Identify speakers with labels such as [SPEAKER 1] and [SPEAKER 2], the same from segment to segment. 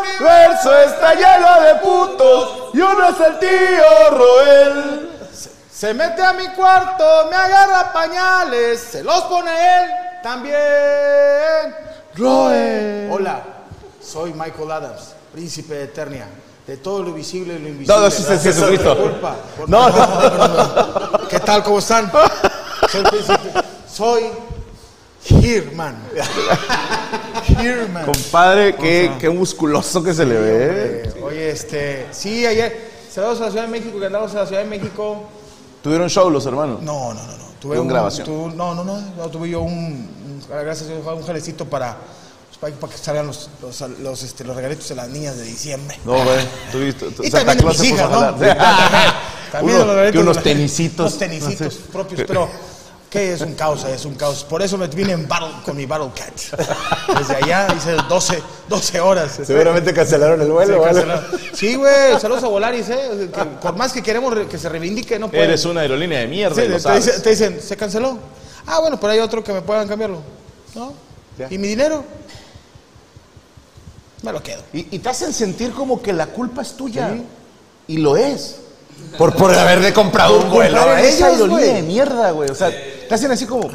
[SPEAKER 1] universo está lleno de putos y uno es el tío Roel. Se mete a mi cuarto, me agarra pañales, se los pone él también. Roel. Hola, soy Michael Adams, príncipe de Eternia. De todo lo visible y lo invisible.
[SPEAKER 2] No, no, sí, sí, sí,
[SPEAKER 1] Gracias a
[SPEAKER 2] Jesucristo.
[SPEAKER 1] tu culpa, porque-
[SPEAKER 2] No,
[SPEAKER 1] no, no, no. ¿Qué tal? ¿Cómo están? Soy príncipe. Soy Hirman. Hirman.
[SPEAKER 2] Compadre, qué, qué musculoso que se le ve.
[SPEAKER 1] Eh, Oye, este, sí, ayer, saludos a la Ciudad de México, que andamos a la Ciudad de México.
[SPEAKER 2] ¿Tuvieron show los hermanos?
[SPEAKER 1] No, no, no, no. Tuve
[SPEAKER 2] Fue un grabación.
[SPEAKER 1] tu- no, no, no, no, tuve yo un, un- gracias a Dios, un jalecito para, pues, para, para que salgan los, los, los, este, los regalitos de las niñas de diciembre.
[SPEAKER 2] No, pues, güey. Tuviste.
[SPEAKER 1] Y también de mis hijas, ¿no? Sí, también
[SPEAKER 2] Unos-
[SPEAKER 1] los regalitos
[SPEAKER 2] que unos
[SPEAKER 1] de-
[SPEAKER 2] tenisitos.
[SPEAKER 1] Unos tenisitos propios, pero que es un caos, es un caos. Por eso me vine en battle, con mi Battle Cat. Desde allá hice 12, 12 horas.
[SPEAKER 2] Seguramente cancelaron el
[SPEAKER 1] Sí,
[SPEAKER 2] vuelo,
[SPEAKER 1] cancelaron. Sí, güey, saludos a Volaris, ¿eh? Que por más que queremos re- que se reivindique, no puede.
[SPEAKER 2] Eres una aerolínea de mierda,
[SPEAKER 1] Sí,
[SPEAKER 2] y lo
[SPEAKER 1] te,
[SPEAKER 2] sabes.
[SPEAKER 1] dice- te dicen, se canceló. Ah, bueno, pero hay otro que me puedan cambiarlo. ¿No?
[SPEAKER 2] Ya.
[SPEAKER 1] ¿Y mi dinero? Me lo quedo.
[SPEAKER 2] Y, y te hacen sentir como que la culpa es tuya. Y lo es. Por, por haberle comprado un vuelo
[SPEAKER 1] comprar
[SPEAKER 2] a
[SPEAKER 1] en
[SPEAKER 2] esa
[SPEAKER 1] esas,
[SPEAKER 2] aerolínea
[SPEAKER 1] güey.
[SPEAKER 2] de mierda, güey. O sea, te hacen así como.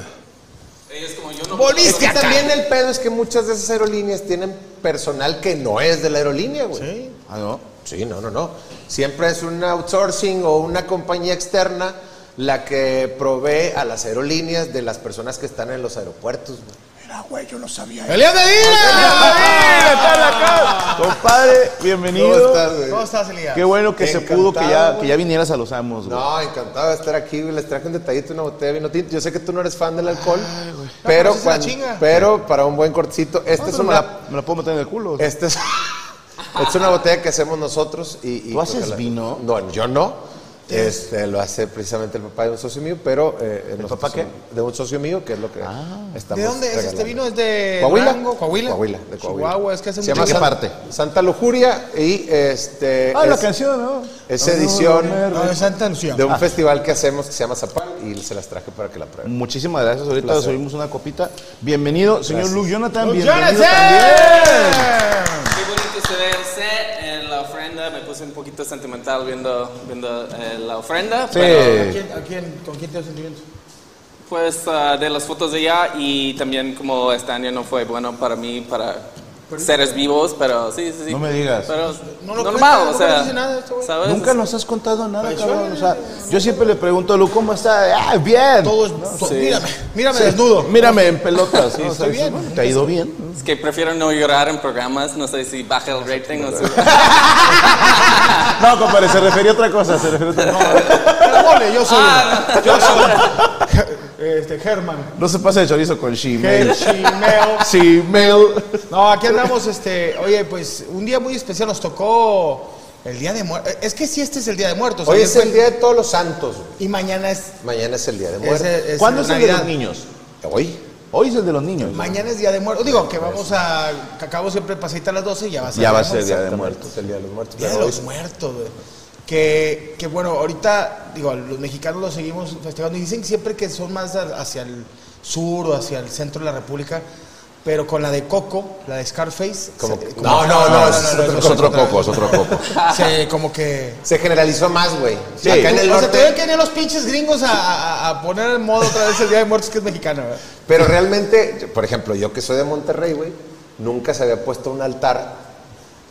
[SPEAKER 3] Es que también el pedo es que muchas de esas aerolíneas tienen personal que no es de la aerolínea, güey.
[SPEAKER 1] Sí.
[SPEAKER 2] Ah, no.
[SPEAKER 3] Sí, no, no, no. Siempre es un outsourcing o una compañía externa la que provee a las aerolíneas de las personas que están en los aeropuertos. güey.
[SPEAKER 1] Mira, güey, yo no sabía. ¡Elian
[SPEAKER 2] ¡Ah, está en la casa! Compadre, bienvenido.
[SPEAKER 3] ¿Cómo estás, güey?
[SPEAKER 1] ¿Cómo estás, Elías?
[SPEAKER 2] Qué bueno que se pudo que ya,
[SPEAKER 3] Encantado,
[SPEAKER 2] que ya vinieras a los amos, güey.
[SPEAKER 3] No, encantado de estar aquí, güey. Les traje un detallito, una botella de vino tinto. Yo sé que tú no eres fan del alcohol, pero,
[SPEAKER 1] Ah, pero sí se la
[SPEAKER 3] cuan-
[SPEAKER 1] chinga.
[SPEAKER 3] pero para un buen cortecito, esta
[SPEAKER 2] Pero
[SPEAKER 3] es
[SPEAKER 2] me,
[SPEAKER 3] una...
[SPEAKER 2] la, me la puedo meter en el culo. o
[SPEAKER 1] Este
[SPEAKER 2] sea.
[SPEAKER 3] Esta es, esta es una botella que hacemos nosotros y... y
[SPEAKER 2] ¿Tú haces
[SPEAKER 3] ojalá-
[SPEAKER 2] vino?
[SPEAKER 3] No, yo no. Este, lo hace precisamente el papá de un socio mío, pero... eh, nosotros
[SPEAKER 2] papá qué?
[SPEAKER 3] somos- De un socio mío, que es lo que estamos
[SPEAKER 1] ¿De dónde es este
[SPEAKER 3] regalando.
[SPEAKER 1] vino? ¿Es de
[SPEAKER 3] Coahuila?
[SPEAKER 1] Durango? ¿Coahuila?
[SPEAKER 3] Coahuila, de Coahuila.
[SPEAKER 1] Chihuahua, es que hace
[SPEAKER 3] Se
[SPEAKER 2] ¿De
[SPEAKER 1] mucho
[SPEAKER 3] llama
[SPEAKER 2] qué
[SPEAKER 3] San-
[SPEAKER 2] parte?
[SPEAKER 3] Santa Lujuria y este...
[SPEAKER 4] Ah, la
[SPEAKER 3] es-
[SPEAKER 4] canción, ¿no?
[SPEAKER 3] es
[SPEAKER 2] Ah,
[SPEAKER 4] No, no,
[SPEAKER 3] edición-
[SPEAKER 4] no, no,
[SPEAKER 1] No,
[SPEAKER 4] no.
[SPEAKER 1] de Santa Lucía.
[SPEAKER 3] de un festival que hacemos que se llama Zapal y se las traje para que la prueben.
[SPEAKER 2] Muchísimas gracias. Ahorita
[SPEAKER 3] Placer.
[SPEAKER 2] subimos una copita. Bienvenido, señor
[SPEAKER 3] Gracias.
[SPEAKER 2] Luke Jonathan.
[SPEAKER 1] ¡Don
[SPEAKER 2] bienvenido
[SPEAKER 1] Jonathan!
[SPEAKER 2] también.
[SPEAKER 5] Qué bonito se ve el set, eh, la ofrenda, me puse un poquito sentimental viendo, viendo eh, la ofrenda,
[SPEAKER 1] ¿A
[SPEAKER 5] pero
[SPEAKER 1] quién, a quién- ¿Con quién te sentimientos?
[SPEAKER 5] pues ah, de las fotos de allá y también como este año no fue bueno para mí, para seres vivos, pero sí, sí, sí.
[SPEAKER 2] No me digas.
[SPEAKER 5] Pero
[SPEAKER 1] No lo
[SPEAKER 5] normal,
[SPEAKER 1] cuenta,
[SPEAKER 5] o
[SPEAKER 1] no
[SPEAKER 5] sea,
[SPEAKER 1] dice nada este güey.
[SPEAKER 5] ¿sabes?
[SPEAKER 2] Nunca nos has contado nada, cabrón. O sea, yo siempre le pregunto a Luke, ¿cómo está? Ah, bien.
[SPEAKER 1] Todo es. to-
[SPEAKER 5] sí.
[SPEAKER 1] Mírame, mírame desnudo.
[SPEAKER 2] Mírame en pelotas. ¿no? O sea,
[SPEAKER 1] estoy bien.
[SPEAKER 2] bueno, ¿Te ha ido bien?
[SPEAKER 5] Es que prefiero no llorar en programas, no sé si baja el rating o sube.
[SPEAKER 2] No, compadre, se refería a otra cosa. Se refería a otra cosa.
[SPEAKER 1] Pero mole, yo soy.
[SPEAKER 5] Ah,
[SPEAKER 1] Yo soy. Este, Germán.
[SPEAKER 2] No se pasa de chorizo con Shimel.
[SPEAKER 1] El chimeo.
[SPEAKER 2] Shimel.
[SPEAKER 1] No, aquí andamos, este, oye, pues un día muy especial nos tocó el Día de Muertos. Es que sí, este es el Día de Muertos.
[SPEAKER 3] Hoy
[SPEAKER 1] ayer
[SPEAKER 3] es
[SPEAKER 1] fue-
[SPEAKER 3] el Día de Todos los Santos. güey.
[SPEAKER 1] Y mañana es...
[SPEAKER 3] Mañana es el Día de
[SPEAKER 1] es,
[SPEAKER 3] Muertos.
[SPEAKER 1] es
[SPEAKER 2] ¿Cuándo es el de
[SPEAKER 1] Navidad.
[SPEAKER 2] los niños?
[SPEAKER 3] Hoy.
[SPEAKER 2] Hoy es el de los niños.
[SPEAKER 1] Mañana es Día de Muertos. Digo, que vamos a... Que acabo siempre pasita a las 12 y ya va a ser
[SPEAKER 2] Ya
[SPEAKER 1] Día
[SPEAKER 2] va a
[SPEAKER 1] de
[SPEAKER 2] ser
[SPEAKER 1] Muertos.
[SPEAKER 2] Día de Muertos.
[SPEAKER 3] Es el Día de los Muertos.
[SPEAKER 1] Día de
[SPEAKER 3] pero hoy-
[SPEAKER 1] los Muertos, güey. Que, que bueno, ahorita, digo, los mexicanos lo seguimos festejando y dicen siempre que son más a- hacia el sur o hacia el centro de la República, pero con la de Coco, la de Scarface.
[SPEAKER 3] Como-
[SPEAKER 1] se- como-
[SPEAKER 3] no, no, no, es otro-
[SPEAKER 2] Es otro coco, es otro coco.
[SPEAKER 1] Se- como que...
[SPEAKER 3] Se generalizó más, güey.
[SPEAKER 2] Sí.
[SPEAKER 3] Acá en el
[SPEAKER 1] o sea, tuvieron
[SPEAKER 3] norte.
[SPEAKER 1] que venir los pinches gringos a, a- a poner en modo otra vez el Día de Muertos que es mexicano. ¿verdad?
[SPEAKER 3] Pero realmente, por ejemplo, yo que soy de Monterrey, güey, nunca se había puesto un altar.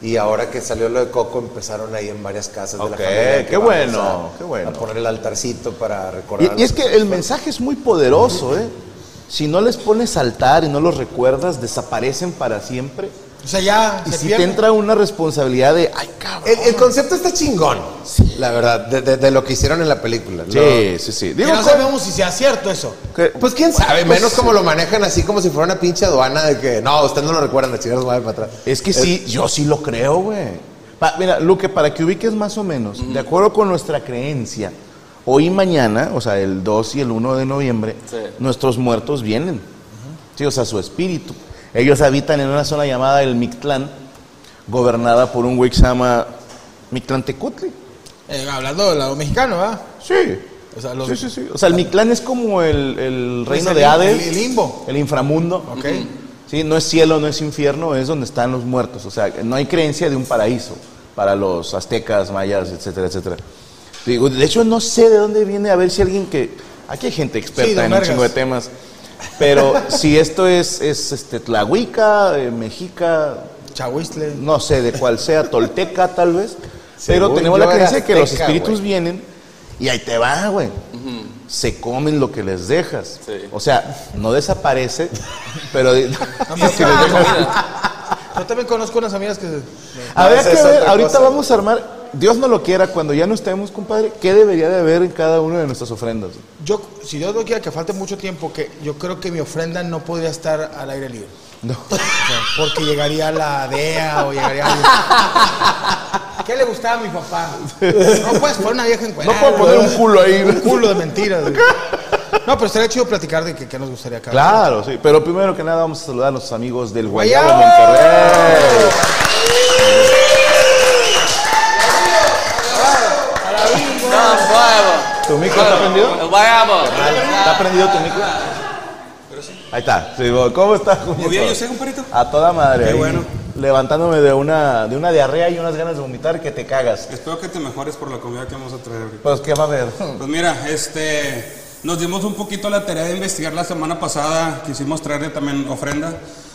[SPEAKER 3] Y ahora que salió lo de Coco, empezaron ahí en varias casas de la
[SPEAKER 2] Ok,
[SPEAKER 3] familia. que
[SPEAKER 2] qué
[SPEAKER 3] vamos
[SPEAKER 2] bueno,
[SPEAKER 3] a-
[SPEAKER 2] qué bueno.
[SPEAKER 3] A poner el altarcito para recordar.
[SPEAKER 2] Y, y es que el mensaje es muy poderoso, ¿eh? Si no les pones altar y no los recuerdas, desaparecen para siempre.
[SPEAKER 1] O sea, ya
[SPEAKER 2] Y
[SPEAKER 1] se
[SPEAKER 2] si te
[SPEAKER 1] pierde.
[SPEAKER 2] entra una responsabilidad de, ay, cabrón.
[SPEAKER 3] Ah, El, el concepto está chingón. La verdad, de, de- de lo que hicieron en la película. Lo-
[SPEAKER 2] Sí, sí, sí.
[SPEAKER 1] Que
[SPEAKER 2] Digo,
[SPEAKER 1] no sabemos si sea cierto eso.
[SPEAKER 2] que-
[SPEAKER 3] Pues quién sabe, menos como lo manejan así como si fuera una pinche aduana de que no, usted no lo recuerdan, la chingada madre para atrás.
[SPEAKER 2] Es que sí, yo sí lo creo, güey. Pa- mira, Luque, para que ubiques más o menos, de acuerdo con nuestra creencia, hoy y mañana, o sea, el 2 y el 1 de noviembre,
[SPEAKER 5] Sí.
[SPEAKER 2] nuestros muertos vienen. Sí, o sea, su espíritu. Ellos habitan en una zona llamada el Mictlán, gobernada por un güey que se llama Mictlán Tecutli.
[SPEAKER 1] Eh, hablando del lado mexicano, ¿verdad?
[SPEAKER 2] Sí.
[SPEAKER 1] O sea, los-
[SPEAKER 2] sí, sí, sí. O sea, el Mictlán es como el, el reino
[SPEAKER 1] el
[SPEAKER 2] de
[SPEAKER 1] lim-
[SPEAKER 2] Hades.
[SPEAKER 1] el limbo.
[SPEAKER 2] El inframundo.
[SPEAKER 1] Ok.
[SPEAKER 2] Sí, no es cielo, no es infierno, es donde están los muertos. O sea, no hay creencia de un paraíso para los aztecas, mayas, etcétera, etcétera. Digo, de hecho, no sé de dónde viene, a ver si alguien que... Aquí hay gente experta
[SPEAKER 1] Sí, don
[SPEAKER 2] en un
[SPEAKER 1] Vergas.
[SPEAKER 2] chingo de temas. Pero si esto es, es este, tlahuica, eh, mexica,
[SPEAKER 1] Chahuistle.
[SPEAKER 2] no sé de cuál sea, tolteca tal vez.
[SPEAKER 3] Según
[SPEAKER 2] pero tenemos
[SPEAKER 3] yo
[SPEAKER 2] la
[SPEAKER 3] era
[SPEAKER 2] creencia de que los
[SPEAKER 3] azteca,
[SPEAKER 2] espíritus
[SPEAKER 3] güey.
[SPEAKER 2] vienen y ahí te va, güey. Se comen lo que les dejas.
[SPEAKER 5] Sí.
[SPEAKER 2] O sea, no desaparece, pero...
[SPEAKER 5] Ah,
[SPEAKER 1] Yo también conozco unas amigas que...
[SPEAKER 2] A ver,
[SPEAKER 3] Esa
[SPEAKER 2] que
[SPEAKER 3] es
[SPEAKER 2] ver,
[SPEAKER 3] otra
[SPEAKER 2] ahorita
[SPEAKER 3] cosa.
[SPEAKER 2] vamos a armar, Dios no lo quiera, cuando ya no estemos, compadre, ¿qué debería de haber en cada una de nuestras ofrendas?
[SPEAKER 1] Yo, si Dios no quiera que falte mucho tiempo, que yo creo que mi ofrenda no podría estar al aire libre.
[SPEAKER 2] No.
[SPEAKER 1] O sea, Porque llegaría la DEA o llegaría... alguien. ¿Qué le gustaba a mi papá? No puedes poner una vieja en
[SPEAKER 2] No puedo poner un culo ahí.
[SPEAKER 1] Un culo de mentiras. güey. No, pero estaría chido platicar de que, que nos gustaría acá.
[SPEAKER 2] Claro, sí, pero primero que nada vamos a saludar a los amigos del Guayabo
[SPEAKER 1] ¡Guayabo!
[SPEAKER 2] Monterrey.
[SPEAKER 5] No, guayabo.
[SPEAKER 2] ¿Tu micro está prendido?
[SPEAKER 5] Ah, El guayabo.
[SPEAKER 2] ¿Está prendido tu micro? Ahí está. Sí, bueno, ¿Cómo estás, Muy
[SPEAKER 6] bien, yo sé, compadrito.
[SPEAKER 2] A toda madre.
[SPEAKER 6] Qué
[SPEAKER 2] ahí,
[SPEAKER 6] bueno.
[SPEAKER 2] Levantándome de una, de una diarrea y unas ganas de vomitar que te cagas.
[SPEAKER 6] Espero que te mejores por la comida que vamos a traer ahorita.
[SPEAKER 2] Pues, ¿qué va a haber?
[SPEAKER 6] Pues mira, este, nos dimos un poquito la tarea de investigar la semana pasada. Quisimos traerle también ofrenda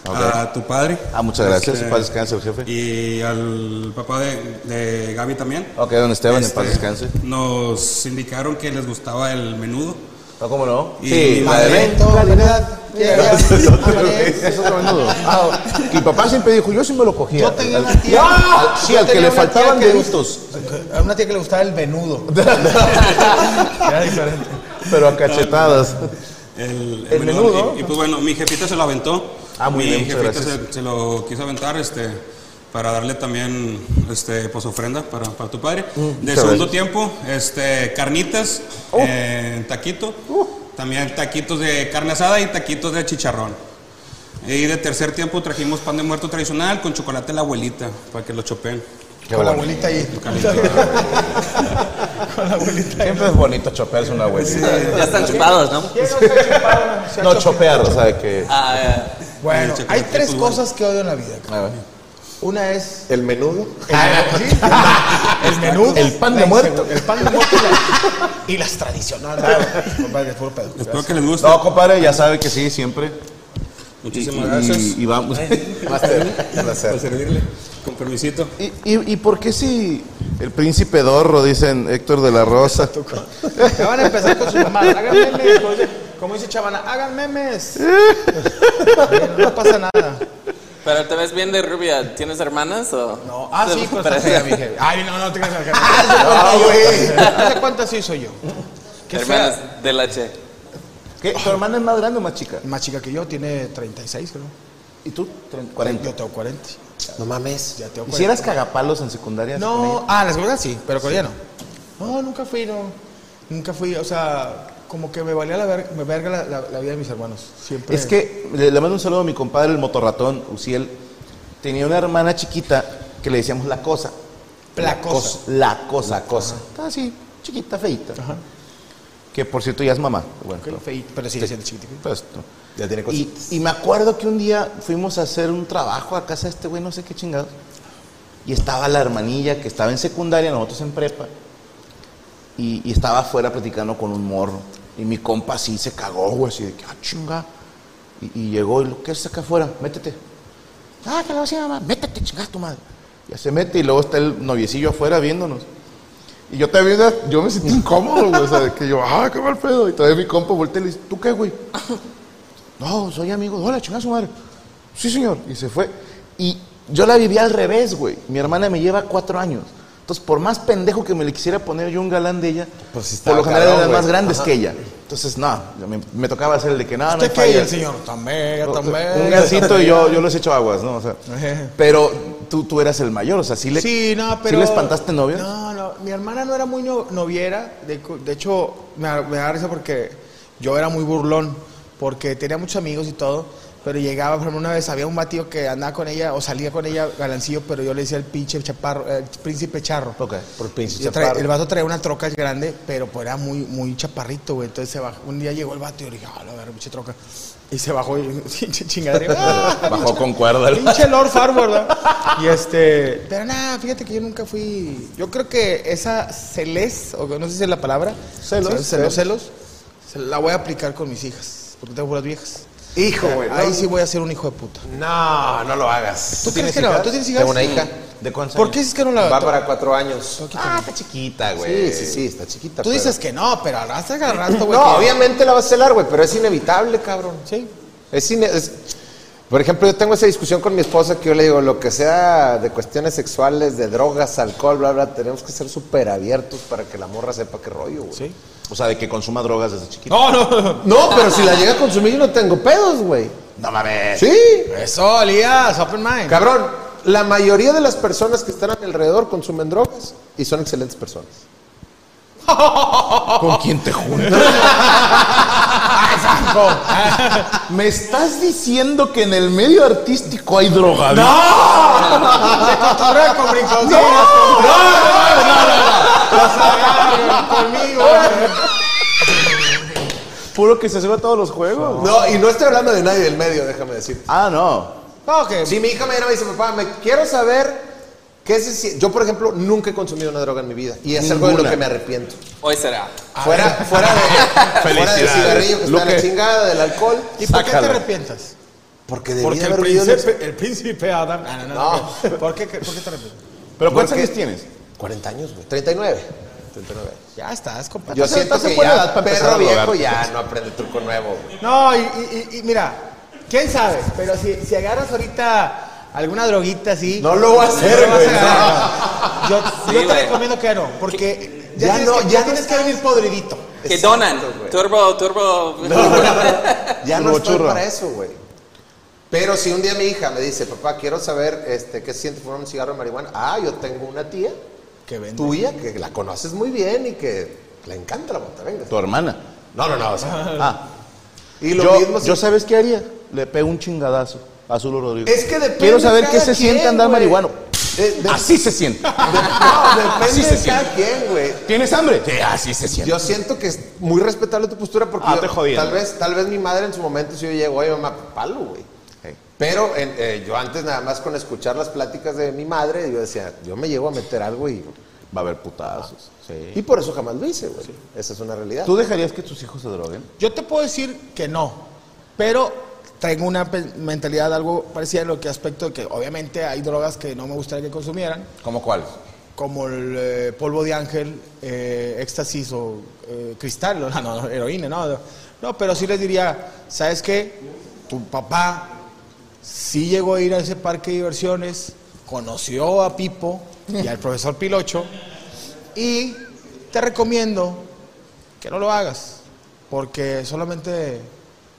[SPEAKER 6] a tu padre.
[SPEAKER 2] Ah, muchas gracias.
[SPEAKER 6] Este,
[SPEAKER 2] En paz descanse el jefe.
[SPEAKER 6] Y al papá de, de Gaby también.
[SPEAKER 2] Ok, don Esteban, en paz
[SPEAKER 6] Este,
[SPEAKER 2] descanse.
[SPEAKER 6] Nos indicaron que les gustaba el menudo.
[SPEAKER 2] No, ¿Cómo no?
[SPEAKER 6] Y
[SPEAKER 2] sí, la de Ben.
[SPEAKER 1] Momento, ¿verdad? Llega-
[SPEAKER 2] Es otro menudo. Ah, y papá siempre dijo, yo sí me lo cogía.
[SPEAKER 1] Yo tenía una tía.
[SPEAKER 2] Ah, sí,
[SPEAKER 1] yo
[SPEAKER 2] al que
[SPEAKER 1] tenía
[SPEAKER 2] le
[SPEAKER 1] una tía
[SPEAKER 2] faltaban
[SPEAKER 1] que-
[SPEAKER 2] deditos.
[SPEAKER 1] A una tía que le gustaba el venudo. Era diferente.
[SPEAKER 2] Pero a cachetadas.
[SPEAKER 6] El,
[SPEAKER 2] El menudo.
[SPEAKER 6] Y, y, pues bueno, mi jefita se lo aventó.
[SPEAKER 2] Ah, muy
[SPEAKER 6] mi
[SPEAKER 2] bien, muchas
[SPEAKER 6] jefita
[SPEAKER 2] gracias.
[SPEAKER 6] se, se lo quiso aventar, este. para darle también este, pues, ofrenda para, para tu padre. de
[SPEAKER 2] Mm, muchas
[SPEAKER 6] segundo
[SPEAKER 2] gracias. Uh.
[SPEAKER 6] tiempo, este, carnitas, eh, taquito, también taquitos de carne asada y taquitos de chicharrón. Y de tercer tiempo trajimos pan de muerto tradicional con chocolate de la abuelita, para que lo chopeen.
[SPEAKER 1] Con la abuelita ahí. Con la abuelita ahí.
[SPEAKER 2] Siempre es bonito chopearse una abuelita.
[SPEAKER 7] Ya están chupados, ¿no?
[SPEAKER 1] ¿Quién no se ha chupado una- se ha
[SPEAKER 2] No
[SPEAKER 1] chupado?
[SPEAKER 2] chopear, o sea, que.
[SPEAKER 7] Ah, eh,
[SPEAKER 1] Bueno,
[SPEAKER 6] Sí,
[SPEAKER 1] hay
[SPEAKER 6] chocolate,
[SPEAKER 1] tres
[SPEAKER 6] pues,
[SPEAKER 1] cosas que odio en la vida.
[SPEAKER 2] A ver.
[SPEAKER 1] Una es
[SPEAKER 3] El menudo.
[SPEAKER 1] el, sí, el menudo,
[SPEAKER 2] El pan de
[SPEAKER 1] la insegu-
[SPEAKER 2] muerto.
[SPEAKER 1] el pan de muerto y, la- y las tradicionales. Ah, compadre, puro pedo.
[SPEAKER 6] Espero que les guste.
[SPEAKER 2] No, compadre, ya sabe que sí, siempre.
[SPEAKER 6] Muchísimas gracias.
[SPEAKER 2] Y, y vamos.
[SPEAKER 3] Master, un placer.
[SPEAKER 6] Para servirle, con permisito.
[SPEAKER 2] ¿Y, y, y por qué si el príncipe Dorro, dicen Héctor de la Rosa?
[SPEAKER 1] Ya van a empezar con su mamá. Hagan memes. como dice- Como dice Chavana, hagan memes. No pasa nada.
[SPEAKER 5] Pero te ves bien de rubia. ¿Tienes hermanas o...?
[SPEAKER 1] No. Ah, sí, pues
[SPEAKER 5] Pero-
[SPEAKER 1] así era mi jefe. Ay, no, no te creas. Ah, ¿Hace cuántas sí soy yo? ¿Qué fea.
[SPEAKER 5] Hermanas del H.
[SPEAKER 2] ¿Qué? ¿Tu hermana es más grande o más chica?
[SPEAKER 1] Más chica que yo, tiene 36, creo.
[SPEAKER 2] ¿Y tú? 40.
[SPEAKER 1] Yo tengo 40.
[SPEAKER 3] No mames.
[SPEAKER 1] Ya tengo 40.
[SPEAKER 2] ¿Y si eras cagapalos en secundaria? con ella?
[SPEAKER 1] No, ah, las gordas sí, pero con ella no. No, nunca fui, no. Nunca fui, o sea, como que me valía la verga, me verga la, la- la vida de mis hermanos. Siempre.
[SPEAKER 2] Es que le, le mando un saludo a mi compadre, el motorratón, Uciel. Tenía una hermana chiquita que le decíamos la cosa.
[SPEAKER 1] La cosa.
[SPEAKER 2] La cosa. La cosa. Estaba así, chiquita, feita.
[SPEAKER 1] Ajá.
[SPEAKER 2] Que por cierto ya es mamá. Bueno,
[SPEAKER 1] Ok, feí- pero sigue siendo chiquitito.
[SPEAKER 2] pues, no.
[SPEAKER 3] Ya tiene
[SPEAKER 2] Y, y me acuerdo que un día fuimos a hacer un trabajo a casa de este güey, no sé qué chingados. Y estaba la hermanilla que estaba en secundaria, nosotros en prepa. Y, y estaba afuera platicando con un morro. Y mi compa así se cagó, güey, así de que, ah, chinga. Y, y llegó y lo que es acá afuera, métete. Ah, que le va a decir mamá, métete, chingas tu madre. Ya se mete y luego está el noviecillo afuera viéndonos. Y yo también, yo me sentí incómodo, güey, o sea, de que yo, ah, qué mal pedo. Y todavía mi compa voltea y le dice, ¿tú qué, güey? No, soy amigo. Hola, chingada su madre. Sí, señor. Y se fue. Y yo la vivía al revés, güey. Mi hermana me lleva cuatro años. Entonces, por más pendejo que me le quisiera poner yo un galán de ella,
[SPEAKER 3] Pues
[SPEAKER 2] por
[SPEAKER 3] sí estaba
[SPEAKER 2] lo general
[SPEAKER 3] cabrón,
[SPEAKER 2] eran
[SPEAKER 3] güey.
[SPEAKER 2] más grandes
[SPEAKER 3] Ajá. Pues,
[SPEAKER 2] que ella. Entonces, no, yo me, me tocaba hacer el de que nada, no hay
[SPEAKER 1] ¿Usted qué? Y
[SPEAKER 2] falla.
[SPEAKER 1] el señor, tan mega, tan mega.
[SPEAKER 2] Un gancito y yo, yo les echo aguas, ¿no? O sea, pero tú, tú eras el mayor, o sea, sí le,
[SPEAKER 1] Sí, no, pero.
[SPEAKER 2] ¿sí le espantaste novio.
[SPEAKER 1] No, no. Mi hermana no era muy no- noviera. De, cu- de hecho, me, da- me da risa porque yo era muy burlón. Porque tenía muchos amigos y todo. Pero llegaba, por ejemplo, una vez había un batido que andaba con ella o salía con ella galancillo, pero yo le decía el pinche chaparro, el príncipe charro.
[SPEAKER 2] Ok.
[SPEAKER 3] Por pinche
[SPEAKER 1] Y trae-
[SPEAKER 3] chaparro.
[SPEAKER 1] el vato traía una troca grande, pero pues era muy, muy chaparrito, güey. Entonces se bajó. Un día llegó el vato y yo le dije, ah, la verga, pinche troca. Y se bajó y pinche chingadera. ¡Ah!
[SPEAKER 2] Bajó con cuerda.
[SPEAKER 1] Pinche Lord Farmer, ¿verdad? Y este. Pero nada, fíjate que yo nunca fui. Yo creo que esa celes, o no sé si es la palabra.
[SPEAKER 2] Celos,
[SPEAKER 1] Celos, celos. celos, se la voy a aplicar con mis hijas. Porque tengo puras viejas.
[SPEAKER 3] Hijo, güey.
[SPEAKER 1] Ahí
[SPEAKER 3] no.
[SPEAKER 1] sí voy a ser un hijo de puta.
[SPEAKER 3] No, no lo hagas.
[SPEAKER 1] ¿Tú crees que no? ¿Tú tienes hijas?
[SPEAKER 3] Tengo una hija.
[SPEAKER 2] ¿De cuántos
[SPEAKER 1] ¿Por
[SPEAKER 2] años?
[SPEAKER 1] qué dices que no la.?
[SPEAKER 3] Va para cuatro años.
[SPEAKER 2] Ah, está chiquita, güey.
[SPEAKER 3] Sí, sí, sí, está chiquita.
[SPEAKER 1] Tú
[SPEAKER 3] pero-
[SPEAKER 1] dices que no, pero arrastra agarrando, güey.
[SPEAKER 3] No,
[SPEAKER 1] que-
[SPEAKER 3] obviamente la vas a celar, güey, pero es inevitable, cabrón.
[SPEAKER 1] Sí.
[SPEAKER 3] Es, ine- es- Por ejemplo, yo tengo esa discusión con mi esposa que yo le digo, lo que sea de cuestiones sexuales, de drogas, alcohol, bla, bla, tenemos que ser súper abiertos para que la morra sepa qué rollo, güey.
[SPEAKER 1] Sí.
[SPEAKER 2] O sea, de que consuma drogas desde chiquita.
[SPEAKER 1] No, no.
[SPEAKER 3] No, pero si la llega a consumir yo no tengo pedos, güey.
[SPEAKER 2] No mames.
[SPEAKER 3] Sí.
[SPEAKER 1] Eso, Elías, open mind.
[SPEAKER 3] Cabrón, la mayoría de las personas que están a mi alrededor consumen drogas y son excelentes personas.
[SPEAKER 2] ¿Con quién te juntas? ¿Me estás diciendo que en el medio artístico hay droga? ¡No!
[SPEAKER 1] Ahora con brinconcitos. Conmigo, güey.
[SPEAKER 2] Puro que se sube a todos los juegos.
[SPEAKER 3] No, y no estoy hablando de nadie del medio, déjame decir.
[SPEAKER 2] Ah, no.
[SPEAKER 1] No, que
[SPEAKER 3] Si mi hija mañana me dice, papá, me quiero saber qué se siente. Yo, por ejemplo, nunca he consumido una droga en mi vida. Y es algo de lo
[SPEAKER 2] Ninguna. Ah,
[SPEAKER 3] que me arrepiento.
[SPEAKER 5] Hoy será.
[SPEAKER 3] Fuera, fuera, de, fuera del
[SPEAKER 2] Felicidades.
[SPEAKER 3] cigarrillo que
[SPEAKER 2] Lo
[SPEAKER 3] está en
[SPEAKER 2] que-
[SPEAKER 3] la chingada, del alcohol.
[SPEAKER 1] ¿Y por qué te
[SPEAKER 2] Sácala.
[SPEAKER 1] arrepientas?
[SPEAKER 3] Porque debí
[SPEAKER 1] Porque el
[SPEAKER 3] haber vivido en
[SPEAKER 1] príncipe, el príncipe Adam. Ah, No, no, no.
[SPEAKER 3] No.
[SPEAKER 1] ok. ¿Por, qué, ¿Por qué te arrepientes?
[SPEAKER 2] ¿Pero
[SPEAKER 3] ¿Por
[SPEAKER 2] cuántos
[SPEAKER 3] qué?
[SPEAKER 2] años tienes?
[SPEAKER 3] 40 años, güey. 39. 39.
[SPEAKER 1] Ya estás, compadre.
[SPEAKER 3] Yo
[SPEAKER 2] Entonces,
[SPEAKER 3] siento
[SPEAKER 2] estás en
[SPEAKER 3] que
[SPEAKER 2] buena edad
[SPEAKER 3] ya,
[SPEAKER 2] para empezar
[SPEAKER 3] perro
[SPEAKER 2] a
[SPEAKER 3] viejo,
[SPEAKER 2] drogarte.
[SPEAKER 3] ya no aprende truco nuevo, güey.
[SPEAKER 1] No, y, y- y- y mira, quién sabe, pero si, si agarras ahorita alguna droguita así.
[SPEAKER 3] No lo voy a hacer,
[SPEAKER 1] lo vas
[SPEAKER 3] güey,
[SPEAKER 1] agarrar. Yo,
[SPEAKER 5] Sí,
[SPEAKER 1] yo te
[SPEAKER 5] güey.
[SPEAKER 1] recomiendo que no, porque ya,
[SPEAKER 3] Ya
[SPEAKER 1] tienes,
[SPEAKER 3] no,
[SPEAKER 1] que,
[SPEAKER 3] ya no
[SPEAKER 1] tienes que venir podridito.
[SPEAKER 5] Que
[SPEAKER 3] Exacto,
[SPEAKER 5] donan.
[SPEAKER 3] güey.
[SPEAKER 5] Turbo, turbo.
[SPEAKER 3] Ya no
[SPEAKER 2] Turbo
[SPEAKER 3] estoy
[SPEAKER 2] churro.
[SPEAKER 3] para eso, güey. Pero si un día mi hija me dice, papá, quiero saber este, qué se siente fumar un cigarro de marihuana, ah, yo tengo una tía
[SPEAKER 1] Que vende.
[SPEAKER 3] tuya que la conoces muy bien y que le encanta la Montavengas.
[SPEAKER 2] Tu hermana.
[SPEAKER 3] No, no, no, o sea,
[SPEAKER 2] Ah,
[SPEAKER 3] y lo
[SPEAKER 2] yo,
[SPEAKER 3] mismo... si-
[SPEAKER 2] yo ¿sabes qué haría? Le pego un chingadazo a Zulo Rodríguez.
[SPEAKER 3] Es que depende
[SPEAKER 2] Quiero saber
[SPEAKER 3] de
[SPEAKER 2] qué
[SPEAKER 3] cada
[SPEAKER 2] se
[SPEAKER 3] quien,
[SPEAKER 2] siente andar
[SPEAKER 3] güey.
[SPEAKER 2] marihuano.
[SPEAKER 3] Eh, de-
[SPEAKER 2] Así se siente.
[SPEAKER 3] no, depende
[SPEAKER 2] Así se
[SPEAKER 3] de cada quien, güey.
[SPEAKER 2] ¿Tienes hambre? Sí, así se siente.
[SPEAKER 3] Yo siento que es muy respetable tu postura porque
[SPEAKER 2] Ah,
[SPEAKER 3] yo-
[SPEAKER 2] te jodí,
[SPEAKER 3] tal
[SPEAKER 2] ¿no?
[SPEAKER 3] vez tal vez mi madre en su momento si yo llego, oye mamá, palo, güey.
[SPEAKER 2] Hey.
[SPEAKER 3] Pero en- eh, yo antes nada más con escuchar las pláticas de mi madre, yo decía, yo me llevo a meter algo y,
[SPEAKER 2] Va a haber putazos.
[SPEAKER 3] y por eso jamás lo hice, güey. Esa es una realidad.
[SPEAKER 2] ¿Tú dejarías que tus hijos se droguen?
[SPEAKER 1] Yo te puedo decir que no, pero tengo una pe- mentalidad algo parecida en lo que aspecto de que obviamente hay drogas que no me gustaría que consumieran,
[SPEAKER 2] ¿Cómo cuáles?
[SPEAKER 1] como el eh, polvo de ángel, eh, éxtasis o eh, cristal, no, no, no, heroína, no, no. No, pero sí les diría, ¿sabes qué? Tu papá sí llegó a ir a ese parque de diversiones, conoció a Pipo y al profesor Pilocho, y te recomiendo que no lo hagas, porque solamente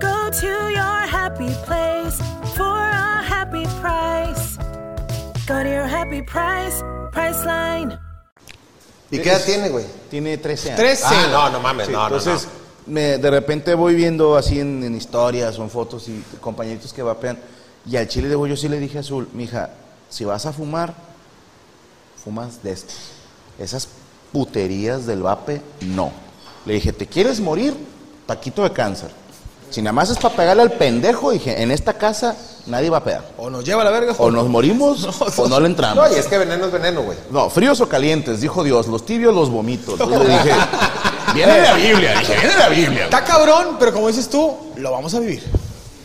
[SPEAKER 8] Go to your happy place for a happy price. Go to your happy price, Priceline.
[SPEAKER 3] ¿Y qué edad tiene, güey?
[SPEAKER 2] Tiene 13 años.
[SPEAKER 1] 13.
[SPEAKER 3] Ah, no, no mames,
[SPEAKER 2] Sí,
[SPEAKER 3] no, no,
[SPEAKER 2] entonces, me- de repente voy viendo así en, en historias o en fotos y compañeritos que vapean. Y al chile de güey, yo sí le dije a Azul, mija, si vas a fumar, fumas de estos. Esas puterías del vape, no. Le dije, ¿te quieres morir? Taquito de cáncer. Si nada más es para pegarle al pendejo, dije, en esta casa nadie va a pegar.
[SPEAKER 1] o nos lleva a la verga
[SPEAKER 2] O nos morimos o no le
[SPEAKER 3] no.
[SPEAKER 2] entramos.
[SPEAKER 3] No, y es que veneno es veneno, güey.
[SPEAKER 2] No, fríos o calientes, dijo Dios, los tibios los vomito. Entonces le dije, viene de la Biblia, dije, viene de la Biblia.
[SPEAKER 1] Está cabrón, pero como dices tú, lo vamos a vivir.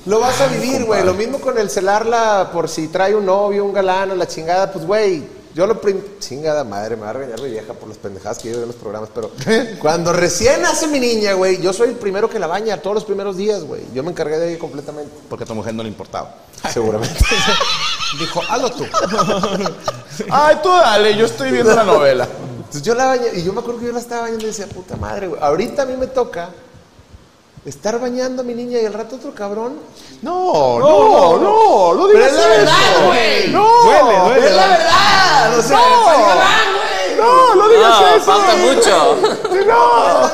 [SPEAKER 3] Lo vas a vivir, güey. Lo mismo con el celarla por si trae un novio, un galán o la chingada, pues, güey. Yo lo prim... Chingada madre, me va a regañar mi vieja por las pendejadas que yo veo en los programas, pero cuando recién nace mi niña, güey, yo soy el primero que la baña todos los primeros días, güey. Yo me encargué de ella completamente.
[SPEAKER 2] Porque a tu mujer no le importaba.
[SPEAKER 3] Seguramente.
[SPEAKER 1] Dijo, hazlo tú.
[SPEAKER 2] Ay, tú dale, yo estoy viendo la novela.
[SPEAKER 3] Entonces yo la bañé, y yo me acuerdo que yo la estaba bañando y decía, puta madre, güey. Ahorita a mí me toca estar bañando a mi niña y al rato otro cabrón.
[SPEAKER 2] No, no, no, no
[SPEAKER 3] Pero
[SPEAKER 2] digas
[SPEAKER 3] es la verdad,
[SPEAKER 2] eso.
[SPEAKER 3] güey.
[SPEAKER 2] No,
[SPEAKER 1] Duele, duele,
[SPEAKER 3] Es la
[SPEAKER 1] ¿verdad?
[SPEAKER 3] verdad. O sea,
[SPEAKER 2] No.
[SPEAKER 3] soy galán, güey.
[SPEAKER 2] No, no digas
[SPEAKER 5] No,
[SPEAKER 2] eso.
[SPEAKER 5] falta mucho.
[SPEAKER 2] Sí, No.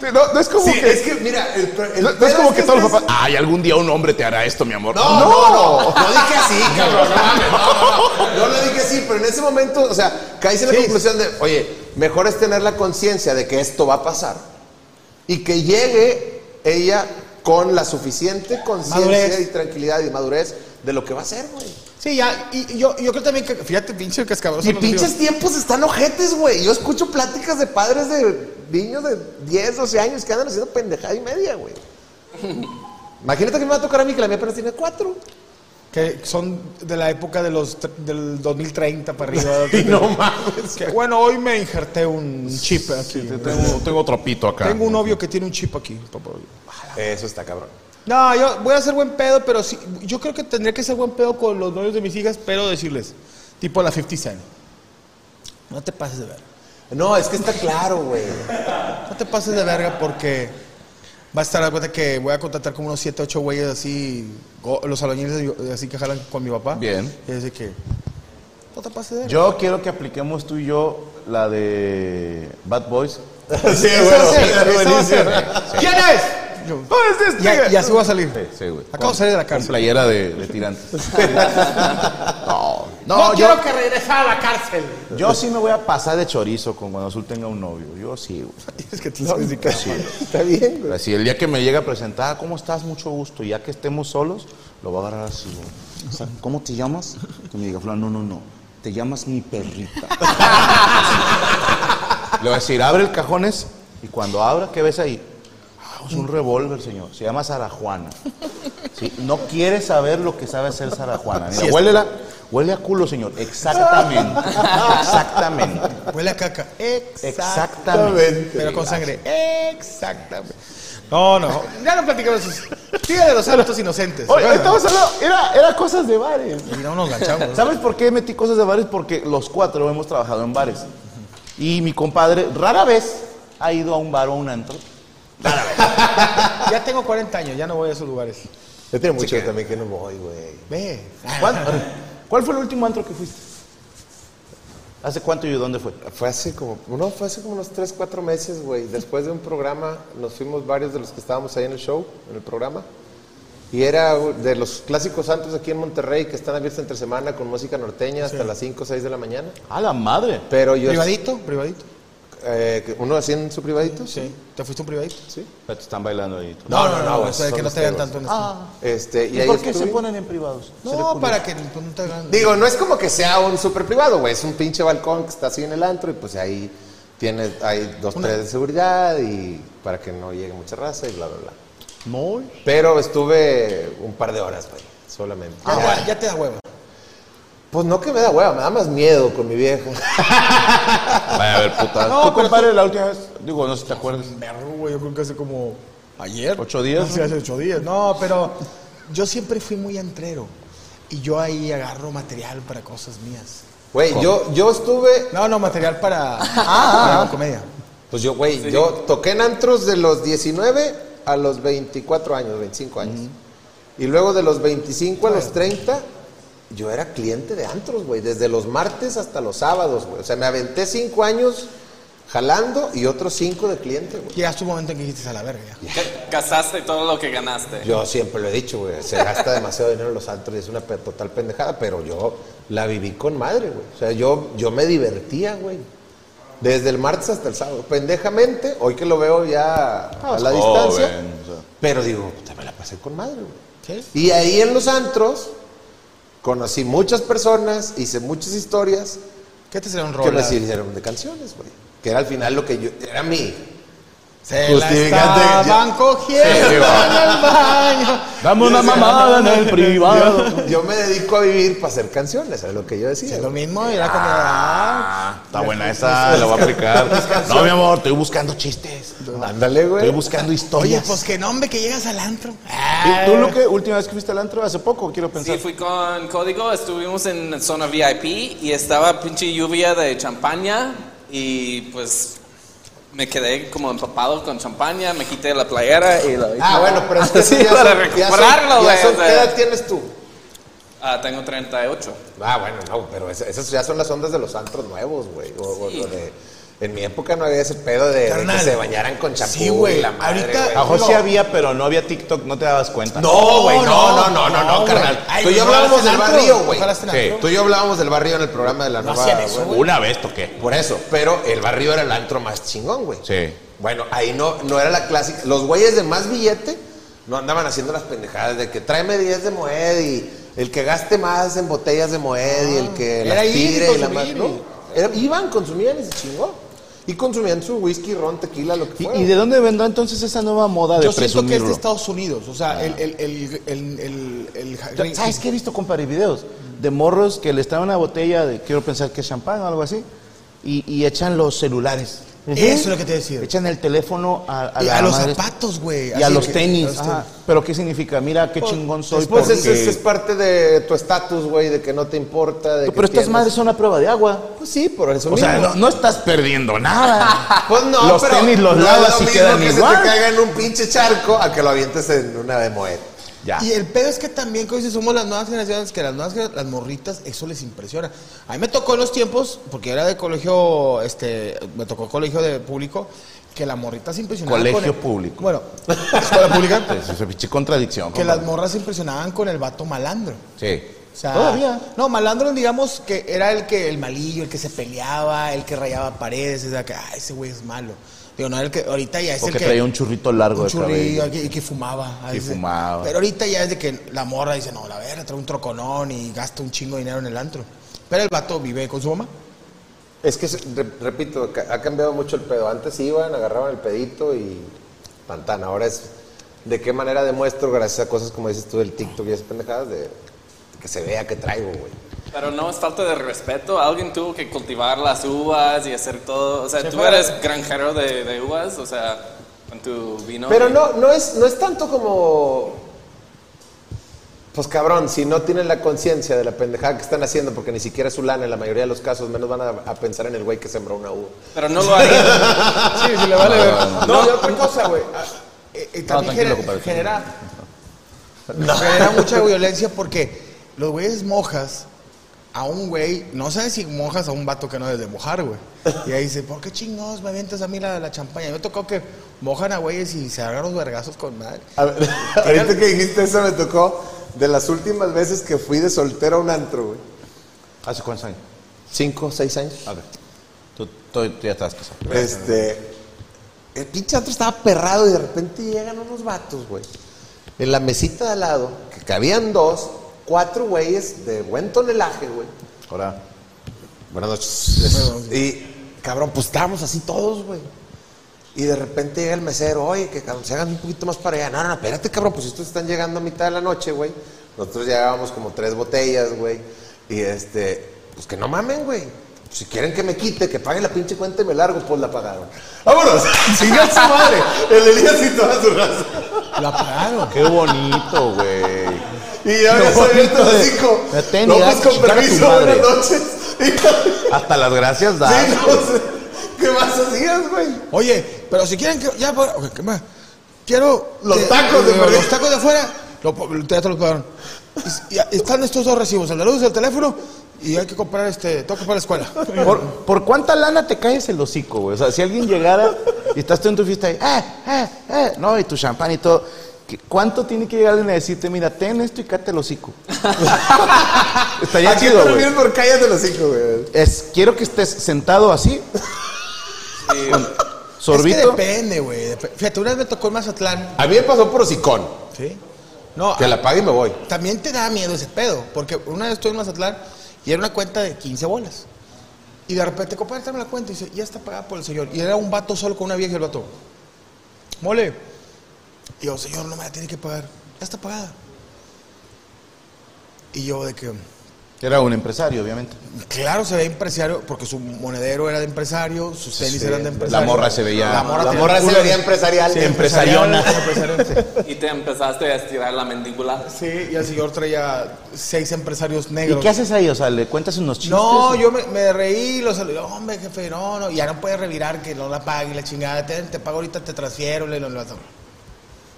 [SPEAKER 2] Sí, No, no es como
[SPEAKER 3] Sí,
[SPEAKER 2] que.
[SPEAKER 3] es que mira, el, pro- el
[SPEAKER 2] no, no
[SPEAKER 3] pedo
[SPEAKER 2] es como
[SPEAKER 3] es
[SPEAKER 2] que todos los
[SPEAKER 3] es-
[SPEAKER 2] papás. Ay, algún día un hombre te hará esto, mi amor.
[SPEAKER 3] No, no, no, no dije así, cabrón, no mames, no, no, no, no lo dije así, pero en ese momento, o sea, caíste en la
[SPEAKER 1] Sí.
[SPEAKER 3] conclusión de, oye, mejor es tener la conciencia de que esto va a pasar y que llegue ella con la suficiente conciencia
[SPEAKER 1] Madurez.
[SPEAKER 3] y tranquilidad y madurez de lo que va a hacer, güey.
[SPEAKER 1] Sí, ya, y y yo, yo creo también que, fíjate, pinche cascabroso.
[SPEAKER 3] Y
[SPEAKER 1] nos digo.
[SPEAKER 3] pinches tiempos están ojetes, güey. Yo escucho pláticas de padres de niños de 10, 12 años que andan haciendo pendejada y media, güey. Imagínate que me va a tocar a mí que la mía apenas tiene cuatro.
[SPEAKER 1] Que son de la época de los, tr- del 2030 para arriba.
[SPEAKER 3] No mames.
[SPEAKER 1] Que, bueno, hoy me injerté un chip aquí.
[SPEAKER 2] Tengo, tengo otro pito acá.
[SPEAKER 1] Tengo un novio que tiene un chip aquí. papá.
[SPEAKER 3] Eso está cabrón.
[SPEAKER 1] No, yo voy a ser buen pedo, pero sí, yo creo que tendría que ser buen pedo con los novios de mis hijas, pero decirles, tipo la 50 Cent. No te pases de verga.
[SPEAKER 3] No, es que está claro, güey.
[SPEAKER 1] No te pases de verga porque va a estar a cuenta que voy a contratar como unos 7, 8 güeyes así, go- los albañiles de- así que jalan con mi papá.
[SPEAKER 2] Bien.
[SPEAKER 1] Y dice que, no te pases de verga.
[SPEAKER 2] Yo quiero que apliquemos tú y yo la de Bad Boys.
[SPEAKER 3] Sí,
[SPEAKER 1] Esa va a ser, esa va a ser. ¿Quién es? Yo,
[SPEAKER 3] Oh,
[SPEAKER 2] es
[SPEAKER 3] este
[SPEAKER 1] y, a- y así voy a salir.
[SPEAKER 2] Sí, sí, güey.
[SPEAKER 1] Acabo de salir de la
[SPEAKER 2] Con
[SPEAKER 1] cárcel.
[SPEAKER 2] playera de, de tirantes. no, no, yo,
[SPEAKER 1] que regresar a la cárcel.
[SPEAKER 2] yo sí me voy a pasar de chorizo con cuando Azul tenga un novio. Yo sí, güey.
[SPEAKER 1] Es que te lo estoy diciendo.
[SPEAKER 3] Está bien, güey.
[SPEAKER 2] Así el día que me llegue a presentar, "Ah, ¿cómo estás? Mucho gusto. Y Ya que estemos solos, lo va a agarrar así, güey. O sea, ¿Cómo te llamas? Que me diga, fulano, no, no, no. Te llamas mi perrita. Le voy a decir, abre el cajones y cuando abra, ¿qué ves ahí? Ah, Usó un revólver, señor. Se llama Sarajuana. Sí, No quiere saber lo que sabe hacer Sarajuana. Mira, huélela. Huele a culo, señor. Exactamente. Exactamente.
[SPEAKER 1] Huele a caca.
[SPEAKER 2] Exactamente.
[SPEAKER 1] Eh, Pero con sangre. Exactamente. No, no. Ya no platicamos eso. Sigue de los santos inocentes.
[SPEAKER 2] Oye, estamos hablando. Era, era cosas de bares.
[SPEAKER 1] Y no nos ganchamos.
[SPEAKER 2] ¿Sabes por qué metí cosas de bares? Porque los cuatro hemos trabajado en bares. Y mi compadre rara vez ha ido a un bar o a un antro.
[SPEAKER 1] Ya tengo 40 años, ya no voy a esos lugares.
[SPEAKER 3] Yo tiene mucho también que no voy, güey.
[SPEAKER 1] Ve.
[SPEAKER 2] ¿Cuán- ¿Cuál fue el último antro que fuiste? ¿Hace cuánto y dónde fue?
[SPEAKER 3] Fue hace como, no, fue hace como unos 3, 4 meses, güey. Después de un programa, nos fuimos varios de los que estábamos ahí en el show, en el programa. Y era de los clásicos santos aquí en Monterrey que están abiertos entre semana con música norteña hasta las 5, 6 de la mañana.
[SPEAKER 2] A la madre.
[SPEAKER 3] Pero yo...
[SPEAKER 1] ¿Privadito? ¿Privadito?
[SPEAKER 3] eh, que ¿Uno así en su privadito?
[SPEAKER 1] Sí. ¿Te fuiste a un privadito?
[SPEAKER 3] Sí.
[SPEAKER 2] Pero te están bailando ahí.
[SPEAKER 1] No, no, no.
[SPEAKER 3] güey,
[SPEAKER 1] o sea,
[SPEAKER 3] son
[SPEAKER 1] que no
[SPEAKER 3] los
[SPEAKER 1] te vean
[SPEAKER 3] temas.
[SPEAKER 1] tanto en eso.
[SPEAKER 2] Ah.
[SPEAKER 3] Este, y,
[SPEAKER 2] ¿Y,
[SPEAKER 3] ahí
[SPEAKER 2] por qué
[SPEAKER 3] estuve.
[SPEAKER 2] se ponen en privados? Se le
[SPEAKER 1] No,
[SPEAKER 2] ocurrió.
[SPEAKER 1] para que tú no te hagan.
[SPEAKER 3] Digo, no es como que sea un super privado, güey. Es un pinche balcón que está así en el antro y pues ahí tiene, hay dos, tres de seguridad y para que no llegue mucha raza y bla, bla, bla.
[SPEAKER 2] No.
[SPEAKER 3] Pero estuve un par de horas, güey, solamente.
[SPEAKER 2] Ah,
[SPEAKER 1] Ya, te da- ya te da hueva.
[SPEAKER 3] Pues no que me da hueva, me da más miedo con mi vieja.
[SPEAKER 2] Vaya a ver, puta.
[SPEAKER 1] No,
[SPEAKER 2] ¿Tú,
[SPEAKER 1] pero
[SPEAKER 2] compadre, la última vez? Digo, no sé si te acuerdas.
[SPEAKER 1] Perro, güey, yo creo que hace como ayer.
[SPEAKER 2] ¿Ocho días?
[SPEAKER 1] Sí, hace ocho días. No, pero yo siempre fui muy antrero. Y yo ahí agarro material para cosas mías.
[SPEAKER 3] Güey, yo, yo estuve,
[SPEAKER 1] No, no, material para,
[SPEAKER 2] Ah,
[SPEAKER 1] para la comedia.
[SPEAKER 3] pues yo, güey, yo toqué en antros de los 19 a los 24 años, 25 años. Y luego de los 25 a los 30, yo era cliente de antros, güey, desde los martes hasta los sábados, güey. O sea, me aventé cinco años jalando y otros cinco de cliente, güey.
[SPEAKER 1] Llegaste tu momento en que dijiste a la verga ya.
[SPEAKER 5] Ca- Casaste todo lo que ganaste.
[SPEAKER 3] Yo siempre lo he dicho, güey, se gasta demasiado dinero en los antros y es una pe- total pendejada, pero yo la viví con madre, güey. O sea, yo, yo me divertía, güey. Desde el martes hasta el sábado. Pendejamente, hoy que lo veo ya a la distancia,
[SPEAKER 2] Joven, o sea.
[SPEAKER 3] pero digo, puta, me la pasé con madre, güey.
[SPEAKER 1] Sí.
[SPEAKER 3] Y ahí en los antros conocí muchas personas, hice muchas historias
[SPEAKER 1] ¿Qué te este será un
[SPEAKER 3] que me
[SPEAKER 1] rol?
[SPEAKER 3] sirvieron de canciones, güey. Que era al final lo que yo, era mi... Pues
[SPEAKER 1] Se la
[SPEAKER 2] Justificante.
[SPEAKER 1] estaban cogiendo
[SPEAKER 2] Sí, va.
[SPEAKER 1] en el baño.
[SPEAKER 2] Dame una mamada en el privado.
[SPEAKER 3] Yo me dedico a vivir para hacer canciones, es lo que yo decía.
[SPEAKER 1] Es eh, lo
[SPEAKER 3] güey.
[SPEAKER 1] mismo, era como... ah,
[SPEAKER 2] Está buena esa, la voy a aplicar. No, mi amor, estoy buscando chistes.
[SPEAKER 3] Ándale, güey.
[SPEAKER 2] Estoy buscando
[SPEAKER 1] Oye,
[SPEAKER 2] historias. Ah,
[SPEAKER 1] pues que no, hombre, que llegas al antro.
[SPEAKER 2] ¿Y tú, Luque, última vez que fuiste al antro? ¿Hace poco? Quiero pensar.
[SPEAKER 5] Sí, fui con Código, estuvimos en zona VIP y estaba pinche lluvia de champaña y pues me quedé como empapado con champaña, me quité la playera y la...
[SPEAKER 3] Ah, bueno, pero es que
[SPEAKER 5] Sí,
[SPEAKER 3] ya
[SPEAKER 5] para
[SPEAKER 3] son- ya son-
[SPEAKER 5] recuperarlo,
[SPEAKER 3] ya
[SPEAKER 5] güey,
[SPEAKER 3] son-
[SPEAKER 5] o sea.
[SPEAKER 3] ¿Qué edad tienes tú?
[SPEAKER 5] Ah, tengo 38.
[SPEAKER 3] Ah, bueno, no, pero esa- esas ya son las ondas de los antros nuevos, güey. O- o- o de- en mi época no había ese pedo de, de que
[SPEAKER 1] Carnal.
[SPEAKER 3] se bañaran con champú
[SPEAKER 1] Sí, güey.
[SPEAKER 3] y la madre,
[SPEAKER 1] Ahorita-
[SPEAKER 3] güey.
[SPEAKER 2] Ajo sí
[SPEAKER 1] No.
[SPEAKER 2] había, pero no había TikTok, no te dabas cuenta.
[SPEAKER 3] No, güey, no, no, no, no, no,
[SPEAKER 1] no,
[SPEAKER 3] carnal.
[SPEAKER 1] güey. Ay,
[SPEAKER 3] tú y yo
[SPEAKER 1] no
[SPEAKER 3] hablábamos
[SPEAKER 1] jalaste
[SPEAKER 3] del
[SPEAKER 1] en antro,
[SPEAKER 3] barrio,
[SPEAKER 1] no
[SPEAKER 3] güey.
[SPEAKER 1] jalaste en
[SPEAKER 3] Sí.
[SPEAKER 1] antro.
[SPEAKER 3] Tú y yo hablábamos del barrio en el programa de la nueva.
[SPEAKER 1] hacían eso,
[SPEAKER 3] güey.
[SPEAKER 2] Una vez toqué.
[SPEAKER 3] Por eso, pero el barrio era el antro más chingón, güey.
[SPEAKER 2] Sí.
[SPEAKER 3] Bueno, ahí no, no era la clásica. Los güeyes de más billete no andaban haciendo las pendejadas de que tráeme 10 de Moed y el que gaste más en botellas de Moed y el que
[SPEAKER 1] Ah, Era
[SPEAKER 3] las
[SPEAKER 1] ir y
[SPEAKER 3] tire y la más.
[SPEAKER 1] consumir
[SPEAKER 3] No,
[SPEAKER 1] y-
[SPEAKER 3] Era- iban, consumían y se chingó. Y consumían su whisky, ron, tequila, lo que
[SPEAKER 2] ¿Y,
[SPEAKER 3] fuera.
[SPEAKER 2] y de dónde vendrá entonces esa nueva moda de
[SPEAKER 1] Yo siento que es
[SPEAKER 2] presumirlo?
[SPEAKER 1] de Estados Unidos. O sea, el, el, el, el, el, el-
[SPEAKER 2] Yo- ¿Sabes qué he visto, compadre? Videos de morros que les traen una botella de, quiero pensar que es champán o algo así, y, y echan los celulares.
[SPEAKER 1] Eso es lo que te decía.
[SPEAKER 2] Echan el teléfono a, a
[SPEAKER 1] Y
[SPEAKER 2] la
[SPEAKER 1] Eh, a los
[SPEAKER 2] madre-
[SPEAKER 1] zapatos, güey.
[SPEAKER 2] Y a
[SPEAKER 1] Así
[SPEAKER 2] los
[SPEAKER 1] que-
[SPEAKER 2] tenis.
[SPEAKER 1] a los
[SPEAKER 2] Ajá. Pero ¿qué significa? Mira qué chingón soy.
[SPEAKER 3] este, Pues es,
[SPEAKER 2] porque-
[SPEAKER 3] es- es parte de tu estatus, güey, de que no te importa. De que
[SPEAKER 2] Pero estas
[SPEAKER 3] tienes-
[SPEAKER 2] madres son a prueba de agua.
[SPEAKER 3] Pues sí, por eso
[SPEAKER 2] O sea,
[SPEAKER 3] mismo.
[SPEAKER 2] no, no estás perdiendo nada.
[SPEAKER 3] Pues no,
[SPEAKER 2] Los
[SPEAKER 3] pero
[SPEAKER 2] tenis los
[SPEAKER 3] no es
[SPEAKER 2] lavas
[SPEAKER 3] lo
[SPEAKER 2] y
[SPEAKER 3] mismo
[SPEAKER 2] quedan
[SPEAKER 3] que
[SPEAKER 2] igual.
[SPEAKER 3] se te caiga en un pinche charco a que lo avientes en una de Moed.
[SPEAKER 2] Ya.
[SPEAKER 1] Y el pedo es que también, como dices, somos las nuevas generaciones, que las nuevas gener- las morritas, eso les impresiona. A mí me tocó en los tiempos, porque era de colegio, este, me tocó colegio de público, que la morrita se impresionaba.
[SPEAKER 2] Colegio
[SPEAKER 1] con el-
[SPEAKER 2] público.
[SPEAKER 1] Bueno, escuela pública.
[SPEAKER 2] Es esa pinche contradicción.
[SPEAKER 1] que las
[SPEAKER 2] compadre.
[SPEAKER 1] morras se impresionaban con el vato malandro.
[SPEAKER 2] Sí.
[SPEAKER 1] O sea,
[SPEAKER 2] Todavía.
[SPEAKER 1] No, malandro, digamos que era el que, el malillo, el que se peleaba, el que rayaba paredes, o sea, que, ah, ese güey es malo. Digo, no, el que ahorita ya es
[SPEAKER 2] Porque
[SPEAKER 1] el que.
[SPEAKER 2] traía un churrito largo
[SPEAKER 1] un
[SPEAKER 2] de
[SPEAKER 1] churrillo,
[SPEAKER 2] cabello.
[SPEAKER 1] y que fumaba. a
[SPEAKER 2] Y
[SPEAKER 1] veces.
[SPEAKER 2] fumaba.
[SPEAKER 1] Pero ahorita ya es de que la morra dice, no, la verga, trae un troconón y gasta un chingo de dinero en el antro. Pero el vato vive con su mamá.
[SPEAKER 3] Es que, se- re- repito, ca- ha cambiado mucho el pedo. Antes iban, agarraban el pedito y Pantana. Ahora es de qué manera demuestro, gracias a cosas como dices tú del TikTok y esas pendejadas, de que se vea que traigo, güey.
[SPEAKER 5] Pero no es falta de respeto. Alguien tuvo que cultivar las uvas y hacer todo. O sea,
[SPEAKER 1] Se
[SPEAKER 5] tú
[SPEAKER 1] fue.
[SPEAKER 5] eres granjero de, de uvas, o sea, con tu vino.
[SPEAKER 3] Pero
[SPEAKER 5] y-
[SPEAKER 3] no, no es, no es tanto como. Pues cabrón, si no tienen la conciencia de la pendejada que están haciendo, porque ni siquiera es su lana en la mayoría de los casos, menos van a, a pensar en el güey que sembró una uva.
[SPEAKER 5] Pero no lo haría.
[SPEAKER 1] Sí, sí, le vale ver. No,
[SPEAKER 3] no.
[SPEAKER 1] y otra cosa, güey. ah, eh, eh, también
[SPEAKER 2] tranquilo,
[SPEAKER 1] gener-
[SPEAKER 2] compadre.
[SPEAKER 1] genera, genera mucha violencia porque los güeyes mojas a un güey, no sabes si mojas a un vato que no debes de mojar, güey. Y ahí dice, ¿por qué chingados me aventas a mí la, la champaña? Me tocó que mojan a güeyes y se agarran los vergazos con madre.
[SPEAKER 3] A ver, ahorita que dijiste eso me tocó de las últimas veces que fui de soltero a un antro, güey.
[SPEAKER 2] ¿Hace cuántos años?
[SPEAKER 3] Cinco, seis años.
[SPEAKER 2] A ver. Tú, tú- tú ya estás casado.
[SPEAKER 3] Este. El pinche antro estaba perrado y de repente llegan unos vatos, güey. En la mesita de al lado, que cabían dos, cuatro güeyes de buen tonelaje, güey.
[SPEAKER 2] Ahora.
[SPEAKER 3] Buenas noches. Y, cabrón, pues estábamos así todos, güey. Y de repente llega el mesero, oye, que cabrón, se hagan un poquito más para allá. No, no, no, espérate, cabrón, pues estos están llegando a mitad de la noche, güey. Nosotros llevábamos como tres botellas, güey. Y este, pues que no mamen, güey. Si quieren que me quite, que pague la pinche cuenta y me largo, pues la pagaron. ¡Vámonos! ¡Chinga su madre! El Elías y toda su raza.
[SPEAKER 1] Lo apagaron.
[SPEAKER 2] Qué bonito, güey.
[SPEAKER 3] Y ya me
[SPEAKER 2] Lo
[SPEAKER 3] salió
[SPEAKER 2] bonito
[SPEAKER 3] todo
[SPEAKER 2] de-
[SPEAKER 3] cinco.
[SPEAKER 2] de tenis,
[SPEAKER 3] No,
[SPEAKER 2] ya,
[SPEAKER 3] pues con
[SPEAKER 2] chingar a tu
[SPEAKER 3] permiso,
[SPEAKER 2] madre.
[SPEAKER 3] buenas noches. Y-
[SPEAKER 2] Hasta las gracias da.
[SPEAKER 3] Sí, no, o sea, ¿Qué más hacías, güey?
[SPEAKER 1] Oye, pero si quieren que. Ya, pues, ok, ¿qué más? Quiero.
[SPEAKER 3] Los
[SPEAKER 1] que-
[SPEAKER 3] tacos de
[SPEAKER 1] eh,
[SPEAKER 3] perdiz.
[SPEAKER 1] Los tacos de afuera. Lo, po- ya te los pagaron. Y- y- están estos dos recibos, el de la luz y el teléfono. Y hay que comprar este. Toco para la escuela.
[SPEAKER 2] ¿Por, por cuánta lana te caes el hocico, güey? O sea, si alguien llegara y estás tú en tu fiesta y, ah, ah, ah, no, y tu champán y todo, ¿qué- ¿cuánto tiene que llegar alguien a decirte, mira, ten esto y cállate el hocico? Estaría
[SPEAKER 3] ¿A qué
[SPEAKER 2] chido,
[SPEAKER 3] te
[SPEAKER 2] güey.
[SPEAKER 3] refieres por cállate los cinco, güey?
[SPEAKER 2] Es, quiero que estés sentado así, con sorbito.
[SPEAKER 1] Es que depende, güey. Dep- Fíjate, una vez me tocó en Mazatlán.
[SPEAKER 3] A mí me pasó por hocicón.
[SPEAKER 1] Sí. No,
[SPEAKER 3] Que la pague y me voy.
[SPEAKER 1] también te da miedo ese pedo. Porque una vez estuve en Mazatlán y era una cuenta de 15 bolas. Y de repente, compadre, tráeme la cuenta. Y dice, ya está pagada por el señor. Y era un vato solo con una vieja y el vato. Mole. Y yo, señor, no me la tiene que pagar. Ya está pagada. Y yo de que...
[SPEAKER 2] Era un empresario, obviamente.
[SPEAKER 1] Claro, se ve empresario, porque su monedero era de empresario, sus tenis
[SPEAKER 3] sí,
[SPEAKER 1] eran de
[SPEAKER 3] la
[SPEAKER 1] empresario.
[SPEAKER 2] morra se veía-
[SPEAKER 3] la
[SPEAKER 1] tenía
[SPEAKER 3] morra
[SPEAKER 1] un
[SPEAKER 3] se
[SPEAKER 1] culo
[SPEAKER 3] veía
[SPEAKER 1] de-
[SPEAKER 3] empresarial.
[SPEAKER 1] empresariona.
[SPEAKER 5] Y te empezaste a estirar la mandíbula.
[SPEAKER 1] Sí, y el señor traía seis empresarios
[SPEAKER 2] ¿Y
[SPEAKER 1] negros.
[SPEAKER 2] qué haces ahí? O sea, ¿le cuentas unos chistes?
[SPEAKER 1] No, yo me, me reí, lo saludé, hombre, jefe, no, no, ya no puedes revirar que no la pague, la chingada, te, te pago ahorita, te transfiero, le lo, lo- lo-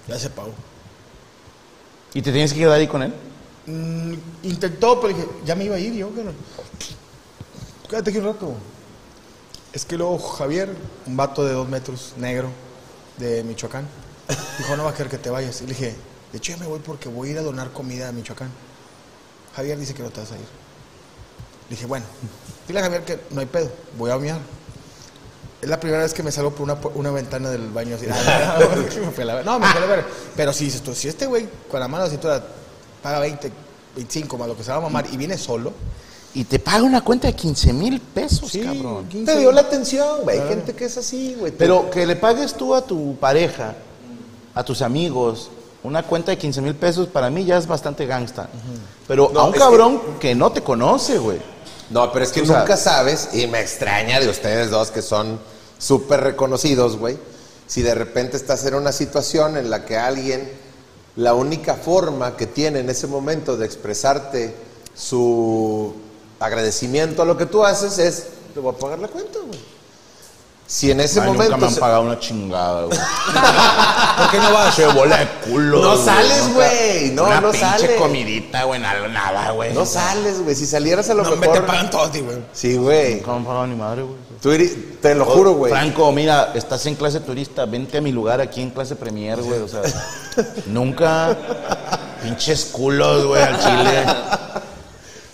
[SPEAKER 1] Ya se pagó.
[SPEAKER 2] ¿Y te tienes que quedar ahí con él?
[SPEAKER 1] Mm, intentó, pero dije, ya me iba a ir yo, cabrón. Quédate aquí un rato. Es que luego Javier, un vato de dos metros, negro, de Michoacán, dijo, no va a querer que te vayas. Y le dije, de hecho ya me voy porque voy a ir a donar comida a Michoacán. Javier dice que no te vas a ir. Le dije, bueno, dile a Javier que no hay pedo, voy a miar. Es la primera vez que me salgo por una, pu- una ventana del baño así. Ah, me fui a la verga. no, me fue a la verga. Pero si dices tú, si este güey con la mano así toda paga 20, 25 más lo que se va a mamar y viene solo. pues,
[SPEAKER 2] Y te paga una cuenta de 15 mil pesos, cabrón.
[SPEAKER 1] 15.
[SPEAKER 3] Te dio la atención, güey. Hay gente que es así, güey.
[SPEAKER 2] Pero que le pagues tú a tu pareja, a tus amigos, una cuenta de 15 mil pesos, para mí ya es bastante gangsta. Pero
[SPEAKER 3] No,
[SPEAKER 2] a un
[SPEAKER 3] es
[SPEAKER 2] cabrón que... no te conoce, güey.
[SPEAKER 3] No, pero es que
[SPEAKER 2] O sea-
[SPEAKER 3] nunca sabes, y me extraña de ustedes dos que son súper reconocidos, güey. Si de repente estás en una situación en la que alguien, la única forma que tiene en ese momento de expresarte su agradecimiento a lo que tú haces es, te voy a pagar la cuenta, güey. Si en ese
[SPEAKER 2] Ay,
[SPEAKER 3] momento...
[SPEAKER 2] nunca me han
[SPEAKER 3] se-
[SPEAKER 2] pagado una chingada, güey.
[SPEAKER 1] ¿Por qué no vas?
[SPEAKER 2] Che, bola de culo.
[SPEAKER 3] No sales, güey. No,
[SPEAKER 2] una
[SPEAKER 3] no
[SPEAKER 2] pinche
[SPEAKER 3] sales.
[SPEAKER 2] comidita, güey, nada, nada, güey.
[SPEAKER 3] No sales, güey. Si salieras a lo
[SPEAKER 1] No, me te
[SPEAKER 3] mejor...
[SPEAKER 1] pagan todos, tío, güey.
[SPEAKER 3] Sí, güey.
[SPEAKER 2] Nunca me han pagado ni madre, güey.
[SPEAKER 3] Tú iri- Te lo juro, güey.
[SPEAKER 2] Franco, mira, estás en clase turista, vente a mi lugar aquí en clase premier, güey. O sea, nunca. Pinches culos, güey, al chile.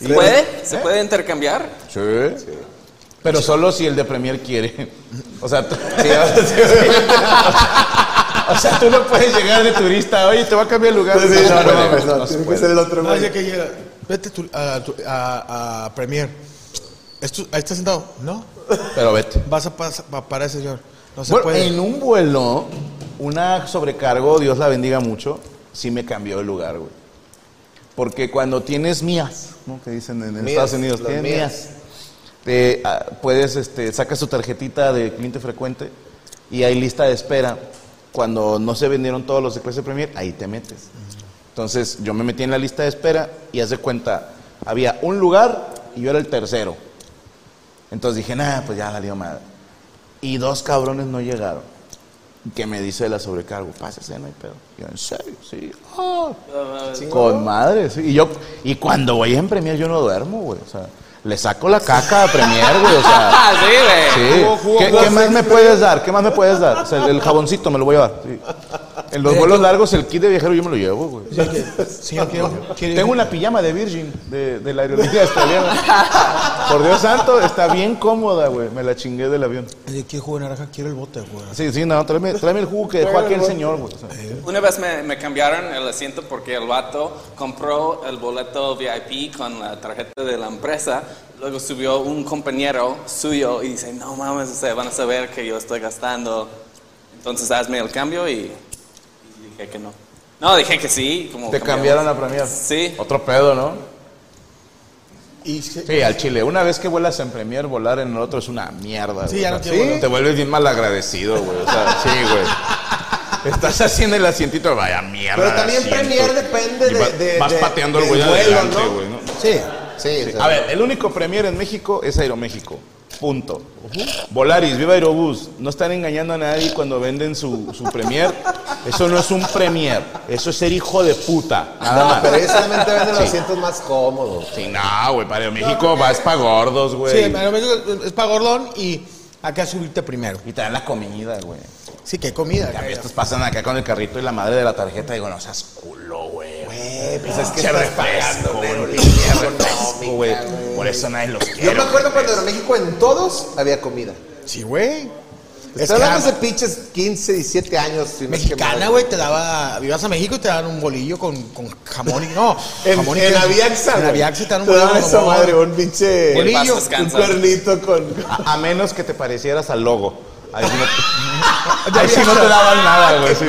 [SPEAKER 5] ¿Se puede? ¿Se puede intercambiar?
[SPEAKER 2] Sí. Pero solo si el de Premier quiere. O sea, tú, o sea, tú no puedes llegar de turista. Oye, te va a cambiar el lugar.
[SPEAKER 3] Sí,
[SPEAKER 2] se
[SPEAKER 3] no, no,
[SPEAKER 2] puede,
[SPEAKER 3] mames,
[SPEAKER 2] no
[SPEAKER 3] no,
[SPEAKER 2] se
[SPEAKER 3] tiene que
[SPEAKER 2] puede.
[SPEAKER 3] ser el otro,
[SPEAKER 1] No,
[SPEAKER 3] güey.
[SPEAKER 1] Ah, ya que llega, vete tú a, tu- a- a Premier. Estu- ahí está sentado. No,
[SPEAKER 2] Pero vete.
[SPEAKER 1] vas a pas- pa- parar ese señor. No se
[SPEAKER 2] Bueno,
[SPEAKER 1] puede.
[SPEAKER 2] en un vuelo, una sobrecargo, Dios la bendiga mucho, sí me cambió el lugar, güey. Porque cuando tienes mías, ¿no? Que dicen en
[SPEAKER 3] Mías,
[SPEAKER 2] Estados Unidos,
[SPEAKER 3] las
[SPEAKER 2] tienes
[SPEAKER 3] mías.
[SPEAKER 2] mías. Te, ah, puedes, este, sacas tu tarjetita de cliente frecuente y hay lista de espera. Cuando no se vendieron todos los de clase Premier, ahí te metes. Entonces yo me metí en la lista de espera y haz de cuenta, había un lugar y yo era el tercero. Entonces dije, nada, pues ya salió madre. Y dos cabrones no llegaron. Que me dice la sobrecargo, pásese, no hay pedo. Yo, ¿en serio? Sí. Ah, con madre, sí. Y, yo, y cuando voy en Premier yo no duermo, güey. O sea, le saco la caca a Premier, güey. O sea,
[SPEAKER 5] Ah, sí, güey.
[SPEAKER 2] sí. ¿Qué, qué más me puedes dar? ¿Qué más me puedes dar? O sea, el, el jaboncito me lo voy a llevar. sí. En los vuelos largos, el kit de viajero yo me lo llevo, güey.
[SPEAKER 9] Señor, quiero- quiero-
[SPEAKER 2] Tengo una pijama de Virgin de, de la aerolínea australiana. Por Dios santo, está bien cómoda, güey. Me la chingué del avión.
[SPEAKER 9] Eh, Quiero jugo de naranja, quiero el bote, güey.
[SPEAKER 2] Sí, sí, no, tráeme, tráeme el jugo que dejó aquí el señor, güey. O sea,
[SPEAKER 5] Una vez me, me cambiaron el asiento porque el vato compró el boleto VIP con la tarjeta de la empresa. Luego subió un compañero suyo y dice, no mames, o sea, van a saber que yo estoy gastando. Entonces hazme el cambio y, y dije que no. No, dije que sí. Como
[SPEAKER 2] Te
[SPEAKER 5] cambiamos.
[SPEAKER 2] cambiaron la Premier.
[SPEAKER 5] Sí.
[SPEAKER 2] Otro pedo, ¿no?
[SPEAKER 9] Y se-
[SPEAKER 2] Sí, al Chile. Una vez que vuelas en Premier, volar en el otro es una mierda.
[SPEAKER 9] Sí,
[SPEAKER 2] güey.
[SPEAKER 9] ya no
[SPEAKER 2] O sea,
[SPEAKER 9] quiero volar.
[SPEAKER 2] Te vuelves bien mal agradecido, güey. O sea, sí, güey. Estás así en el asientito, vaya mierda.
[SPEAKER 3] Pero
[SPEAKER 2] de
[SPEAKER 3] también
[SPEAKER 2] asiento.
[SPEAKER 3] Premier depende
[SPEAKER 2] Y va-
[SPEAKER 3] de- de-
[SPEAKER 2] Vas
[SPEAKER 3] de-
[SPEAKER 2] pateando el
[SPEAKER 3] del
[SPEAKER 2] güey de
[SPEAKER 3] vuelo,
[SPEAKER 2] adelante,
[SPEAKER 3] ¿no?
[SPEAKER 2] güey. ¿no?
[SPEAKER 3] Sí, sí. o sea,
[SPEAKER 2] A ver, el único Premier en México es Aeroméxico. Punto. Volaris, viva Aerobús. No están engañando a nadie cuando venden su, su Premier. Eso no es un Premier. Eso es ser hijo de puta. Nada
[SPEAKER 3] No,
[SPEAKER 2] más.
[SPEAKER 3] pero ellos solamente venden los
[SPEAKER 2] Sí.
[SPEAKER 3] asientos más cómodos.
[SPEAKER 2] Sí, no, güey, para México vas para gordos,
[SPEAKER 9] Sí,
[SPEAKER 2] güey.
[SPEAKER 9] pero es- es para gordón y acá subirte primero.
[SPEAKER 2] y te dan la comida, güey.
[SPEAKER 9] Sí, qué comida.
[SPEAKER 2] En cambio,
[SPEAKER 9] güey.
[SPEAKER 2] estos pasan acá con el carrito y la madre de la tarjeta. Digo, no seas culo, güey.
[SPEAKER 3] Eh, pues es que
[SPEAKER 2] Che
[SPEAKER 3] estás
[SPEAKER 2] refresco,
[SPEAKER 3] pagando
[SPEAKER 2] güey.
[SPEAKER 3] güey,
[SPEAKER 2] Che
[SPEAKER 3] línea
[SPEAKER 2] refresco, güey.
[SPEAKER 3] económica, güey.
[SPEAKER 2] Por eso nadie los quiere.
[SPEAKER 3] Yo me acuerdo
[SPEAKER 2] güey.
[SPEAKER 3] cuando en México en todos había comida.
[SPEAKER 9] Sí, güey. Es que
[SPEAKER 3] Estaba hablando
[SPEAKER 9] era
[SPEAKER 3] de pinches 15, 17 años. si no es que
[SPEAKER 9] mexicana,
[SPEAKER 3] más.
[SPEAKER 9] güey, te daba, ibas a México y te daban un bolillo con, con jamón y no.
[SPEAKER 3] En,
[SPEAKER 9] jamón y
[SPEAKER 3] en
[SPEAKER 9] queso.
[SPEAKER 3] Aviaxa.
[SPEAKER 9] En
[SPEAKER 3] güey.
[SPEAKER 9] Aviaxa te dan un
[SPEAKER 3] Te daban
[SPEAKER 9] bolillo.
[SPEAKER 3] esa
[SPEAKER 9] con
[SPEAKER 3] madre,
[SPEAKER 9] jamón.
[SPEAKER 3] un pinche.
[SPEAKER 5] El vaso
[SPEAKER 3] Un
[SPEAKER 5] descansa.
[SPEAKER 3] cuernito con.
[SPEAKER 2] A, a menos que te parecieras al logo. Ahí sí no, ahí sí no te daban nada, güey. sí.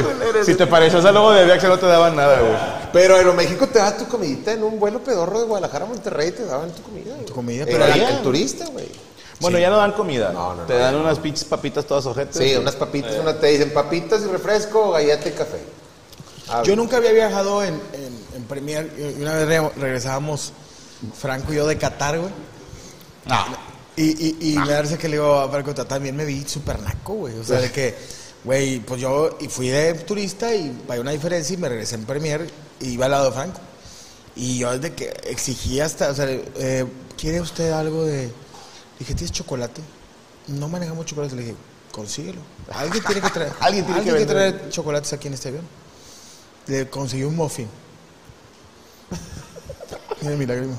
[SPEAKER 2] Si te parecías al logo de Viaxa no te daban nada, güey.
[SPEAKER 3] Pero en México te daban tu comidita en un vuelo pedorro de Guadalajara a Monterrey, te daban tu comida. Tu
[SPEAKER 9] comida,
[SPEAKER 3] pero
[SPEAKER 9] pero
[SPEAKER 3] era
[SPEAKER 2] había.
[SPEAKER 3] el turista, güey.
[SPEAKER 2] Bueno, ya no dan comida.
[SPEAKER 3] No, no,
[SPEAKER 2] te
[SPEAKER 3] no,
[SPEAKER 2] dan unas pinches papitas todas ojetes.
[SPEAKER 3] Sí, unas papitas, una te dicen papitas y refresco, galleta y café. Ah,
[SPEAKER 9] Yo nunca había viajado en, en, en Premier. Y Una vez re- regresábamos, Franco y yo, de Qatar, güey.
[SPEAKER 2] No.
[SPEAKER 9] Y, y, y me parece que le digo a Franco, "Tata, también me vi súper naco, güey. O sea, de que, güey, pues yo y fui de turista y hay una diferencia y me regresé en Premier y iba al lado de Franco. Y yo desde que exigía hasta, o sea, eh, ¿quiere usted algo de...? Dije, ¿tienes chocolate? No manejamos chocolate. Le dije, consíguelo. Alguien tiene que traer,
[SPEAKER 2] Alguien tiene que vender.
[SPEAKER 9] traer chocolates aquí en este avión. Le conseguí un muffin. Mira mi lágrima.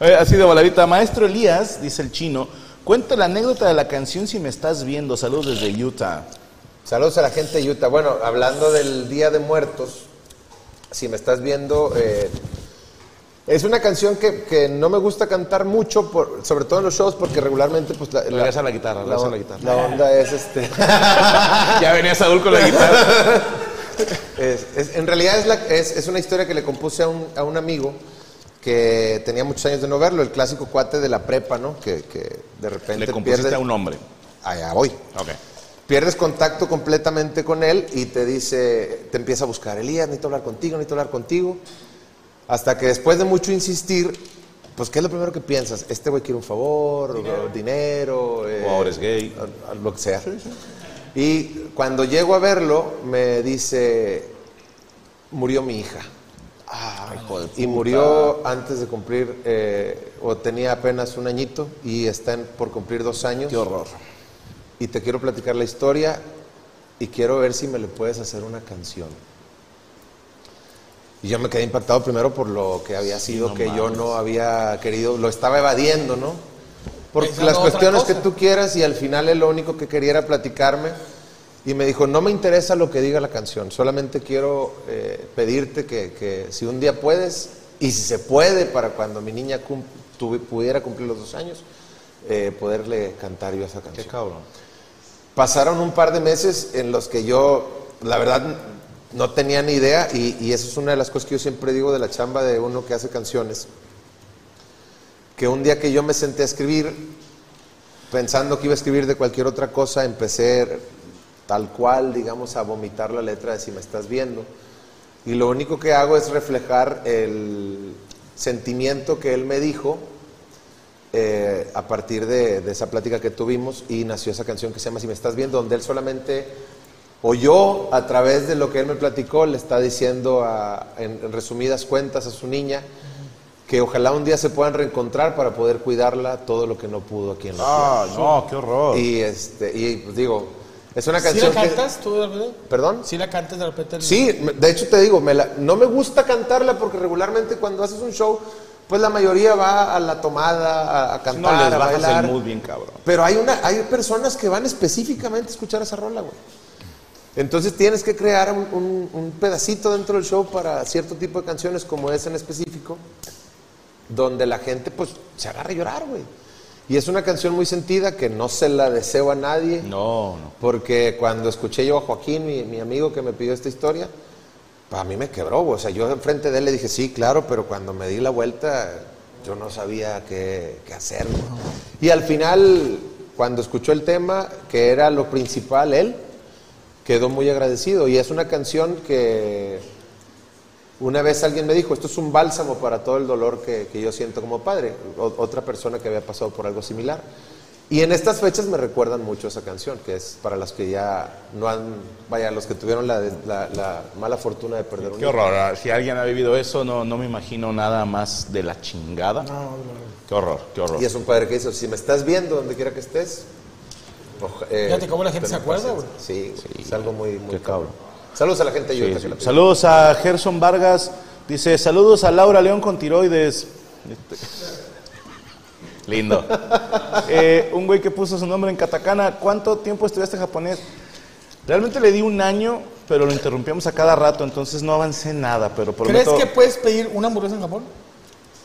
[SPEAKER 2] Eh, Así de voladita. Maestro Elías, dice el chino, cuenta la anécdota de la canción si me estás viendo. Saludos desde Utah.
[SPEAKER 3] Saludos a la gente de Utah. Bueno, hablando del Día de Muertos, si me estás viendo, eh, es una canción que, que no me gusta cantar mucho, por- sobre todo en los shows, porque regularmente pues la,
[SPEAKER 2] Regresa la guitarra, regresa la guitarra.
[SPEAKER 3] la onda es este. Ah.
[SPEAKER 2] ya venía Saúl con la guitarra.
[SPEAKER 3] Es- es- en realidad es, la- es- es una historia que le compuse a un, a un amigo que tenía muchos años de no verlo, el clásico cuate de la prepa, ¿no? Que, que de repente
[SPEAKER 2] Le compusiste
[SPEAKER 3] pierde.
[SPEAKER 2] a un hombre.
[SPEAKER 3] Allá voy.
[SPEAKER 2] Ok.
[SPEAKER 3] Pierdes contacto completamente con él y te dice, te empieza a buscar, Elías, necesito hablar contigo, necesito hablar contigo. Hasta que después de mucho insistir, pues, ¿qué es lo primero que piensas? Este güey quiere un favor, o dinero. eh,
[SPEAKER 2] O ahora es gay.
[SPEAKER 3] o- o Lo que sea. Y cuando llego a verlo, me dice, murió mi hija. Ah, Y murió antes de cumplir, eh, o tenía apenas un añito y está en- por cumplir dos años. Qué horror. Y te quiero platicar la historia y quiero ver si me le puedes hacer una canción. Y yo me quedé impactado primero por lo que había sido que yo no había querido, lo estaba evadiendo, ¿no? Por
[SPEAKER 9] Pensando
[SPEAKER 3] las
[SPEAKER 9] otra
[SPEAKER 3] cuestiones que
[SPEAKER 9] cosa.
[SPEAKER 3] tú quieras y al final él lo único que quería era platicarme. Y me dijo, no me interesa lo que diga la canción, solamente quiero eh, pedirte que, que si un día puedes, y si se puede para cuando mi niña cum- tuvi- pudiera cumplir los dos años, eh, poderle cantar yo esa canción. Qué cabrón. Pasaron un par de meses en los que yo, la verdad, no tenía ni idea y, y eso es una de las cosas que yo siempre digo de la chamba de uno que hace canciones. Que un día que yo me senté a escribir, pensando que iba a escribir de cualquier otra cosa, empecé tal cual, digamos, a vomitar la letra de si me estás viendo. Y lo único que hago es reflejar el sentimiento que él me dijo eh, a partir de, de esa plática que tuvimos y nació esa canción que se llama Si me estás viendo, donde él solamente o yo, a través de lo que él me platicó, le está diciendo a- en, en resumidas cuentas a su niña que ojalá un día se puedan reencontrar para poder cuidarla todo lo que no pudo aquí en la
[SPEAKER 9] Ah, no, qué horror.
[SPEAKER 3] tierra. Y, este, y pues digo, es una
[SPEAKER 9] ¿Sí
[SPEAKER 3] canción
[SPEAKER 9] la cantas tú de repente?
[SPEAKER 3] que... ¿Perdón?
[SPEAKER 9] ¿Sí la cantas de repente?
[SPEAKER 3] Sí, me- de hecho te digo, me la- no me gusta cantarla porque regularmente cuando haces un show, pues la mayoría va a la tomada, a, a
[SPEAKER 2] No
[SPEAKER 3] cantar,
[SPEAKER 2] les
[SPEAKER 3] a
[SPEAKER 2] bajas
[SPEAKER 3] bailar.
[SPEAKER 2] el mood bien, cabrón.
[SPEAKER 3] Pero hay, una, hay personas que van específicamente a escuchar esa rola, güey. Entonces tienes que crear un, un- un pedacito dentro del show para cierto tipo de canciones como esa en específico, donde la gente pues se agarra a llorar, güey. Y es una canción muy sentida que no se la deseo a nadie.
[SPEAKER 2] No, no.
[SPEAKER 3] Porque cuando escuché yo a Joaquín, mi, mi amigo que me pidió esta historia, para mí me quebró. güey. O sea, yo enfrente de él le dije, sí, claro, pero cuando me di la vuelta, yo no sabía qué, qué hacer. güey. Y al final, cuando escuchó el tema, que era lo principal, él quedó muy agradecido. Y es una canción que una vez alguien me dijo, esto es un bálsamo para todo el dolor que, que yo siento como padre. O- otra persona que había pasado por algo similar. Y en estas fechas me recuerdan mucho esa canción, que es para los que ya no han, vaya, los que tuvieron la, des- la- la mala fortuna de perder un
[SPEAKER 2] Qué
[SPEAKER 3] hijo.
[SPEAKER 2] horror. ah, Si alguien ha vivido eso, no, no me imagino nada más de la chingada. Qué horror, qué horror.
[SPEAKER 3] Y es un padre que dice, si me estás viendo donde quiera que estés, oja- eh,
[SPEAKER 9] Fíjate cómo la gente
[SPEAKER 3] ten
[SPEAKER 9] se acuerda,
[SPEAKER 3] paciencia". Sí, güey, es algo muy, muy
[SPEAKER 2] Qué cabrón.
[SPEAKER 3] Saludos a la gente de
[SPEAKER 2] Sí,
[SPEAKER 3] Utah,
[SPEAKER 2] sí.
[SPEAKER 3] que la pide.
[SPEAKER 2] Saludos a Gerson Vargas. Dice, saludos a Laura León con tiroides. Este, Lindo. Eh, un güey que puso su nombre en katakana. ¿Cuánto tiempo estudiaste japonés? Realmente le di un año, pero lo interrumpíamos a cada rato, entonces no avancé nada, pero
[SPEAKER 9] ¿Crees
[SPEAKER 2] prometo...
[SPEAKER 9] que puedes pedir una hamburguesa en Japón?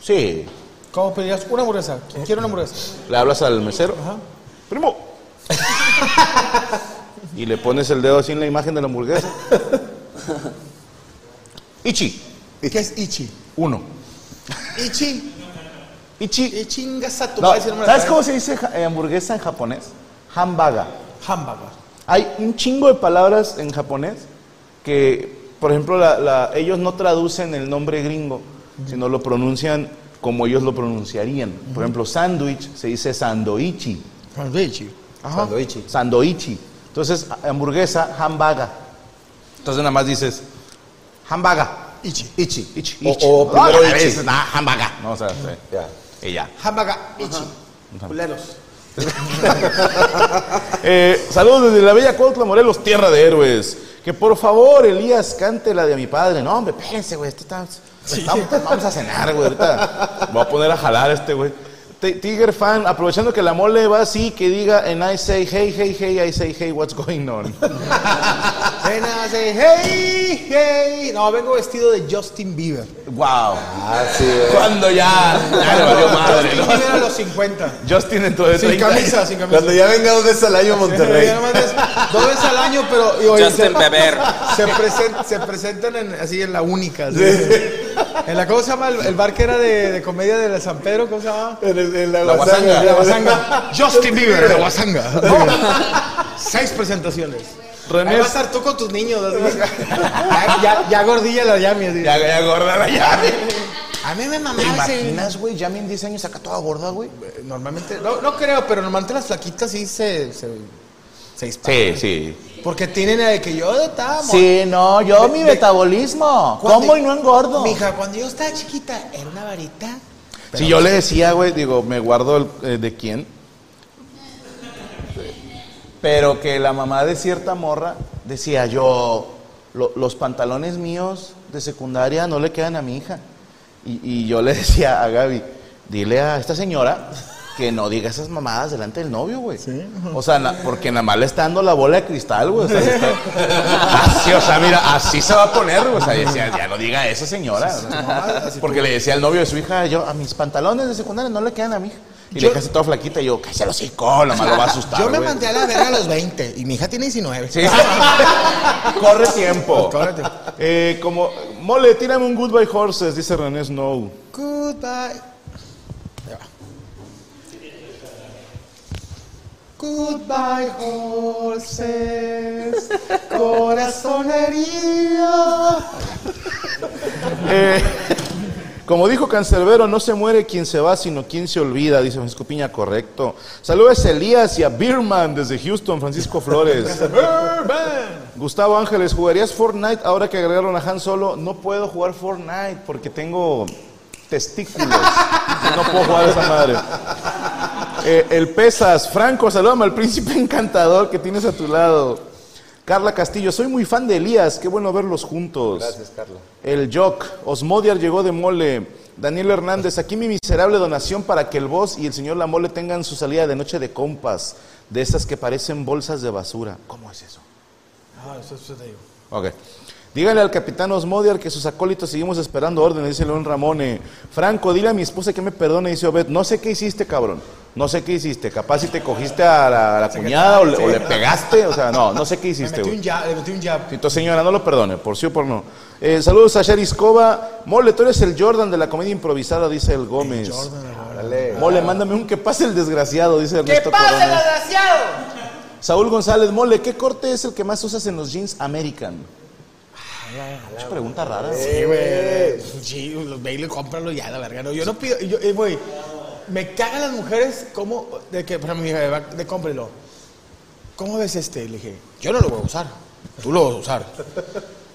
[SPEAKER 2] Sí.
[SPEAKER 9] ¿Cómo pedirías una hamburguesa? Quiero una hamburguesa.
[SPEAKER 2] Le hablas al mesero. Primo. y le pones el dedo así en la imagen de la hamburguesa. Ichi,
[SPEAKER 9] ¿Qué es Ichi?
[SPEAKER 2] uno.
[SPEAKER 9] Ichi.
[SPEAKER 2] Ichi,
[SPEAKER 9] ¿Qué chingas a tu
[SPEAKER 2] No,
[SPEAKER 9] madre si no me la
[SPEAKER 2] ¿Sabes
[SPEAKER 9] sabes?
[SPEAKER 2] cómo se dice ja- eh, hamburguesa en japonés? Hambaga.
[SPEAKER 9] Hamburger.
[SPEAKER 2] Hay un chingo de palabras en japonés que, por ejemplo, la- la- ellos no traducen el nombre gringo, sino lo pronuncian como ellos lo pronunciarían. Por ejemplo, sándwich se dice sandoichi.
[SPEAKER 9] Sandwichi. Ajá.
[SPEAKER 3] Sandoichi.
[SPEAKER 2] Sandoichi. Entonces, a- hamburguesa, hambaga. Entonces nada más dices, hambaga.
[SPEAKER 9] Ichi.
[SPEAKER 3] Ichi.
[SPEAKER 2] Ichi.
[SPEAKER 3] O-
[SPEAKER 2] ichi.
[SPEAKER 3] o
[SPEAKER 2] No,
[SPEAKER 3] primero
[SPEAKER 2] a
[SPEAKER 3] Ichi.
[SPEAKER 2] veces, nah, hambaga. No, o sea, sí.
[SPEAKER 3] Ya.
[SPEAKER 2] Y ya.
[SPEAKER 9] Hamburger. Ichi. Culeros.
[SPEAKER 2] Eh, saludos desde la bella Cuautla Morelos, tierra de héroes. Que por favor, Elías, cante la de mi padre. No, hombre, espérense, güey. esto está- Vamos, vamos a cenar, güey. Ahorita voy a poner a jalar a este, güey. T- Tiger fan, aprovechando que la mole va así, que diga en I say hey, hey, hey, I say hey, what's going on.
[SPEAKER 9] Ven a decir, hey, hey. No, vengo vestido de Justin Bieber.
[SPEAKER 2] wow.
[SPEAKER 3] Ah, sí, güey.
[SPEAKER 2] Cuando ya. Ya le valió madre,
[SPEAKER 9] Justin
[SPEAKER 2] ¿no?
[SPEAKER 9] Bieber a los 50.
[SPEAKER 2] Justin dentro de
[SPEAKER 9] Sin
[SPEAKER 2] 30
[SPEAKER 9] camisa, sin camisa.
[SPEAKER 3] Cuando ya venga dos veces al año a Monterrey.
[SPEAKER 9] Ya nomás es Dos veces al año, pero. y oye,
[SPEAKER 5] Justin
[SPEAKER 9] se-
[SPEAKER 5] Bieber.
[SPEAKER 9] Se, presen- se presentan en- así en la única. así. En la, ¿Cómo se llama? El, el bar que era de, de comedia de la San Pedro, ¿cómo se llama?
[SPEAKER 3] En el- en la
[SPEAKER 2] La
[SPEAKER 3] guasanga.
[SPEAKER 2] guasanga.
[SPEAKER 9] De la Guasanga. Justin Bieber de Guasanga. Seis presentaciones.
[SPEAKER 2] René-
[SPEAKER 9] Ahí vas a estar tú con tus niños. así. ya, ya, ya gordilla la Yami. así.
[SPEAKER 2] Ya, ya gorda, ya.
[SPEAKER 9] A mí me
[SPEAKER 2] ¿Te
[SPEAKER 9] mamaba ese...
[SPEAKER 2] imaginas, güey? Ya en 10 años acá toda gorda, güey.
[SPEAKER 9] Eh, Normalmente, no, no creo, pero normalmente las flaquitas sí se, se, se disparan.
[SPEAKER 2] Sí, sí.
[SPEAKER 9] Porque tienen la de que yo estaba mo-
[SPEAKER 2] Sí, no, yo
[SPEAKER 9] De-
[SPEAKER 2] mi
[SPEAKER 9] de-
[SPEAKER 2] metabolismo.
[SPEAKER 9] cuando-
[SPEAKER 2] Como y no engordo.
[SPEAKER 9] Mija, cuando yo estaba chiquita, era una varita.
[SPEAKER 2] Si yo le decía, güey, digo, me guardo el, eh, de quién. Pero que la mamá de cierta morra decía, yo, lo- los pantalones míos de secundaria no le quedan a mi hija. Y, y yo le decía a Gaby, dile a esta señora que no diga esas mamadas delante del novio, güey. O sea, na- porque nada más le está dando la bola de cristal, güey. O sea, le está- así, o sea, mira, así se va a poner, güey. O sea, decía, ya no diga eso, señora. Porque le decía al novio de su hija, yo, a mis pantalones de secundaria no le quedan a mi hija. Y
[SPEAKER 1] Yo-
[SPEAKER 2] le dejaste toda flaquita y yo, cállate los hocico, la más lo va a asustar.
[SPEAKER 1] Yo me
[SPEAKER 2] güey".
[SPEAKER 1] mandé a la verga a los 20 y mi hija tiene 19.
[SPEAKER 2] Sí. Corre tiempo.
[SPEAKER 1] Corre tiempo.
[SPEAKER 2] Eh, como, mole, tírame un Goodbye Horses, dice René Snow.
[SPEAKER 1] Goodbye. Ahí va. Goodbye horses, corazón herido.
[SPEAKER 2] Eh, como dijo Cancerbero, no se muere quien se va, sino quien se olvida, dice Francisco Piña, correcto. Saludos a Elías y a Birman desde Houston, Francisco Flores. Gustavo Ángeles, ¿jugarías Fortnite ahora que agregaron a Han Solo? No puedo jugar Fortnite porque tengo testículos. No puedo jugar a esa madre. Eh, el Pesas, Franco, saludame al príncipe encantador que tienes a tu lado. Carla Castillo, soy muy fan de Elías, qué bueno verlos juntos.
[SPEAKER 3] Gracias, Carla.
[SPEAKER 2] El Jock, Osmodiar llegó de mole. Daniel Hernández, aquí mi miserable donación para que el boss y el señor La Mole tengan su salida de noche de compas, de esas que parecen bolsas de basura. ¿Cómo es eso?
[SPEAKER 1] Ah, eso, eso te digo.
[SPEAKER 2] Ok. Dígale al capitán Osmodiar que sus acólitos seguimos esperando órdenes, dice León Ramone. Franco, dile a mi esposa que me perdone, dice Obed. No sé qué hiciste, cabrón. No sé qué hiciste. Capaz si te cogiste a la, a la cuñada o le, o le pegaste. O sea, no, no sé qué
[SPEAKER 1] Le
[SPEAKER 2] hiciste,
[SPEAKER 1] metí
[SPEAKER 2] güey.
[SPEAKER 1] un jab, le metí un jab.
[SPEAKER 2] Si tu señora no lo perdone, por sí o por no. Eh, saludos a Sherry Escoba. Mole, tú eres el Jordan de la comedia improvisada, dice el Gómez.
[SPEAKER 3] Dale.
[SPEAKER 2] Mole, mándame un que pase el desgraciado, dice Ernesto Coronel.
[SPEAKER 1] desgraciado!
[SPEAKER 2] Saúl González, Mole, ¿qué corte es el que más usas en los jeans American? Mucha pregunta rara. güey.
[SPEAKER 1] Sí, güey. Sí, los Bailey, cómpralo ya, la verga. No, yo no pido. Yo, eh, güey, me cagan las mujeres como. De que, para mi hija, va- de cómprelo. ¿Cómo ves este? Le dije, yo no lo voy a usar. Tú lo vas a usar.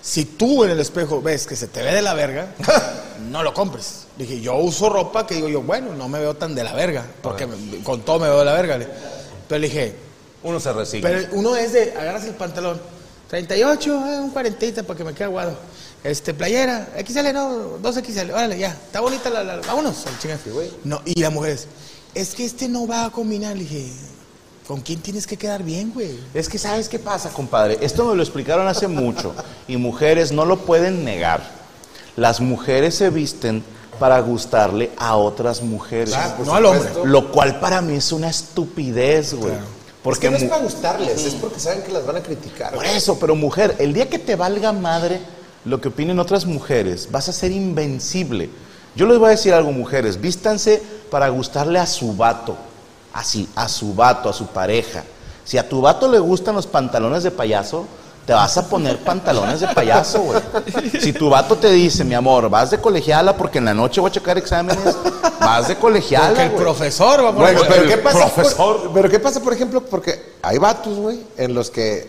[SPEAKER 1] Si tú en el espejo ves que se te ve de la verga, no lo compres. Le dije, yo uso ropa que digo yo, bueno, no me veo tan de la verga, porque me- con todo me veo de la verga. le- Pero le dije,
[SPEAKER 2] Uno se resigna.
[SPEAKER 1] pero uno es de, agarras el pantalón, 38, eh, un 40 para que me quede aguado. Este, playera, XL, no, 2XL, órale, ya, está bonita la, la, vámonos, al chinga. No, y las mujeres, es que este no va a combinar, le dije, ¿con quién tienes que quedar bien, güey?
[SPEAKER 2] Es que sabes qué pasa, compadre. Esto me lo explicaron hace mucho y mujeres no lo pueden negar. Las mujeres se visten para gustarle a otras mujeres.
[SPEAKER 1] por no al hombre.
[SPEAKER 3] supuesto.
[SPEAKER 2] Lo cual para mí es una estupidez, güey.
[SPEAKER 3] Es que
[SPEAKER 2] Porque
[SPEAKER 3] no es
[SPEAKER 2] mu-
[SPEAKER 3] para gustarles, es porque saben que las van a criticar.
[SPEAKER 2] por eso, pero mujer, el día que te valga madre lo que opinen otras mujeres, vas a ser invencible. Yo les voy a decir algo, mujeres, vístanse para gustarle a su vato, así, a su vato, a su pareja. Si a tu vato le gustan los pantalones de payaso, te vas a poner pantalones de payaso, güey. Si tu vato te dice, mi amor, vas de colegiala porque en la noche voy a checar exámenes, vas de colegiala,
[SPEAKER 1] Porque el
[SPEAKER 2] güey.
[SPEAKER 1] profesor va a poner...
[SPEAKER 3] Bueno, pero ¿qué pasa? por-
[SPEAKER 2] profesor.
[SPEAKER 3] pero ¿qué pasa, por ejemplo? Porque hay vatos, güey, en los que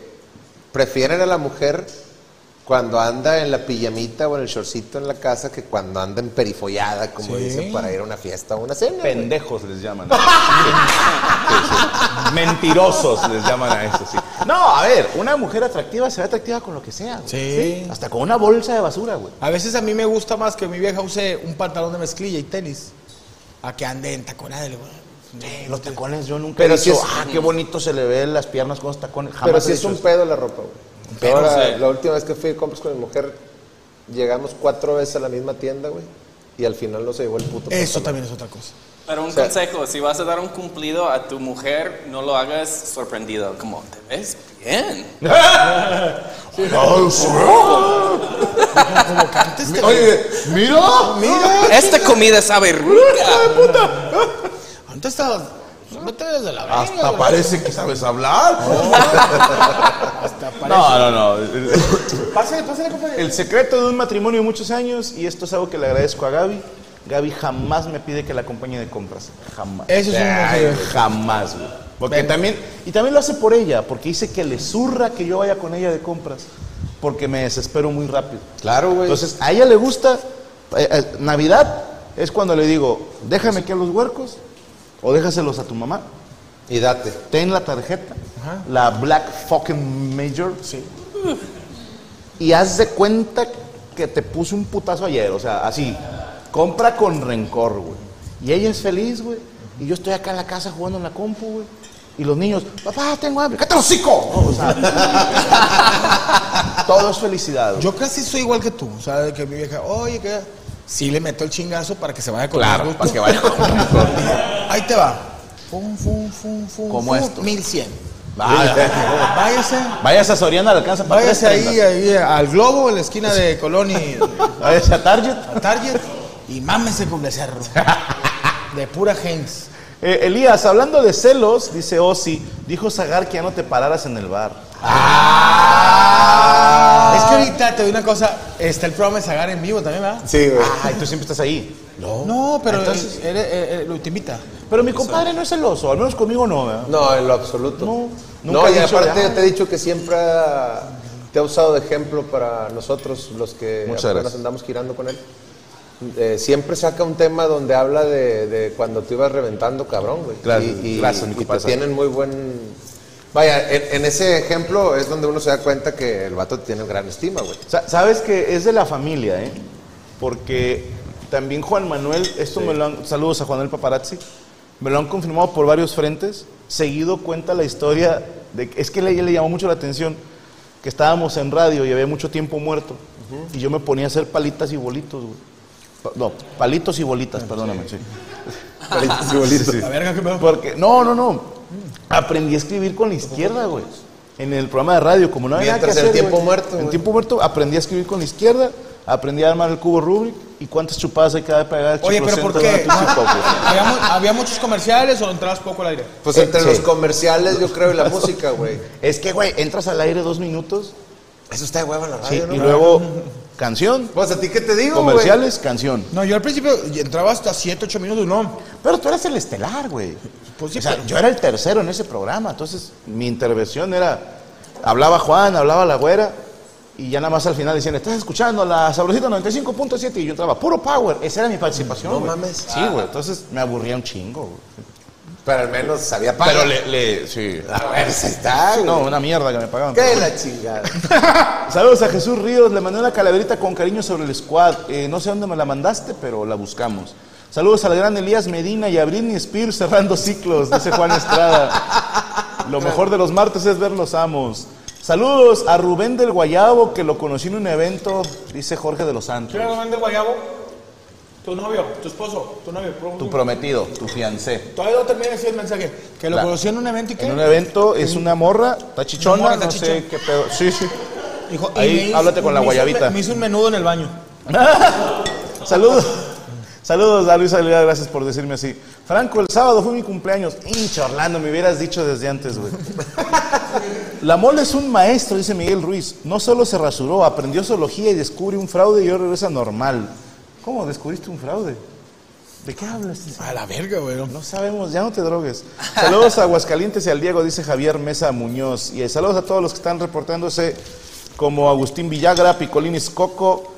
[SPEAKER 3] prefieren a la mujer cuando anda en la pijamita o en el shortcito en la casa que cuando anda en perifollada, como
[SPEAKER 1] Sí.
[SPEAKER 3] dicen, para ir a una fiesta o una cena. güey.
[SPEAKER 2] Pendejos les llaman. Sí, sí, sí. Mentirosos les llaman a eso, sí. No, a ver, una mujer atractiva se ve atractiva con lo que sea. güey.
[SPEAKER 1] Sí.
[SPEAKER 2] Hasta con una bolsa de basura, güey.
[SPEAKER 1] A veces a mí me gusta más que mi vieja use un pantalón de mezclilla y tenis, a que ande en taconada, le digo,
[SPEAKER 2] Eh, Los tacones yo nunca
[SPEAKER 3] Pero
[SPEAKER 2] he
[SPEAKER 3] si
[SPEAKER 2] dicho,
[SPEAKER 3] es-
[SPEAKER 2] ah, qué bonito se le ven las piernas con los tacones. Jamás
[SPEAKER 3] Pero
[SPEAKER 2] he
[SPEAKER 3] si es
[SPEAKER 2] dicho
[SPEAKER 3] un
[SPEAKER 2] eso.
[SPEAKER 3] pedo la ropa, güey.
[SPEAKER 5] Pero
[SPEAKER 3] Ahora,
[SPEAKER 5] sí.
[SPEAKER 3] la última vez que fui de compras con mi mujer, llegamos cuatro veces a la misma tienda, güey. Y al final no se llevó el
[SPEAKER 1] Eso
[SPEAKER 3] puto. pantalón.
[SPEAKER 1] también es otra cosa.
[SPEAKER 5] Pero un
[SPEAKER 3] sea-
[SPEAKER 5] consejo, si vas a dar un cumplido a tu mujer, no lo hagas sorprendido, como, te ves bien.
[SPEAKER 1] Antes te-
[SPEAKER 2] Oye, mira, mira.
[SPEAKER 5] Esta comida sabe rica.
[SPEAKER 1] Antes estabas. No te ves de la verga.
[SPEAKER 2] Hasta parece que sabes hablar. No, no, no.
[SPEAKER 1] Pásale, pásale, compadre.
[SPEAKER 2] El secreto de un matrimonio de muchos años, y esto es algo que le agradezco a Gaby. Gaby jamás me pide que la acompañe de compras. Jamás.
[SPEAKER 1] Eso es un
[SPEAKER 2] Ay,
[SPEAKER 1] consejo.
[SPEAKER 2] güey, Jamás, güey. Porque
[SPEAKER 1] Ven.
[SPEAKER 2] también. Y también lo hace por ella, porque dice que le zurra que yo vaya con ella de compras. Porque me desespero muy rápido.
[SPEAKER 3] Claro, güey.
[SPEAKER 2] Entonces, a ella le gusta. eh, eh, Navidad es cuando le digo,
[SPEAKER 3] Pues
[SPEAKER 2] déjame que los huercos, o déjaselos a tu mamá.
[SPEAKER 3] Y date.
[SPEAKER 2] Ten la tarjeta, la Black fucking Major. Y haz de cuenta que te puse un putazo ayer, o sea, así. Compra con rencor, güey. Y ella es feliz, güey. Y yo estoy acá en la casa jugando en la compu, güey. Y los niños, papá, tengo hambre, ¡cállate el hocico! No, o sea, todo es felicidad. güey.
[SPEAKER 1] Yo casi soy igual que tú. O sea, de que mi vieja, oye, que. sí le meto el chingazo para que se vaya con
[SPEAKER 2] Claro,
[SPEAKER 1] algo
[SPEAKER 2] para
[SPEAKER 1] tú.
[SPEAKER 2] que vaya con
[SPEAKER 1] Ahí te va. Fum, fum, fum, fum.
[SPEAKER 2] Como
[SPEAKER 1] fum,
[SPEAKER 2] esto.
[SPEAKER 1] 1100.
[SPEAKER 2] Vaya.
[SPEAKER 1] Váyase.
[SPEAKER 2] Váyase a Soriana, le alcanza para
[SPEAKER 1] Váyase
[SPEAKER 2] tres
[SPEAKER 1] ahí,
[SPEAKER 2] prendas.
[SPEAKER 1] ahí, eh, al globo en la esquina de Colón y
[SPEAKER 2] Váyase a Target.
[SPEAKER 1] Target y mámese con becerro. De pura gens.
[SPEAKER 2] Eh, Elías, hablando de celos, dice Ozzy, dijo Zagar que ya no te pararas en el bar. Ah.
[SPEAKER 1] Es que ahorita te doy una cosa, está el programa de Sagar en vivo también, ¿verdad?
[SPEAKER 3] Sí, güey.
[SPEAKER 2] Ay, tú siempre estás ahí.
[SPEAKER 1] No, pero
[SPEAKER 2] Entonces-
[SPEAKER 1] él- él- él- él lo te invita.
[SPEAKER 2] Pero mi compadre no es celoso, al menos conmigo no, ¿verdad?
[SPEAKER 3] No, en lo absoluto.
[SPEAKER 2] No, nunca
[SPEAKER 3] no
[SPEAKER 2] he
[SPEAKER 3] y
[SPEAKER 2] dicho,
[SPEAKER 3] aparte
[SPEAKER 2] "Ay".
[SPEAKER 3] te he dicho que siempre ha- te ha usado de ejemplo para nosotros los que
[SPEAKER 2] Muchas
[SPEAKER 3] apenas
[SPEAKER 2] gracias.
[SPEAKER 3] andamos girando con él. Eh, siempre saca un tema donde habla de, de cuando te ibas reventando cabrón, güey.
[SPEAKER 2] Gracias,
[SPEAKER 3] y, y-
[SPEAKER 2] gracias, mi
[SPEAKER 3] y te
[SPEAKER 2] compadre.
[SPEAKER 3] tienen muy buen... Vaya, en, en ese ejemplo es donde uno se da cuenta que el vato tiene gran estima, güey.
[SPEAKER 2] Sa- Sabes que es de la familia, ¿eh? Porque también Juan Manuel, esto me lo han, saludos a Juan Manuel Paparazzi, me lo han confirmado por varios frentes. Seguido cuenta la historia de que es que le, le llamó mucho la atención que estábamos en radio y había mucho tiempo muerto y yo me ponía a hacer palitas y bolitos, güey. Pa- No, palitos y bolitas, perdóname. Ah, sí. Sí, sí. Porque, no, no, no. Aprendí a escribir con la izquierda, güey. En el programa de radio, como no había nada que
[SPEAKER 3] Mientras en
[SPEAKER 2] hacer.
[SPEAKER 3] tiempo
[SPEAKER 2] güey.
[SPEAKER 3] muerto,
[SPEAKER 2] En
[SPEAKER 3] güey.
[SPEAKER 2] tiempo muerto aprendí a escribir con la izquierda, aprendí a armar el cubo Rubik y cuántas chupadas hay que dar para pegar el
[SPEAKER 1] Oye, pero
[SPEAKER 2] chiclocentro
[SPEAKER 1] ¿por qué?
[SPEAKER 2] durante un chip-up, güey.
[SPEAKER 1] ¿Había, mu- había muchos comerciales o entrabas poco al aire?
[SPEAKER 3] Pues
[SPEAKER 2] Eh,
[SPEAKER 3] entre
[SPEAKER 2] sí.
[SPEAKER 3] los comerciales, yo creo, y la música, güey.
[SPEAKER 2] Es que, güey, entras al aire dos minutos
[SPEAKER 3] Eso está de hueva en la
[SPEAKER 2] sí,
[SPEAKER 3] radio, Ah, ¿no?
[SPEAKER 2] y luego canción,
[SPEAKER 3] Pues a ti qué te digo, güey.
[SPEAKER 2] comerciales, canción.
[SPEAKER 1] No, yo al principio entraba hasta 7, 8 minutos, no.
[SPEAKER 2] Pero tú eras el estelar, güey.
[SPEAKER 1] Pues sí,
[SPEAKER 2] o sea,
[SPEAKER 1] pero-
[SPEAKER 2] yo era el tercero en ese programa, entonces mi intervención era, hablaba Juan, hablaba la güera, y ya nada más al final decían, estás escuchando la sabrosita 95.7, y yo entraba, puro power, esa era mi participación.
[SPEAKER 3] No
[SPEAKER 2] güey.
[SPEAKER 3] mames.
[SPEAKER 2] Sí, güey, entonces me aburría un chingo. güey.
[SPEAKER 3] Pero al menos sabía
[SPEAKER 2] Pero
[SPEAKER 3] pagar.
[SPEAKER 2] le, le- sí.
[SPEAKER 3] A ver, ahí está, Ah, güey.
[SPEAKER 2] No, una mierda que me pagaban.
[SPEAKER 3] ¿Qué la chingada?
[SPEAKER 2] Saludos a Jesús Ríos, le mandé una calaverita con cariño sobre el squad. Eh, no sé dónde me la mandaste, pero la buscamos. Saludos al gran Elías Medina y a Britney Spears cerrando ciclos, dice Juan Estrada. Lo mejor de los martes es ver los amos. Saludos a Rubén del Guayabo, que lo conocí en un evento, dice Jorge de los Santos.
[SPEAKER 1] vende guayabo? Tu novio, tu esposo, tu novio. por
[SPEAKER 2] Tu
[SPEAKER 1] último.
[SPEAKER 2] prometido, tu fiancé.
[SPEAKER 1] Todavía no termina así el mensaje. Que lo
[SPEAKER 2] La-
[SPEAKER 1] conocí en un evento y que...
[SPEAKER 2] En un evento es una morra, está chichona,
[SPEAKER 1] morra, está
[SPEAKER 2] no sé
[SPEAKER 1] chichona.
[SPEAKER 2] qué pedo. Sí, sí.
[SPEAKER 1] Dijo,
[SPEAKER 2] Ahí,
[SPEAKER 1] me hizo-
[SPEAKER 2] háblate con la
[SPEAKER 1] me hizo un-
[SPEAKER 2] guayabita.
[SPEAKER 1] me hizo un menudo en el baño.
[SPEAKER 2] Saludos. Saludos a Luis Aguilar, gracias por decirme así. Franco, el sábado fue mi cumpleaños. Hincha Orlando, me hubieras dicho desde antes, güey. La mole es un maestro, dice Miguel Ruiz. No solo se rasuró, aprendió zoología y descubre un fraude y ahora regresa normal. ¿Cómo descubriste un fraude? ¿De qué hablas?
[SPEAKER 1] A la verga, güey.
[SPEAKER 2] No sabemos, ya no te drogues. Saludos a Aguascalientes y al Diego, dice Javier Mesa Muñoz. Y eh, saludos a todos los que están reportándose, como Agustín Villagra, Picolín Coco,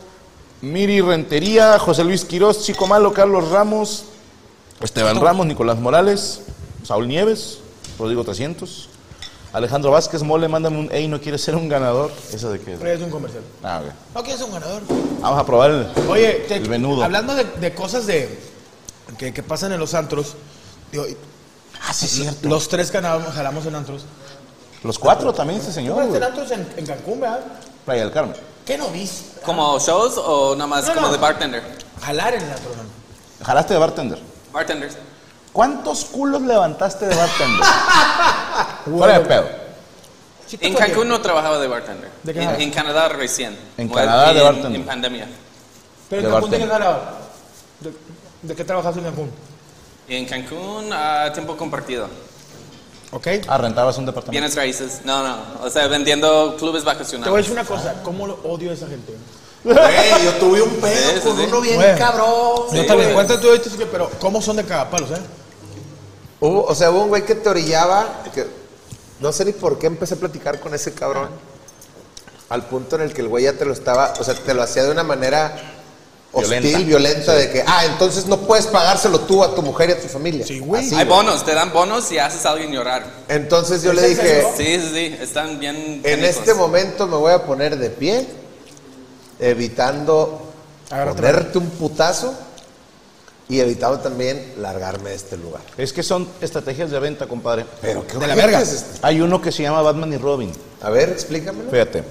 [SPEAKER 2] Miri Rentería, José Luis Quirós, Chico Malo, Carlos Ramos, Esteban Ramos, Nicolás Morales, Saúl Nieves, Rodrigo 300, Alejandro Vázquez, Mole, mándame un Ey, no quieres ser un ganador. ¿Eso de qué? es?
[SPEAKER 1] Es un comercial.
[SPEAKER 2] Ah, ok.
[SPEAKER 1] No, que es un ganador.
[SPEAKER 2] Vamos a probar el.
[SPEAKER 1] Oye, te-
[SPEAKER 2] El menudo.
[SPEAKER 1] hablando de, de cosas de que, que pasan en los antros, digo,
[SPEAKER 2] Ah, sí, es cierto.
[SPEAKER 1] los tres ganamos, jalamos en antros.
[SPEAKER 2] Los cuatro también, este señor.
[SPEAKER 1] Fuiste
[SPEAKER 2] güey.
[SPEAKER 1] en antros en, en Cancún, ¿verdad?
[SPEAKER 2] Playa del Carmen.
[SPEAKER 1] ¿Qué no viste?
[SPEAKER 5] ¿Como shows o nada más
[SPEAKER 1] Ah. No,
[SPEAKER 5] como
[SPEAKER 1] no.
[SPEAKER 5] de bartender?
[SPEAKER 1] Jalar en el antro, hermano.
[SPEAKER 2] Jalaste de bartender.
[SPEAKER 5] Bartenders.
[SPEAKER 2] ¿Cuántos culos levantaste de bartender? Fuera de pedo.
[SPEAKER 1] Sí te
[SPEAKER 5] En
[SPEAKER 1] fue bien.
[SPEAKER 5] Cancún no trabajaba de bartender.
[SPEAKER 1] ¿De qué
[SPEAKER 5] en,
[SPEAKER 1] nada?
[SPEAKER 5] en Canadá recién.
[SPEAKER 2] En
[SPEAKER 5] Bueno,
[SPEAKER 2] Canadá de
[SPEAKER 5] en-
[SPEAKER 2] bartender.
[SPEAKER 5] En pandemia.
[SPEAKER 1] Pero
[SPEAKER 2] de
[SPEAKER 1] en Cancún te
[SPEAKER 2] bartender.
[SPEAKER 1] ganaba. ¿De, ¿De qué trabajaste en Cancún?
[SPEAKER 5] En Cancún a tiempo compartido.
[SPEAKER 1] ¿Ok?
[SPEAKER 2] Ah, rentabas un departamento.
[SPEAKER 5] Bienes raíces. No, no. O sea, vendiendo clubes
[SPEAKER 1] Te voy a
[SPEAKER 5] vacacionales.
[SPEAKER 1] decir una cosa, ¿cómo lo odio a esa gente?
[SPEAKER 3] Güey, yo tuve un pedo
[SPEAKER 5] Sí, sí,
[SPEAKER 3] con
[SPEAKER 5] sí.
[SPEAKER 3] uno bien
[SPEAKER 1] Güey.
[SPEAKER 3] cabrón.
[SPEAKER 1] Yo también, cuenta tú ahorita, sí que, pero ¿cómo son de cagapalos, eh?
[SPEAKER 3] Hubo- o sea, hubo un güey que te orillaba. que- no sé ni por qué empecé a platicar con ese cabrón. Al punto en el que el güey ya te lo estaba. O sea, te lo hacía de una manera hostil,
[SPEAKER 2] Violenta.
[SPEAKER 3] violenta, de que, ah, entonces no puedes pagárselo tú a tu mujer y a tu familia.
[SPEAKER 1] Sí, güey.
[SPEAKER 3] Así,
[SPEAKER 5] Hay bonos, te dan bonos y haces a alguien llorar.
[SPEAKER 3] Entonces yo le
[SPEAKER 1] ¿Es en
[SPEAKER 3] dije.
[SPEAKER 1] serio?
[SPEAKER 5] Sí, sí, sí. Están bien.
[SPEAKER 3] En
[SPEAKER 5] canicos.
[SPEAKER 3] este momento me voy a poner de pie, evitando
[SPEAKER 1] Agárrate.
[SPEAKER 3] ponerte un putazo y evitando también largarme de este lugar.
[SPEAKER 2] Es que son estrategias de venta, compadre.
[SPEAKER 3] Pero qué
[SPEAKER 1] De la
[SPEAKER 3] ojete
[SPEAKER 1] verga.
[SPEAKER 3] es este.
[SPEAKER 2] Hay uno que se llama Batman y Robin.
[SPEAKER 3] A ver, explícamelo.
[SPEAKER 2] Fíjate.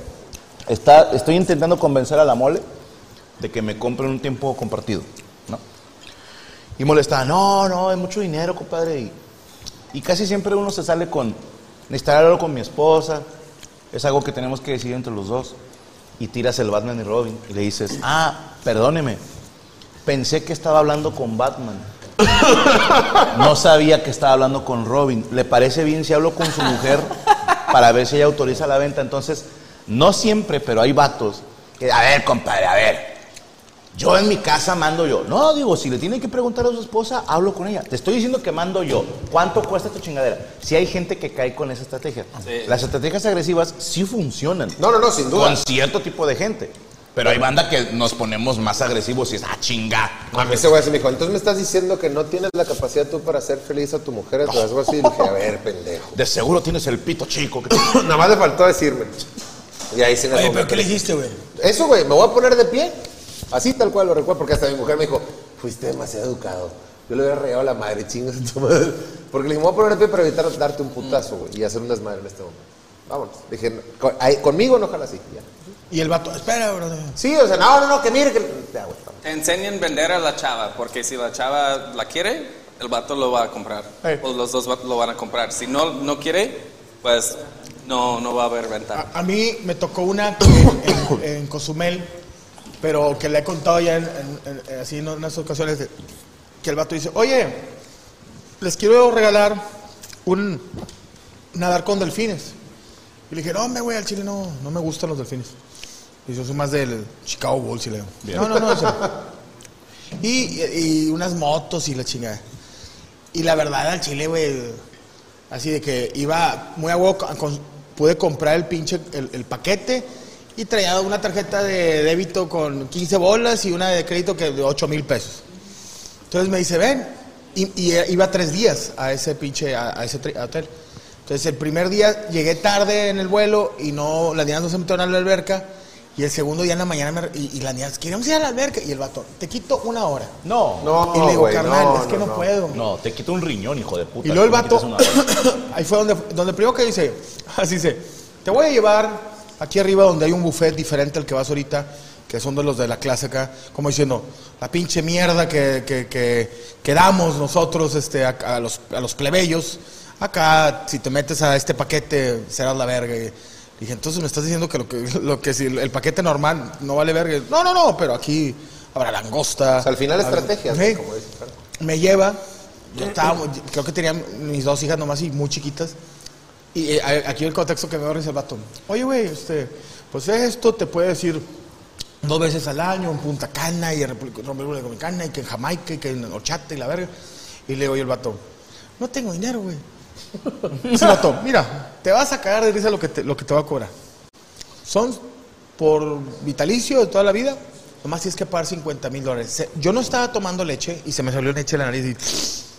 [SPEAKER 2] Está, estoy intentando convencer a la mole de que me compren un tiempo compartido, ¿no? Y molestaba, no, no, es mucho dinero, compadre. Y, y casi siempre uno se sale con, necesitar algo con mi esposa, es algo que tenemos que decidir entre los dos. Y tiras el Batman y Robin y le dices, ah, perdóneme, pensé que estaba hablando con Batman. No sabía que estaba hablando con Robin. ¿Le parece bien si hablo con su mujer para ver si ella autoriza la venta? Entonces, no siempre, pero hay vatos que, a ver, compadre, a ver. Yo en mi casa mando yo. No, digo, si le tiene que preguntar a su esposa, hablo con ella. Te estoy diciendo que mando yo. ¿Cuánto cuesta tu chingadera? Si hay gente que cae con esa estrategia.
[SPEAKER 5] Sí.
[SPEAKER 2] Las estrategias agresivas sí funcionan.
[SPEAKER 3] No, no, no, sin duda.
[SPEAKER 2] Con cierto tipo de gente. Pero hay banda que nos ponemos más agresivos y es, ah, chinga.
[SPEAKER 3] A mí ese güey se me dijo, entonces me estás diciendo que no tienes la capacidad tú para hacer feliz a tu mujer o algo así. Y dije, a ver, pendejo.
[SPEAKER 2] De seguro tienes el pito chico. que-
[SPEAKER 3] Nada más le faltó decirme. Y ahí se me
[SPEAKER 1] Oye, pero ¿qué le dijiste, güey?
[SPEAKER 3] Eso, güey, me voy a poner de pie. Así tal cual lo recuerdo, porque hasta mi mujer me dijo, fuiste demasiado educado. Yo le hubiera reído a la madre, chingas a tu madre. Porque le dije, me voy a poner de pie para evitar darte un putazo, güey, y hacer un desmadre en este momento. Vámonos. Le dije, "No, con- ahí- conmigo no ojalá así. ya.
[SPEAKER 1] Y el vato, espera, bro.
[SPEAKER 3] Sí, o sea, no, no, no, que mire, que. Ya, güey, vámonos.
[SPEAKER 5] Te enseñan a vender a la chava, porque si la chava la quiere, el vato lo va a comprar. O los dos va- lo van a comprar. Si no, no quiere, pues no, no va a haber venta.
[SPEAKER 3] Ah.
[SPEAKER 1] A, a mí me tocó una que en, en- en Cozumel, pero que le he contado ya en, en- en- así en unas ocasiones, de- que el vato dice, oye, les quiero regalar un nadar con delfines. Y le dije, no, hombre, güey, al chile no, no me gustan los delfines. Y yo soy más del Chicago Bulls y le digo, no, no, no. o sea, y, y unas motos y la chingada. Y la verdad, al chile, güey... Así de que iba muy a huevo, con- con- pude comprar el pinche el, el paquete y traía una tarjeta de débito con 15 bolas y una de crédito que de 8 mil pesos. Entonces me dice, ven, y, y e- iba tres días a ese pinche, a, a ese tri- hotel. Entonces el primer día llegué tarde en el vuelo y no, las niñas no se metieron a la alberca. Y el segundo día en la mañana me re- y, y las niñas, queremos ir a la alberca. Y el vato, te quito una hora.
[SPEAKER 2] No,
[SPEAKER 3] No,
[SPEAKER 1] y le digo,
[SPEAKER 3] güey,
[SPEAKER 1] carnal, es que no, puedo.
[SPEAKER 2] no, te quito un riñón, hijo de puta.
[SPEAKER 1] Y luego el
[SPEAKER 2] Tú me quitas
[SPEAKER 1] vato,
[SPEAKER 2] una-
[SPEAKER 1] ahí fue donde, donde primero que dice, así dice, te voy a llevar aquí arriba donde hay un buffet diferente al que vas ahorita, que son de los de la clase acá, como diciendo, la pinche mierda que, que, que- que damos nosotros este, a, a los, a los plebeyos, acá si te metes a este paquete serás la verga. Y dije, entonces me estás diciendo que lo que, lo que si el paquete normal no vale verga. No, no, no, pero aquí habrá langosta.
[SPEAKER 3] O sea, al final
[SPEAKER 1] habrá-
[SPEAKER 3] estrategias,
[SPEAKER 1] Sí.
[SPEAKER 3] como dice Franco.
[SPEAKER 1] Me lleva, yo estaba, muy- creo que tenía mis dos hijas nomás y muy chiquitas. Y eh, a- aquí el contexto que me dio el vato. Oye, güey, este, pues esto te puede decir dos veces al año en Punta Cana y en República República Dominicana y que en Jamaica y que en Ochate y la verga. Y le digo yo el vato, no tengo dinero, güey. Dice el vato, mira, te vas a cagar de risa lo que te, lo que te va a cobrar. Son por vitalicio de toda la vida, nomás tienes que pagar 50 mil dólares. Se- Yo no estaba tomando leche y se me salió leche de la nariz y...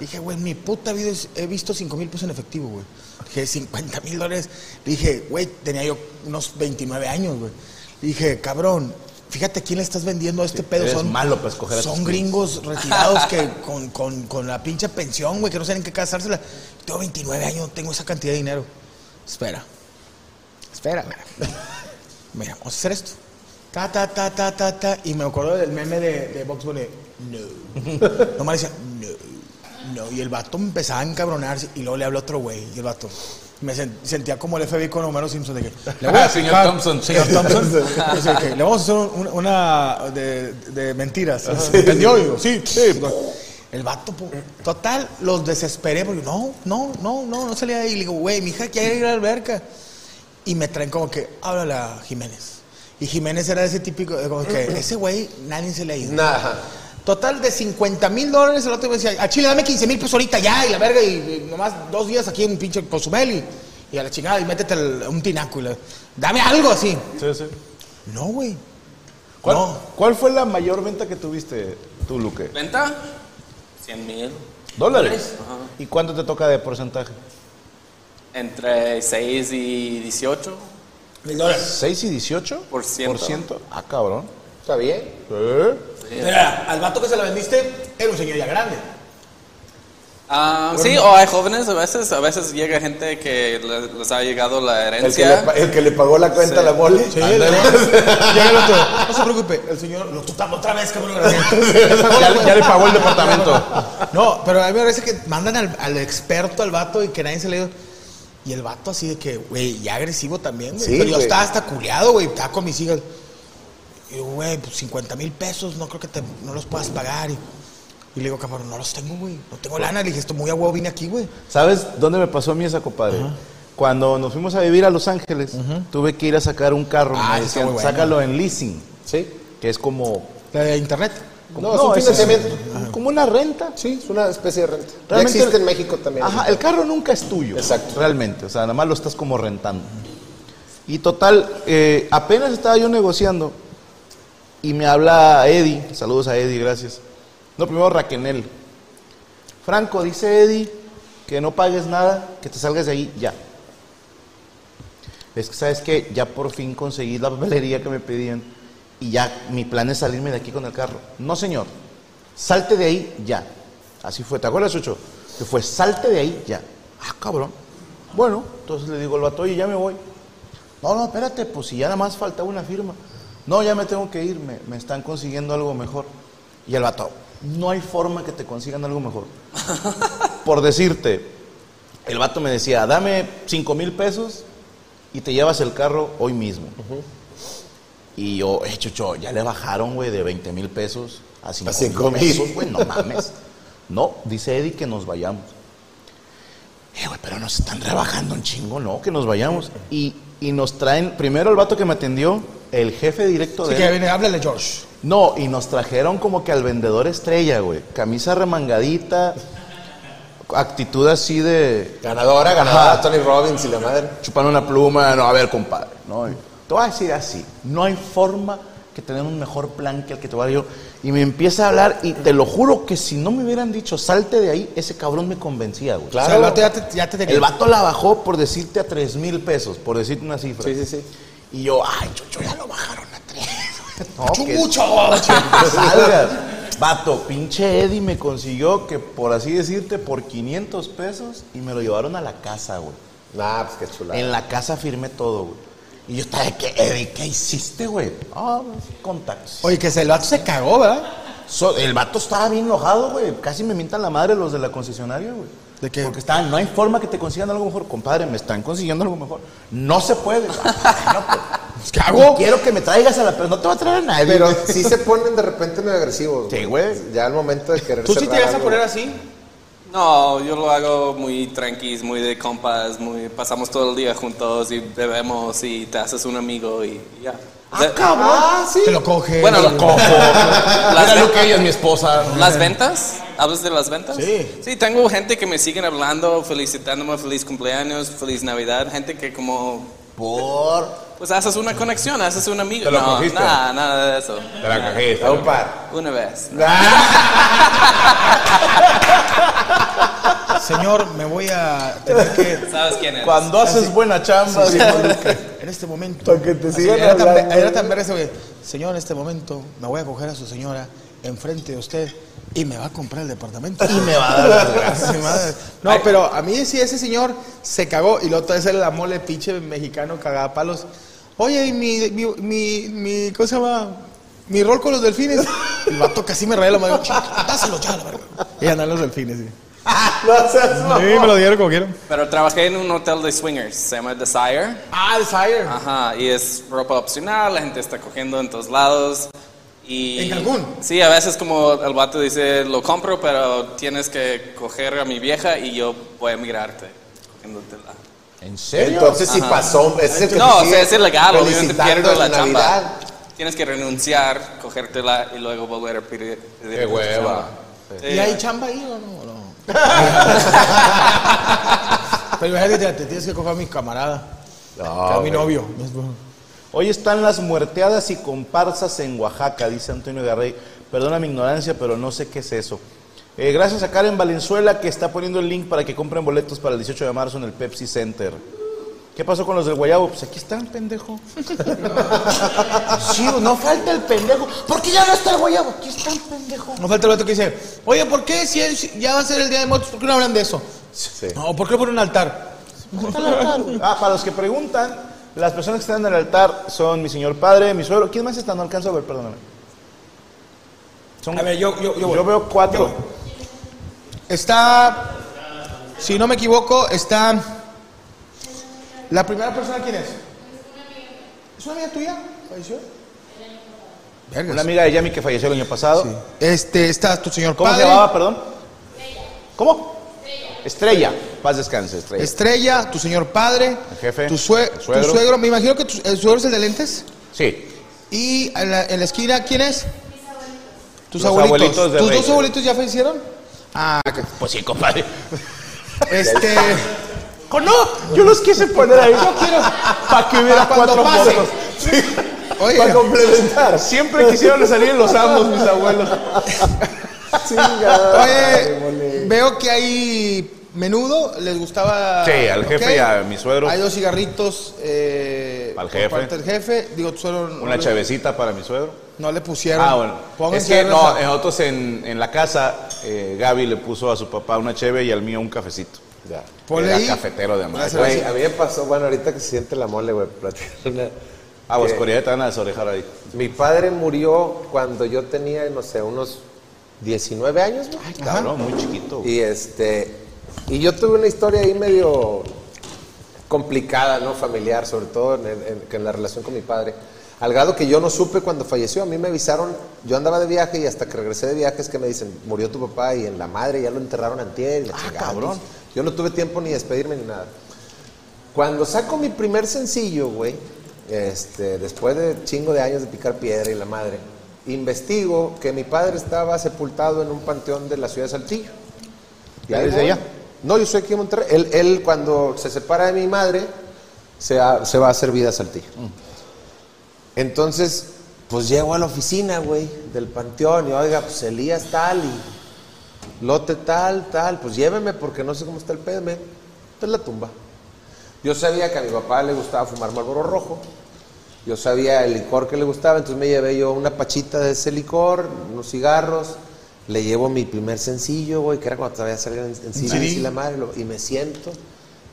[SPEAKER 1] Dije, güey, en mi puta vida es- he visto 5 mil pesos en efectivo, güey. Dije, 50 mil dólares. Dije, güey, tenía yo unos 29 años, güey. Dije, cabrón, fíjate quién le estás vendiendo a este pedo.
[SPEAKER 2] eres
[SPEAKER 1] son
[SPEAKER 2] malo para escoger a tus
[SPEAKER 1] Son
[SPEAKER 2] clientes.
[SPEAKER 1] gringos retirados que con, con- con la pinche pensión, güey, que no saben en qué casársela. Tengo 29 años, no tengo esa cantidad de dinero. Espera. Espera, güey. Mira, vamos a hacer esto. Ta, ta, ta, ta, ta, ta. Y me acuerdo del meme de, de Box Bunny. No. Nomás decía, no, no. Y el vato empezaba a encabronarse. Y luego le habló otro güey. Y el vato. Me sen- sentía como el FBI con Homero Simpson. De que, le voy a
[SPEAKER 2] Ah, Señor
[SPEAKER 1] picar-
[SPEAKER 2] Thompson, sí.
[SPEAKER 1] Señor Thompson. O sea, que le vamos a hacer un- un- una de, de mentiras. ¿Entendió? Y yo, sí, sí. El vato, pu- total, los desesperé. Porque no, no, no, no, no salía de ahí. Le digo, güey, mi hija quiere ir a la alberca. Y me traen como que, háblale a Jiménez. Y Jiménez era ese típico, eh, como que ese güey nadie se le ha ido.
[SPEAKER 3] Nada.
[SPEAKER 1] Total de 50 mil dólares, el otro me decía, a Chile dame 15 mil pesos ahorita ya, y la verga, y, y nomás dos días aquí en pinche Cozumel, y, y a la chingada, y métete al- un tinaco, y la- dame algo así.
[SPEAKER 2] Sí, sí.
[SPEAKER 1] No, güey.
[SPEAKER 2] ¿Cuál,
[SPEAKER 1] No.
[SPEAKER 2] cuál fue la mayor venta que tuviste tú, Luque?
[SPEAKER 5] ¿Venta? 100 mil.
[SPEAKER 2] ¿Dólares? ¿Y cuánto te toca de porcentaje?
[SPEAKER 5] Entre 6 y 18.
[SPEAKER 1] Mil dólares.
[SPEAKER 2] ¿6 y 18?
[SPEAKER 5] Por ciento.
[SPEAKER 2] ¿Por ciento? Ah, cabrón.
[SPEAKER 3] Está bien.
[SPEAKER 2] ¿Eh?
[SPEAKER 1] Mira, al vato que se la vendiste, era un señor ya grande.
[SPEAKER 5] Ah, sí, o hay jóvenes a veces, a veces llega gente que le- les ha llegado la
[SPEAKER 3] El que, le,
[SPEAKER 5] herencia.
[SPEAKER 3] pa- el que le pagó la cuenta a la mole.
[SPEAKER 1] Sí, Llega el otro. No se preocupe, el señor lo tutamos otra vez, cabrón. gracias.
[SPEAKER 2] Ya, le- ya le pagó el departamento.
[SPEAKER 1] No, pero a mí me parece que mandan al, al experto, al vato, y que nadie se le dio. Y el vato así de que, güey, ya agresivo también, güey.
[SPEAKER 3] Sí,
[SPEAKER 1] pero yo
[SPEAKER 3] güey.
[SPEAKER 1] estaba hasta culeado, güey, estaba con mis hijas. Y digo, güey, pues 50 mil pesos, no creo que te, no los puedas pagar. Y, y le digo, cabrón, no los tengo, güey. No tengo lana. Le dije, esto muy a huevo vine aquí, güey.
[SPEAKER 2] ¿Sabes dónde me pasó a mí esa, compadre? Cuando nos fuimos a vivir a Los Ángeles, tuve que ir a sacar un carro.
[SPEAKER 1] Ah,
[SPEAKER 2] me
[SPEAKER 1] eso está
[SPEAKER 2] decían,
[SPEAKER 1] muy bueno.
[SPEAKER 2] sácalo en leasing,
[SPEAKER 3] Sí.
[SPEAKER 2] que es como.
[SPEAKER 1] La de internet.
[SPEAKER 2] como-
[SPEAKER 3] No, es un
[SPEAKER 2] eso
[SPEAKER 3] financiamiento.
[SPEAKER 2] Ajá. como una renta.
[SPEAKER 3] Sí, es una especie de renta. Ya
[SPEAKER 2] Realmente-
[SPEAKER 3] existe en México también.
[SPEAKER 2] Ajá, el carro nunca es tuyo.
[SPEAKER 3] Exacto.
[SPEAKER 2] Realmente, o sea, nada más lo estás como rentando. Y total, eh, apenas estaba yo negociando y me habla Eddie. Saludos a Eddie, gracias. No, primero Raquenel. Franco, dice Eddie que no pagues nada, que te salgas de ahí ya. Es que, ¿sabes qué? Ya por fin conseguí la papelería que me pedían y ya mi plan es salirme de aquí con el carro. No, señor. Salte de ahí ya. Así fue. ¿Te acuerdas, Chucho? Que fue, salte de ahí ya. Ah, cabrón. Bueno, entonces le digo al vato, oye, ya me voy. No, no, espérate, pues si ya nada más falta una firma. No, ya me tengo que ir, me, me están consiguiendo algo mejor. Y el vato, no hay forma que te consigan algo mejor. Por decirte, el vato me decía, dame cinco mil pesos y te llevas el carro hoy mismo. Y yo, eh, chucho, ya le bajaron, güey, de 20 mil pesos a 5
[SPEAKER 3] cinco
[SPEAKER 2] mil
[SPEAKER 3] mil.
[SPEAKER 2] pesos, güey, no mames. No, dice Eddie que nos vayamos. Eh, güey, pero nos están rebajando un chingo, ¿no? Que nos vayamos. Y, y nos traen, primero el vato que me atendió, el jefe directo
[SPEAKER 1] Así
[SPEAKER 2] de
[SPEAKER 1] que
[SPEAKER 2] él.
[SPEAKER 1] ya viene, háblale, George.
[SPEAKER 2] No, y nos trajeron como que al vendedor estrella, güey. Camisa remangadita, actitud así de
[SPEAKER 3] Ganadora, ganadora,
[SPEAKER 2] Ajá.
[SPEAKER 3] Tony Robbins y la madre.
[SPEAKER 2] chupar una pluma, no, a ver, compadre. No, Y te voy a decir así, no hay forma que tenemos un mejor plan que el que te voy a dar yo. Y me empieza a hablar y te lo juro que si no me hubieran dicho salte de ahí, ese cabrón me convencía, güey.
[SPEAKER 1] O sea, el vato ya te, ya te-
[SPEAKER 2] El vato la bajó por decirte a tres mil pesos, por decirte una cifra.
[SPEAKER 3] Sí, sí, sí.
[SPEAKER 2] Y yo, ay, chucho, ya lo bajaron a tres. No, que-
[SPEAKER 1] Chumucho.
[SPEAKER 2] que salgas. Vato, pinche Eddie me consiguió que, por así decirte, por 500 pesos y me lo llevaron a la casa, güey.
[SPEAKER 3] Nah, pues qué chulada.
[SPEAKER 2] En la casa firmé todo, güey. Y yo estaba de que, Eddie, ¿qué hiciste, güey? Ah, pues, contactos.
[SPEAKER 1] Oye, que se- el vato se cagó, ¿verdad?
[SPEAKER 2] So- el vato estaba bien enojado, güey. Casi me mientan la madre los de la concesionaria, güey.
[SPEAKER 1] ¿De qué?
[SPEAKER 2] Porque estaban, no hay forma que te consigan algo mejor. Compadre, me están consiguiendo algo mejor. No se puede. Ah, no, pues.
[SPEAKER 1] ¿Qué hago?
[SPEAKER 2] Quiero que me traigas a la... Pero no te va a traer a nadie.
[SPEAKER 3] Pero
[SPEAKER 2] güey.
[SPEAKER 3] sí se ponen de repente muy agresivos.
[SPEAKER 2] Sí, güey.
[SPEAKER 3] Ya al momento de querer
[SPEAKER 1] ¿Tú sí te
[SPEAKER 3] cerrar
[SPEAKER 1] vas a
[SPEAKER 3] algo.
[SPEAKER 1] poner así?
[SPEAKER 5] No, yo lo hago muy tranquis, muy de compas, muy pasamos todo el día juntos y bebemos y te haces un amigo y ya. O sea,
[SPEAKER 3] Ah, sí.
[SPEAKER 1] Te lo coge.
[SPEAKER 5] bueno, lo cojo. Las,
[SPEAKER 2] Era
[SPEAKER 5] ve-
[SPEAKER 2] lo que ella es mi esposa.
[SPEAKER 5] las ventas, ¿hablas de las ventas?
[SPEAKER 1] Sí.
[SPEAKER 5] Sí, tengo gente que me siguen hablando, felicitándome, feliz cumpleaños, feliz Navidad, gente que como
[SPEAKER 2] Por...
[SPEAKER 5] pues haces una conexión, haces un amigo.
[SPEAKER 2] ¿Te lo
[SPEAKER 5] no,
[SPEAKER 2] cogiste?
[SPEAKER 5] nada, nada de eso.
[SPEAKER 2] Te la cajé.
[SPEAKER 3] A un par.
[SPEAKER 5] Una vez.
[SPEAKER 1] Señor, me voy a tener que.
[SPEAKER 5] ¿Sabes quién eres?
[SPEAKER 2] Cuando haces buena chamba, viejo Luque.
[SPEAKER 1] En este momento.
[SPEAKER 3] Para que te
[SPEAKER 1] Así,
[SPEAKER 3] sigan
[SPEAKER 1] era tan,
[SPEAKER 3] hablando.
[SPEAKER 1] era tan verga ese güey. Señor, en este momento me voy a coger a su señora enfrente de usted y me va a comprar el departamento. Y me va a dar las gracias. No, pero a mí sí, ese señor se cagó y lo otro es el amole pinche mexicano cagaba palos. Oye, y mi, mi, mi, mi, ¿cómo se llama? Mi rol con los delfines. El vato casi me raya la madre. "Chica, Dáselo ya, la verga. Y andan los delfines. Sí,
[SPEAKER 3] No seas
[SPEAKER 1] Sí, me lo dieron como quieran.
[SPEAKER 5] Pero trabajé en un hotel de swingers, se llama Desire.
[SPEAKER 1] Ah, Desire.
[SPEAKER 5] Ajá, y es ropa opcional, la gente está cogiendo en todos lados. Y,
[SPEAKER 1] ¿En Cancún?
[SPEAKER 5] Sí, a veces como el vato dice, lo compro, pero tienes que coger a mi vieja y yo voy a mirarte. cogiéndotela".
[SPEAKER 2] ¿En serio?
[SPEAKER 3] Entonces si pasó, ese es el que
[SPEAKER 5] No,
[SPEAKER 3] te
[SPEAKER 5] o sea,
[SPEAKER 3] sigue
[SPEAKER 5] es ilegal, obviamente
[SPEAKER 3] felicitando
[SPEAKER 5] pierdo
[SPEAKER 3] en
[SPEAKER 5] la chamba.
[SPEAKER 3] Navidad.
[SPEAKER 5] Tienes que renunciar, cogértela y luego volver a pedir. pedir
[SPEAKER 2] Qué
[SPEAKER 5] tu
[SPEAKER 2] hueva.
[SPEAKER 5] chamba.
[SPEAKER 2] Eh,
[SPEAKER 5] Sí.
[SPEAKER 1] ¿Y hay chamba ahí o no? no? Pero imagínate, te- te tienes que coger a mi camarada, a mi novio.
[SPEAKER 2] Hoy están las muerteadas y comparsas en Oaxaca, dice Antonio Garrey. Perdona mi ignorancia, pero no sé qué es eso. Eh, gracias a Karen Valenzuela que está poniendo el link para que compren boletos para el 18 de marzo en el Pepsi Center. ¿Qué pasó con los del guayabo? Pues aquí están, pendejo. sí, no falta el pendejo. ¿Por qué ya no está el guayabo? Aquí están, pendejo.
[SPEAKER 1] No falta el vato que dice, oye, ¿por qué si es- si ya va a ser el Día de Muertos, por qué no hablan de eso? No, ¿por qué ponen un altar?
[SPEAKER 2] Ah, para los que preguntan, las personas que están en el altar son mi señor padre, mi suegro. ¿Quién más está? No alcanzo a ver, perdóname. Son-
[SPEAKER 1] A ver, yo- yo- yo voy.
[SPEAKER 2] veo cuatro.
[SPEAKER 1] Está, si no me equivoco, está... ¿La primera persona quién es? ¿Es una amiga tuya? ¿Falleció? Vergas.
[SPEAKER 2] Una amiga de Yami que falleció el año pasado.
[SPEAKER 1] Sí. Este, está tu señor
[SPEAKER 2] ¿Cómo
[SPEAKER 1] padre.
[SPEAKER 2] se llamaba, perdón? ¿Cómo? Estrella. Paz descanse, Estrella.
[SPEAKER 1] Estrella, tu señor padre.
[SPEAKER 2] El jefe,
[SPEAKER 1] Tu, sue-
[SPEAKER 2] el suegro.
[SPEAKER 1] tu suegro. Me imagino que tu- el suegro es el de lentes.
[SPEAKER 2] sí.
[SPEAKER 1] Y en la, en la esquina, ¿quién es? Tus
[SPEAKER 2] Los
[SPEAKER 1] abuelitos.
[SPEAKER 2] abuelitos de
[SPEAKER 1] ¿Tus dos
[SPEAKER 2] Reyes.
[SPEAKER 1] abuelitos ya fallecieron? Ah,
[SPEAKER 2] Pues sí, compadre.
[SPEAKER 1] este.
[SPEAKER 2] ¡Oh, no! Yo los quise poner ahí. Yo quiero. Para que hubiera
[SPEAKER 1] Pa' cuando
[SPEAKER 2] cuatro
[SPEAKER 1] pase.
[SPEAKER 2] fotos.
[SPEAKER 1] Oye,
[SPEAKER 2] Para complementar. Siempre quisieron salir los amos, mis abuelos.
[SPEAKER 1] oye, veo que hay menudo. ¿Les gustaba?
[SPEAKER 2] Sí, al jefe
[SPEAKER 1] Ok.
[SPEAKER 2] y a mi suegro.
[SPEAKER 1] Hay dos cigarritos. Eh,
[SPEAKER 2] Al
[SPEAKER 1] por
[SPEAKER 2] jefe.
[SPEAKER 1] parte del jefe. Digo, tu suegro. no
[SPEAKER 2] Una
[SPEAKER 1] le-
[SPEAKER 2] chavecita para mi suegro.
[SPEAKER 1] No le pusieron.
[SPEAKER 2] Ah, bueno.
[SPEAKER 1] Pónganse
[SPEAKER 2] es que
[SPEAKER 1] vergas
[SPEAKER 2] no, eh,
[SPEAKER 1] a-
[SPEAKER 2] nosotros en, en la casa, eh, Gaby le puso a su papá una cheve y al mío un cafecito. Ya.
[SPEAKER 1] Ponle
[SPEAKER 2] Era
[SPEAKER 1] ahí.
[SPEAKER 2] cafetero de madre.
[SPEAKER 1] Gracias.
[SPEAKER 3] Güey, a mí me pasó, bueno, ahorita que se siente la mole, güey, platicar una-
[SPEAKER 2] Ah,
[SPEAKER 1] Eh.
[SPEAKER 2] pues
[SPEAKER 3] que
[SPEAKER 2] Corea te van a desorejar ahí.
[SPEAKER 3] Mi padre murió cuando yo tenía, no sé, unos 19 años, güey.
[SPEAKER 2] Cabrón, muy chiquito.
[SPEAKER 1] Eh,
[SPEAKER 3] Y este. Y yo tuve una historia ahí medio complicada, ¿no? Familiar, sobre todo en, en- en la relación con mi padre. Al grado que yo no supe cuando falleció. A mí me avisaron, yo andaba de viaje y hasta que regresé de viaje es que me dicen, murió tu papá y en la madre ya lo enterraron antier. Y la chingada.
[SPEAKER 2] cabrón.
[SPEAKER 3] Yo no tuve tiempo ni de despedirme ni nada. Cuando saco mi primer sencillo, güey, este, después de chingo de años de picar piedra y la madre, investigo que mi padre estaba sepultado en un panteón de la ciudad de Saltillo. ¿Y
[SPEAKER 2] ¿Eres de allá?
[SPEAKER 3] No, yo soy aquí en Monterrey. Él, él, cuando se separa de mi madre, se, va- se va a hacer vida a Saltillo.
[SPEAKER 2] Mm.
[SPEAKER 3] Entonces, pues llego a la oficina, güey, del panteón y oiga, pues Elías tal y lote tal, tal, pues lléveme porque no sé cómo está el pedo, men. Entonces la tumba. Yo sabía que a mi papá le gustaba fumar Marlboro rojo. Yo sabía el licor que le gustaba, entonces me llevé yo una pachita de ese licor, unos cigarros. Le llevo mi primer sencillo, güey, que era cuando todavía salía en, en CD,
[SPEAKER 1] CD.
[SPEAKER 3] y la madre, lo- y me siento,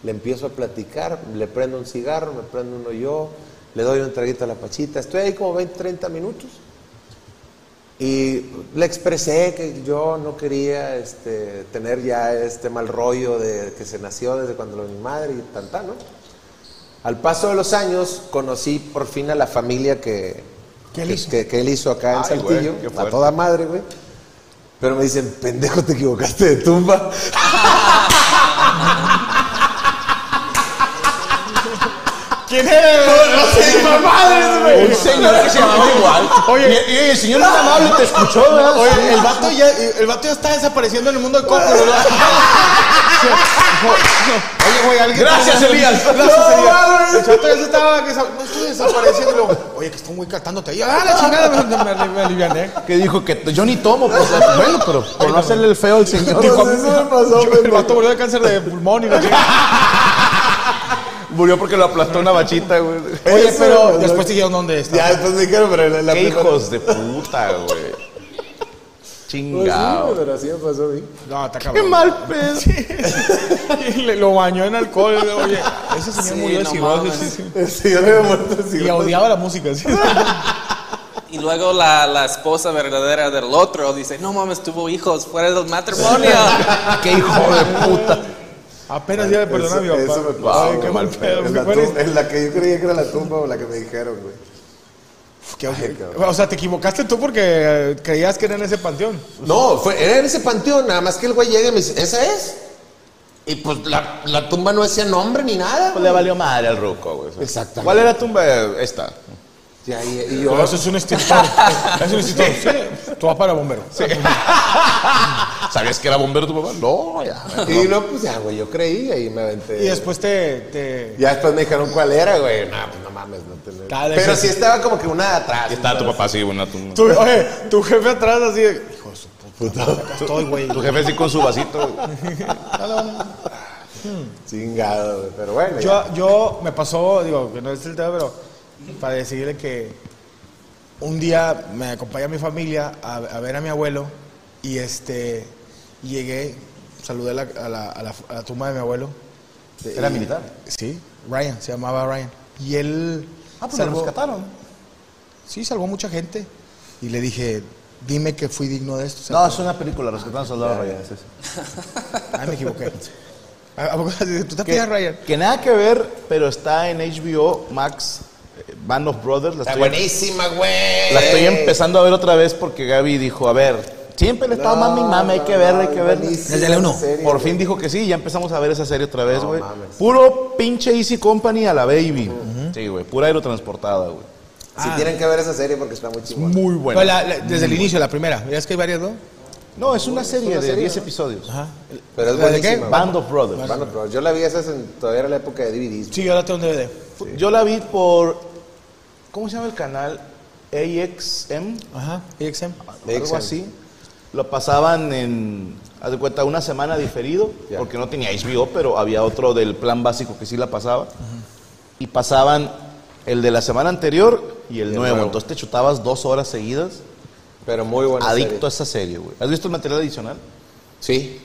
[SPEAKER 3] le empiezo a platicar, le prendo un cigarro, me prendo uno yo, le doy un traguito a la pachita. Estoy ahí como 20, 30 minutos. Y le expresé que yo no quería este, tener ya este mal rollo de que se nació desde cuando lo de mi madre y tanta, ¿no? Al paso de los años conocí por fin a la familia que, que,
[SPEAKER 1] él hizo.
[SPEAKER 3] que- que él hizo acá en
[SPEAKER 2] Ay, güey,
[SPEAKER 3] Saltillo,
[SPEAKER 2] qué
[SPEAKER 3] a
[SPEAKER 2] fuerte.
[SPEAKER 3] toda madre, güey. Pero me dicen, pendejo, te equivocaste de tumba.
[SPEAKER 1] ¿Quién es?
[SPEAKER 2] ¡No sé, madre, güey! Un señor que se llamaba igual. Oye, y, el señor es amable, te escuchó, ¿verdad?
[SPEAKER 1] Oye, el vato, ya, el vato ya está desapareciendo en el mundo de Coco, ¿verdad? Oye, güey, alguien.
[SPEAKER 2] Gracias, Elías.
[SPEAKER 1] Gracias, Elías. El chato ya se estaba desa- no, estoy desapareciendo. y luego, Oye, que estoy muy cantándote. Y yo, ah, la chingada, me, me, me, aliviané.
[SPEAKER 2] Que dijo que t- yo ni tomo, pues, bueno, pero por no hacerle el feo al señor.
[SPEAKER 3] "Pues,
[SPEAKER 1] El vato murió de cáncer de pulmón y la chingada.
[SPEAKER 2] Murió porque lo aplastó una bachita, güey.
[SPEAKER 1] Oye, pero después dijeron dónde está.
[SPEAKER 3] ya, después me dijeron, pero la, la
[SPEAKER 2] Qué
[SPEAKER 3] primera-
[SPEAKER 2] hijos de puta, güey.
[SPEAKER 3] Pues sí, güey,
[SPEAKER 2] Chingado.
[SPEAKER 3] pero así me pasó a mí.
[SPEAKER 1] No, está
[SPEAKER 2] Qué
[SPEAKER 1] cabrón.
[SPEAKER 2] mal pedo.
[SPEAKER 1] Y le- lo bañó en alcohol. y le- Oye, ese señor
[SPEAKER 5] Sí,
[SPEAKER 1] murió de
[SPEAKER 5] no
[SPEAKER 1] cirrosis.
[SPEAKER 5] mames.
[SPEAKER 1] sí,
[SPEAKER 3] El señor Este, había muerto
[SPEAKER 1] sí.
[SPEAKER 3] así,
[SPEAKER 1] Y
[SPEAKER 3] güey.
[SPEAKER 1] odiaba la música. sí.
[SPEAKER 5] Y luego la, la esposa verdadera del otro dice, no mames, tuvo hijos fuera del matrimonio.
[SPEAKER 2] Qué hijo de puta.
[SPEAKER 1] Apenas ya le perdonó a mi papá.
[SPEAKER 3] Eso me pasó,
[SPEAKER 1] Ay, qué
[SPEAKER 3] güey.
[SPEAKER 1] mal pedo.
[SPEAKER 3] En
[SPEAKER 1] qué
[SPEAKER 3] la,
[SPEAKER 1] buena
[SPEAKER 3] tum- en la que yo creía que era la tumba o la que me dijeron, güey.
[SPEAKER 1] Que-
[SPEAKER 3] cabrón.
[SPEAKER 1] o sea, te equivocaste tú porque eh, creías que era en ese panteón.
[SPEAKER 3] No, fue, era en ese panteón, nada más que el güey llega y me dice, ¿esa es? Y pues la, la tumba no decía nombre ni nada.
[SPEAKER 2] Pues le valió madre al ruco, güey.
[SPEAKER 3] Exactamente.
[SPEAKER 2] ¿Cuál era la tumba? Esta.
[SPEAKER 3] Y, ahí- y
[SPEAKER 1] Pero
[SPEAKER 3] yo,
[SPEAKER 1] eso es un extintor. es un extintor. Sí. Tú vas para bombero.
[SPEAKER 2] ¿Sabías que era bombero tu papá? No, ya.
[SPEAKER 3] y no, pues ya, güey, yo creí y me aventé.
[SPEAKER 1] Y después te. te-
[SPEAKER 3] Ya después me dijeron cuál era, güey. No, pues no mames, no te
[SPEAKER 1] Tal vez
[SPEAKER 3] Pero
[SPEAKER 1] es-
[SPEAKER 3] sí estaba como que una de atrás.
[SPEAKER 2] Y estaba tu papá así, una tumba.
[SPEAKER 1] tu- oye, tu jefe atrás así de. Hijo de su puta. Acá estoy, güey.
[SPEAKER 2] Tu jefe así con su vasito. güey.
[SPEAKER 3] Chingado, güey. Pero bueno. ya.
[SPEAKER 1] Yo, yo me pasó, digo, que no es el tema, pero para decirle que un día me acompaña mi familia a, a ver a mi abuelo y este llegué, saludé a la, a la- a la- a la tumba de mi abuelo.
[SPEAKER 2] ¿Era militar?
[SPEAKER 1] Sí, Ryan, se llamaba Ryan. Y él
[SPEAKER 2] Ah, pues lo rescataron.
[SPEAKER 1] sí, salvó mucha gente. Y le dije, dime que fui digno de esto. O sea,
[SPEAKER 2] No, es una película, Rescatando a Soldado Ryan. es esa.
[SPEAKER 1] ah, me equivoqué. ¿A a poco tú te pidas Ryan?
[SPEAKER 2] Que nada que ver, pero está en HBO Max, eh, Band of Brothers. La
[SPEAKER 3] Está
[SPEAKER 2] estoy,
[SPEAKER 3] buenísima, güey.
[SPEAKER 2] la estoy empezando a ver otra vez porque Gaby dijo, a ver, siempre le estaba mami, mami, hay que verla, hay que verla.
[SPEAKER 3] Desde la 1.
[SPEAKER 2] Por fin dijo que sí, y ya empezamos a ver esa serie otra vez, güey. Puro pinche Easy Company a la baby. Sí, güey, pura aerotransportada, güey.
[SPEAKER 3] Si tienen que ver esa serie porque está muy chingona.
[SPEAKER 2] Ah. Muy buena.
[SPEAKER 1] Pero la- la- desde el inicio, la primera. ¿Ves que hay varias, no?
[SPEAKER 2] No, es una serie
[SPEAKER 3] una
[SPEAKER 2] de
[SPEAKER 3] serie,
[SPEAKER 2] 10
[SPEAKER 3] ¿no?
[SPEAKER 2] episodios.
[SPEAKER 3] Pero es
[SPEAKER 1] ¿La de qué?
[SPEAKER 3] buenísima. güey.
[SPEAKER 2] Band of Brothers.
[SPEAKER 3] Bueno, pero yo la vi esa es en, todavía era la época de DVDs.
[SPEAKER 1] Sí, yo la tengo en DVD.
[SPEAKER 2] Yo la vi por. ¿Cómo se llama el canal? AXM.
[SPEAKER 1] Ajá, XM.
[SPEAKER 2] algo
[SPEAKER 3] AXM.
[SPEAKER 2] así. Lo pasaban en, haz de cuenta, una semana diferido,
[SPEAKER 3] Ya.
[SPEAKER 2] porque no tenía HBO, pero había otro del plan básico que sí la pasaba. Y pasaban el de la semana anterior y el,
[SPEAKER 3] el
[SPEAKER 2] nuevo.
[SPEAKER 3] nuevo.
[SPEAKER 2] Entonces te chutabas dos horas seguidas,
[SPEAKER 3] Pero muy buena
[SPEAKER 2] adicto
[SPEAKER 3] serie.
[SPEAKER 2] a esa serie, güey. ¿Has visto el material adicional?
[SPEAKER 3] Sí.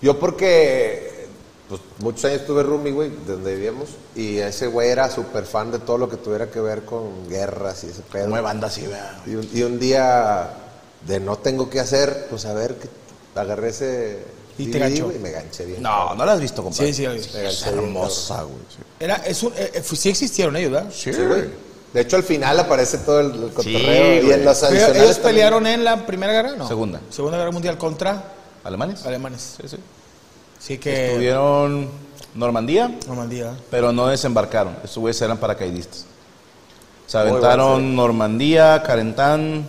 [SPEAKER 3] Yo porque pues, muchos años tuve roomie, güey, donde vivíamos. Y ese güey era súper fan de todo lo que tuviera que ver con guerras y ese pedo.
[SPEAKER 2] Como de banda así, vea.
[SPEAKER 3] Y un, y un día de no tengo que hacer, pues a ver, que agarré ese
[SPEAKER 1] Y te
[SPEAKER 3] DVD,
[SPEAKER 1] ganchó.
[SPEAKER 3] güey, y me ganché bien.
[SPEAKER 2] No, no la has visto, compadre.
[SPEAKER 1] Sí, sí, la vi.
[SPEAKER 3] Me
[SPEAKER 2] Es
[SPEAKER 3] ganché bien,
[SPEAKER 2] hermosa, güey.
[SPEAKER 1] Era, es un, eh, eh, sí existieron ellos, ¿verdad?
[SPEAKER 3] cabrón. Sí, güey. De hecho, al final aparece todo el, el cotorreo. y
[SPEAKER 2] güey.
[SPEAKER 3] en los
[SPEAKER 1] Pero
[SPEAKER 3] adicionales
[SPEAKER 1] ¿Ellos
[SPEAKER 3] también.
[SPEAKER 1] pelearon en la Primera Guerra? No.
[SPEAKER 2] Segunda.
[SPEAKER 1] Segunda Guerra Mundial contra
[SPEAKER 2] ¿Alemanes?
[SPEAKER 1] alemanes.
[SPEAKER 2] Sí, sí.
[SPEAKER 1] Sí que...
[SPEAKER 2] Tuvieron Normandía,
[SPEAKER 1] Normandía.
[SPEAKER 2] pero no desembarcaron. Estos güeyes eran paracaidistas. Se
[SPEAKER 3] Muy buena serie.
[SPEAKER 2] aventaron Normandía, Carentán,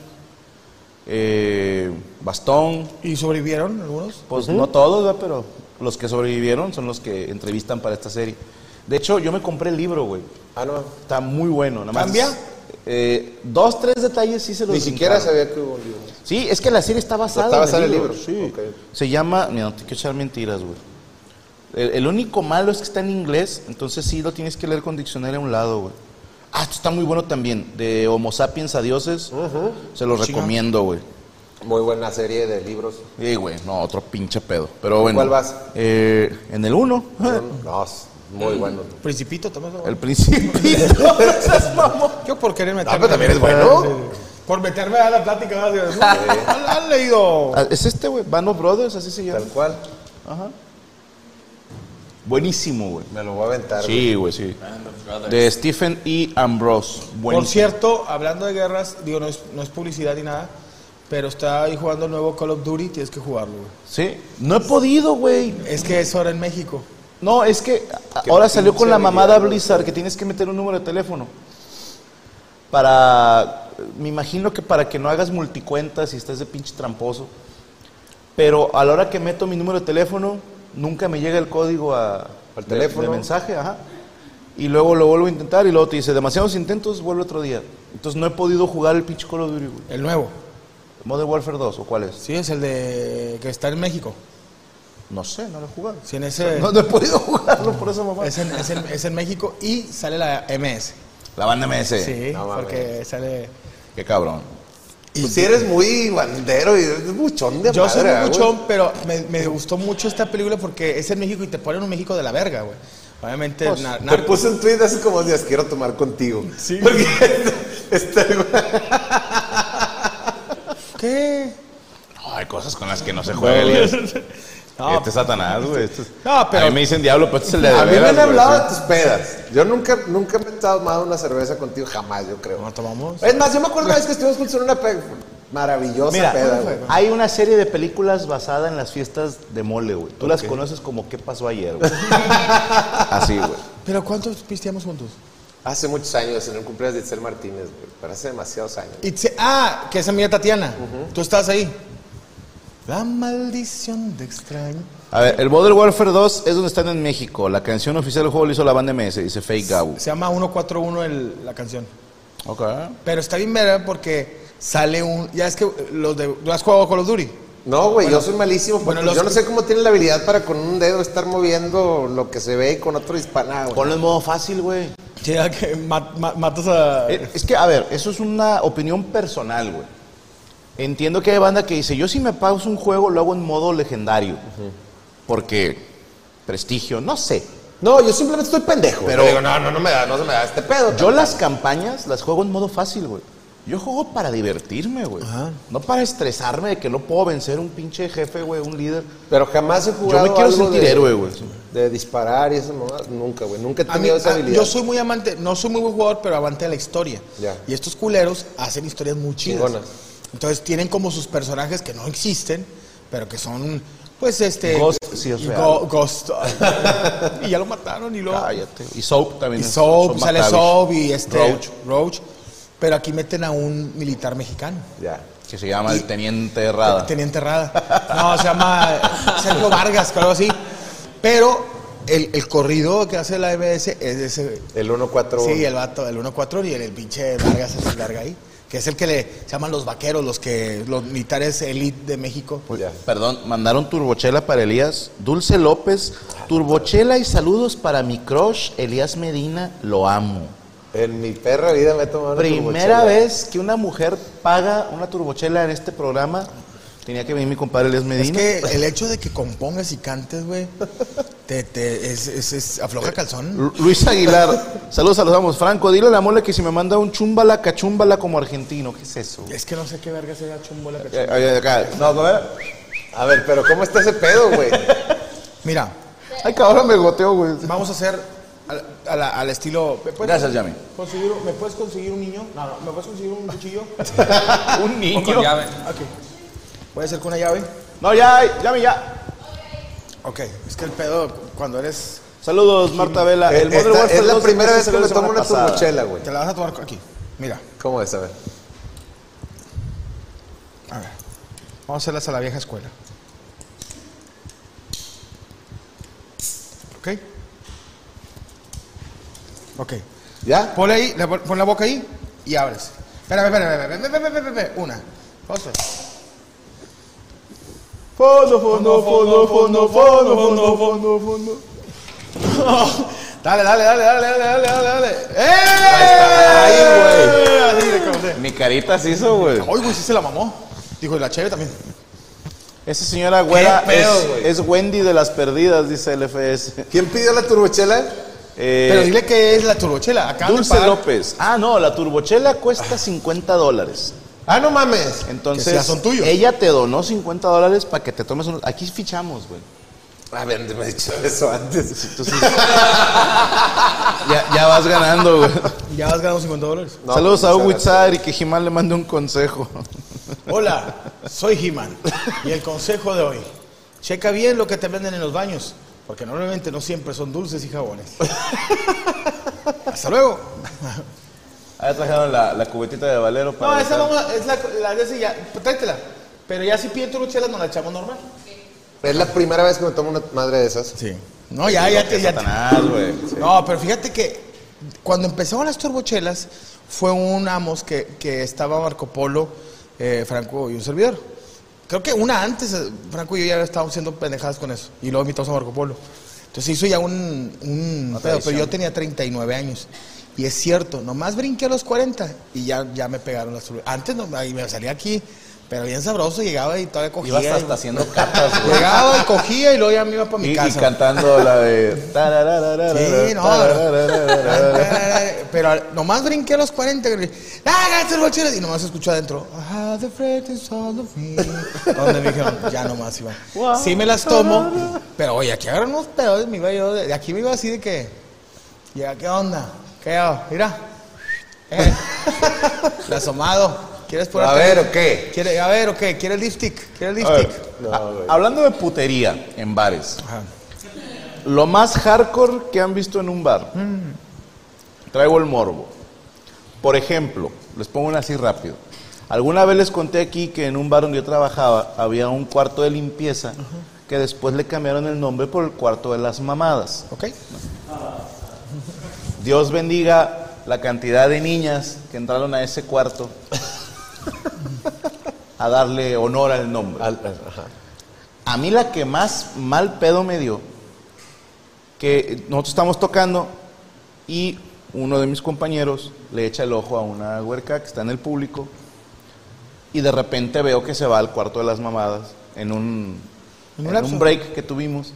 [SPEAKER 2] eh, Bastón.
[SPEAKER 1] ¿Y sobrevivieron algunos?
[SPEAKER 2] Pues no todos, ¿verdad? pero los que sobrevivieron son los que entrevistan para esta serie. De hecho, yo me compré el libro, güey.
[SPEAKER 3] Ah, no.
[SPEAKER 2] Está muy bueno. Nada más-
[SPEAKER 1] ¿Cambia?
[SPEAKER 2] Eh, dos, tres detalles sí se los
[SPEAKER 3] Ni siquiera
[SPEAKER 2] brincaron.
[SPEAKER 3] sabía que hubo un libro.
[SPEAKER 2] Sí, es que la serie está basada,
[SPEAKER 3] Está basada en el libro,
[SPEAKER 2] Sí.
[SPEAKER 3] ok.
[SPEAKER 2] Se llama, mira, no te quiero echar mentiras, güey. El, el único malo es que está en inglés, entonces sí lo tienes que leer con diccionario a un lado, güey. Ah, esto está muy bueno también, de Homo sapiens a dioses. Se lo recomiendo, güey.
[SPEAKER 3] Muy buena serie de libros.
[SPEAKER 2] Sí, güey, no, otro pinche pedo. Pero bueno.
[SPEAKER 3] cuál vas?
[SPEAKER 2] Eh, en el uno.
[SPEAKER 3] No, es muy bueno.
[SPEAKER 1] Mm. Principito también.
[SPEAKER 2] El principito.
[SPEAKER 1] Yo por querer meterme.
[SPEAKER 2] Ah, pero también es bueno.
[SPEAKER 1] Sí, sí. Por meterme a la plática. ¿no? Digo, no, ¿Han, han leído?
[SPEAKER 2] Ah, es este, güey, Band of Brothers, así se llama.
[SPEAKER 3] Tal cual.
[SPEAKER 2] Buenísimo, güey.
[SPEAKER 3] Me lo voy a aventar. güey.
[SPEAKER 2] Sí, güey, sí. De Stephen E. Ambrose.
[SPEAKER 1] Por
[SPEAKER 2] Buenísimo.
[SPEAKER 1] cierto, hablando de guerras, digo, no es, no es publicidad ni nada, pero está ahí jugando el nuevo Call of Duty, tienes que jugarlo, güey.
[SPEAKER 2] Sí, no he podido, güey.
[SPEAKER 1] Es que es ahora en México.
[SPEAKER 2] No, es que a- ahora salió con la
[SPEAKER 3] pinche
[SPEAKER 2] mamada
[SPEAKER 3] habilidad,
[SPEAKER 2] Blizzard que tienes que meter un número de teléfono. Para. Me imagino que para que no hagas multicuentas y estés de pinche tramposo. Pero a la hora que meto mi número de teléfono, nunca me llega el código a,
[SPEAKER 3] Al
[SPEAKER 2] de-
[SPEAKER 3] teléfono.
[SPEAKER 2] de mensaje, ajá. Y luego lo vuelvo a intentar y luego te dice, demasiados intentos, vuelve otro día. Entonces no he podido jugar el pinche Call of Duty, güey.
[SPEAKER 1] El nuevo.
[SPEAKER 2] Modern Warfare 2, ¿o cuál es?
[SPEAKER 1] Sí, es el de que está en México.
[SPEAKER 2] No sé, no lo he jugado.
[SPEAKER 1] Sí, en ese,
[SPEAKER 2] No, no he podido jugarlo por esa mamá.
[SPEAKER 1] es, en, es en- es en México y sale la MS.
[SPEAKER 2] La banda MS.
[SPEAKER 1] Sí,
[SPEAKER 3] No mames.
[SPEAKER 1] porque sale...
[SPEAKER 2] Qué cabrón.
[SPEAKER 3] Pues si eres muy bandero y eres buchón de
[SPEAKER 1] Yo soy
[SPEAKER 3] madre,
[SPEAKER 1] muy
[SPEAKER 3] güey.
[SPEAKER 1] buchón, pero me, me gustó mucho esta película porque es en México y te ponen un México de la verga, güey. Obviamente, na-
[SPEAKER 3] Pues, Te
[SPEAKER 1] narcos.
[SPEAKER 3] puse un tweet hace como días, quiero tomar contigo.
[SPEAKER 1] Sí.
[SPEAKER 3] Porque este güey-
[SPEAKER 1] ¿Qué?
[SPEAKER 2] No, hay cosas con las que no se juega, Elías.
[SPEAKER 1] No,
[SPEAKER 2] este es Satanás, güey. este es-
[SPEAKER 1] No, pero-
[SPEAKER 2] A mí me dicen diablo, pero este es el de
[SPEAKER 3] A mí me
[SPEAKER 2] veras,
[SPEAKER 3] han
[SPEAKER 2] güey,
[SPEAKER 3] hablado de
[SPEAKER 2] sí.
[SPEAKER 3] tus pedas. Yo nunca, nunca me he tomado una cerveza contigo, jamás, yo creo.
[SPEAKER 1] ¿No tomamos?
[SPEAKER 3] Es más, yo me acuerdo una vez que estuvimos juntos en una pe- maravillosa peda, güey.
[SPEAKER 2] Mira, hay una serie de películas basada en las fiestas de mole, güey. Tú las conoces como ¿Qué pasó ayer, güey? Así, güey.
[SPEAKER 1] ¿Pero cuántos pisteamos juntos?
[SPEAKER 3] Hace muchos años, en el cumpleaños de Itzel Martínez, güey. Pero hace demasiados años.
[SPEAKER 1] Itze- ah, que es amiga Tatiana. Tú estás ahí. La maldición de extraño.
[SPEAKER 2] A ver, el Modern Warfare 2 es donde están en México. La canción oficial del juego lo hizo la banda MS, dice Fake Gabu.
[SPEAKER 1] Se llama 141 el- la canción.
[SPEAKER 2] Ok.
[SPEAKER 1] Pero está bien verga porque sale un... Ya es que los de... ¿Tú has jugado Call of Duty?
[SPEAKER 3] No, güey, yo soy malísimo. porque
[SPEAKER 1] bueno, los-
[SPEAKER 3] yo no sé cómo tienen la habilidad para con un dedo estar moviendo lo que se ve y con otro disparar, güey.
[SPEAKER 2] Ponlo en modo fácil, güey.
[SPEAKER 1] Sí, ya que mat- ma- matas a.
[SPEAKER 2] Eh, Es que, a ver, eso es una opinión personal, güey. Entiendo que hay banda que dice, yo si me pauso un juego lo hago en modo legendario. Porque prestigio, no sé.
[SPEAKER 3] No, yo simplemente estoy pendejo.
[SPEAKER 2] Pero-
[SPEAKER 3] Pero Pues digo, no, no, no me da, no se me da este pedo.
[SPEAKER 2] Yo las campañas las juego en modo fácil, güey. Yo juego para divertirme, güey. No para estresarme de que no puedo vencer un pinche jefe, güey, un líder.
[SPEAKER 3] Pero jamás he
[SPEAKER 2] Yo
[SPEAKER 3] jugado
[SPEAKER 2] me quiero
[SPEAKER 3] algo
[SPEAKER 2] sentir
[SPEAKER 3] de,
[SPEAKER 2] héroe, güey.
[SPEAKER 3] de disparar y eso, no, nunca, güey. Nunca he
[SPEAKER 1] A mí-
[SPEAKER 3] tenido esa
[SPEAKER 1] a-
[SPEAKER 3] habilidad.
[SPEAKER 1] yo soy muy amante, no soy muy buen jugador, pero amante de la historia.
[SPEAKER 3] Ya.
[SPEAKER 1] Y estos culeros hacen historias muy chidas.
[SPEAKER 3] Chingonas.
[SPEAKER 1] Entonces tienen como sus personajes que no existen, pero que son, pues este.
[SPEAKER 2] Ghost, sí, es real.
[SPEAKER 1] Go- Ghost. y ya lo mataron y luego.
[SPEAKER 2] Cállate. Y Soap también.
[SPEAKER 1] Y
[SPEAKER 2] es-
[SPEAKER 1] Soap,
[SPEAKER 2] son
[SPEAKER 1] sale
[SPEAKER 2] matables.
[SPEAKER 1] Soap y este.
[SPEAKER 2] Roach.
[SPEAKER 1] Roach. Pero aquí meten a un militar mexicano.
[SPEAKER 3] Ya.
[SPEAKER 2] Que se llama el Teniente
[SPEAKER 1] Que
[SPEAKER 2] Rada.
[SPEAKER 1] Tenía enterrada. No, se llama Sergio Vargas, o algo así. Pero el, el corrido que hace la MS es ese.
[SPEAKER 3] El 1-4.
[SPEAKER 1] Sí, el vato, el 1-4 y el, el pinche Vargas es el larga ahí. Que es el que le se llaman los vaqueros, los que los militares elite de México.
[SPEAKER 2] Pues,
[SPEAKER 3] Ya.
[SPEAKER 2] Perdón, mandaron turbochela para Elías. Dulce López, turbochela y saludos para mi crush, Elías Medina, lo amo.
[SPEAKER 3] En mi perra vida me he tomado una
[SPEAKER 2] Primera
[SPEAKER 3] turbochela.
[SPEAKER 2] vez que una mujer paga una turbochela en este programa, tenía que venir mi compadre Elías
[SPEAKER 1] Es
[SPEAKER 2] Medina.
[SPEAKER 1] que el hecho de que compongas y cantes, güey, te, te- es, es- es- afloja calzón.
[SPEAKER 2] Lu- Luis Aguilar, saludos a los amos. Franco, dile a la mole que si me manda un chumbala, cachumbala como argentino, ¿qué es eso?
[SPEAKER 1] Es que no sé qué verga se da chumbola.
[SPEAKER 2] Eh, eh, acá.
[SPEAKER 3] No, no, eh. A ver, pero ¿cómo está ese pedo, güey?
[SPEAKER 1] Mira,
[SPEAKER 2] Ay, cabrón, me goteo, güey.
[SPEAKER 1] vamos a hacer al, a la- al estilo. ¿me puedes
[SPEAKER 2] Gracias, Yami.
[SPEAKER 1] conseguir un- ¿Me puedes conseguir un niño? No, no, ¿me puedes conseguir un cuchillo?
[SPEAKER 2] Un
[SPEAKER 5] O con llave.
[SPEAKER 1] ¿Puede ser con una llave?
[SPEAKER 2] No, ya, Yami, ya.
[SPEAKER 1] Ok, es que el pedo cuando eres.
[SPEAKER 2] Saludos, Marta Vela.
[SPEAKER 3] Eh,
[SPEAKER 2] El Modern
[SPEAKER 3] esta-
[SPEAKER 2] Warfare
[SPEAKER 3] es la
[SPEAKER 2] 2
[SPEAKER 3] primera
[SPEAKER 2] empezó
[SPEAKER 3] vez que
[SPEAKER 2] la
[SPEAKER 3] me
[SPEAKER 2] semana
[SPEAKER 3] tomo una
[SPEAKER 2] pasada.
[SPEAKER 3] turbochela, güey.
[SPEAKER 1] Te la vas a tomar aquí. Mira,
[SPEAKER 3] ¿Cómo es? A ver.
[SPEAKER 1] a ver. Vamos a hacerlas a la vieja escuela. ¿Ok? Ok.
[SPEAKER 3] ¿Ya?
[SPEAKER 1] Ponle ahí, la- pon la boca ahí y abres. Espera, espera, espera, espera, espera, espera, espera, espera. Una, dos, tres.
[SPEAKER 2] Fondo, fondo, fondo, fondo, fondo, fondo, fondo, fondo.
[SPEAKER 1] Dale, dale, dale, dale, dale, dale, dale, dale.
[SPEAKER 3] Ahí,
[SPEAKER 1] ¡Eh! Así le conté.
[SPEAKER 2] Mi carita se hizo, güey.
[SPEAKER 1] Ay, güey, sí se la mamó. Dijo, y la chévere también.
[SPEAKER 2] Esa señora güera
[SPEAKER 3] ¿Qué pedo,
[SPEAKER 2] es-
[SPEAKER 3] güey?
[SPEAKER 2] es, Wendy de las perdidas, dice el FS.
[SPEAKER 3] ¿Quién pidió la turbochela?
[SPEAKER 2] Eh,
[SPEAKER 1] Pero dile que es la turbochela. Acá
[SPEAKER 2] Dulce López. Ah, no, la turbochela cuesta 50 dólares.
[SPEAKER 3] Ah, no mames.
[SPEAKER 2] Entonces,
[SPEAKER 1] Que sea, son tuyos.
[SPEAKER 2] ella te donó 50 dólares para que te tomes unos. Aquí fichamos, güey.
[SPEAKER 3] A ver, me he dicho eso antes.
[SPEAKER 2] Entonces, ya, ya vas ganando, güey.
[SPEAKER 1] Ya has ganado 50 dólares.
[SPEAKER 3] No, pues,
[SPEAKER 2] Saludos a
[SPEAKER 3] muchas
[SPEAKER 2] Hugo
[SPEAKER 3] gracias.
[SPEAKER 2] Itzar y que Jimán le mande un consejo.
[SPEAKER 1] Hola, soy He-Man y el consejo de hoy. Checa bien lo que te venden en los baños, porque normalmente no siempre son dulces y jabones. Hasta luego.
[SPEAKER 3] Ah,
[SPEAKER 2] Ahí trajeron la, la cubetita de Valero para.
[SPEAKER 1] No, esa
[SPEAKER 2] aventar.
[SPEAKER 1] vamos a, es la, la de ese ya, tráetela. Pero ya si piden turbuchelas, nos la echamos normal.
[SPEAKER 3] Es la primera vez que me tomo una madre de esas.
[SPEAKER 1] Sí. No, ya, ya te, ya te-
[SPEAKER 2] Satanás, güey.
[SPEAKER 1] No, pero fíjate que cuando empezaron las turbochelas, fue un Amos que, que estaba Marco Polo, eh, Franco y un servidor. Creo que una antes, eh, Franco y yo ya estábamos haciendo pendejadas con eso. Y luego invitamos a Marco Polo. Entonces se hizo ya un, un pedo, pero yo tenía 39 años. Y es cierto, nomás brinqué a los 40 y ya, ya me pegaron las turbochelas. Antes no, ahí me salía aquí, pero bien sabroso, llegaba y todavía cogía.
[SPEAKER 2] Ibas
[SPEAKER 1] y-
[SPEAKER 2] hasta haciendo catas, güey.
[SPEAKER 1] llegaba y cogía y luego ya me iba para mi
[SPEAKER 2] Y,
[SPEAKER 1] casa.
[SPEAKER 2] y cantando la de. tararararara,
[SPEAKER 1] Sí, no.
[SPEAKER 2] tararararara.
[SPEAKER 1] Pero al- nomás brinqué a los 40. que- ¡Ah, ganas el bochero! Y nomás escuchó adentro. I have the fragrance all of me. Donde me dijeron, ya nomás iba. Sí me las tomo, pero oye, aquí agarran unos pedos. Me iba yo, de de aquí me iba así de que. Ya, ¿qué onda? ¿Qué hago? Mira. Eh, la asomado. ¿Quieres por
[SPEAKER 3] A
[SPEAKER 1] acá?
[SPEAKER 3] ver, ¿o qué?
[SPEAKER 1] ¿Quiere, a ver, ¿o qué? ¿Quiere el lipstick? ¿Quiere el
[SPEAKER 2] A ver,
[SPEAKER 1] lipstick?
[SPEAKER 2] a- hablando de putería en bares,
[SPEAKER 1] Ajá.
[SPEAKER 2] lo más hardcore que han visto en un bar.
[SPEAKER 1] Mm.
[SPEAKER 2] Traigo el morbo. Por ejemplo, les pongo una así rápido. Alguna vez les conté aquí que en un bar donde yo trabajaba había un cuarto de limpieza que después le cambiaron el nombre por el cuarto de las mamadas.
[SPEAKER 1] ¿Ok?
[SPEAKER 2] Dios bendiga la cantidad de niñas que entraron a ese cuarto. a darle honor al nombre.
[SPEAKER 3] Al- al- ajá.
[SPEAKER 2] A mí la que más mal pedo me dio, que nosotros estamos tocando y uno de mis compañeros le echa el ojo a una huerca que está en el público y de repente veo que se va al cuarto de las mamadas en un,
[SPEAKER 1] En un
[SPEAKER 2] en
[SPEAKER 1] lapso.
[SPEAKER 2] un break que tuvimos.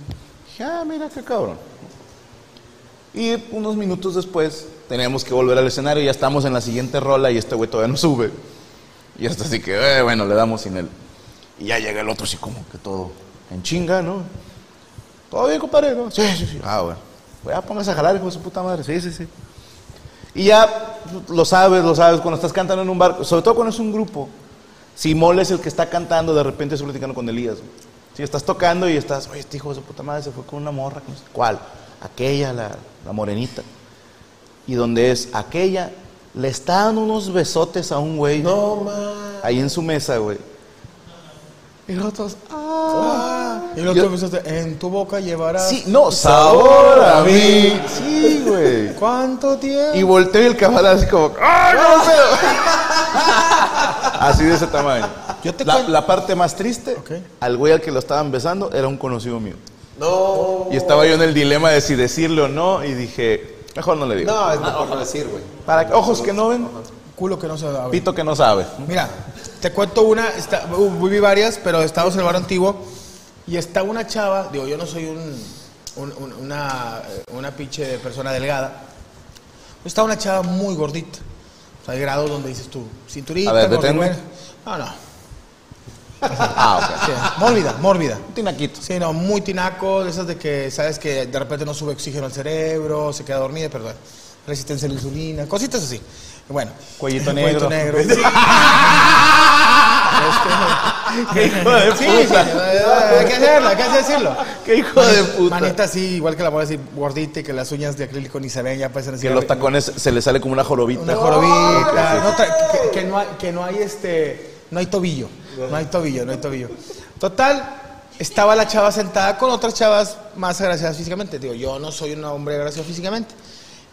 [SPEAKER 2] Dije, ah, mira qué cabrón. Y unos minutos después tenemos que volver al escenario, ya estamos en la siguiente rola y este güey todavía no sube. Y hasta así que, eh, bueno, le damos sin él. Y ya llega el otro así como que todo en chinga, ¿no? ¿Todo bien, compadre? ¿No? Sí, sí, sí. Ah, bueno. Pues ya póngase a jalar, hijo de su puta madre. Sí, sí, sí. Y ya lo sabes, lo sabes, cuando estás cantando en un barco, sobre todo cuando es un grupo, si Mole es el que está cantando, de repente estás platicando con Elías. güey. Si estás tocando y estás, oye, este hijo de su puta madre se fue con una morra. que no sé ¿Cuál? Aquella, la, la morenita. Y donde es aquella, le está dando unos besotes a un güey. No, Ahí en su mesa, güey.
[SPEAKER 1] Y los otros, ah. Y los
[SPEAKER 2] Yo-
[SPEAKER 1] otros pensaste, en tu boca llevarás.
[SPEAKER 2] Sí, no, sabor a mí. Sí, güey.
[SPEAKER 1] ¿Cuánto tiempo?
[SPEAKER 2] Y volteo y el camarada así como, ¡ay, no pedo! Así de ese tamaño.
[SPEAKER 1] Yo te
[SPEAKER 2] la,
[SPEAKER 1] cuen-
[SPEAKER 2] la parte más triste,
[SPEAKER 1] Ok.
[SPEAKER 2] al güey al que lo estaban besando era un conocido mío.
[SPEAKER 3] No.
[SPEAKER 2] Y estaba yo en el dilema de si decirle o no y dije, mejor no le digo.
[SPEAKER 3] No, es mejor no decir, güey.
[SPEAKER 2] Para que- ojos que no ven,
[SPEAKER 1] Culo que no se da.
[SPEAKER 2] pito que no sabe.
[SPEAKER 1] Mira, te cuento una, está, uh, viví varias, pero estábamos en el bar antiguo y está una chava, digo, yo no soy un, un- un- una, eh, una pinche persona delgada, está una chava muy gordita. O sea, hay grados donde dices tú, cinturita,
[SPEAKER 2] A ver,
[SPEAKER 1] gordibuena.
[SPEAKER 2] deténme.
[SPEAKER 1] No, no,
[SPEAKER 2] Ah,
[SPEAKER 1] sí, mórbida, mórbida.
[SPEAKER 2] ok. Tinaquito.
[SPEAKER 1] Sí, no, muy tinaco, de esas de que sabes que de repente no sube oxígeno al cerebro, se queda dormida, perdón. Resistencia a la insulina, cositas así. Bueno.
[SPEAKER 2] Cuellito negro.
[SPEAKER 1] negro. Sí.
[SPEAKER 2] ¡Qué hijo de
[SPEAKER 1] Sí, sí,
[SPEAKER 2] puta!
[SPEAKER 1] hay que hacerlo, hay que decirlo.
[SPEAKER 2] ¡Qué hijo de puta!
[SPEAKER 1] Manita así, igual que la mujer así gordita y que las uñas de acrílico ni se ven, ya parecen así.
[SPEAKER 2] Que los tacones se le sale como una jorobita.
[SPEAKER 1] Una jorobita. no tra- que, que no hay, que no hay este. No hay tobillo. No hay tobillo, no hay tobillo. Total, estaba la chava sentada con otras chavas más agraciadas físicamente. Digo, yo no soy un hombre agraciado físicamente.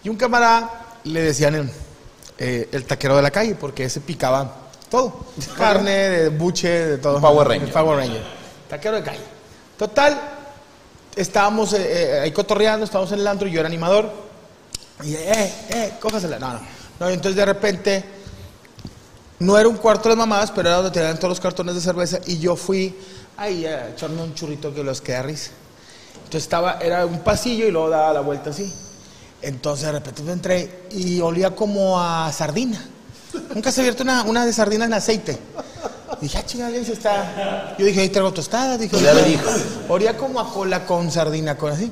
[SPEAKER 1] Y un camarada le decían el, eh, el taquero de la calle, porque ese picaba todo: carne, de buche, de todo.
[SPEAKER 2] Un Power Ranger.
[SPEAKER 1] El Power Ranger. Taquero de calle. Total, estábamos eh, eh, ahí cotorreando, estábamos en el antro, yo era animador. Y, eh, eh, cójasela. No, no. No, y entonces de repente, no era un cuarto de mamadas, pero era donde tenían todos los cartones de cerveza. Y yo fui ahí a echarme un churrito que los quedé risa. Entonces estaba, era un pasillo y luego daba la vuelta así. Entonces de repente yo entré y olía como a sardina. Nunca se ha abierto una, una de sardinas en aceite. Dije, ah, chingada, alguien se está. Yo dije, ahí traigo tostadas. Dije,
[SPEAKER 2] Ya le
[SPEAKER 1] olía-
[SPEAKER 2] dijo.
[SPEAKER 1] Olía como a cola con sardina, con así.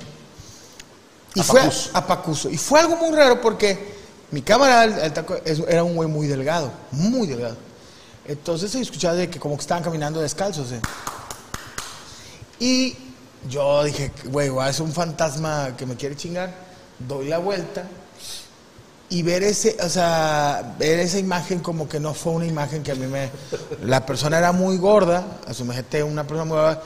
[SPEAKER 1] Y fue a- a Pacuso. Y fue algo muy raro porque mi cámara el- el taco, es- era un güey muy delgado, muy delgado. Entonces se escuchaba de que como que estaban caminando descalzos. ¿eh? Y yo dije, güey, guau, es un fantasma que me quiere chingar. Doy la vuelta y ver ese, o sea, ver esa imagen como que no fue una imagen que a mí me... La persona era muy gorda, a su majete una persona muy gorda.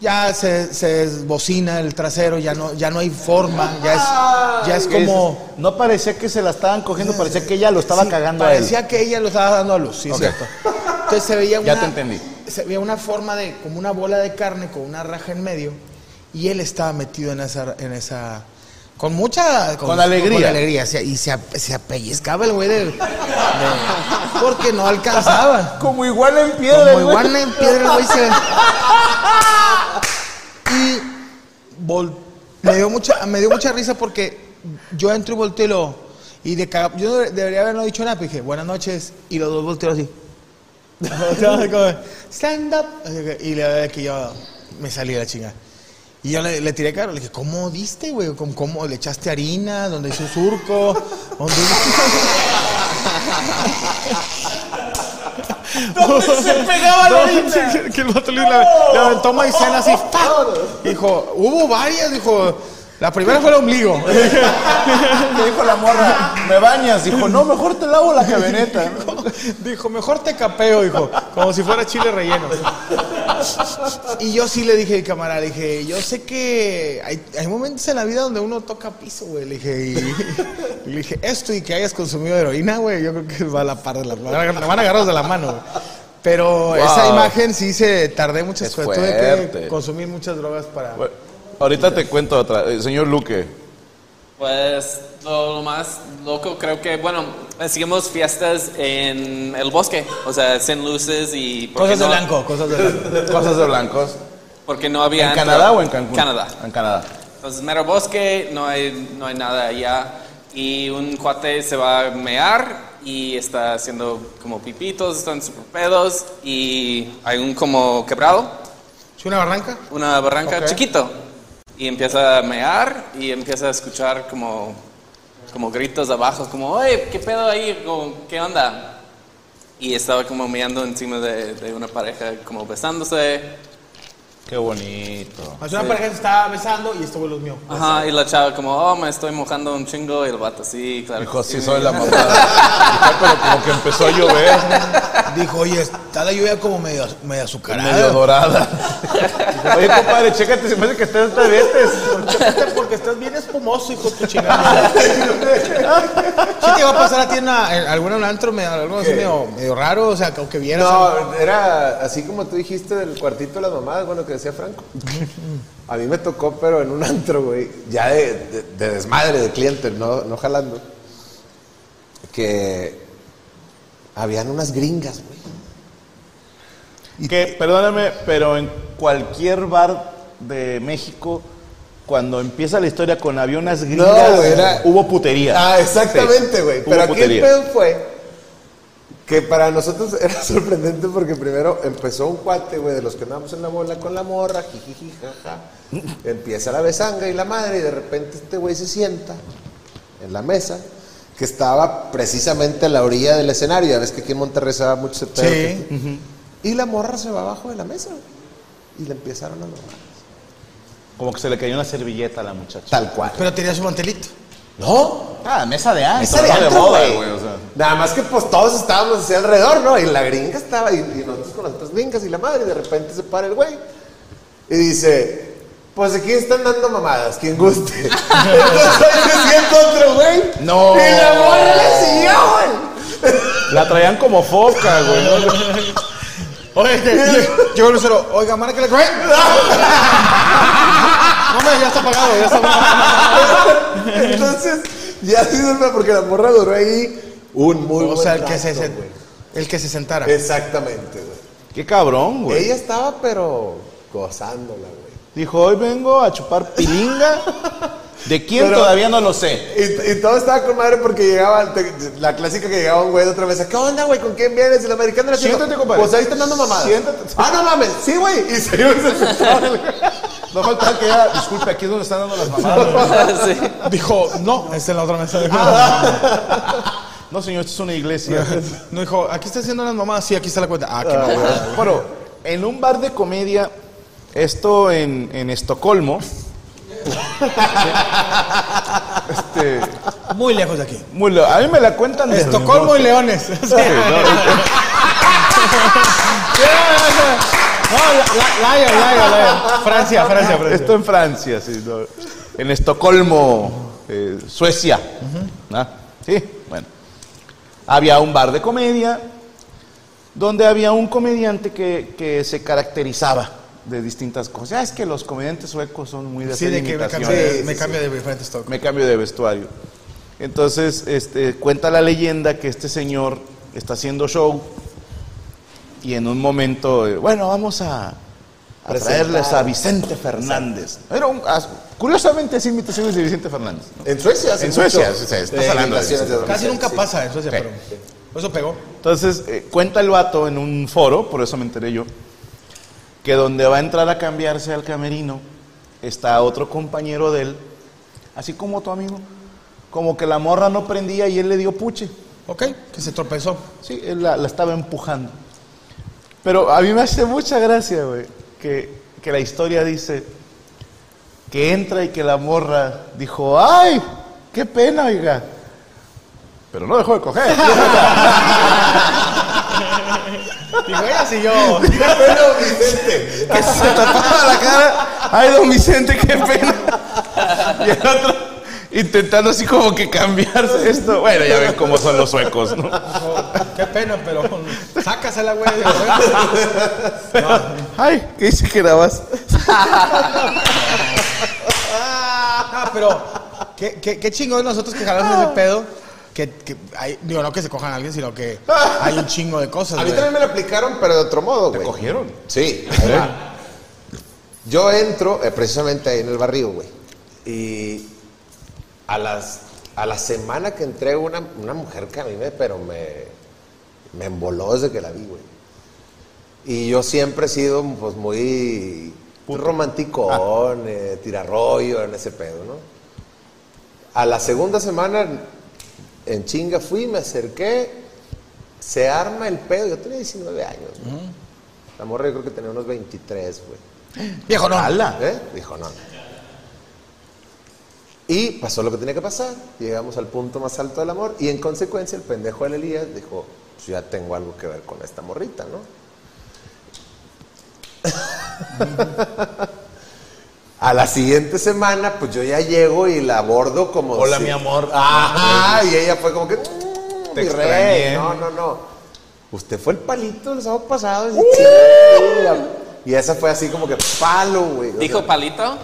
[SPEAKER 1] Ya se, se desbocina el trasero, ya no, ya no hay forma, ya es, ya es
[SPEAKER 2] Que
[SPEAKER 1] como...
[SPEAKER 2] dices, No parecía que se la estaban cogiendo, parecía que ella lo estaba
[SPEAKER 1] Sí,
[SPEAKER 2] cagando a él.
[SPEAKER 1] Parecía que ella lo estaba dando a luz, sí, es
[SPEAKER 2] Ok.
[SPEAKER 1] cierto. Entonces se veía una.
[SPEAKER 2] Ya te entendí.
[SPEAKER 1] Se veía una forma de, como una bola de carne con una raja en medio, y él estaba metido en esa. En esa con mucha.
[SPEAKER 2] Con alegría.
[SPEAKER 1] Con alegría. se- Y se, ap- se apellizcaba el güey del. de- porque no alcanzaba.
[SPEAKER 2] Como igual en piedra.
[SPEAKER 1] Como iguana en piedra el güey se. Y vol- me, dio mucha, me dio mucha risa porque yo entro y volteo y lo- Y de caga- yo no debería haberlo dicho nada, pero dije, buenas noches. Y los dos voltearon así. Voltearon como, Stand up. Así que- Y la verdad es que yo me salí de la chingada. Y yo le, le tiré caro, le dije, ¿cómo diste, güey? ¿Cómo, cómo? le echaste harina? ¿Dónde hizo un surco? ¿Dónde se pegaba la harina? Que el vato le, le aventó maicena así. ¡pa! Dijo, hubo varias, dijo. La primera fue el ombligo.
[SPEAKER 2] Le dijo la morra, me bañas. Dijo, no, mejor te lavo la camioneta.
[SPEAKER 1] dijo, mejor te capeo, dijo, como si fuera chile relleno. Y yo sí le dije, camarada, le dije, yo sé que hay, hay momentos en la vida donde uno toca piso, güey. Le dije, y, y le dije, esto y que hayas consumido heroína, güey, yo creo que va a la par de la, la van a agarrar de la mano, güey. Pero esa
[SPEAKER 2] Wow.
[SPEAKER 1] imagen sí se tardé muchas
[SPEAKER 2] Es
[SPEAKER 1] cosas. Tuve
[SPEAKER 2] fuerte.
[SPEAKER 1] que consumir muchas drogas para.
[SPEAKER 2] Bueno, ahorita te cuento otra. Eh, señor Luque,
[SPEAKER 5] Pues lo más loco creo que, bueno, hacíamos fiestas en el bosque, o sea, sin luces y... porque
[SPEAKER 1] Cosas de
[SPEAKER 5] no-
[SPEAKER 1] blanco, cosas de blanco.
[SPEAKER 2] cosas de blancos.
[SPEAKER 5] Porque no había...
[SPEAKER 2] ¿En
[SPEAKER 5] antro.
[SPEAKER 2] Canadá o en Cancún?
[SPEAKER 5] Canadá.
[SPEAKER 2] En Canadá.
[SPEAKER 5] Entonces, mero bosque, no hay, no hay nada allá. Y un cuate se va a mear y está haciendo como pipitos, están super pedos y hay un como quebrado,
[SPEAKER 1] ¿Es una barranca?
[SPEAKER 5] una barranca
[SPEAKER 1] Ok.
[SPEAKER 5] chiquito. Y empieza a mear y empieza a escuchar como, como gritos abajo, como, oye, ¿qué pedo ahí? Como, ¿Qué onda? Y estaba como meando encima de, de una pareja, como besándose.
[SPEAKER 2] Qué bonito.
[SPEAKER 1] Es una pareja que se estaba besando y este güey los mío.
[SPEAKER 5] Ajá, y la chava como, oh, me estoy mojando un chingo. Y el vato, sí, claro. que
[SPEAKER 2] Dijo,
[SPEAKER 5] sí".
[SPEAKER 2] sí, soy la mamada. Pero como que empezó a llover,
[SPEAKER 9] Dijo, oye, está la lluvia como medio, medio azucarada.
[SPEAKER 2] medio dorada. Oye, compadre, chécate, se me hace que estás en diabetes.
[SPEAKER 1] Porque estás bien espumoso, hijo de tu chingada.
[SPEAKER 9] ¿Sí te iba a pasar a ti en, una- en algún antro medio, algo así medio, medio raro? O sea, como que vieras. algo.
[SPEAKER 3] No, era así como tú dijiste del cuartito de las mamadas, bueno, que decía Franco. A mí me tocó, pero en un antro, güey, ya de, de- de desmadre, de cliente, no, no jalando, que habían unas gringas, güey.
[SPEAKER 2] Que, perdóname, pero en cualquier bar de México, cuando empieza la historia con aviones gringas,
[SPEAKER 3] güey, era-
[SPEAKER 2] hubo putería.
[SPEAKER 3] Ah, exactamente,
[SPEAKER 2] Sí,
[SPEAKER 3] güey.
[SPEAKER 2] hubo
[SPEAKER 3] Pero aquí el
[SPEAKER 2] putería.
[SPEAKER 3] pedo fue que para nosotros era sorprendente porque primero empezó un cuate, güey, de los que andábamos en la bola con la morra, jijiji, jaja. Empieza la besanga y la madre, y de repente este güey se sienta en la mesa que estaba precisamente a la orilla del escenario. Ya ves que aquí en Monterrey se da mucho ese pedo.
[SPEAKER 1] Sí.
[SPEAKER 3] Y la morra se va abajo de la mesa, güey. Y le empezaron a lograr.
[SPEAKER 2] Como que se le cayó una servilleta a la muchacha.
[SPEAKER 3] Tal cual.
[SPEAKER 9] Pero tenía su mantelito.
[SPEAKER 3] No,
[SPEAKER 2] Ah, mesa de antro.
[SPEAKER 3] Esa de
[SPEAKER 2] no
[SPEAKER 3] antro,
[SPEAKER 2] boda,
[SPEAKER 3] güey.
[SPEAKER 2] güey, o sea.
[SPEAKER 3] Nada más que pues todos estábamos así alrededor, ¿no? Y la gringa estaba, y, y nosotros con las otras gringas y la madre, y de repente se para el güey. Y dice, pues aquí están dando mamadas, quien guste. Entonces ahí se sienta otro güey.
[SPEAKER 2] No.
[SPEAKER 3] Y la morra le siguió, güey.
[SPEAKER 2] La traían como foca, güey. ¿no?
[SPEAKER 1] Oye, llegó Lucero. Oiga, que le güey. No, hombre, ya está apagado, ya está apagado.
[SPEAKER 3] Entonces, ya sí, o sea, porque la morra duró ahí un muy
[SPEAKER 1] O
[SPEAKER 3] buen
[SPEAKER 1] sea, el que
[SPEAKER 3] rato,
[SPEAKER 1] se,
[SPEAKER 3] güey.
[SPEAKER 1] el que se sentara.
[SPEAKER 3] Exactamente, güey.
[SPEAKER 2] Qué cabrón, güey.
[SPEAKER 3] Ella estaba, pero gozándola, güey.
[SPEAKER 2] Dijo, hoy vengo a chupar pilinga. ¿De quién
[SPEAKER 3] Pero-
[SPEAKER 2] todavía no lo sé?
[SPEAKER 3] Y, y todo estaba con madre porque llegaba, te- la clásica que llegaba un güey de otra vez, ¿qué onda, güey? ¿Con quién vienes? Y el americano le decía,
[SPEAKER 2] Siéntate, compadre.
[SPEAKER 3] Pues ahí están dando mamadas.
[SPEAKER 2] Siéntate.
[SPEAKER 3] Ah, no mames, sí, güey. Y se iba y se sentaba.
[SPEAKER 2] No falta que ya, disculpe, aquí es donde están dando las mamadas.
[SPEAKER 5] Sí.
[SPEAKER 1] Dijo, no, esta es la otra mesa.
[SPEAKER 2] No, señor, esto es una iglesia.
[SPEAKER 1] No dijo, aquí está haciendo las mamadas. Sí, aquí está la cuenta. Ah, qué mamada.
[SPEAKER 2] Bueno, en un bar de comedia, esto en, en Estocolmo, este,
[SPEAKER 1] Muy lejos de aquí.
[SPEAKER 2] muy lo- a mí me la cuentan de
[SPEAKER 1] Estocolmo y Leones. Sí. No, la- la- Lion, Lion, Lion. Francia, Francia, Francia.
[SPEAKER 2] Esto en Francia, sí, no. en Estocolmo, eh, Suecia. ¿Ah? Sí, bueno. Había un bar de comedia donde había un comediante que, que se caracterizaba de distintas cosas. Ya es que los comediantes suecos son muy de
[SPEAKER 1] Sí,
[SPEAKER 2] hacer
[SPEAKER 1] de que me cambio
[SPEAKER 2] imitaciones.
[SPEAKER 1] de, me cambio de diferente stock.
[SPEAKER 2] me cambio de vestuario. Entonces, este, cuenta la leyenda que este señor está haciendo show y en un momento, eh, bueno, vamos a, a traerles a Vicente Fernández. Era un- as- curiosamente, es imitaciones de Vicente Fernández. ¿no?
[SPEAKER 3] En Suecia, hace
[SPEAKER 2] En Suecia,
[SPEAKER 3] mucho.
[SPEAKER 2] sí, sí, estás
[SPEAKER 3] Eh,
[SPEAKER 2] hablando de
[SPEAKER 3] invitaciones
[SPEAKER 2] eso.
[SPEAKER 3] de
[SPEAKER 1] Casi
[SPEAKER 3] adolescentes,
[SPEAKER 1] nunca
[SPEAKER 3] sí.
[SPEAKER 1] pasa en Suecia,
[SPEAKER 2] Sí.
[SPEAKER 1] pero por eso pegó.
[SPEAKER 2] Entonces, eh, cuenta el vato en un foro, por eso me enteré yo, que donde va a entrar a cambiarse al camerino está otro compañero de él, así como tu amigo, como que la morra no prendía y él le dio puche.
[SPEAKER 1] Ok, que se tropezó.
[SPEAKER 2] Sí, él la, la estaba empujando. Pero a mí me hace mucha gracia, güey, que, que la historia dice que entra y que la morra dijo, ¡ay! ¡Qué pena, oiga! Pero no dejó de coger.
[SPEAKER 1] Dijo, ella siguió.
[SPEAKER 2] que se tapaba la cara. ¡Ay, don Vicente, qué pena! Y el otro intentando así como que cambiarse esto. Bueno, ya ven cómo son los suecos, ¿no?
[SPEAKER 1] Qué pena, pero sácasela, güey.
[SPEAKER 2] Ay, ¿qué dice que grabas?
[SPEAKER 1] Ah, pero qué, qué, qué chingo de nosotros que jalamos ese pedo. Que, que hay, digo, no que se cojan a alguien, sino que hay un chingo de cosas.
[SPEAKER 3] A mí
[SPEAKER 1] güey.
[SPEAKER 3] también me lo aplicaron, pero de otro modo, güey.
[SPEAKER 2] cogieron?
[SPEAKER 3] Sí. ahí va. Yo entro eh, precisamente ahí en el barrio, güey. Y a las a la semana que entré una, una mujer que a mí me, pero me, me emboló desde que la vi, güey. Y yo siempre he sido pues muy romanticón, eh, tirarrollo en ese pedo, ¿no? A la segunda semana en chinga fui, me acerqué, se arma el pedo. Yo tenía 19 años, güey. La morra yo creo que tenía unos 23, güey.
[SPEAKER 9] Viejo, no.
[SPEAKER 3] ¿Eh? Dijo no. Y pasó lo que tenía que pasar. Llegamos al punto más alto del amor. Y en consecuencia, el pendejo del Elías dijo: "Pues Ya tengo algo que ver con esta morrita, ¿no? A la siguiente semana, pues yo ya llego y la abordo como.
[SPEAKER 9] Hola, mi amor.
[SPEAKER 3] Ajá. Y ella fue como que. "Mm,
[SPEAKER 9] Te
[SPEAKER 3] mi rey".
[SPEAKER 9] extrañé.
[SPEAKER 3] No, no, no. Usted fue el palito el sábado pasado.
[SPEAKER 1] ¡Uh!
[SPEAKER 3] Y, chinga. Y esa fue así como que palo, güey. O
[SPEAKER 5] Dijo
[SPEAKER 3] sea,
[SPEAKER 5] palito.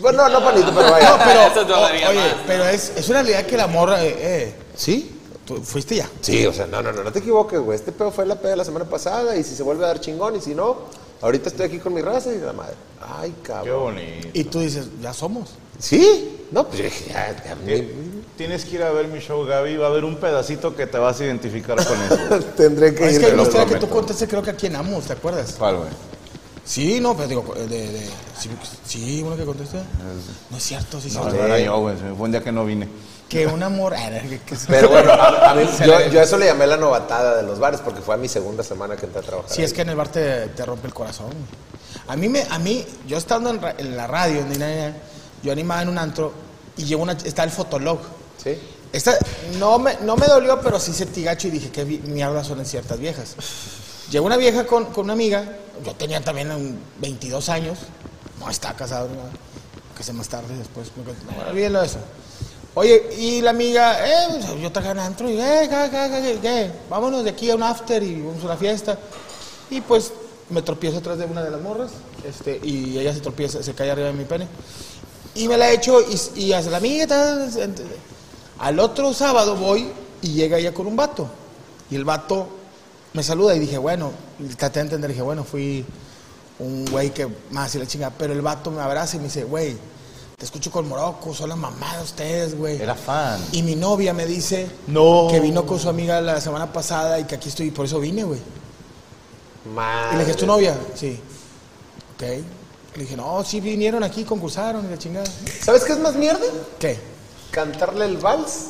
[SPEAKER 3] bueno, no, no palito, pero vaya.
[SPEAKER 5] Eso dolería
[SPEAKER 1] Oye,
[SPEAKER 5] más.
[SPEAKER 1] pero es, es una realidad que la morra. Eh, eh,
[SPEAKER 3] ¿Sí?
[SPEAKER 1] tú fuiste ya.
[SPEAKER 3] Sí, o sea, no, no, no, no te equivoques, güey. Este pedo fue la peda de la semana pasada y si se vuelve a dar chingón y si no, ahorita estoy aquí con mi raza y la madre. Ay,
[SPEAKER 2] Qué
[SPEAKER 3] cabrón.
[SPEAKER 2] bonito.
[SPEAKER 1] Y tú dices, ya somos.
[SPEAKER 3] ¿Sí? No, pues yo dije, ya, ya, mi-
[SPEAKER 2] Eh, Tienes que ir a ver mi show, Gaby. Va a haber un pedacito que te vas a identificar con eso.
[SPEAKER 3] tendré que
[SPEAKER 1] Es
[SPEAKER 3] ir.
[SPEAKER 1] que hay una
[SPEAKER 3] pero-
[SPEAKER 1] historia que tú
[SPEAKER 2] prometo.
[SPEAKER 1] contaste, creo que aquí en Amos, ¿te acuerdas?
[SPEAKER 2] ¿Cuál, güey?
[SPEAKER 1] Sí, no, pero digo, eh, de, de- sí, sí, una que contaste. No es cierto, sí, es
[SPEAKER 2] No,
[SPEAKER 1] cierto.
[SPEAKER 2] no era yo, güey. Fue un día que no vine.
[SPEAKER 1] Que una morra. ah, no, que- que-
[SPEAKER 3] Pero bueno, a, a mí,
[SPEAKER 1] Se
[SPEAKER 3] yo,
[SPEAKER 1] le-
[SPEAKER 3] yo a eso le llamé la novatada de los bares porque fue a mi segunda semana que entré a trabajar.
[SPEAKER 1] Sí, es que en el bar te, te rompe el corazón. A mí, me, a mí yo estando en, ra- en la radio, en Dinanina, yo animaba en un antro y llegó una, ch- está el fotolog.
[SPEAKER 3] Sí.
[SPEAKER 1] Esta, no, me, no me dolió, pero sí sentí gacho y dije, qué vi- mierda son en ciertas viejas. Llegó una vieja con, con una amiga, yo tenía también un 22 años, no estaba casado, no, casé más tarde después, me contó, no, olvídalo de eso. Oye, y la amiga, eh, pues, yo traje un antro y, eh, ga, ga, ga, ga, ga, vámonos de aquí a un after y vamos a una fiesta. Y pues me tropiezo atrás de una de las morras este, y ella se tropieza, se cae arriba de mi pene. Y me la echo y, y hace la amiga. tal, ent- al otro sábado voy y llega ella con un vato. Y el vato me saluda y dije, bueno, y traté de entender, dije, bueno, fui un güey que más y la chinga. Pero el vato me abraza y me dice, güey, te escucho con Morocco, son la mamá de ustedes, güey.
[SPEAKER 2] Era fan.
[SPEAKER 1] Y mi novia me dice
[SPEAKER 2] No.
[SPEAKER 1] que vino con su amiga la semana pasada y que aquí estoy, por eso vine, güey. Y le dije,
[SPEAKER 3] Ah,
[SPEAKER 1] ¿es tu novia? Sí. Ok. Le dije, no, sí vinieron aquí, concursaron y la chingada.
[SPEAKER 3] ¿Sabes qué es más mierda?
[SPEAKER 1] ¿Qué?
[SPEAKER 3] Cantarle el vals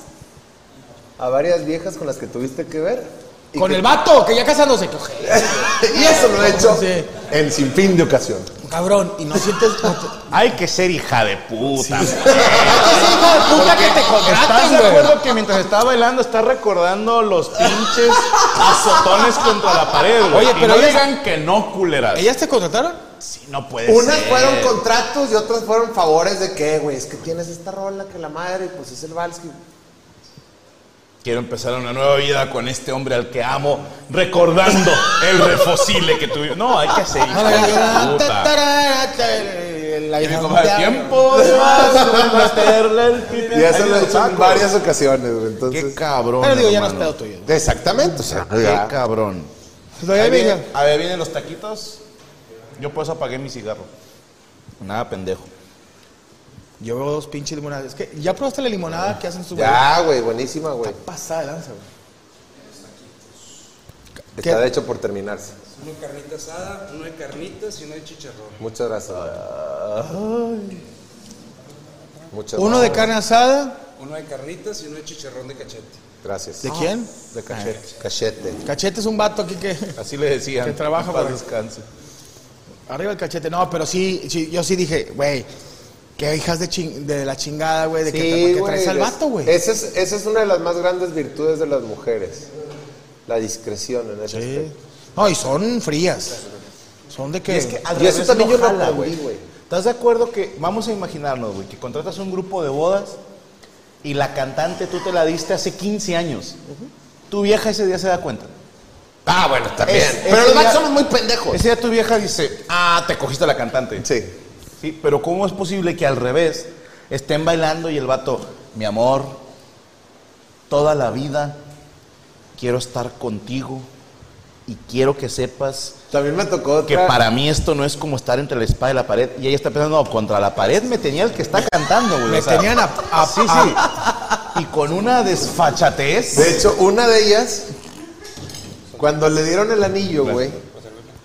[SPEAKER 3] a varias viejas con las que tuviste que ver. Y
[SPEAKER 1] Con
[SPEAKER 3] que-
[SPEAKER 1] el vato, que ya casándose, que ojete,
[SPEAKER 3] Y eso lo he hecho
[SPEAKER 1] Sí.
[SPEAKER 3] en sin fin de ocasión.
[SPEAKER 1] cabrón, y no sientes. no te-
[SPEAKER 2] Hay que ser hija de puta.
[SPEAKER 1] ¡Ese hijo de puta que te
[SPEAKER 2] ¿Estás
[SPEAKER 1] contratan,
[SPEAKER 2] de
[SPEAKER 1] güey!
[SPEAKER 2] acuerdo que mientras estaba bailando está recordando los pinches azotones contra la pared? güey?
[SPEAKER 1] Oye,
[SPEAKER 2] Y
[SPEAKER 1] pero
[SPEAKER 2] no
[SPEAKER 1] ellas-
[SPEAKER 2] digan que no, culeras.
[SPEAKER 1] ¿Ellas te contrataron?
[SPEAKER 2] Sí, no puede
[SPEAKER 3] Unas
[SPEAKER 2] ser.
[SPEAKER 3] fueron contratos y otras fueron favores de que, güey, es que tienes esta rola que la madre, pues es el vals que...
[SPEAKER 2] Quiero empezar una nueva vida con este hombre al que amo, recordando el refosile que tuvimos. No, hay que ser hija de puta.
[SPEAKER 1] La
[SPEAKER 2] Y
[SPEAKER 1] vieja
[SPEAKER 2] como, tiempo de más, meterle el pipí
[SPEAKER 3] Y eso
[SPEAKER 2] en
[SPEAKER 3] lo he
[SPEAKER 2] el
[SPEAKER 3] hecho en
[SPEAKER 2] saco.
[SPEAKER 3] varias ocasiones, güey.
[SPEAKER 2] Qué
[SPEAKER 3] Entonces,
[SPEAKER 2] cabrón.
[SPEAKER 1] Pero digo, ya no es
[SPEAKER 2] hermano.
[SPEAKER 1] pedo tuyo.
[SPEAKER 3] exactamente, o sea,
[SPEAKER 2] Qué
[SPEAKER 3] ya.
[SPEAKER 2] cabrón.
[SPEAKER 1] Todavía
[SPEAKER 2] Ahí
[SPEAKER 1] me
[SPEAKER 2] viene-
[SPEAKER 1] dijeron,
[SPEAKER 2] a ver, vienen los taquitos. Yo por eso apagué mi cigarro. Nada, pendejo.
[SPEAKER 1] Yo veo dos pinches limonadas. Es que ya probaste la limonada que hacen sus güeyes.
[SPEAKER 3] Ya, güey, buenísima, güey.
[SPEAKER 1] Pasada de lanza, güey. ¿Qué?
[SPEAKER 3] Está de hecho por terminarse.
[SPEAKER 6] Uno de carnita asada, uno de carnitas y uno de chicharrón.
[SPEAKER 3] Muchas gracias. Muchas
[SPEAKER 1] Uno de
[SPEAKER 3] gracias.
[SPEAKER 1] carne asada.
[SPEAKER 6] Uno de carnitas y uno de chicharrón de cachete.
[SPEAKER 3] Gracias.
[SPEAKER 2] Ah.
[SPEAKER 1] ¿De quién?
[SPEAKER 3] De cachete. Cachete.
[SPEAKER 1] Cachete es un vato aquí que.
[SPEAKER 2] Así le decían.
[SPEAKER 1] Que trabaja
[SPEAKER 2] En paz
[SPEAKER 1] para-
[SPEAKER 2] descanse.
[SPEAKER 1] Arriba el cachete, no, pero sí, sí, yo sí dije, güey, que hijas de, chin- de la chingada, güey, de que, tra- que traes al
[SPEAKER 3] es-
[SPEAKER 1] vato, güey.
[SPEAKER 3] Esa es, esa es una de las más grandes virtudes de las mujeres. La discreción en ese
[SPEAKER 1] Sí.
[SPEAKER 3] aspecto.
[SPEAKER 1] No, y son frías. Son de que.
[SPEAKER 2] Y es que al
[SPEAKER 3] Y eso
[SPEAKER 2] revés
[SPEAKER 3] también
[SPEAKER 2] no
[SPEAKER 3] yo lo
[SPEAKER 2] jala,
[SPEAKER 3] aprendí, güey.
[SPEAKER 2] ¿Estás de acuerdo que, vamos a imaginarnos, güey, que contratas un grupo de bodas y la cantante tú te la diste hace 15 años? Tu vieja ese día se da cuenta. Ah, bueno, también.
[SPEAKER 3] Es-
[SPEAKER 2] pero
[SPEAKER 3] ese
[SPEAKER 2] los
[SPEAKER 3] ya-
[SPEAKER 2] vatos somos muy pendejos. Ese día tu vieja dice, ah, te cogiste a la cantante.
[SPEAKER 3] Sí.
[SPEAKER 2] Sí, pero ¿cómo es posible que al revés estén bailando y el vato, mi amor, toda la vida quiero estar contigo y quiero que sepas
[SPEAKER 3] También me tocó
[SPEAKER 2] que
[SPEAKER 3] otra-
[SPEAKER 2] para mí esto no es como estar entre la espada y la pared. Y ella está pensando, no, contra la pared me tenía el que está cantando, güey.
[SPEAKER 1] Me
[SPEAKER 2] o sea,
[SPEAKER 1] tenían a- a-
[SPEAKER 2] sí, sí. Y con una desfachatez.
[SPEAKER 3] De hecho, una de ellas, cuando le dieron el anillo, güey,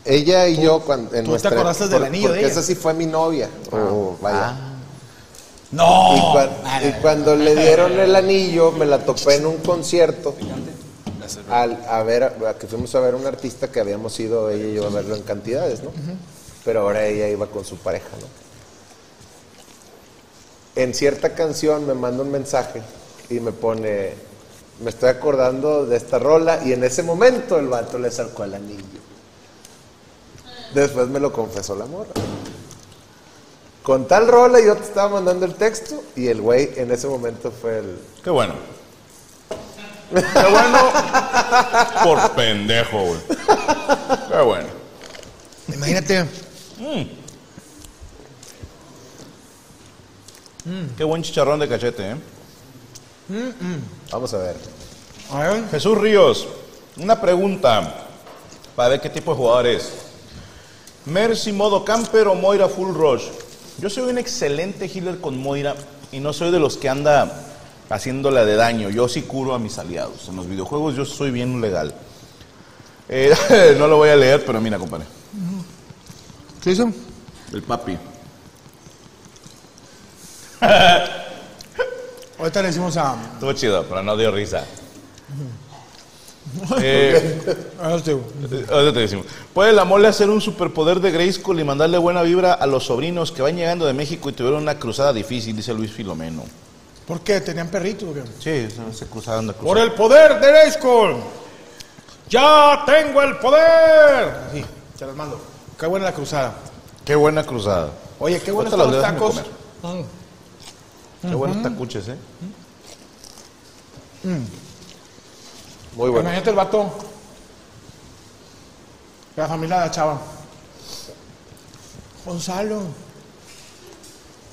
[SPEAKER 3] ella y yo, cuando, en
[SPEAKER 1] te
[SPEAKER 3] nuestra-
[SPEAKER 1] acordaste del
[SPEAKER 3] por-
[SPEAKER 1] anillo de
[SPEAKER 3] porque
[SPEAKER 1] ella?
[SPEAKER 3] esa sí fue mi novia.
[SPEAKER 2] ah.
[SPEAKER 3] Oh, vaya.
[SPEAKER 1] No.
[SPEAKER 3] Y, cua- y cuando le dieron el anillo, me la topé en un concierto. Al, a ver, a- que fuimos a ver a un artista que habíamos ido ella y yo a verlo en cantidades, ¿no? Pero ahora ella iba con su pareja, ¿no? En cierta canción me manda un mensaje y me pone, me estoy acordando de esta rola y en ese momento el vato le sacó el anillo. Después me lo confesó la morra. Con tal rola yo te estaba mandando el texto y el güey en ese momento fue el...
[SPEAKER 2] Qué bueno. Qué bueno. Por pendejo, güey. Qué bueno.
[SPEAKER 1] Imagínate.
[SPEAKER 2] Qué buen chicharrón de cachete, ¿eh?
[SPEAKER 3] Vamos a ver.
[SPEAKER 1] A ver.
[SPEAKER 2] Jesús Ríos, una pregunta para ver qué tipo de jugador es. Mercy modo camper o Moira full rush. Yo soy un excelente healer con Moira y no soy de los que anda haciéndola de daño. Yo sí curo a mis aliados. En los videojuegos yo soy bien legal. Eh, no lo voy a leer, pero mira, compadre.
[SPEAKER 1] ¿Qué hizo?
[SPEAKER 2] El papi.
[SPEAKER 1] Ahorita le decimos a.
[SPEAKER 2] Estuvo chido, pero no dio risa.
[SPEAKER 1] a este, güey.
[SPEAKER 2] Eh, ahorita te decimos. ¿Puede la mole hacer un superpoder de Grayskull y mandarle buena vibra a los sobrinos que van llegando de México y tuvieron una cruzada difícil? Dice Luis Filomeno.
[SPEAKER 1] ¿Por qué? ¿Tenían perrito? o qué?
[SPEAKER 2] Sí, se cruzaron de
[SPEAKER 1] Por el poder de Grayskull. Ya tengo el poder. Sí, te las mando. Qué buena la cruzada.
[SPEAKER 2] Qué buena cruzada.
[SPEAKER 1] Oye, qué buenos
[SPEAKER 2] Ahorita
[SPEAKER 1] están
[SPEAKER 2] los
[SPEAKER 1] los
[SPEAKER 2] dejo,
[SPEAKER 1] tacos.
[SPEAKER 2] déjame Qué buenos tacuches, ¿eh? Mm.
[SPEAKER 3] Muy bueno.
[SPEAKER 1] Imagínate el vato. La familia de la chava. Gonzalo,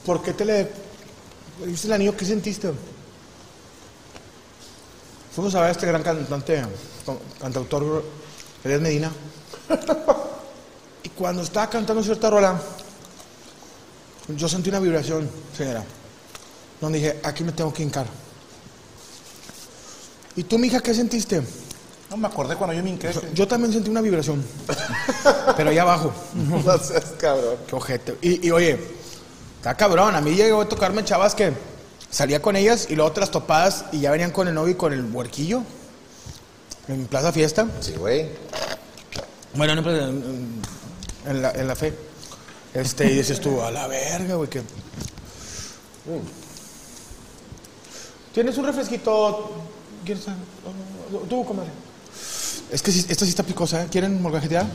[SPEAKER 1] ¿por qué te le, le diste el anillo? ¿Qué sentiste? Fuimos a ver a este gran cantante, con- cantautor Elias Medina. y cuando estaba cantando cierta rola, yo sentí una vibración, señora. Donde dije, aquí me tengo que hincar. ¿Y tú, mija, qué sentiste?
[SPEAKER 2] No me acordé cuando yo me hinqué.
[SPEAKER 1] Yo también sentí una vibración. pero allá abajo.
[SPEAKER 3] No seas cabrón.
[SPEAKER 1] Qué ojete. Y, y, oye, está cabrón. A mí llegó a tocarme chavas que salía con ellas y luego otras topadas y ya venían con el novio y con el huerquillo. En Plaza Fiesta.
[SPEAKER 3] Sí, güey.
[SPEAKER 1] Bueno, no, pero en, en la, en la fe. Este, y dices tú, a la verga, güey, que. Mm. ¿Tienes un refresquito? ¿Quieres algo? Tú, comadre. Es que sí, esta sí está picosa, ¿eh? ¿Quieren molgajetear?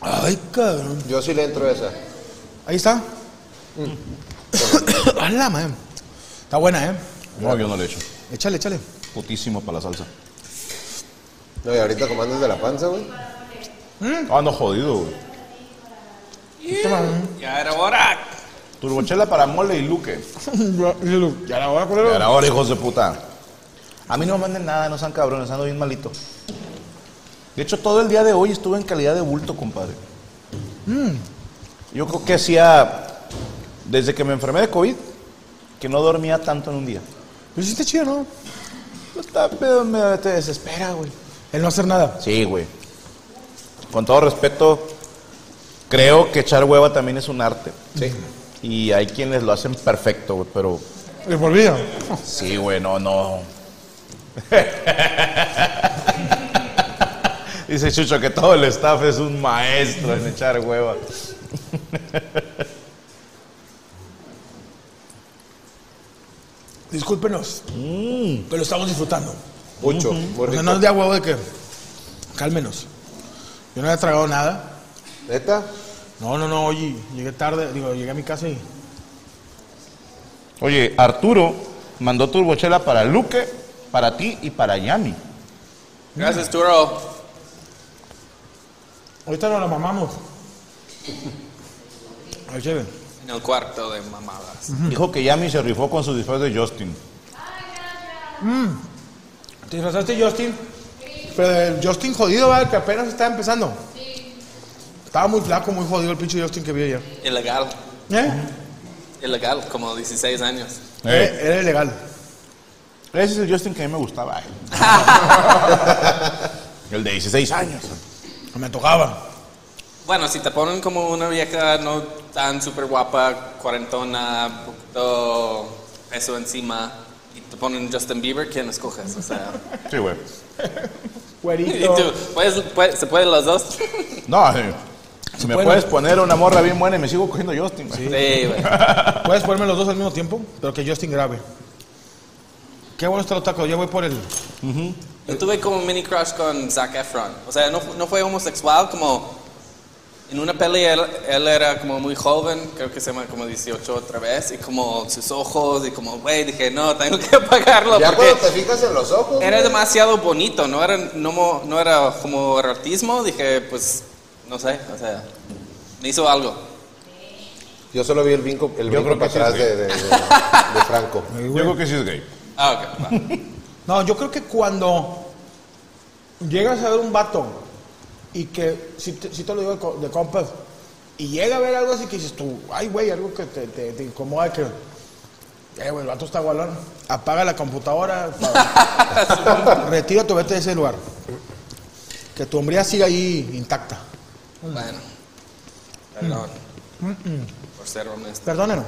[SPEAKER 1] Ay, cabrón.
[SPEAKER 3] Yo sí le entro a esa.
[SPEAKER 1] Ahí está. a la madre. Está buena, ¿eh?
[SPEAKER 2] No, yo no le echo.
[SPEAKER 1] Échale, échale.
[SPEAKER 2] Putísimo para la salsa.
[SPEAKER 3] No, y ahorita como andas de la panza, güey.
[SPEAKER 2] Ah, no, jodido, güey.
[SPEAKER 5] Ya era hora.
[SPEAKER 2] Turbochela para mole y luque.
[SPEAKER 1] ya la voy a
[SPEAKER 2] Y
[SPEAKER 1] poner.
[SPEAKER 2] ahora, ahora, hijos de puta. A mí no me manden nada, no sean cabrones, ando bien malito. De hecho, todo el día de hoy estuve en calidad de bulto, compadre. Mm. Yo creo que hacía, desde que me enfermé de COVID, que no dormía tanto en un día.
[SPEAKER 1] Pero sí está chido, ¿no?
[SPEAKER 2] Puta, pero me- te desespera, güey.
[SPEAKER 1] El no hacer nada.
[SPEAKER 2] Sí, güey. Con todo respeto, creo que echar hueva también es un arte. Sí. Y hay quienes lo hacen perfecto, güey, pero
[SPEAKER 1] Le volvía.
[SPEAKER 2] Sí, güey, no, no. Dice Chucho que todo el staff es un maestro en echar hueva.
[SPEAKER 1] Discúlpenos, pero estamos disfrutando.
[SPEAKER 3] Mucho. Muy
[SPEAKER 1] O sea,
[SPEAKER 3] rico.
[SPEAKER 1] no es de a huevo de que. Cálmenos. Yo no había tragado nada.
[SPEAKER 3] ¿Neta?
[SPEAKER 1] No, no, no, oye, llegué tarde, digo, llegué a mi casa y.
[SPEAKER 2] Oye, Arturo mandó turbochela para Luque, para ti y para Yami.
[SPEAKER 5] Gracias, Turo.
[SPEAKER 1] Ahorita nos la mamamos. Ahí se ven.
[SPEAKER 5] En el cuarto de mamadas.
[SPEAKER 2] Dijo que Yami se rifó con su disfraz de Justin.
[SPEAKER 1] ¿Te disfrazaste Justin? Pero el Justin jodido, ¿verdad? Que apenas estaba empezando. Estaba muy flaco, muy jodido el pinche Justin que vi ayer.
[SPEAKER 5] Ilegal.
[SPEAKER 1] ¿Eh?
[SPEAKER 5] Ilegal, como 16 años.
[SPEAKER 2] Eh.
[SPEAKER 1] Era, era ilegal.
[SPEAKER 2] Ese es el Justin que a mí me gustaba. eh. el de 16 años.
[SPEAKER 1] Me tocaba.
[SPEAKER 5] Bueno, si te ponen como una vieja no tan súper guapa, cuarentona, poquito peso encima, y te ponen Justin Bieber, ¿quién escoges? O sea,
[SPEAKER 2] Sí, güey.
[SPEAKER 5] y tú, ¿puedes- puede- ¿se pueden los dos?
[SPEAKER 2] No, sí. Si me puedes poner una morra bien buena y me sigo cogiendo Justin. güey.
[SPEAKER 5] Sí, güey.
[SPEAKER 1] Puedes ponerme los dos al mismo tiempo, pero que Justin grabe. Qué bueno está los tacos, yo voy por el.
[SPEAKER 5] Yo tuve como un mini crush con Zac Efron. O sea, no, no fue homosexual, como en una peli él, él era como muy joven, creo que se llama como 18 otra vez, y como sus ojos, y como, güey, dije, no, tengo que apagarlo.
[SPEAKER 3] Ya
[SPEAKER 5] porque
[SPEAKER 3] cuando te fijas en los ojos.
[SPEAKER 5] era
[SPEAKER 3] güey.
[SPEAKER 5] demasiado bonito, no era, no, mo- no era como erotismo, dije, pues, no sé, o sea, me hizo algo.
[SPEAKER 3] Yo solo vi el brinco, el
[SPEAKER 2] Yo
[SPEAKER 3] brinco
[SPEAKER 2] creo que sí,
[SPEAKER 3] para atrás
[SPEAKER 2] güey.
[SPEAKER 3] de, de- de- de Franco.
[SPEAKER 2] Yo creo que sí es gay.
[SPEAKER 5] Ah, ok, va.
[SPEAKER 1] No, yo creo que cuando llegas a ver un vato y que, si te, si te lo digo de, co- de compas, y llega a ver algo así que dices tú, ay, güey, algo que te, te- te incomoda, que, eh, güey, el vato está gualón, apaga la computadora, pa- retírate, vete de ese lugar. Que tu hombría siga ahí intacta.
[SPEAKER 5] bueno, perdón, por ser honesto.
[SPEAKER 1] Perdónenos,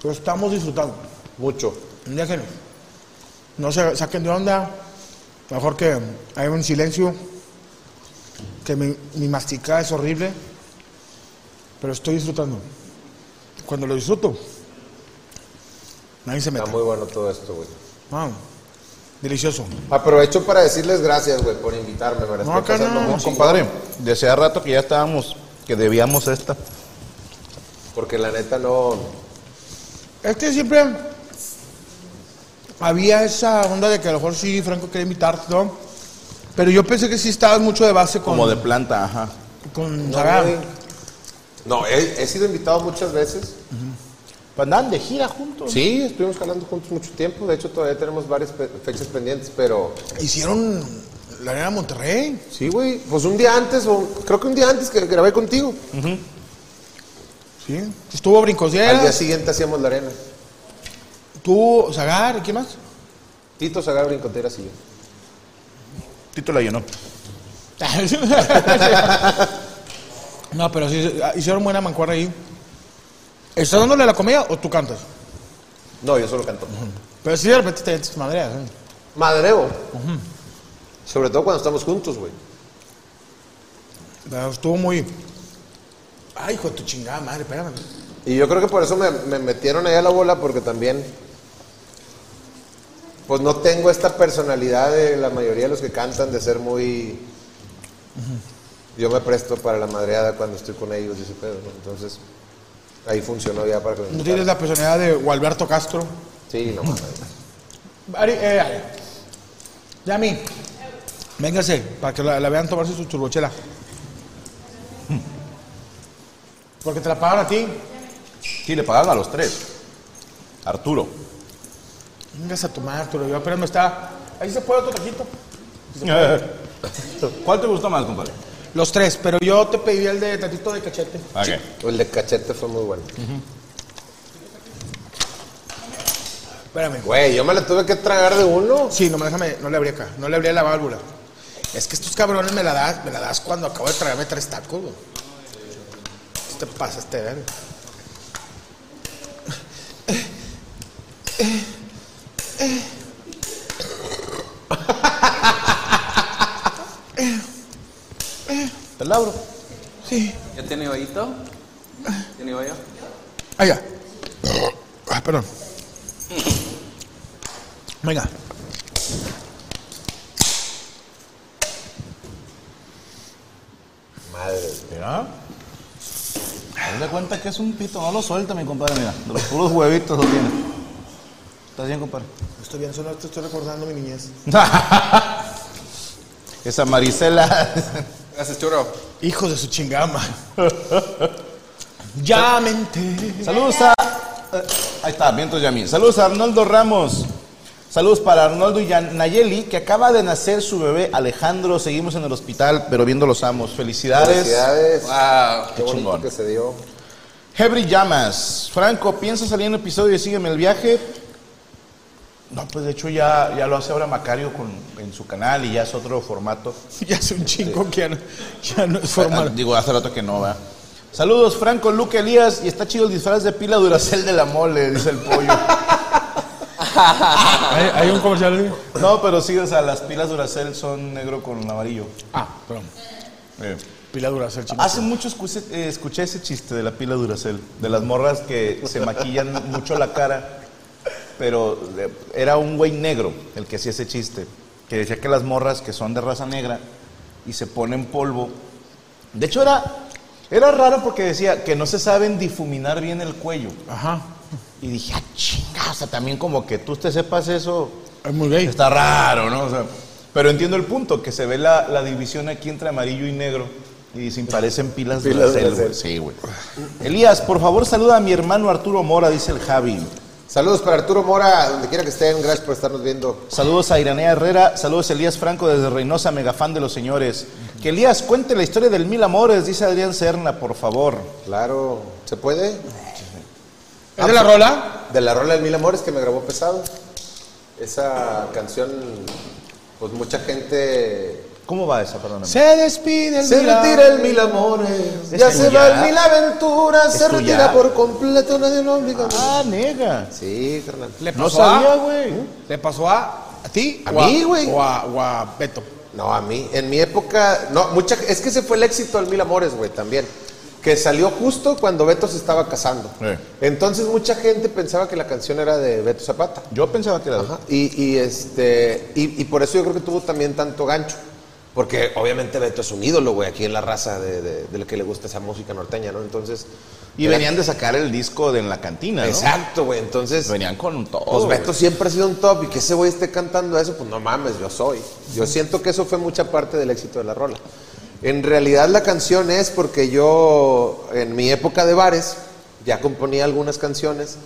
[SPEAKER 1] pero estamos disfrutando.
[SPEAKER 3] Mucho.
[SPEAKER 1] Déjenos. No se saquen de onda. Mejor que hay un silencio. Que mi, mi masticada es horrible. Pero estoy disfrutando. Cuando lo disfruto, nadie se
[SPEAKER 3] Está
[SPEAKER 1] mete.
[SPEAKER 3] muy bueno todo esto, güey.
[SPEAKER 1] Ah, delicioso.
[SPEAKER 3] Aprovecho para decirles gracias, güey, por invitarme. Me la
[SPEAKER 1] No,
[SPEAKER 3] estoy
[SPEAKER 1] acá
[SPEAKER 3] pasando
[SPEAKER 1] no.
[SPEAKER 3] muy
[SPEAKER 2] No,
[SPEAKER 3] chingón,
[SPEAKER 2] compadre, desea rato que ya estábamos, que debíamos esta.
[SPEAKER 3] Porque la neta no.
[SPEAKER 1] Este siempre había esa onda de que a lo mejor sí, Franco quería invitarte, ¿no? Pero yo pensé que sí estabas mucho de base con,
[SPEAKER 2] Como de planta, ajá.
[SPEAKER 1] con
[SPEAKER 3] No,
[SPEAKER 1] Zagal.
[SPEAKER 3] güey. No, he, he sido invitado muchas veces.
[SPEAKER 2] Pues andaban de gira juntos.
[SPEAKER 3] Sí, estuvimos jalando juntos mucho tiempo. De hecho, todavía tenemos varias pe- fechas pendientes, pero.
[SPEAKER 1] Hicieron la arena Monterrey.
[SPEAKER 3] Sí, güey. Pues un día antes, o creo que un día antes que grabé contigo.
[SPEAKER 1] Sí. Estuvo Brincosieras.
[SPEAKER 3] Al día siguiente hacíamos la arena.
[SPEAKER 1] Tú, Zagar, ¿quién más?
[SPEAKER 3] Tito Sagar Brincoteras y yo.
[SPEAKER 2] Tito la llenó.
[SPEAKER 1] no, pero sí, hicieron buena mancuerna ahí. ¿Estás dándole la comida o tú cantas?
[SPEAKER 3] No, yo solo canto.
[SPEAKER 1] Pero sí, de repente te echas madre.
[SPEAKER 3] Madreo. Sobre todo cuando estamos juntos, güey.
[SPEAKER 1] Pero estuvo muy. Ay, hijo de tu chingada madre, espérame.
[SPEAKER 3] Y yo creo que por eso me, me metieron ahí a la bola, porque también. Pues no tengo esta personalidad de la mayoría de los que cantan de ser muy. Yo me presto para la madreada cuando estoy con ellos y ese pedo, ¿no? Entonces, ahí funcionó ya para que me
[SPEAKER 1] No tienes
[SPEAKER 3] invitaran.
[SPEAKER 1] la personalidad de Gualberto Castro.
[SPEAKER 3] Sí, no mames.
[SPEAKER 1] Ari, eh, Ari. Yami, véngase, para que la, la vean tomarse su turbochela. Porque te la pagaron a ti.
[SPEAKER 2] Sí, le pagaron a los tres. Arturo.
[SPEAKER 1] Vengas a tomar, Arturo. Yo apenas me está. Ahí se puede otro taquito.
[SPEAKER 2] ¿Cuál te gustó más, compadre?
[SPEAKER 1] Los tres, pero yo te pedí el de tantito de cachete.
[SPEAKER 2] Ok.
[SPEAKER 3] El de cachete fue muy bueno.
[SPEAKER 1] Espérame.
[SPEAKER 3] Güey, yo me la tuve que tragar de uno.
[SPEAKER 1] Sí, no me déjame, no le abrí acá, no le abrí la válvula. Es que estos cabrones me la das, me la das cuando acabo de tragarme tres tacos, güey. ¿Qué te pasaste, verga?
[SPEAKER 2] Te labro.
[SPEAKER 1] Sí.
[SPEAKER 5] ¿Ya tiene hoyito? ¿Tiene hoyo?
[SPEAKER 1] Ah, ya. Ah, perdón. Venga.
[SPEAKER 2] Mira. Haz de cuenta que es un pito. No lo suelta, mi compadre, mira. De los puros huevitos lo tiene. ¿Estás bien, compadre?
[SPEAKER 1] Estoy bien, solo te estoy recordando mi niñez.
[SPEAKER 2] Esa Marisela.
[SPEAKER 5] Gracias, churro.
[SPEAKER 1] Hijos de su chingama. ya me enteré.
[SPEAKER 2] Saludos a. eh, Ahí está, vientos Yamil. Saludos a Arnoldo Ramos. Saludos para Arnoldo y Yan- Nayeli, que acaba de nacer su bebé Alejandro. Seguimos en el hospital, pero viendo los amos. Felicidades.
[SPEAKER 3] Felicidades.
[SPEAKER 5] Wow.
[SPEAKER 3] Qué bonito
[SPEAKER 2] chingón.
[SPEAKER 3] que se dio.
[SPEAKER 2] Hebri Llamas. Franco, ¿piensa salir en el episodio de Sígueme el viaje? No, pues de hecho ya, ya lo hace ahora Macario con, en su canal y ya es otro formato.
[SPEAKER 1] Ya hace un chingo que ya no, ya no es
[SPEAKER 2] Ah,
[SPEAKER 1] formal.
[SPEAKER 2] Digo, hace rato que no va. Saludos, Franco, Luke, Elías. Y está chido el disfraz de pila Duracel de la mole, dice el pollo.
[SPEAKER 1] ¿Hay, hay un comercial así?
[SPEAKER 2] No, pero sí, o sea, las pilas Duracel son negro con amarillo.
[SPEAKER 1] Ah, perdón.
[SPEAKER 2] Eh.
[SPEAKER 1] Pila dura, el chingón.
[SPEAKER 2] Hace mucho escuché, eh, escuché ese chiste de la pila Duracel, de las morras que se maquillan mucho la cara, pero eh, era un güey negro el que hacía ese chiste, que decía que las morras que son de raza negra y se ponen polvo. De hecho, era, era raro porque decía que no se saben difuminar bien el cuello.
[SPEAKER 1] Ajá.
[SPEAKER 2] Y dije, ah, chinga, o sea, también como que tú te sepas eso,
[SPEAKER 1] Es muy gay.
[SPEAKER 2] Está raro, ¿no? O sea, pero entiendo el punto, que se ve la, la división aquí entre amarillo y negro. Y dicen, parecen pilas, de
[SPEAKER 3] Pilas de
[SPEAKER 2] Duracell, güey. Sí, güey. Elías, por favor, saluda a mi hermano Arturo Mora, dice el Javi.
[SPEAKER 3] Saludos para Arturo Mora, donde quiera que estén. Gracias por estarnos viendo.
[SPEAKER 2] Saludos a Iranea Herrera. Saludos a Elías Franco desde Reynosa, megafan de los señores. Que Elías cuente la historia del Mil Amores, dice Adrián Serna, por favor.
[SPEAKER 3] Claro, ¿se puede?
[SPEAKER 1] ¿Es de la rola?
[SPEAKER 3] De la rola del Mil Amores que me grabó pesado. Esa canción, pues mucha gente.
[SPEAKER 2] ¿Cómo va esa, perdóname?
[SPEAKER 1] Se despide el
[SPEAKER 3] Se
[SPEAKER 1] milagro.
[SPEAKER 3] retira el Mil Amores, ya se va el Mil Aventuras, se
[SPEAKER 2] tuya?
[SPEAKER 3] retira por completo, nadie lo obliga.
[SPEAKER 2] Ah, Uh, nega.
[SPEAKER 3] Sí, carnal.
[SPEAKER 1] Le pasó
[SPEAKER 2] No sabía,
[SPEAKER 1] a,
[SPEAKER 2] güey.
[SPEAKER 1] ¿Le pasó a, a ti?
[SPEAKER 3] A
[SPEAKER 1] o
[SPEAKER 3] mí, güey.
[SPEAKER 1] O a, o a Beto.
[SPEAKER 3] No, a mí, en mi época, no, mucha, es que ese fue el éxito del Mil Amores, güey, también. Que salió justo cuando Beto se estaba casando.
[SPEAKER 2] Eh.
[SPEAKER 3] Entonces mucha gente pensaba que la canción era de Beto Zapata.
[SPEAKER 2] Yo pensaba que era...
[SPEAKER 3] Ajá, Y, y, este, y, y por eso yo creo que tuvo también tanto gancho. Porque obviamente Beto es un ídolo, güey, aquí en la raza de, de, de la que le gusta esa música norteña, ¿no? Entonces.
[SPEAKER 2] Y
[SPEAKER 3] era-
[SPEAKER 2] venían de sacar el disco de En la Cantina, ¿no?
[SPEAKER 3] Exacto, güey. Entonces.
[SPEAKER 2] Venían con todo.
[SPEAKER 1] Oh,
[SPEAKER 3] Pues
[SPEAKER 2] güey.
[SPEAKER 3] Beto siempre ha sido un top. Y que ese güey esté cantando eso, pues no mames, yo soy. Yo siento que eso fue mucha parte del éxito de la rola. En realidad la canción es porque yo, en mi época de bares, ya componía algunas canciones.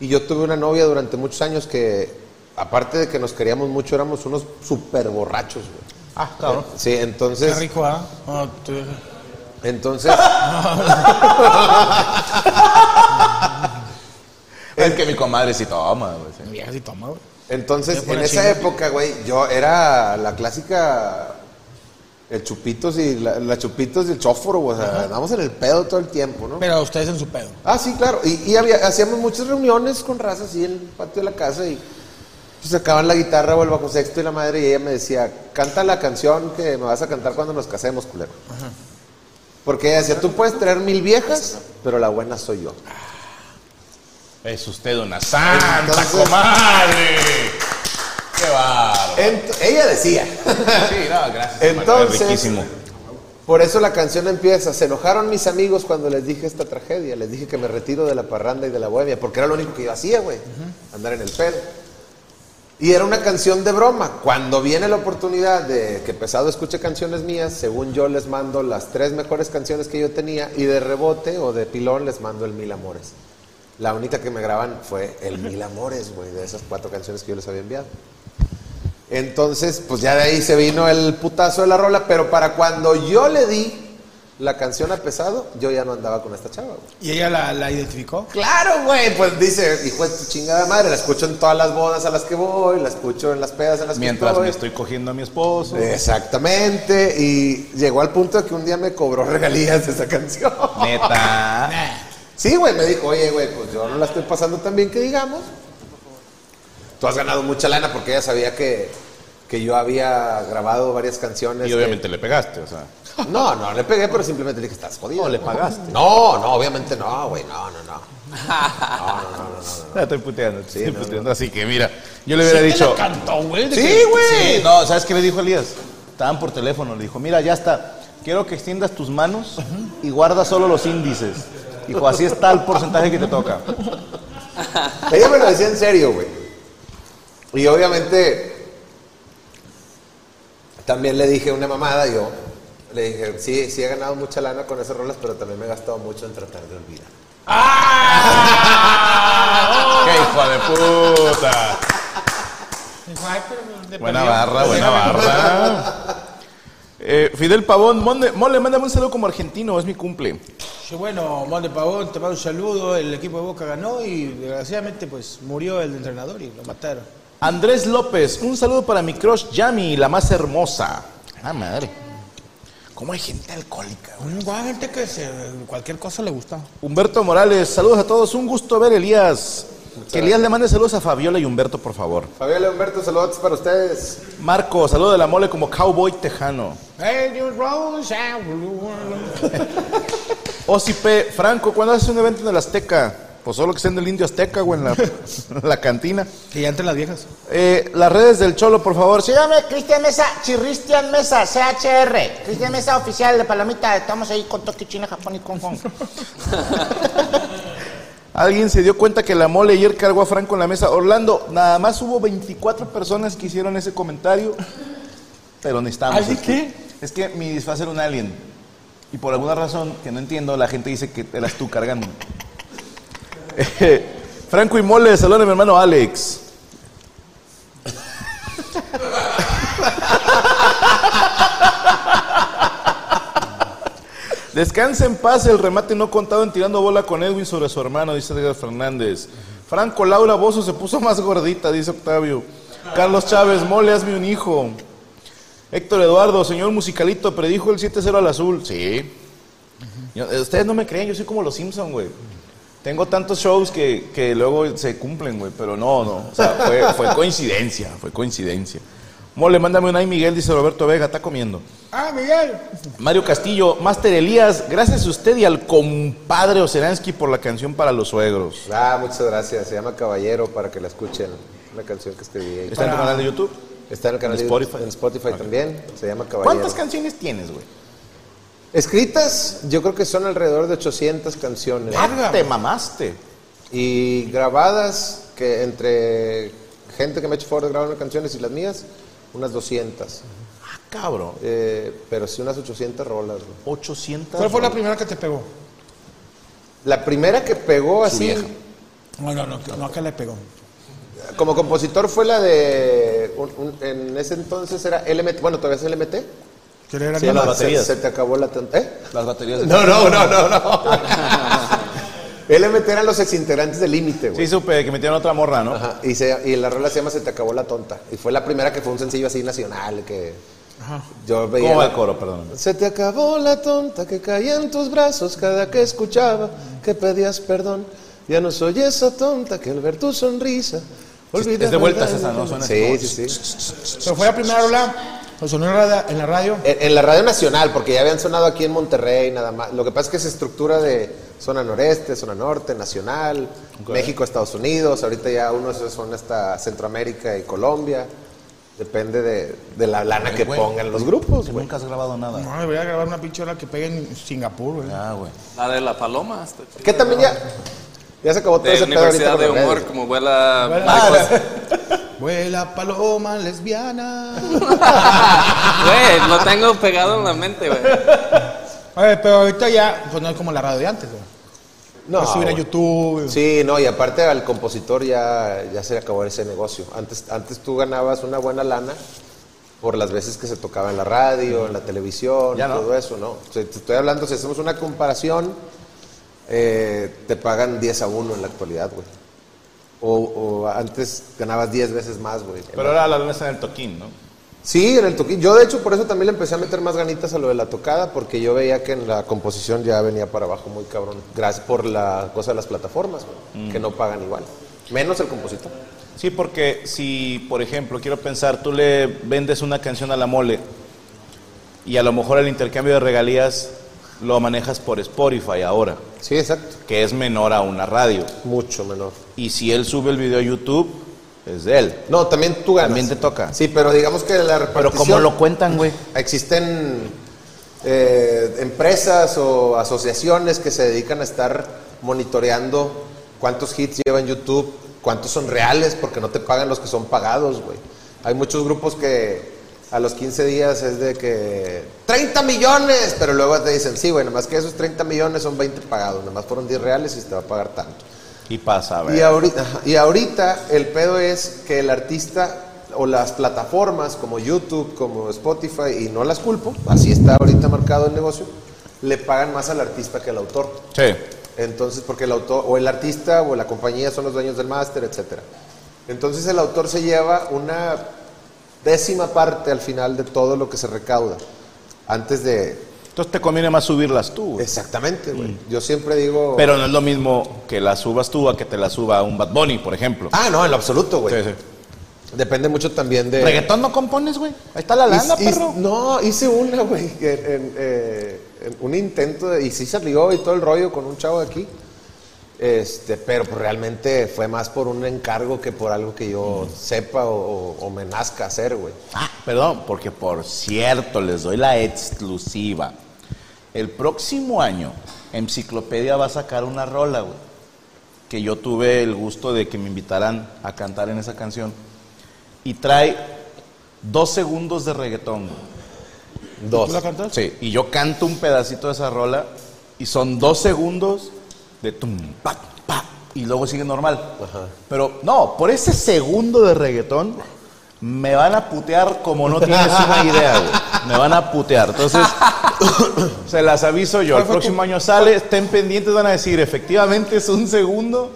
[SPEAKER 3] Y yo tuve una novia durante muchos años que, aparte de que nos queríamos mucho, éramos unos super borrachos, güey.
[SPEAKER 1] Ah, cabrón.
[SPEAKER 3] Sí,
[SPEAKER 1] Qué
[SPEAKER 3] entonces.
[SPEAKER 1] rico, ¿ah? Ah, tú-
[SPEAKER 3] Entonces.
[SPEAKER 2] Es que mi comadre sí toma, güey. sí.
[SPEAKER 1] Mi vieja sí toma, güey. Voy
[SPEAKER 3] Entonces,
[SPEAKER 1] a
[SPEAKER 3] en
[SPEAKER 1] poner
[SPEAKER 3] esa
[SPEAKER 1] chingo.
[SPEAKER 3] época, güey, yo era la clásica. El chupitos y la, la chupitos y el chóforo, güey, O sea, andábamos en el pedo todo el tiempo, ¿no?
[SPEAKER 1] Pero ustedes en su pedo.
[SPEAKER 3] Ah, sí, claro. Y, y había- hacíamos muchas reuniones con raza así en el patio de la casa y pues, sacaban la guitarra o el bajo sexto y la madre y ella me decía, canta la canción que me vas a cantar cuando nos casemos, culero. Porque ella decía, tú puedes traer mil viejas, pero la buena soy yo.
[SPEAKER 2] Es usted una santa
[SPEAKER 3] Entonces-
[SPEAKER 2] comadre. Qué bárbaro.
[SPEAKER 3] Ent- ella decía.
[SPEAKER 2] Sí, no, gracias.
[SPEAKER 3] Entonces-
[SPEAKER 2] Es riquísimo.
[SPEAKER 3] Por eso la canción empieza. Se enojaron mis amigos cuando les dije esta tragedia. Les dije que me retiro de la parranda y de la bohemia, porque era lo único que yo hacía, güey. Andar en el pedo. Y era una canción de broma. Cuando viene la oportunidad de que Pesado escuche canciones mías, según yo les mando las tres mejores canciones que yo tenía y de rebote o de pilón les mando el Mil Amores. La única que me graban fue el Mil Amores, güey, de esas cuatro canciones que yo les había enviado. Entonces, pues ya de ahí se vino el putazo de la rola, pero para cuando yo le di la canción a pesado, yo ya no andaba con esta chava. güey.
[SPEAKER 1] ¿Y ella la, la identificó?
[SPEAKER 3] Claro, güey, pues dice, hijo de tu chingada madre, la escucho en todas las bodas a las que voy, la escucho en las pedas en las
[SPEAKER 2] Mientras
[SPEAKER 3] que
[SPEAKER 2] me
[SPEAKER 3] voy.
[SPEAKER 2] estoy cogiendo a mi esposo.
[SPEAKER 3] Exactamente, y llegó al punto de que un día me cobró regalías de esa canción.
[SPEAKER 2] Neta.
[SPEAKER 3] Sí, güey, me dijo, oye, güey, pues yo no la estoy pasando tan bien que digamos. Tú has ganado mucha lana porque ella sabía que, que yo había grabado varias canciones.
[SPEAKER 2] Y
[SPEAKER 3] que-
[SPEAKER 2] obviamente le pegaste, o sea.
[SPEAKER 3] No, no, le pegué, pero simplemente le dije, estás jodido.
[SPEAKER 2] No, Oh, le pagaste.
[SPEAKER 3] No, no, obviamente no, güey, no, no, no.
[SPEAKER 2] Ya Ah, estoy puteando, te estoy puteando. Así que mira, yo le hubiera dicho.
[SPEAKER 1] cantó, güey. de
[SPEAKER 2] Sí,
[SPEAKER 1] que-
[SPEAKER 2] güey. No, ¿sabes qué le dijo Elías? Estaban por teléfono, le dijo, mira, ya está. Quiero que extiendas tus manos y guarda solo los índices. Dijo, así está el porcentaje que te toca.
[SPEAKER 3] Ella me lo decía en serio, güey. Y obviamente, También le dije una mamada yo. Le dije, sí, sí he ganado mucha lana con esas rolas, pero también me he gastado mucho en tratar de olvidar.
[SPEAKER 2] ¡Qué hijo de puta! Buena barra, buena barra. Eh, Fidel Pavón, mole, mole, mándame un saludo como argentino, es mi cumple.
[SPEAKER 1] Sí, bueno, Monte Pavón, te mando un saludo. El equipo de Boca ganó y desgraciadamente pues murió el entrenador y lo mataron.
[SPEAKER 2] Andrés López, un saludo para mi crush Yami, la más hermosa. Ah, madre. ¿Cómo hay gente alcohólica? güey?
[SPEAKER 1] Mm, Hay gente que se- cualquier cosa le gusta.
[SPEAKER 2] Humberto Morales, saludos a todos, un gusto ver Elías. que Elías le mande saludos a Fabiola y Humberto, por favor.
[SPEAKER 3] Fabiola Humberto, saludos para ustedes.
[SPEAKER 2] Marco, saludo de la mole como cowboy tejano.
[SPEAKER 1] Hey, you rose ah, and blue.
[SPEAKER 2] Osi P. Franco, ¿cuándo haces un evento en el Azteca? Pues solo que sea en el Indio Azteca o en la, la cantina.
[SPEAKER 1] Que ya entre las viejas.
[SPEAKER 2] Eh, las redes del Cholo, por favor. Sí,
[SPEAKER 10] Sígame, Cristian Mesa, Chirristian Mesa, CHR. Cristian Mesa, oficial de Palomita. Estamos ahí con Tokio, China, Japón y Hong Kong.
[SPEAKER 2] Alguien se dio cuenta que la mole ayer cargó a Franco en la mesa. Orlando, nada más hubo 24 personas que hicieron ese comentario. Pero necesitamos.
[SPEAKER 1] ¿Así
[SPEAKER 2] es
[SPEAKER 1] qué?
[SPEAKER 2] Es que mi disfraz era un alien. Y por alguna razón que no entiendo, la gente dice que eras tú cargando. Eh, Franco y mole, saludos a mi hermano Alex. Descansa en paz el remate no contado en tirando bola con Edwin sobre su hermano, dice Edgar Fernández. Franco Laura Bozo se puso más gordita, dice Octavio. Carlos Chávez, mole, hazme un hijo. Héctor Eduardo, señor musicalito, predijo el 7-0 al azul. Sí. Yo- eh, Ustedes no me creen, yo soy como los Simpson, güey. Tengo tantos shows que, que luego se cumplen, güey, pero no, no. O sea, fue, fue coincidencia, fue coincidencia. Mole, mándame un ay, Miguel, dice Roberto Vega, está comiendo.
[SPEAKER 1] Ah, Miguel.
[SPEAKER 2] Mario Castillo, Master Elías, gracias a usted y al compadre Oseransky por la canción para los suegros.
[SPEAKER 3] Ah, muchas gracias. Se llama Caballero para que la escuchen. Una canción que escribí. ahí.
[SPEAKER 2] ¿Está en tu canal de YouTube?
[SPEAKER 3] Está en el canal
[SPEAKER 2] en
[SPEAKER 3] de-
[SPEAKER 2] Spotify.
[SPEAKER 3] en Spotify también. Se llama Caballero.
[SPEAKER 2] ¿Cuántas canciones tienes, güey?
[SPEAKER 3] Escritas, yo creo que son alrededor de 800 canciones.
[SPEAKER 2] Ah, Te mamaste.
[SPEAKER 3] Y grabadas, que entre gente que me ha hecho favor de grabar unas canciones y las mías, unas 200.
[SPEAKER 2] Ah, cabrón.
[SPEAKER 3] Eh, pero sí unas 800 rolas. güey.
[SPEAKER 2] 800.
[SPEAKER 1] ¿Cuál fue la primera que te pegó?
[SPEAKER 3] La primera que pegó así,
[SPEAKER 1] No, no, no, que- no, que le pegó.
[SPEAKER 3] como compositor, fue la de... un- un- en ese entonces era LMT, bueno, todavía es LMT.
[SPEAKER 1] Que le era
[SPEAKER 2] Sí, las
[SPEAKER 3] Se-
[SPEAKER 2] baterías.
[SPEAKER 3] Se, te acabó la... tan- ¿Eh?
[SPEAKER 2] Las baterías. de-
[SPEAKER 3] No, no, no, no, no. LMT eran los exintegrantes del límite, güey.
[SPEAKER 2] Sí, supe que metieron otra morra, ¿no?
[SPEAKER 3] Ajá, y, se- y la rola se llama Se te acabó la tonta. Y fue la primera que fue un sencillo así nacional que yo veía.
[SPEAKER 2] ¿Cómo va
[SPEAKER 3] la-
[SPEAKER 2] el coro, perdón?
[SPEAKER 3] Se te acabó la tonta que caía en tus brazos cada que escuchaba que pedías perdón. Ya no soy esa tonta que al ver tu sonrisa. olvida
[SPEAKER 2] es de vueltas
[SPEAKER 3] verdad.
[SPEAKER 2] esa, ¿no? Suena así
[SPEAKER 3] sí,
[SPEAKER 2] como-
[SPEAKER 3] sí, sí.
[SPEAKER 1] Pero fue la primera rola. Lo sonó en la radio- en la radio.
[SPEAKER 3] En, en la radio nacional, porque ya habían sonado aquí en Monterrey, nada más. Lo que pasa es que se estructura de zona noreste, zona norte, nacional, México, Estados Unidos. Ahorita ya unos son hasta Centroamérica y Colombia. Depende de, de la lana que
[SPEAKER 2] güey.
[SPEAKER 3] pongan los grupos, güey.
[SPEAKER 2] Nunca has grabado nada.
[SPEAKER 1] No, debería grabar una pinche hora que pegue en Singapur, güey.
[SPEAKER 2] Ah, güey.
[SPEAKER 5] La de la paloma. este,
[SPEAKER 3] Que también ya, ya se acabó todo
[SPEAKER 5] De
[SPEAKER 3] ese pedo ahorita
[SPEAKER 5] Universidad
[SPEAKER 3] con
[SPEAKER 5] de
[SPEAKER 3] las redes.
[SPEAKER 5] Humor, como vuela...
[SPEAKER 1] Vuela paloma lesbiana.
[SPEAKER 5] Güey, lo tengo pegado en la mente, güey.
[SPEAKER 1] Oye, pero ahorita ya, pues no es como la radio de antes, güey.
[SPEAKER 3] No,
[SPEAKER 1] No, subir a
[SPEAKER 3] güey.
[SPEAKER 1] YouTube.
[SPEAKER 3] Sí, no, y aparte al compositor ya, ya se le acabó ese negocio. Antes, antes tú ganabas una buena lana por las veces que se tocaba en la radio, en la televisión,
[SPEAKER 2] Ya no.
[SPEAKER 3] todo eso, ¿no? O sea, te estoy hablando, si hacemos una comparación, eh, te pagan 10 a 1 en la actualidad, güey. O, o antes ganabas 10 veces más, güey.
[SPEAKER 2] Pero ahora la luna está en el toquín, ¿no?
[SPEAKER 3] Sí, en el toquín. Yo, de hecho, por eso también le empecé a meter más ganitas a lo de la tocada, porque yo veía que en la composición ya venía para abajo muy cabrón. Gracias por la cosa de las plataformas, güey,
[SPEAKER 2] Mm.
[SPEAKER 3] que no pagan igual. Menos el compositor.
[SPEAKER 2] Sí, porque si, por ejemplo, quiero pensar, tú le vendes una canción a la mole y a lo mejor el intercambio de regalías lo manejas por Spotify ahora,
[SPEAKER 3] Sí, exacto.
[SPEAKER 2] que es menor a una radio.
[SPEAKER 3] Mucho menor.
[SPEAKER 2] Y si él sube el video a YouTube, es de él.
[SPEAKER 3] No, también tú ganas.
[SPEAKER 2] También te toca.
[SPEAKER 3] Sí, pero digamos que la
[SPEAKER 2] Pero
[SPEAKER 3] repartición...
[SPEAKER 2] como lo cuentan, güey.
[SPEAKER 3] Existen eh, empresas o asociaciones que se dedican a estar monitoreando cuántos hits lleva en YouTube, cuántos son reales, porque no te pagan los que son pagados, güey. Hay muchos grupos que a los 15 días es de que 30 millones, pero luego te dicen, sí, bueno, más que esos 30 millones son 20 pagados, nomás fueron 10 reales y te va a pagar tanto.
[SPEAKER 2] Y pasa, a ver.
[SPEAKER 3] Y ahorita, ajá, y ahorita el pedo es que el artista o las plataformas como YouTube, como Spotify, y no las culpo, así está ahorita marcado el negocio, le pagan más al artista que al autor.
[SPEAKER 2] Sí.
[SPEAKER 3] Entonces, porque el autor, o el artista o la compañía son los dueños del máster, etcétera. Entonces el autor se lleva una décima parte al final de todo lo que se recauda. Antes de.
[SPEAKER 2] Entonces te conviene más subirlas tú. güey.
[SPEAKER 3] Exactamente, güey. Yo siempre digo.
[SPEAKER 2] Mm. Pero no es lo mismo que las subas tú a que te las suba un Bad Bunny, por ejemplo.
[SPEAKER 3] Ah, no, en lo absoluto, güey.
[SPEAKER 2] Sí, sí.
[SPEAKER 3] Depende mucho también de.
[SPEAKER 2] ¿Reggaetón no compones, güey? Ahí está la lana,
[SPEAKER 3] Hice- hice-
[SPEAKER 2] perro.
[SPEAKER 3] no, hice una, güey, en, en, eh, en un intento, de- y sí salió y todo el rollo con un chavo de aquí. Este, pero pues, realmente fue más por un encargo que por algo que yo sepa o, o- o me nazca hacer, güey.
[SPEAKER 2] Ah, perdón, porque por cierto, les doy la exclusiva. El próximo año, Enciclopedia va a sacar una rola, güey. Que yo tuve el gusto de que me invitaran a cantar en esa canción. Y trae dos segundos de reggaetón, güey.
[SPEAKER 3] Dos.
[SPEAKER 1] ¿Tú la cantas?
[SPEAKER 2] Sí, y yo canto un pedacito de esa rola y son dos segundos de tum, pa, pa, y luego sigue normal. Pero no, por ese segundo de reggaetón me van a putear como no tienes una idea, güey. Me van a putear. Entonces, se las aviso yo. El próximo año sale, estén pendientes, van a decir, efectivamente es un segundo.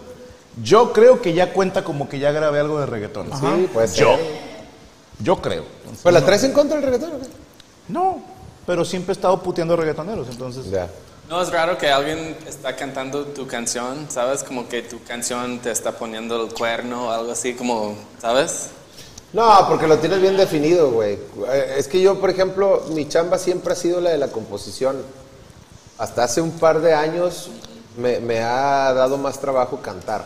[SPEAKER 2] Yo creo que ya cuenta como que ya grabé algo de reggaetón.
[SPEAKER 3] Sí, pues.
[SPEAKER 2] Yo. Yo creo.
[SPEAKER 3] Pues la traes en contra del reggaetón, o qué?
[SPEAKER 2] No, pero siempre he estado puteando reggaetoneros, entonces.
[SPEAKER 3] Ya.
[SPEAKER 5] No es raro que alguien está cantando tu canción, ¿sabes? Como que tu canción te está poniendo el cuerno o algo así, como, ¿sabes?
[SPEAKER 3] No, porque lo tienes bien definido, güey. Eh, Es que yo, por ejemplo, mi chamba siempre ha sido la de la composición. Hasta hace un par de años me, me ha dado más trabajo cantar.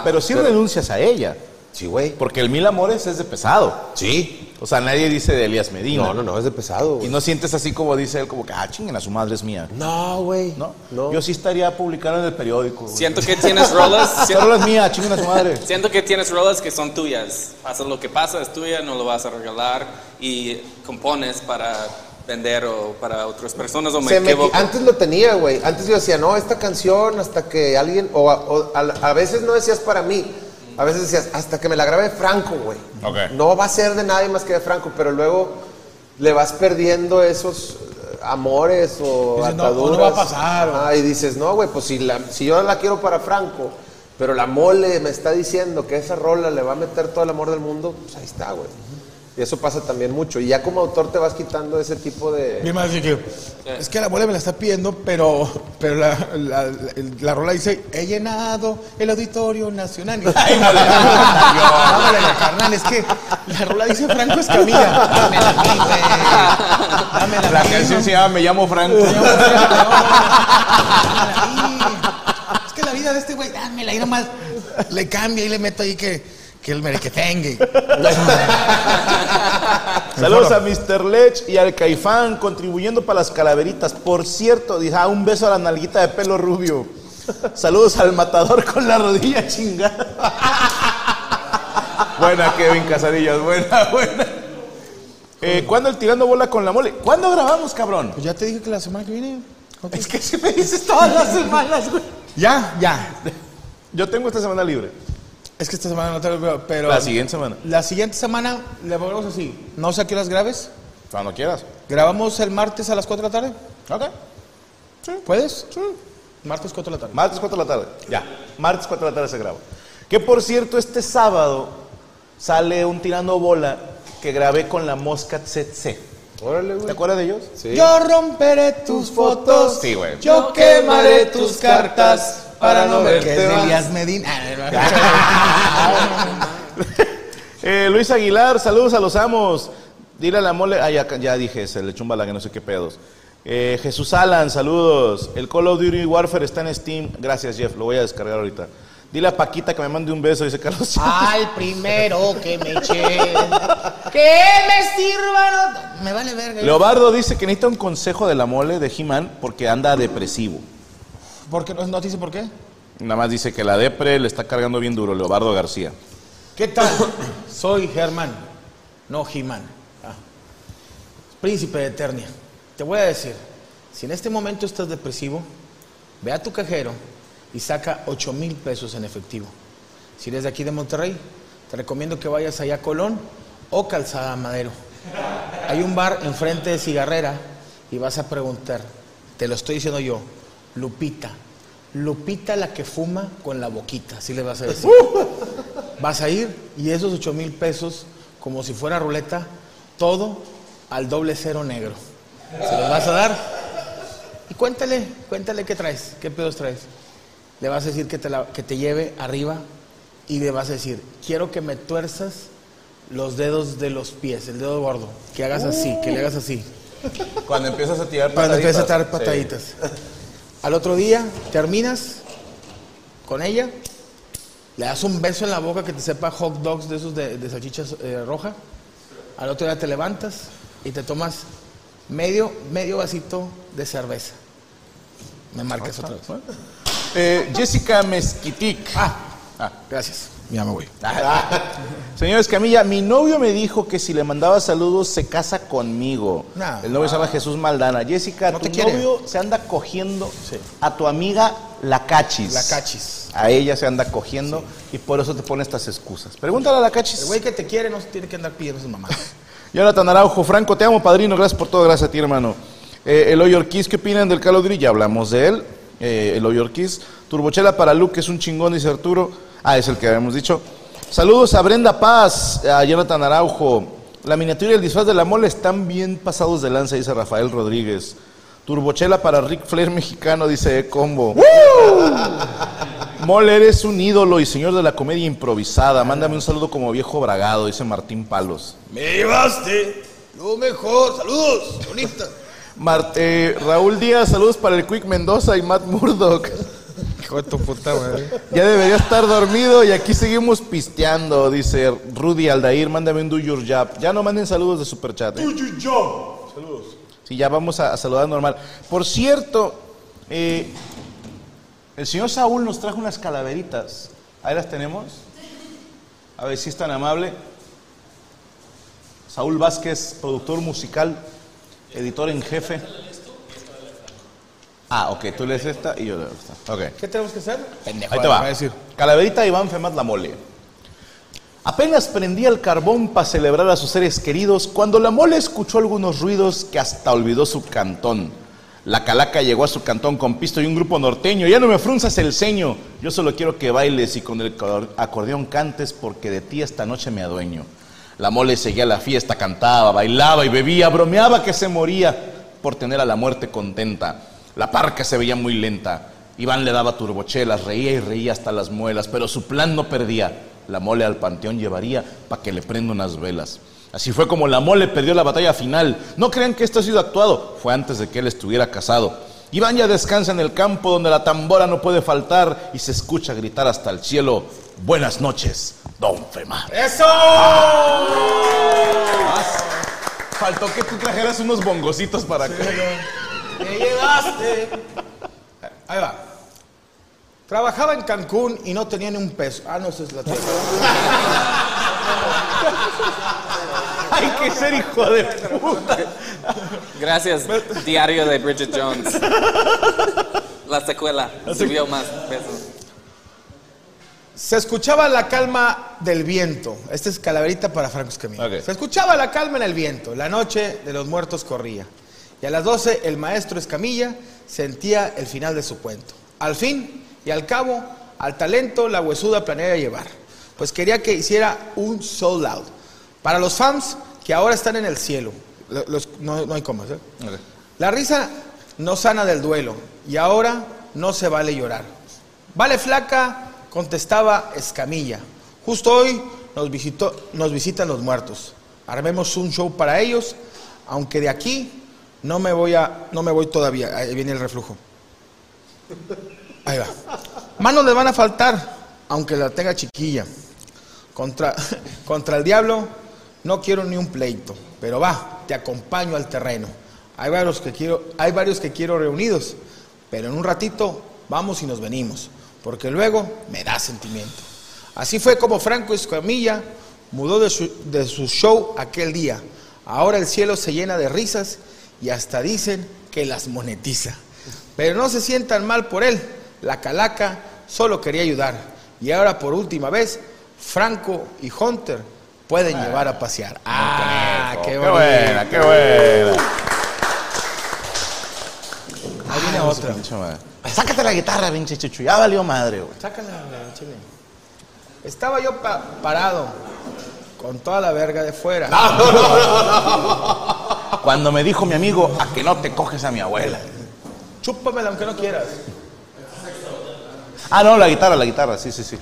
[SPEAKER 2] Pe- pero sí renuncias a ella,
[SPEAKER 3] Sí, güey.
[SPEAKER 2] porque el Mil Amores es de pesado.
[SPEAKER 3] Sí.
[SPEAKER 2] O sea, nadie dice de Elías Medina.
[SPEAKER 3] No, no, no, es de pesado,
[SPEAKER 2] Y
[SPEAKER 3] güey.
[SPEAKER 2] no sientes así como dice él, como que, ah, chinguen, a su madre es mía.
[SPEAKER 3] No, güey.
[SPEAKER 2] ¿No?
[SPEAKER 3] No.
[SPEAKER 2] Yo sí estaría publicando en el periódico. güey.
[SPEAKER 5] Siento que tienes rolas.
[SPEAKER 2] Esa
[SPEAKER 5] siento,
[SPEAKER 2] rola es mía, chinguen a su madre.
[SPEAKER 5] siento que tienes rolas que son tuyas. Pasa lo que pasa, es tuya, no lo vas a regalar y compones para vender o para otras personas o me
[SPEAKER 3] Se me-
[SPEAKER 5] equivoco.
[SPEAKER 3] antes lo tenía, güey. Antes yo decía, no, esta canción hasta que alguien, o, a, o a- a veces no decías para mí, a veces decías, hasta que me la grabe Franco, güey.
[SPEAKER 2] Ok.
[SPEAKER 3] No va a ser de nadie más que de Franco, pero luego le vas perdiendo esos eh, amores o
[SPEAKER 1] Dices, no,
[SPEAKER 3] ataduras.
[SPEAKER 1] no va a pasar, o-
[SPEAKER 3] Ajá, y dices, no, güey, pues si, la, si yo la quiero para Franco, pero la mole me está diciendo que esa rola le va a meter todo el amor del mundo, pues ahí está, güey. Y eso pasa también mucho. Y ya como autor te vas quitando ese tipo de...
[SPEAKER 1] Mi madre que es que la abuela me la está pidiendo, pero, pero la, la, la- la rola dice, he llenado el auditorio nacional. Y yo, Ay, no, carnal, es que la rola dice Franco Escamilla. Dámela a mí, güey. Dámela a
[SPEAKER 2] La
[SPEAKER 1] mí,
[SPEAKER 2] canción
[SPEAKER 1] no
[SPEAKER 2] se llama Me llamo Franco.
[SPEAKER 1] Es que la vida de este güey, dámela ahí nomás. Le cambia y le meto ahí que, que el merequetengue.
[SPEAKER 2] Saludos a Mr. Lech y al Caifán contribuyendo para las calaveritas. Por cierto, dije, ah, un beso a la nalguita de pelo rubio. Saludos al matador con la rodilla chingada. buena, Kevin Casarillas, buena, buena. Eh, ¿Cuándo el tirando bola con la mole? ¿Cuándo grabamos, cabrón?
[SPEAKER 1] Pues ya te dije que la semana que viene. ok.
[SPEAKER 2] Es que si me dices todas las semanas, güey.
[SPEAKER 1] Ya, ya.
[SPEAKER 2] Yo tengo esta semana libre.
[SPEAKER 1] Es que esta semana no te lo pero.
[SPEAKER 2] La siguiente semana.
[SPEAKER 1] La siguiente semana le volvemos así. No sé a qué horas grabes.
[SPEAKER 2] Cuando quieras.
[SPEAKER 1] Grabamos el martes a las 4 de la tarde.
[SPEAKER 2] Ok.
[SPEAKER 1] ¿Puedes? Sí. Martes 4 de la tarde.
[SPEAKER 2] Martes 4 de la tarde. Ya. Martes 4 de la tarde se graba. Que por cierto, este sábado sale un tirando bola que grabé con la mosca Tsetse.
[SPEAKER 3] Órale,
[SPEAKER 2] ¿Te
[SPEAKER 3] güey.
[SPEAKER 2] acuerdas de ellos?
[SPEAKER 3] Sí.
[SPEAKER 1] Yo romperé tus fotos.
[SPEAKER 2] Sí, güey.
[SPEAKER 1] Yo quemaré tus cartas para no verte. Que es de Elías Medina.
[SPEAKER 2] Ah, Eh, Luis Aguilar, saludos a los amos. Dile a la mole. Ah, ya, ya dije, se le chumba la que no sé qué pedos. Eh, Jesús Alan, saludos. El Call of Duty Warfare está en Steam. Gracias, Jeff. Lo voy a descargar ahorita. Dile a Paquita que me mande un beso, dice Carlos.
[SPEAKER 3] Ah,
[SPEAKER 10] Al primero que me echen. Que me sirvan. ot- Me vale verga.
[SPEAKER 2] Leobardo dice que necesita un consejo de la mole de He-Man porque anda depresivo.
[SPEAKER 1] ¿Por qué? ¿No, no te dice por qué?
[SPEAKER 2] Nada más dice que la depre le está cargando bien duro, Leobardo García.
[SPEAKER 1] ¿Qué tal? Soy Germán, no Jimán. Ah. Príncipe de Eternia, te voy a decir, si en este momento estás depresivo, ve a tu cajero y saca 8 mil pesos en efectivo. Si eres de aquí de Monterrey, te recomiendo que vayas allá a Colón o Calzada Madero. Hay un bar enfrente de Cigarrera y vas a preguntar, te lo estoy diciendo yo, Lupita, Lupita la que fuma con la boquita, así le vas a decir. Vas a ir y esos 8 mil pesos, como si fuera ruleta, todo al doble cero negro. Se los vas a dar. Y cuéntale, cuéntale qué traes, qué pedos traes. Le vas a decir que te, la- que te lleve arriba y le vas a decir, quiero que me tuerzas los dedos de los pies, el dedo gordo. Que hagas así, que le hagas así.
[SPEAKER 2] Cuando empiezas a tirar
[SPEAKER 1] Cuando empiezas a dar
[SPEAKER 2] pataditas.
[SPEAKER 1] pataditas. Al otro día terminas con ella, le das un beso en la boca que te sepa hot dogs de esos de, de salchichas eh, roja. Al otro día te levantas y te tomas medio, medio vasito de cerveza. Me marcas otra vez.
[SPEAKER 2] Sí. Eh, Jessica Mezquitic. Ah,
[SPEAKER 1] gracias. Ya me voy.
[SPEAKER 2] Señores Camilla, mi novio me dijo que si le mandaba saludos se casa conmigo.
[SPEAKER 1] No.
[SPEAKER 2] El novio se llama Jesús Maldana. Jessica,
[SPEAKER 1] No
[SPEAKER 2] tu
[SPEAKER 1] te quiere.
[SPEAKER 2] novio se anda cogiendo a tu amiga la cachis.
[SPEAKER 1] La cachis.
[SPEAKER 2] A ella se anda cogiendo y por eso te pone estas excusas. Pregúntale a la cachis.
[SPEAKER 1] El güey que te quiere no se tiene que andar pidiendo sus mamás.
[SPEAKER 2] Jonathan Araujo, Franco, te amo, padrino. Gracias por todo, gracias a ti, hermano. Eh, Eloy Ortiz, ¿qué opinan del Call of Duty? Ya hablamos de él. Eh, Eloy Ortiz. Turbochela para Luke, que es un chingón, dice Arturo. Ah, es el que habíamos dicho. Saludos a Brenda Paz, a Jonathan Araujo. La miniatura y el disfraz de la mole están bien pasados de lanza, dice Rafael Rodríguez. Turbochela para Rick Flair mexicano, dice E Combo. Mole, eres un ídolo y señor de la comedia improvisada. Mándame un saludo como viejo bragado, dice Martín Palos.
[SPEAKER 9] Me llevaste lo mejor. Saludos, bonita.
[SPEAKER 2] Mar- eh, Raúl Díaz, saludos para el Quick Mendoza y Matt Murdock.
[SPEAKER 1] Hijo de tu puta, güey.
[SPEAKER 2] Ya debería estar dormido y aquí seguimos pisteando, dice Rudy Aldair. Mándame un do your job. Ya no manden saludos de superchat. ¿eh?
[SPEAKER 9] Saludos.
[SPEAKER 2] Sí, ya vamos a, a saludar normal. Por cierto, eh, el señor Saúl nos trajo unas calaveritas. Ahí las tenemos. A ver si es tan amable. Saúl Vázquez, productor musical, editor en jefe. Ah, ok, tú lees esta y yo leo esta. Ok.
[SPEAKER 1] ¿Qué tenemos que hacer? Pendejo.
[SPEAKER 2] Ahí te va. Calaverita de Iván Femat la mole. Apenas prendía el carbón para celebrar a sus seres queridos cuando la mole escuchó algunos ruidos que hasta olvidó su cantón. La calaca llegó a su cantón con pisto y un grupo norteño. Ya no me frunzas el ceño. Yo solo quiero que bailes y con el cor- acordeón cantes porque de ti esta noche me adueño. La mole seguía la fiesta, cantaba, bailaba y bebía, bromeaba que se moría por tener a la muerte contenta. La parca se veía muy lenta. Iván le daba turbochelas, reía y reía hasta las muelas, pero su plan no perdía. La mole al panteón llevaría para que le prenda unas velas. Así fue como la mole perdió la batalla final. No crean que esto ha sido actuado, fue antes de que él estuviera casado. Iván ya descansa en el campo donde la tambora no puede faltar y se escucha gritar hasta el cielo, buenas noches, don Femar. Ah,
[SPEAKER 9] ¡Eso!
[SPEAKER 2] Faltó que tú trajeras unos bongocitos para acá.
[SPEAKER 1] Me llevaste. Ahí va. Trabajaba en Cancún y no tenía ni un peso. Ah, no, esa es la tierra.
[SPEAKER 2] Hay que ser hijo de puta.
[SPEAKER 5] Gracias, diario de Bridget Jones. La secuela subió más pesos.
[SPEAKER 1] Se escuchaba la calma del viento. Esta es calaverita para Franco Escamilla.
[SPEAKER 2] Ok.
[SPEAKER 1] Se escuchaba la calma en el viento. La noche de los muertos corría. Y a las 12 el maestro Escamilla sentía el final de su cuento. Al fin y al cabo, al talento la huesuda planeaba llevar. Pues quería que hiciera un sold out. Para los fans que ahora están en el cielo. Lo- los- no, no hay comas, ¿eh? La risa no sana del duelo y ahora no se vale llorar. Vale flaca, contestaba Escamilla. Justo hoy nos, visitó- nos visitan los muertos. Armemos un show para ellos, aunque de aquí no me voy, a, no me voy todavía. Ahí viene el reflujo. Ahí va. Manos le van a faltar, aunque la tenga chiquilla. Contra, contra el diablo no quiero ni un pleito, pero va, te acompaño al terreno. Hay varios que quiero, hay varios que quiero reunidos, pero en un ratito vamos y nos venimos, porque luego me da sentimiento. Así fue como Franco Escamilla mudó de su, de su show aquel día Ahora el cielo se llena de risas y hasta dicen que las monetiza. Pero no se sientan mal por él. La calaca solo quería ayudar. Y ahora por última vez, Franco y Hunter pueden llevar a pasear. Ah, qué,
[SPEAKER 2] Qué
[SPEAKER 1] bonito.
[SPEAKER 2] buena, qué buena.
[SPEAKER 1] Ahí viene
[SPEAKER 2] Ay, su
[SPEAKER 1] otra.
[SPEAKER 2] Ah, pinche madre. Sácate la guitarra, pinche chuchu. Ya valió madre, güey.
[SPEAKER 1] Sácala, güey, chile. Estaba yo pa- parado con toda la verga de fuera.
[SPEAKER 2] Cuando me dijo mi amigo, a que no te coges a mi abuela.
[SPEAKER 1] Chúpamela aunque no quieras.
[SPEAKER 2] Ah, no, la guitarra, la guitarra, sí, sí, sí.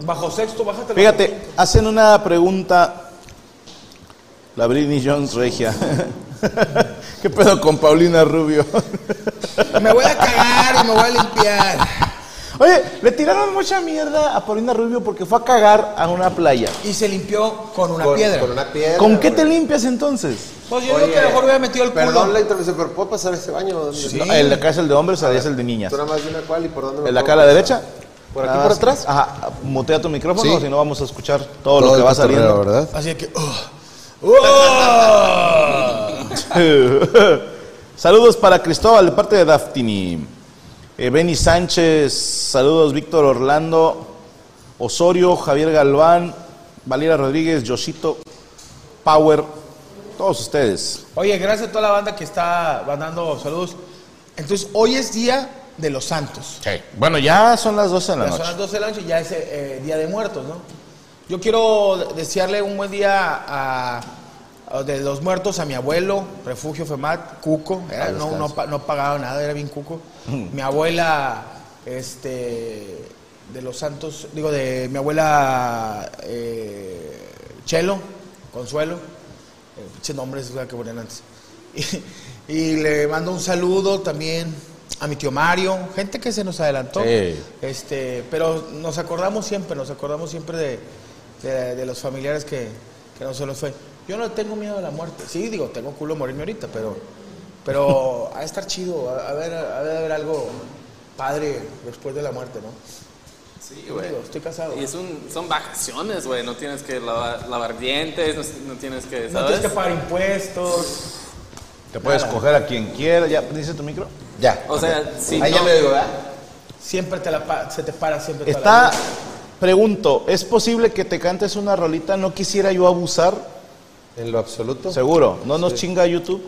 [SPEAKER 1] Bajo sexto, bájate.
[SPEAKER 2] Fíjate, hacen una pregunta. La Britney Jones regia. ¿Qué pedo con Paulina Rubio?
[SPEAKER 1] Me voy a cagar y me voy a limpiar.
[SPEAKER 2] Oye, le tiraron mucha mierda a Paulina Rubio porque fue a cagar a una playa.
[SPEAKER 1] Y se limpió con una
[SPEAKER 3] Con,
[SPEAKER 1] piedra.
[SPEAKER 3] con una piedra.
[SPEAKER 2] ¿Con qué te
[SPEAKER 3] güey.
[SPEAKER 2] limpias entonces?
[SPEAKER 1] Pues yo digo
[SPEAKER 3] Oye,
[SPEAKER 1] que mejor hubiera metido el culo.
[SPEAKER 3] Perdón la intervención, pero ¿puedo pasar ese baño?
[SPEAKER 2] No, el de acá es el de hombres, el de- es el de niñas.
[SPEAKER 3] Tú nada más dime cuál y por dónde me
[SPEAKER 2] ¿El de acá
[SPEAKER 3] puedo
[SPEAKER 2] a la
[SPEAKER 3] pasar.
[SPEAKER 2] derecha?
[SPEAKER 3] ¿Por
[SPEAKER 2] Nada
[SPEAKER 3] aquí por
[SPEAKER 2] más.
[SPEAKER 3] atrás?
[SPEAKER 2] Ajá, mutea tu micrófono,
[SPEAKER 3] Sí.
[SPEAKER 2] si no vamos a escuchar todo, lo que va saliendo.
[SPEAKER 3] ¿verdad?
[SPEAKER 1] Así que.
[SPEAKER 2] "Oh,
[SPEAKER 1] ¡uh! ¡Uh!
[SPEAKER 2] oh". saludos para Cristóbal, de parte de Daftini. Eh, Benny Sánchez, saludos Víctor Orlando, Osorio, Javier Galván, Valera Rodríguez, Yoshito, Power, todos ustedes.
[SPEAKER 1] Oye, gracias a toda la banda que está mandando saludos. Entonces, hoy es día de los santos.
[SPEAKER 2] Bueno, ya son las 12 de la
[SPEAKER 1] Ya son
[SPEAKER 2] noche.
[SPEAKER 1] las 12 de la noche, ya es eh, Día de Muertos, ¿no? Yo quiero de- desearle un buen día a, a de los muertos a mi abuelo, Refugio Femat, Cuco, era-
[SPEAKER 2] Al
[SPEAKER 1] no, no,
[SPEAKER 2] descanso.
[SPEAKER 1] pa- no pagaba nada, era bien Cuco.
[SPEAKER 2] Mm.
[SPEAKER 1] Mi abuela, este, de los santos, digo, de mi abuela eh, Chelo, Consuelo, eh, pinches nombres güey, que ponían antes. Y, y le mando un saludo también a mi tío Mario, gente que se nos adelantó.
[SPEAKER 2] Sí.
[SPEAKER 1] Este, pero nos acordamos siempre, nos acordamos siempre de, de- de los familiares que, que no se los fue. Yo no tengo miedo a la muerte. Sí, digo, tengo culo de morirme ahorita, pero, pero a estar chido, a, a ver, a ver, a ver algo padre después de la muerte, ¿no?
[SPEAKER 5] Sí, güey.
[SPEAKER 1] Digo, estoy casado.
[SPEAKER 5] Y es un, son vacaciones, güey. No tienes que lavar, lavar dientes, no, no tienes
[SPEAKER 1] No
[SPEAKER 5] que,
[SPEAKER 1] tienes
[SPEAKER 5] ¿sabes?
[SPEAKER 1] que pagar impuestos.
[SPEAKER 2] Te puedes coger a quien quiera. ¿Ya dice tu micro?
[SPEAKER 3] Ya.
[SPEAKER 5] o sea, si
[SPEAKER 3] Ahí ya
[SPEAKER 5] no-
[SPEAKER 3] me digo, ¿verdad?
[SPEAKER 1] Siempre te la pa- se te para siempre. toda la
[SPEAKER 2] Está,
[SPEAKER 1] vida.
[SPEAKER 2] pregunto, ¿es posible que te cantes una rolita? No quisiera yo abusar.
[SPEAKER 3] En lo absoluto.
[SPEAKER 2] Seguro, no nos chinga YouTube.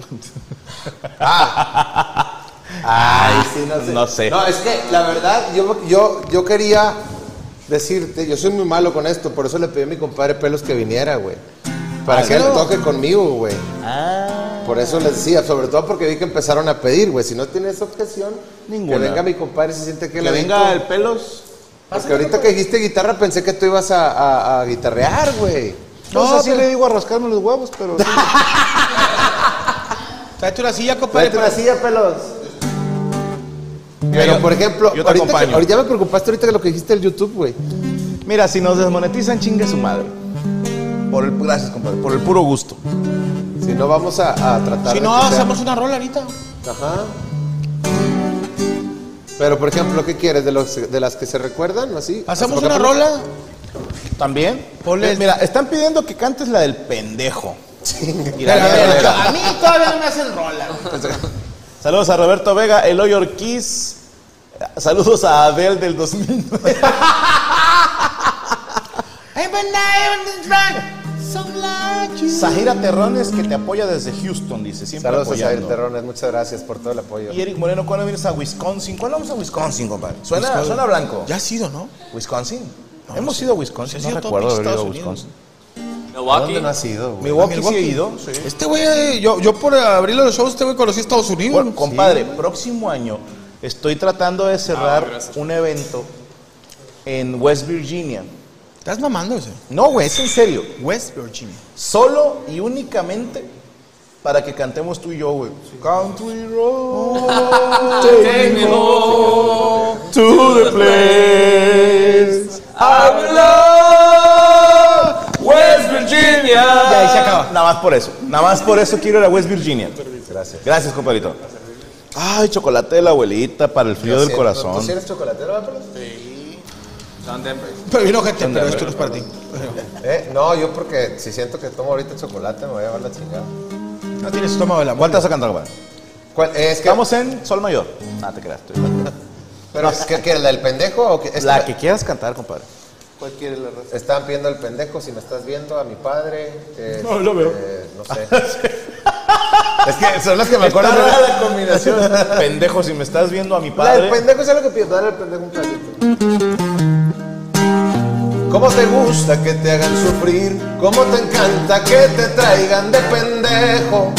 [SPEAKER 3] Ay, sí, no sé.
[SPEAKER 2] Ah, No sé.
[SPEAKER 3] No, es que la verdad, yo, yo, yo quería decirte, yo soy muy malo con esto, por eso le pedí a mi compadre Pelos que viniera, güey. Para que él toque conmigo, güey.
[SPEAKER 2] Ah.
[SPEAKER 3] Por eso les decía, sobre todo porque vi que empezaron a pedir, güey. Si no tienes objeción,
[SPEAKER 2] Ninguna.
[SPEAKER 3] que venga mi compadre y se siente que,
[SPEAKER 2] Que
[SPEAKER 3] le
[SPEAKER 2] venga el pelos.
[SPEAKER 3] Porque ahorita que dijiste guitarra pensé que tú ibas a, a- a guitarrear, güey. Pues
[SPEAKER 2] No,
[SPEAKER 3] No,
[SPEAKER 2] sé si
[SPEAKER 3] pero-
[SPEAKER 2] le digo a rascarme los huevos, pero.
[SPEAKER 1] Tráete una silla, compadre.
[SPEAKER 3] Tráete una
[SPEAKER 1] para-
[SPEAKER 3] silla, pelos.
[SPEAKER 2] Mira,
[SPEAKER 3] Pero,
[SPEAKER 2] yo-
[SPEAKER 3] por ejemplo,
[SPEAKER 2] yo te
[SPEAKER 3] ahorita, que-
[SPEAKER 2] acompaño.
[SPEAKER 3] ahorita ya me preocupaste ahorita que lo que dijiste del YouTube, güey.
[SPEAKER 2] Mira, si nos desmonetizan, chingue su madre. Por el, gracias, compadre. Por el puro gusto.
[SPEAKER 3] Si no, vamos a, a tratar
[SPEAKER 1] Si
[SPEAKER 3] de
[SPEAKER 1] no,
[SPEAKER 3] que sea-
[SPEAKER 1] hacemos una rola ahorita.
[SPEAKER 3] Ajá. Pero, por ejemplo, ¿qué quieres? ¿De, los, de las que se recuerdan? ¿Así?
[SPEAKER 1] Hacemos
[SPEAKER 3] Por
[SPEAKER 1] una
[SPEAKER 3] ejemplo,
[SPEAKER 1] rola.
[SPEAKER 2] ¿También?
[SPEAKER 1] Ponle-
[SPEAKER 2] Eh, Mira, están pidiendo que cantes la del pendejo. Y la
[SPEAKER 1] Pero,
[SPEAKER 2] mía
[SPEAKER 1] pero,
[SPEAKER 2] era-
[SPEAKER 1] a mí todavía no me hacen rola.
[SPEAKER 2] Saludos a Roberto Vega, Eloy Ortiz. Saludos a Abel del 2009.
[SPEAKER 1] Hey, but now I'm drunk, some like you.
[SPEAKER 2] Zahira Terrones, que te apoya desde Houston, dice. Siempre
[SPEAKER 3] Saludos a
[SPEAKER 2] apoyando.
[SPEAKER 3] Isabel Terrones. Muchas gracias por todo el apoyo.
[SPEAKER 2] Y Eric Moreno, ¿cuándo vienes a Wisconsin? ¿Cuándo vamos a Wisconsin, compadre? Suena,
[SPEAKER 1] Wisconsin.
[SPEAKER 2] suena blanco.
[SPEAKER 1] Ya ha sido, ¿no?
[SPEAKER 2] ¿Wisconsin?
[SPEAKER 1] No,
[SPEAKER 2] Hemos
[SPEAKER 1] sí.
[SPEAKER 2] ido a Wisconsin,
[SPEAKER 1] Sí,
[SPEAKER 2] no
[SPEAKER 1] sí, todo
[SPEAKER 2] recuerdo haber
[SPEAKER 1] pinche
[SPEAKER 2] ido a
[SPEAKER 1] Estados
[SPEAKER 2] Wisconsin.
[SPEAKER 5] Milwaukee.
[SPEAKER 3] sido,
[SPEAKER 2] Milwaukee sí he
[SPEAKER 1] Milwaukee.
[SPEAKER 2] ido.
[SPEAKER 1] Este güey, eh, yo, yo por abrir los shows, este güey conocí a Estados Unidos.
[SPEAKER 2] Bueno, compadre, próximo año estoy tratando de cerrar un evento en West Virginia.
[SPEAKER 1] Estás mamando ese.
[SPEAKER 2] No, güey, es en serio.
[SPEAKER 1] West Virginia.
[SPEAKER 2] Solo y únicamente para que cantemos tú y yo, güey. Country road.
[SPEAKER 5] Take me home.
[SPEAKER 2] to the place I belong, West Virginia. Y ahí se acaba. Nada más por eso. Nada más por eso quiero ir a West Virginia. Gracias. Gracias, compadrito. Ay, chocolate de la abuelita para el frío del corazón.
[SPEAKER 3] ¿Tú sí eres chocolatero, Ápolos?
[SPEAKER 5] Don Denver.
[SPEAKER 1] Pero vino gente, pero esto no es para ti.
[SPEAKER 3] Eh, No, yo porque si siento que tomo ahorita chocolate me voy a llevar la chingada.
[SPEAKER 1] No tienes estómago de la
[SPEAKER 2] ¿Cuál te
[SPEAKER 1] muerte.
[SPEAKER 2] vas a cantar, compadre?
[SPEAKER 3] ¿Cuál? Eh, Es que,
[SPEAKER 2] Estamos en Sol Mayor. Ah, te creas. estoy-
[SPEAKER 3] pero es que, que la del pendejo o que esta-
[SPEAKER 2] La que quieras cantar, compadre. ¿Cuál quieres la
[SPEAKER 3] Están viendo al pendejo, si me estás viendo, a mi padre. eh,
[SPEAKER 1] No, lo veo.
[SPEAKER 3] eh, no sé. es que son las que me acuerdo.
[SPEAKER 2] Está rara
[SPEAKER 3] la combinación.
[SPEAKER 2] Pendejo, si me estás viendo a mi
[SPEAKER 3] La del
[SPEAKER 2] padre.
[SPEAKER 3] pendejo es lo que pido, dale al pendejo un pedacito. ¿Cómo te gusta que te hagan sufrir? ¿Cómo te encanta que te traigan de pendejo?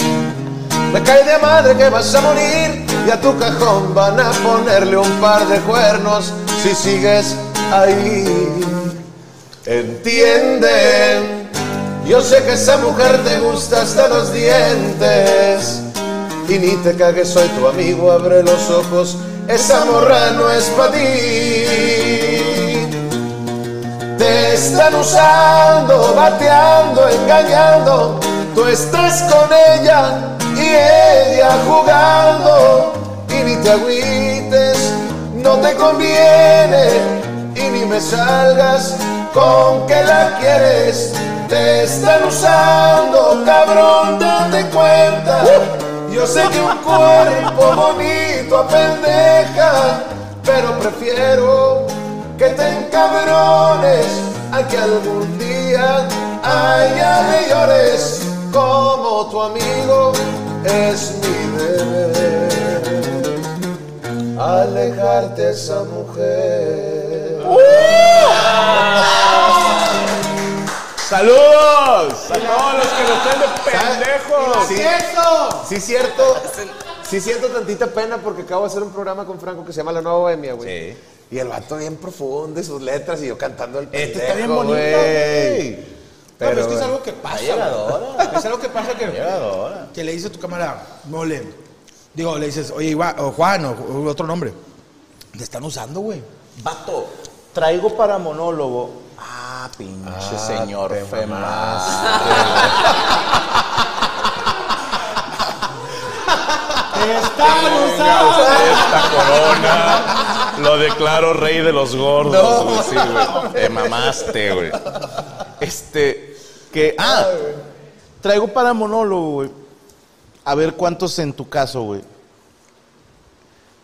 [SPEAKER 3] Me cae de madre que vas a morir y a tu cajón van a ponerle un par de cuernos si sigues ahí. Entienden, yo sé que esa mujer te gusta hasta los dientes. Y ni te cagues, soy tu amigo, abre los ojos, esa morra no es para ti. Te están usando, bateando, engañando. Tú estás con ella y ella jugando. Y ni te agüites, no te conviene. Y ni me salgas con que la quieres. Te están usando, cabrón, date cuenta. Yo sé que un cuerpo bonito apendeja, pero prefiero que te encabrones a que algún día haya de llores como tu amigo es mi deber alejarte de esa mujer
[SPEAKER 2] ¡Uh! ¡Saludos! A todos los que nos estén de pendejos.
[SPEAKER 3] Sí, sí cierto sí siento tantita pena porque acabo de hacer un programa con Franco que se llama La Nueva Bohemia güey
[SPEAKER 2] Sí.
[SPEAKER 3] y el vato bien profundo y sus letras y yo cantando el
[SPEAKER 2] Este está bien
[SPEAKER 3] pendejo,
[SPEAKER 2] bonito,
[SPEAKER 3] güey.
[SPEAKER 2] güey.
[SPEAKER 3] Pero,
[SPEAKER 1] Pero es que es
[SPEAKER 3] güey.
[SPEAKER 1] algo que pasa.
[SPEAKER 2] llegadora.
[SPEAKER 1] Es algo que pasa que,
[SPEAKER 2] Llegadora.
[SPEAKER 1] que le dice a tu cámara, mole. Digo, le dices, oye, Iwa- o Juan o, o otro nombre. Te están usando, güey.
[SPEAKER 2] Vato, traigo para monólogo. Ah, pinche señor Femas. Esta corona lo declaro rey de los gordos. güey, sí, güey. Te mamaste, güey. Este, que. Ah, traigo para monólogo, güey. A ver cuántos en tu caso, güey.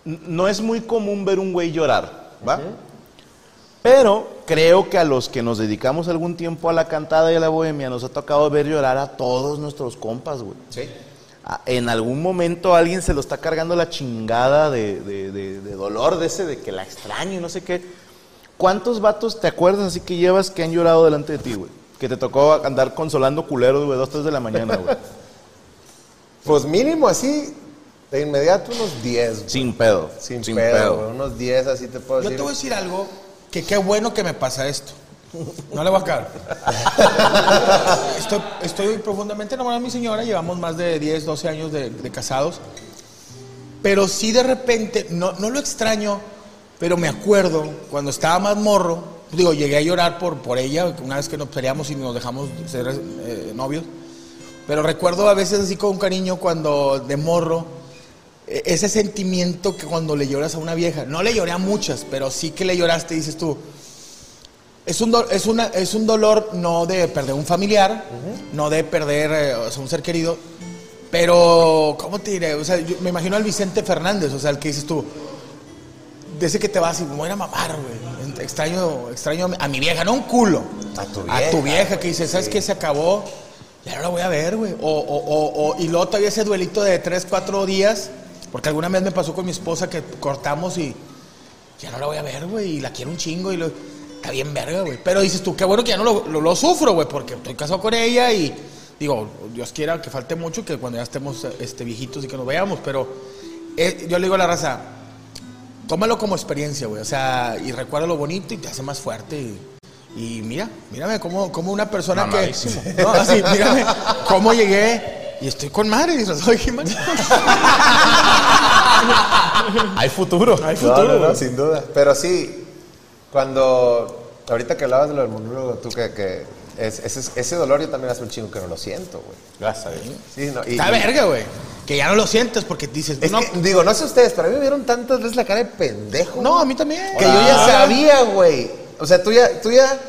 [SPEAKER 2] N- No es muy común ver un güey llorar, ¿va? Pero creo que a los que nos dedicamos algún tiempo a la cantada y a la bohemia nos ha tocado ver llorar a todos nuestros compas, güey.
[SPEAKER 3] sí
[SPEAKER 2] Ah, En algún momento alguien se lo está cargando la chingada de, de- de- de dolor de ese, de que la extraño y no sé qué. ¿Cuántos vatos te acuerdas así que llevas que han llorado delante de ti, güey? Que te tocó andar consolando culeros, güey, dos, tres de la mañana, güey.
[SPEAKER 3] pues mínimo así de inmediato unos 10 güey.
[SPEAKER 2] Sin pedo.
[SPEAKER 3] sin, pedo, güey, unos 10 así te puedo
[SPEAKER 1] Yo
[SPEAKER 3] decir
[SPEAKER 1] te voy a decir algo que qué bueno que me pasa esto. No le voy a caer. Estoy, estoy profundamente enamorado de mi señora. Llevamos más de 10, 12 años de, de casados. Pero sí de repente, no, no lo extraño, pero me acuerdo cuando estaba más morro. Digo, llegué a llorar por, por ella una vez que nos peleamos y nos dejamos ser eh, novios. Pero recuerdo a veces así con cariño cuando de morro, e- ese sentimiento que cuando le lloras a una vieja, no le lloré a muchas, pero sí que le lloraste, dices tú. Es un, do- es, una, es un dolor no de perder un familiar, no de perder eh, o sea, un ser querido, pero, ¿cómo te diré? O sea, yo me imagino al Vicente Fernández, o sea, el que dices tú, desde que te vas y me voy a ir a mamar, güey. Extraño, extraño a mi- a mi vieja, no un culo.
[SPEAKER 3] A tu
[SPEAKER 1] A
[SPEAKER 3] vieja,
[SPEAKER 1] tu vieja que dice, ¿sabes qué? Se acabó. Ya no la voy a ver, güey. O, o- o- o- y luego todavía ese duelito de tres, cuatro días, porque alguna vez me pasó con mi esposa que cortamos y ya no la voy a ver, güey. Y la quiero un chingo y lo, está bien verga, güey. Pero dices tú, qué bueno que ya no lo, lo- lo sufro, güey, porque estoy casado con ella y digo, Dios quiera que falte mucho, que cuando ya estemos este, viejitos y que nos vayamos. Pero eh, yo le digo a la raza, tómalo como experiencia, güey. O sea, y recuerda lo bonito y te hace más fuerte. Y, y mira, mírame cómo, cómo una persona que. No, así, mírame cómo llegué y estoy con madre y soy He-Man.
[SPEAKER 2] Hay futuro.
[SPEAKER 1] Hay
[SPEAKER 3] No,
[SPEAKER 1] futuro,
[SPEAKER 3] no, no,
[SPEAKER 1] güey.
[SPEAKER 3] sin duda. Pero sí, cuando. Ahorita que hablabas de lo del monólogo, tú que. que es- ese, ese dolor yo también hace un chingo que no lo siento, güey.
[SPEAKER 2] Gracias a Dios.
[SPEAKER 3] Sí, no, y-
[SPEAKER 1] Está
[SPEAKER 3] y-
[SPEAKER 1] verga, güey. Que ya no lo sientes porque dices,
[SPEAKER 3] es
[SPEAKER 1] no,
[SPEAKER 3] que, digo, no sé ustedes, pero a mí me vieron tantas veces la cara de pendejo.
[SPEAKER 1] no, a
[SPEAKER 3] güey,
[SPEAKER 1] mí también. Ah.
[SPEAKER 3] Que yo ya sabía, güey. O sea, tú ya, tú ya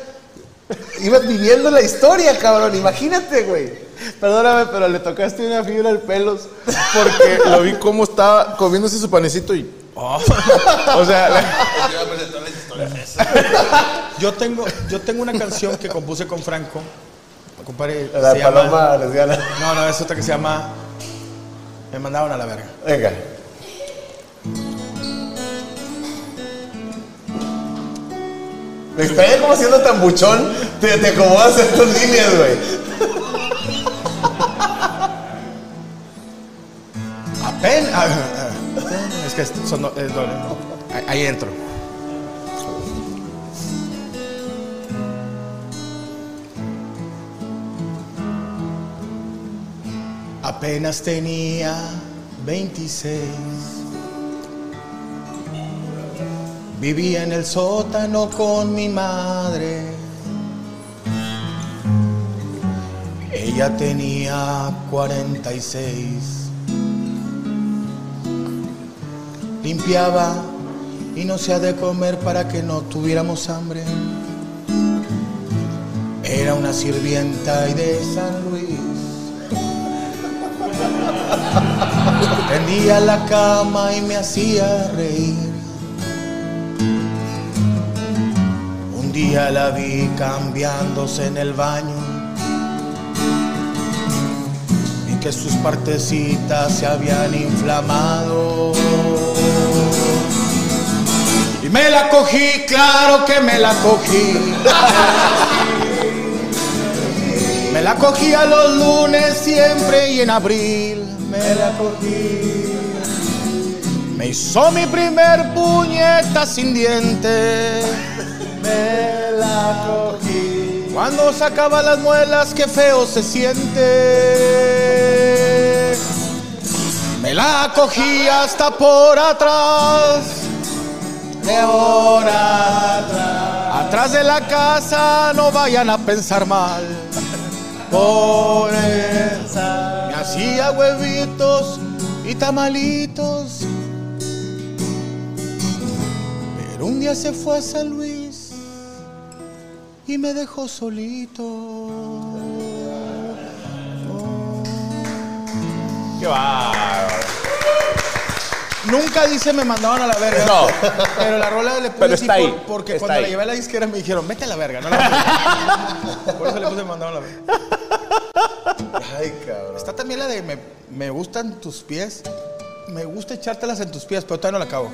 [SPEAKER 3] ibas viviendo la historia, cabrón. Imagínate, güey.
[SPEAKER 11] Perdóname, pero le tocaste una fibra al pelos porque lo vi cómo estaba comiéndose su panecito y. oh. O sea, la-
[SPEAKER 1] Yo tengo, yo tengo una canción que compuse con Franco. Compadre,
[SPEAKER 3] La
[SPEAKER 1] se llama-
[SPEAKER 3] paloma lesbiana.
[SPEAKER 1] No, no, es otra que se llama Me mandaron a la verga.
[SPEAKER 3] Venga. Me extraña como siendo tan buchón te, te acomodas en tus líneas, güey.
[SPEAKER 1] Apen-
[SPEAKER 3] ah,
[SPEAKER 1] a- a- Es que es- son
[SPEAKER 3] eh,
[SPEAKER 1] do- es doble. Ahí- Ahí entro. Apenas tenía 26. Vivía en el sótano con mi madre. Ella tenía 46. limpiaba y nos hacía de comer para que no tuviéramos hambre. Era una sirvienta y de San Luis. Tendía la cama y me hacía reír. Un día la vi cambiándose en el baño. Y que sus partecitas se habían inflamado. Y me la cogí, claro que me la cogí. Me la cogí a los lunes siempre y en abril me la cogí. Me hizo mi primer puñeta sin diente. Me la cogí. Cuando sacaba las muelas, qué feo se siente. Me la cogí hasta por atrás de hora atrás. Atrás de la casa no vayan a pensar mal. Por esa. Me hacía huevitos y tamalitos. Pero un día se fue a San Luis y me dejó solito.
[SPEAKER 2] Oh. Qué va.
[SPEAKER 1] Nunca dice me mandaron a la verga.
[SPEAKER 2] No.
[SPEAKER 1] Pero la rola le puse
[SPEAKER 2] Pero
[SPEAKER 1] así
[SPEAKER 2] está ahí,
[SPEAKER 1] por- porque
[SPEAKER 2] está
[SPEAKER 1] cuando la
[SPEAKER 2] ahí.
[SPEAKER 1] llevé a la disquera me dijeron, mete a la verga. No la puse. por eso le puse me mandaron a la verga.
[SPEAKER 3] Ay, cabrón.
[SPEAKER 1] Está también la de me, me gustan tus pies. Me gusta echártelas en tus pies, pero todavía no la acabo.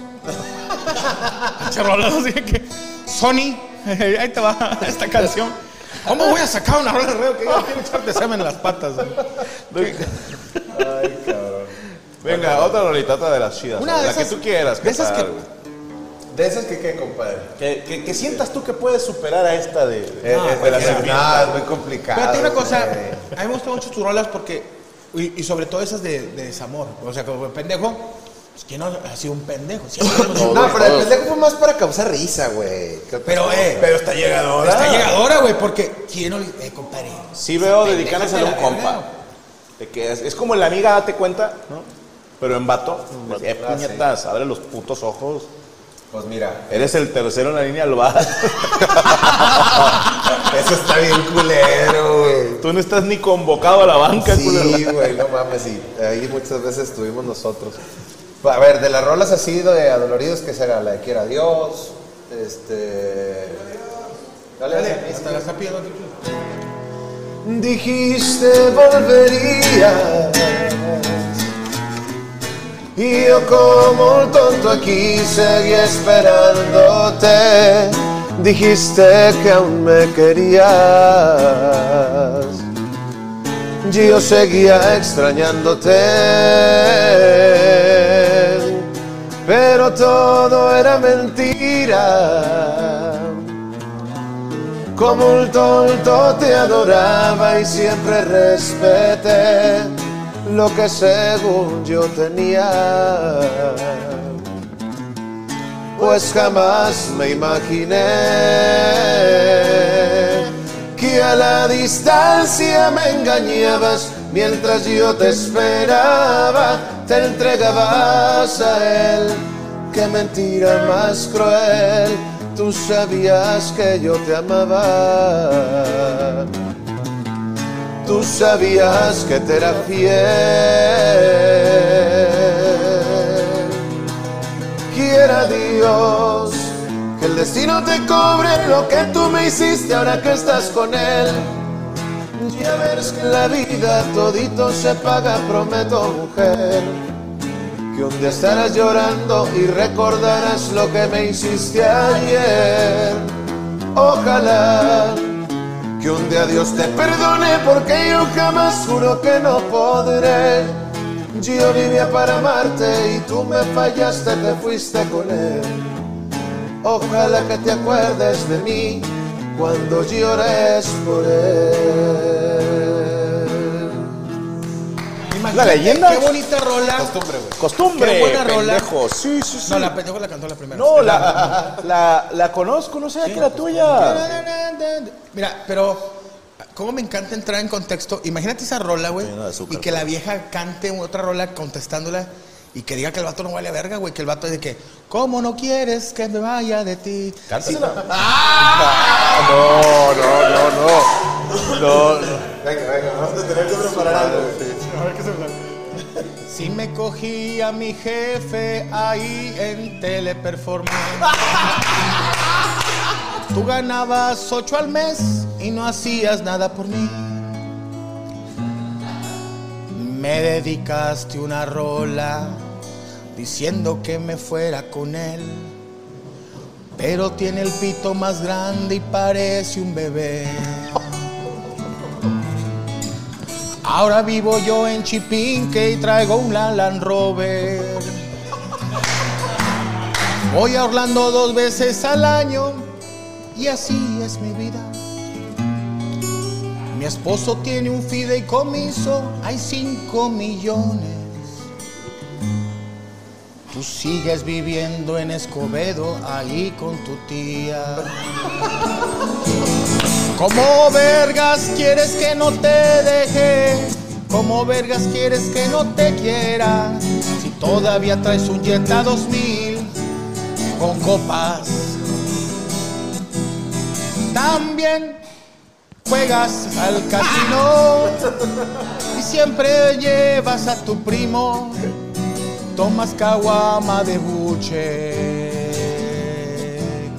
[SPEAKER 1] Pinche rola, así que. Sony, ahí te va esta canción. ¿Cómo voy a sacar una rola de reo que yo quiero echarte semen en las patas? güey?
[SPEAKER 2] Venga, otra rolita, otra de las chidas.
[SPEAKER 1] Una de
[SPEAKER 2] la
[SPEAKER 1] esas-
[SPEAKER 2] que tú quieras.
[SPEAKER 1] de esas
[SPEAKER 2] compadre.
[SPEAKER 3] ¿De esas que qué, compadre?
[SPEAKER 2] Que, que- que sientas tú que puedes superar a esta de, de-
[SPEAKER 3] Eh,
[SPEAKER 2] de
[SPEAKER 3] eh,
[SPEAKER 2] la
[SPEAKER 3] no,
[SPEAKER 2] serpiente.
[SPEAKER 3] es muy complicado.
[SPEAKER 1] Pero te digo una cosa,
[SPEAKER 3] güey.
[SPEAKER 1] a mí me gustan mucho tus rolas porque, y, y sobre todo esas de, de desamor. O sea, como pendejo, pues, ¿quién no ha sido un pendejo? Siempre hemos sido-
[SPEAKER 3] No, pero el pendejo fue más para causar risa, güey. ¿Qué otra
[SPEAKER 1] Pero,
[SPEAKER 3] cosa?
[SPEAKER 1] eh,
[SPEAKER 3] Pero está llegadora.
[SPEAKER 1] Está llegadora, güey, porque ¿quién no le- eh, compadre?
[SPEAKER 2] Sí veo
[SPEAKER 1] Pendejo
[SPEAKER 2] dedicarles a
[SPEAKER 1] de
[SPEAKER 2] un
[SPEAKER 1] la
[SPEAKER 2] compa.
[SPEAKER 1] verga.
[SPEAKER 2] De que es, es como la amiga, date cuenta, ¿no? Pero en vato, pues, eh, puñetas, abre los putos ojos.
[SPEAKER 3] Pues mira,
[SPEAKER 2] Eres el tercero en la línea al bar.
[SPEAKER 3] eso está bien culero, güey.
[SPEAKER 2] Tú no estás ni convocado a la banca, culero.
[SPEAKER 3] Sí, güey, no mames, y ahí muchas veces estuvimos nosotros. A ver, de las rolas así de Adoloridos, que será la de Quiera Dios, este... Dale, dale.
[SPEAKER 1] Hasta la está pidiendo aquí.
[SPEAKER 3] Dijiste volverías Y yo como un tonto aquí seguí esperándote Dijiste que aún me querías Y yo seguía extrañándote Pero todo era mentira como un tonto te adoraba y siempre respeté lo que según yo tenía. Pues jamás me imaginé que a la distancia me engañabas mientras yo te esperaba, te entregabas a él. Qué mentira más cruel. tú sabías que yo te amaba. Tú sabías que te era fiel. Quiera Dios que el destino te cobre lo que tú me hiciste ahora que estás con él. Ya ves que la vida todito se paga, prometo mujer. Que un día estarás llorando y recordarás lo que me hiciste ayer. Ojalá que un día Dios te perdone porque yo jamás juro que no podré. Yo vivía para amarte y tú me fallaste, te fuiste con él. Ojalá que te acuerdes de mí cuando llores por él.
[SPEAKER 2] La leyenda.
[SPEAKER 1] Qué bonita rola.
[SPEAKER 3] Costumbre, güey.
[SPEAKER 2] Costumbre.
[SPEAKER 1] Qué buena rola.
[SPEAKER 2] pendejo. Sí, sí, sí.
[SPEAKER 1] No, la pendejo la cantó la primera.
[SPEAKER 2] No, la, la, la conozco, no sé que era tuya.
[SPEAKER 1] Mira, pero cómo me encanta entrar en contexto. Imagínate esa rola, güey,
[SPEAKER 2] Llena de azúcar,
[SPEAKER 1] y que la vieja cante otra rola contestándola y que diga que el vato no vale a verga, güey, que el vato es de que cómo no quieres que me vaya de ti.
[SPEAKER 2] Cántasela.
[SPEAKER 3] No, no, no, no. No, Venga, venga, vamos a tener que preparar algo.
[SPEAKER 1] Si me cogí a mi jefe ahí en Teleperformance. Tú ganabas ocho al mes y no hacías nada por mí. Me dedicaste una rola diciendo que me fuera con él. Pero tiene el pito más grande y parece un bebé. Ahora vivo yo en Chipinque y traigo un la- Land Rover. Voy a Orlando dos veces al año y así es mi vida. Mi esposo tiene un fideicomiso, hay cinco millones. Tú sigues viviendo en Escobedo, ahí con tu tía. ¿Cómo vergas quieres que no te deje? ¿Cómo vergas quieres que no te quiera? Si todavía traes un Jetta 2000 con copas. También juegas al casino y siempre llevas a tu primo. Tomas caguama de buche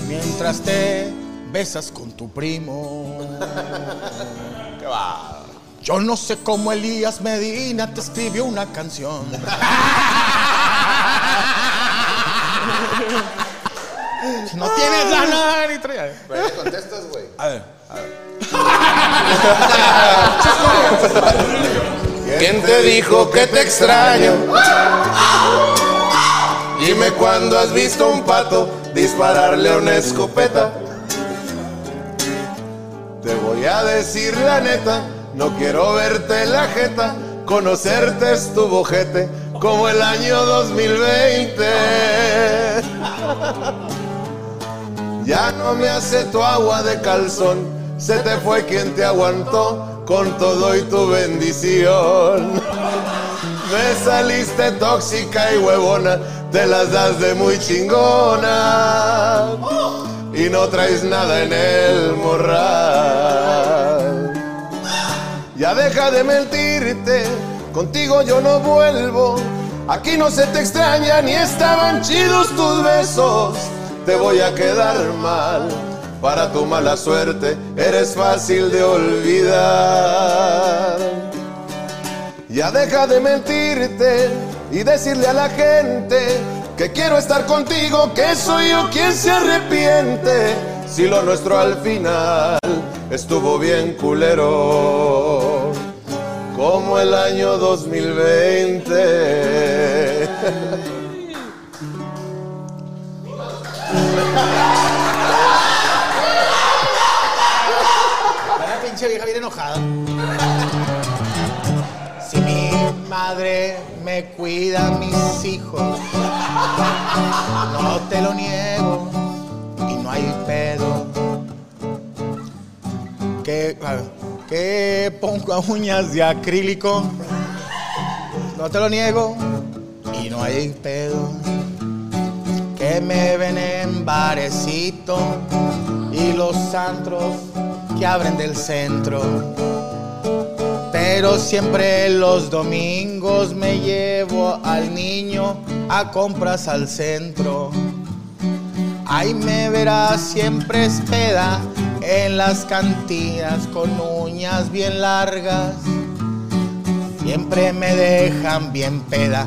[SPEAKER 1] mientras te besas con tu primo. Yo no sé cómo Elías Medina te escribió una canción. Si no tienes lana ni trae.
[SPEAKER 3] Pero le contestas, güey.
[SPEAKER 1] A ver.
[SPEAKER 3] ¿Quién te dijo que te extraño? Dime cuándo has visto un pato dispararle una escopeta. Te voy a decir la neta, no quiero verte la jeta, conocerte es tu bojete, como el año 2020. Ya no me hace tu agua de calzón, se te fue quien te aguantó con todo y tu bendición. Me saliste tóxica y huevona, te las das de muy chingona y no traes nada en el morral. Ya deja de mentirte, contigo yo no vuelvo. Aquí no se te extraña ni estaban chidos tus besos. Te voy a quedar mal, para tu mala suerte eres fácil de olvidar. Ya deja de mentirte y decirle a la gente que quiero estar contigo, que soy yo quien se arrepiente. Si lo nuestro al final estuvo bien culero, como el año 2020.
[SPEAKER 1] La pinche vieja bien enojada. Si mi madre me cuida a mis hijos, no te lo niego y no hay pedo. Que, a ver, que pongo uñas de acrílico, no te lo niego y no hay pedo. Que que me ven en barecito y los antros que abren del centro. Pero siempre los domingos me llevo al niño a compras al centro. Ahí me verás siempre espera en las cantinas con uñas bien largas. Siempre me dejan bien peda.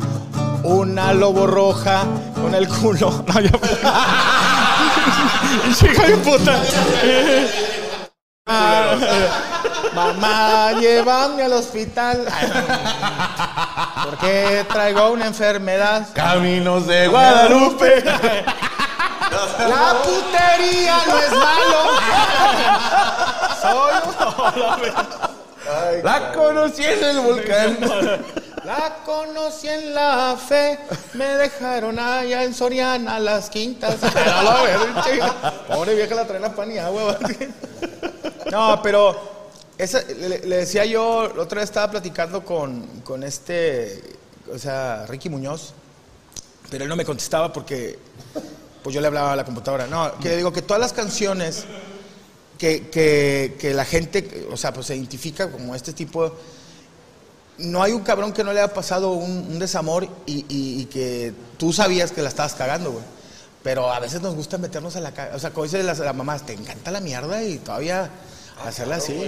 [SPEAKER 1] Una lobo roja con el culo. No, ya. Chica de puta. Mamá, llévame al hospital. Porque traigo una enfermedad.
[SPEAKER 2] Caminos de Guadalupe.
[SPEAKER 1] La putería no es malo. Soy
[SPEAKER 2] La conocí en el volcán.
[SPEAKER 1] La conocí en la fe, me dejaron allá en Soriana las quintas. Pero a la verga, chica. Pobre vieja la trae la pan y agua. va. No, pero esa- le, le decía yo, la otra vez estaba platicando con, con este, o sea, Ricky Muñoz, pero él no me contestaba porque pues yo le hablaba a la computadora. No, que le digo que todas las canciones que, que- que la gente, o sea, pues se identifica como este tipo no hay un cabrón que no le haya pasado un, un desamor y, y- y que tú sabías que la estabas cagando, güey. Pero a veces nos gusta meternos a la caga. O sea, como dice la, la mamá, te encanta la mierda y todavía
[SPEAKER 3] Ah,
[SPEAKER 1] hacerla así.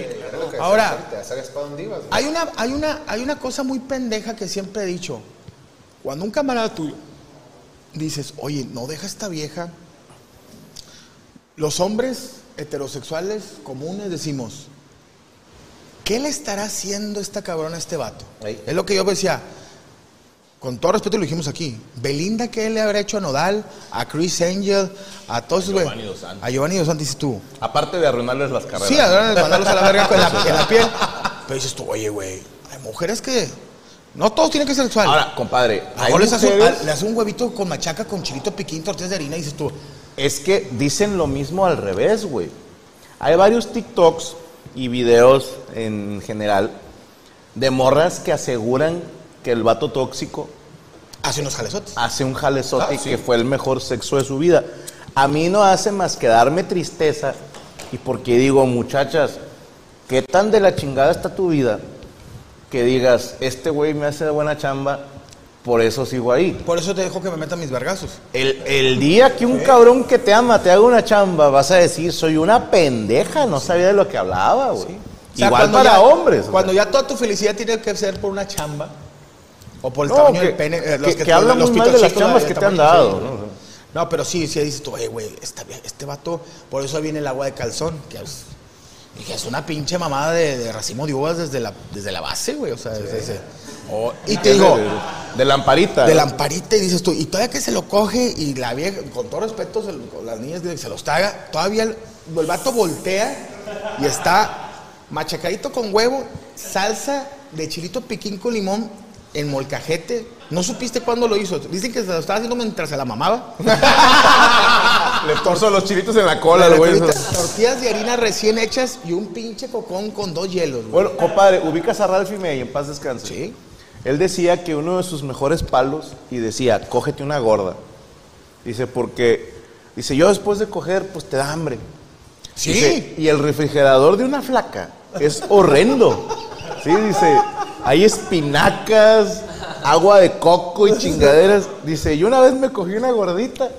[SPEAKER 1] Ahora,
[SPEAKER 3] Te sabes para dónde ibas, güey.
[SPEAKER 1] hay una, hay, una, hay una cosa muy pendeja que siempre he dicho. Cuando un camarada tuyo dices, oye, no deja esta vieja. Los hombres heterosexuales comunes decimos, ¿qué le estará haciendo esta cabrona a este vato?
[SPEAKER 3] Ey.
[SPEAKER 1] Es lo que yo decía. Con todo respeto lo dijimos aquí. Belinda, ¿qué le habrá hecho a Nodal, a Chris Angel, a todos esos güey?
[SPEAKER 2] Giovanni Dos Santos.
[SPEAKER 1] A Giovanni Dos Santos, dices tú.
[SPEAKER 2] Aparte de arruinarles las carreras.
[SPEAKER 1] Sí, adoran mandarlos a la verga con la, en la piel. Pero dices tú, oye, güey, hay mujeres que. No todos tienen que ser sexual.
[SPEAKER 2] Ahora, compadre,
[SPEAKER 1] A
[SPEAKER 2] hay
[SPEAKER 1] lo mejor les hace un-
[SPEAKER 2] mujeres-
[SPEAKER 1] a- le hace un huevito con machaca, con chilito piquín, tortillas de harina y dices tú,
[SPEAKER 2] Es que dicen lo mismo al revés, güey. Hay varios TikToks y videos en general de morras que aseguran que el vato tóxico
[SPEAKER 1] hace unos jalezotes.
[SPEAKER 2] hace un jalezote
[SPEAKER 1] Ah,
[SPEAKER 2] y que fue el mejor sexo de su vida. A mí no hace más que darme tristeza y porque digo, muchachas, ¿qué tan de la chingada está tu vida que digas, este güey me hace buena chamba, por eso sigo ahí?
[SPEAKER 1] Por eso te dejo que me metan mis vergazos.
[SPEAKER 2] El, el día que un cabrón que te ama te haga una chamba, vas a decir, soy una pendeja, no sabía de lo que hablaba, güey.
[SPEAKER 1] O sea,
[SPEAKER 2] Igual
[SPEAKER 1] cuando
[SPEAKER 2] para
[SPEAKER 1] ya-
[SPEAKER 2] hombres. o
[SPEAKER 1] Cuando
[SPEAKER 2] sea.
[SPEAKER 1] ya toda tu felicidad tiene que ser por una chamba o por el
[SPEAKER 2] No,
[SPEAKER 1] tamaño
[SPEAKER 2] que-
[SPEAKER 1] del pene. eh, los
[SPEAKER 2] que- que
[SPEAKER 1] te-
[SPEAKER 2] hablan muy mal de las
[SPEAKER 1] pitochitos,
[SPEAKER 2] chambas
[SPEAKER 1] eh,
[SPEAKER 2] que te han
[SPEAKER 1] tamaño,
[SPEAKER 2] dado,
[SPEAKER 1] sí.
[SPEAKER 2] ¿no?
[SPEAKER 1] No, pero sí, sí dices tú, oye, güey, esta vie- este vato, por eso viene el agua de calzón, que es, y que es una pinche mamada de, de racimo de uvas desde la, desde la base, güey. O sea, desde ese- o- y te digo,
[SPEAKER 2] De, de lamparita.
[SPEAKER 1] de
[SPEAKER 2] ¿no?
[SPEAKER 1] lamparita y dices tú, y todavía que se lo coge y la vieja, con todo respeto, se lo- con las niñas que se los traga, todavía el, el vato voltea y está machacadito con huevo, salsa de chilito piquín con limón en molcajete. No supiste cuándo lo hizo. Dicen que se lo estaba haciendo mientras se la mamaba.
[SPEAKER 2] Le torzo los chilitos en la cola, güey.
[SPEAKER 1] Tortillas- Tortillas de harina recién hechas y un pinche cocón con dos hielos. güey.
[SPEAKER 2] Bueno, compadre, ubicas a Ralph y May en paz descanse.
[SPEAKER 1] Sí.
[SPEAKER 2] Él decía que uno de sus mejores palos, y decía, cógete una gorda. Dice, porque, dice, yo después de coger, pues te da hambre.
[SPEAKER 1] Sí.
[SPEAKER 2] Dice, y el refrigerador de una flaca es horrendo. Sí, dice, hay espinacas, agua de coco y chingaderas. Dice, yo una vez me cogí una gordita.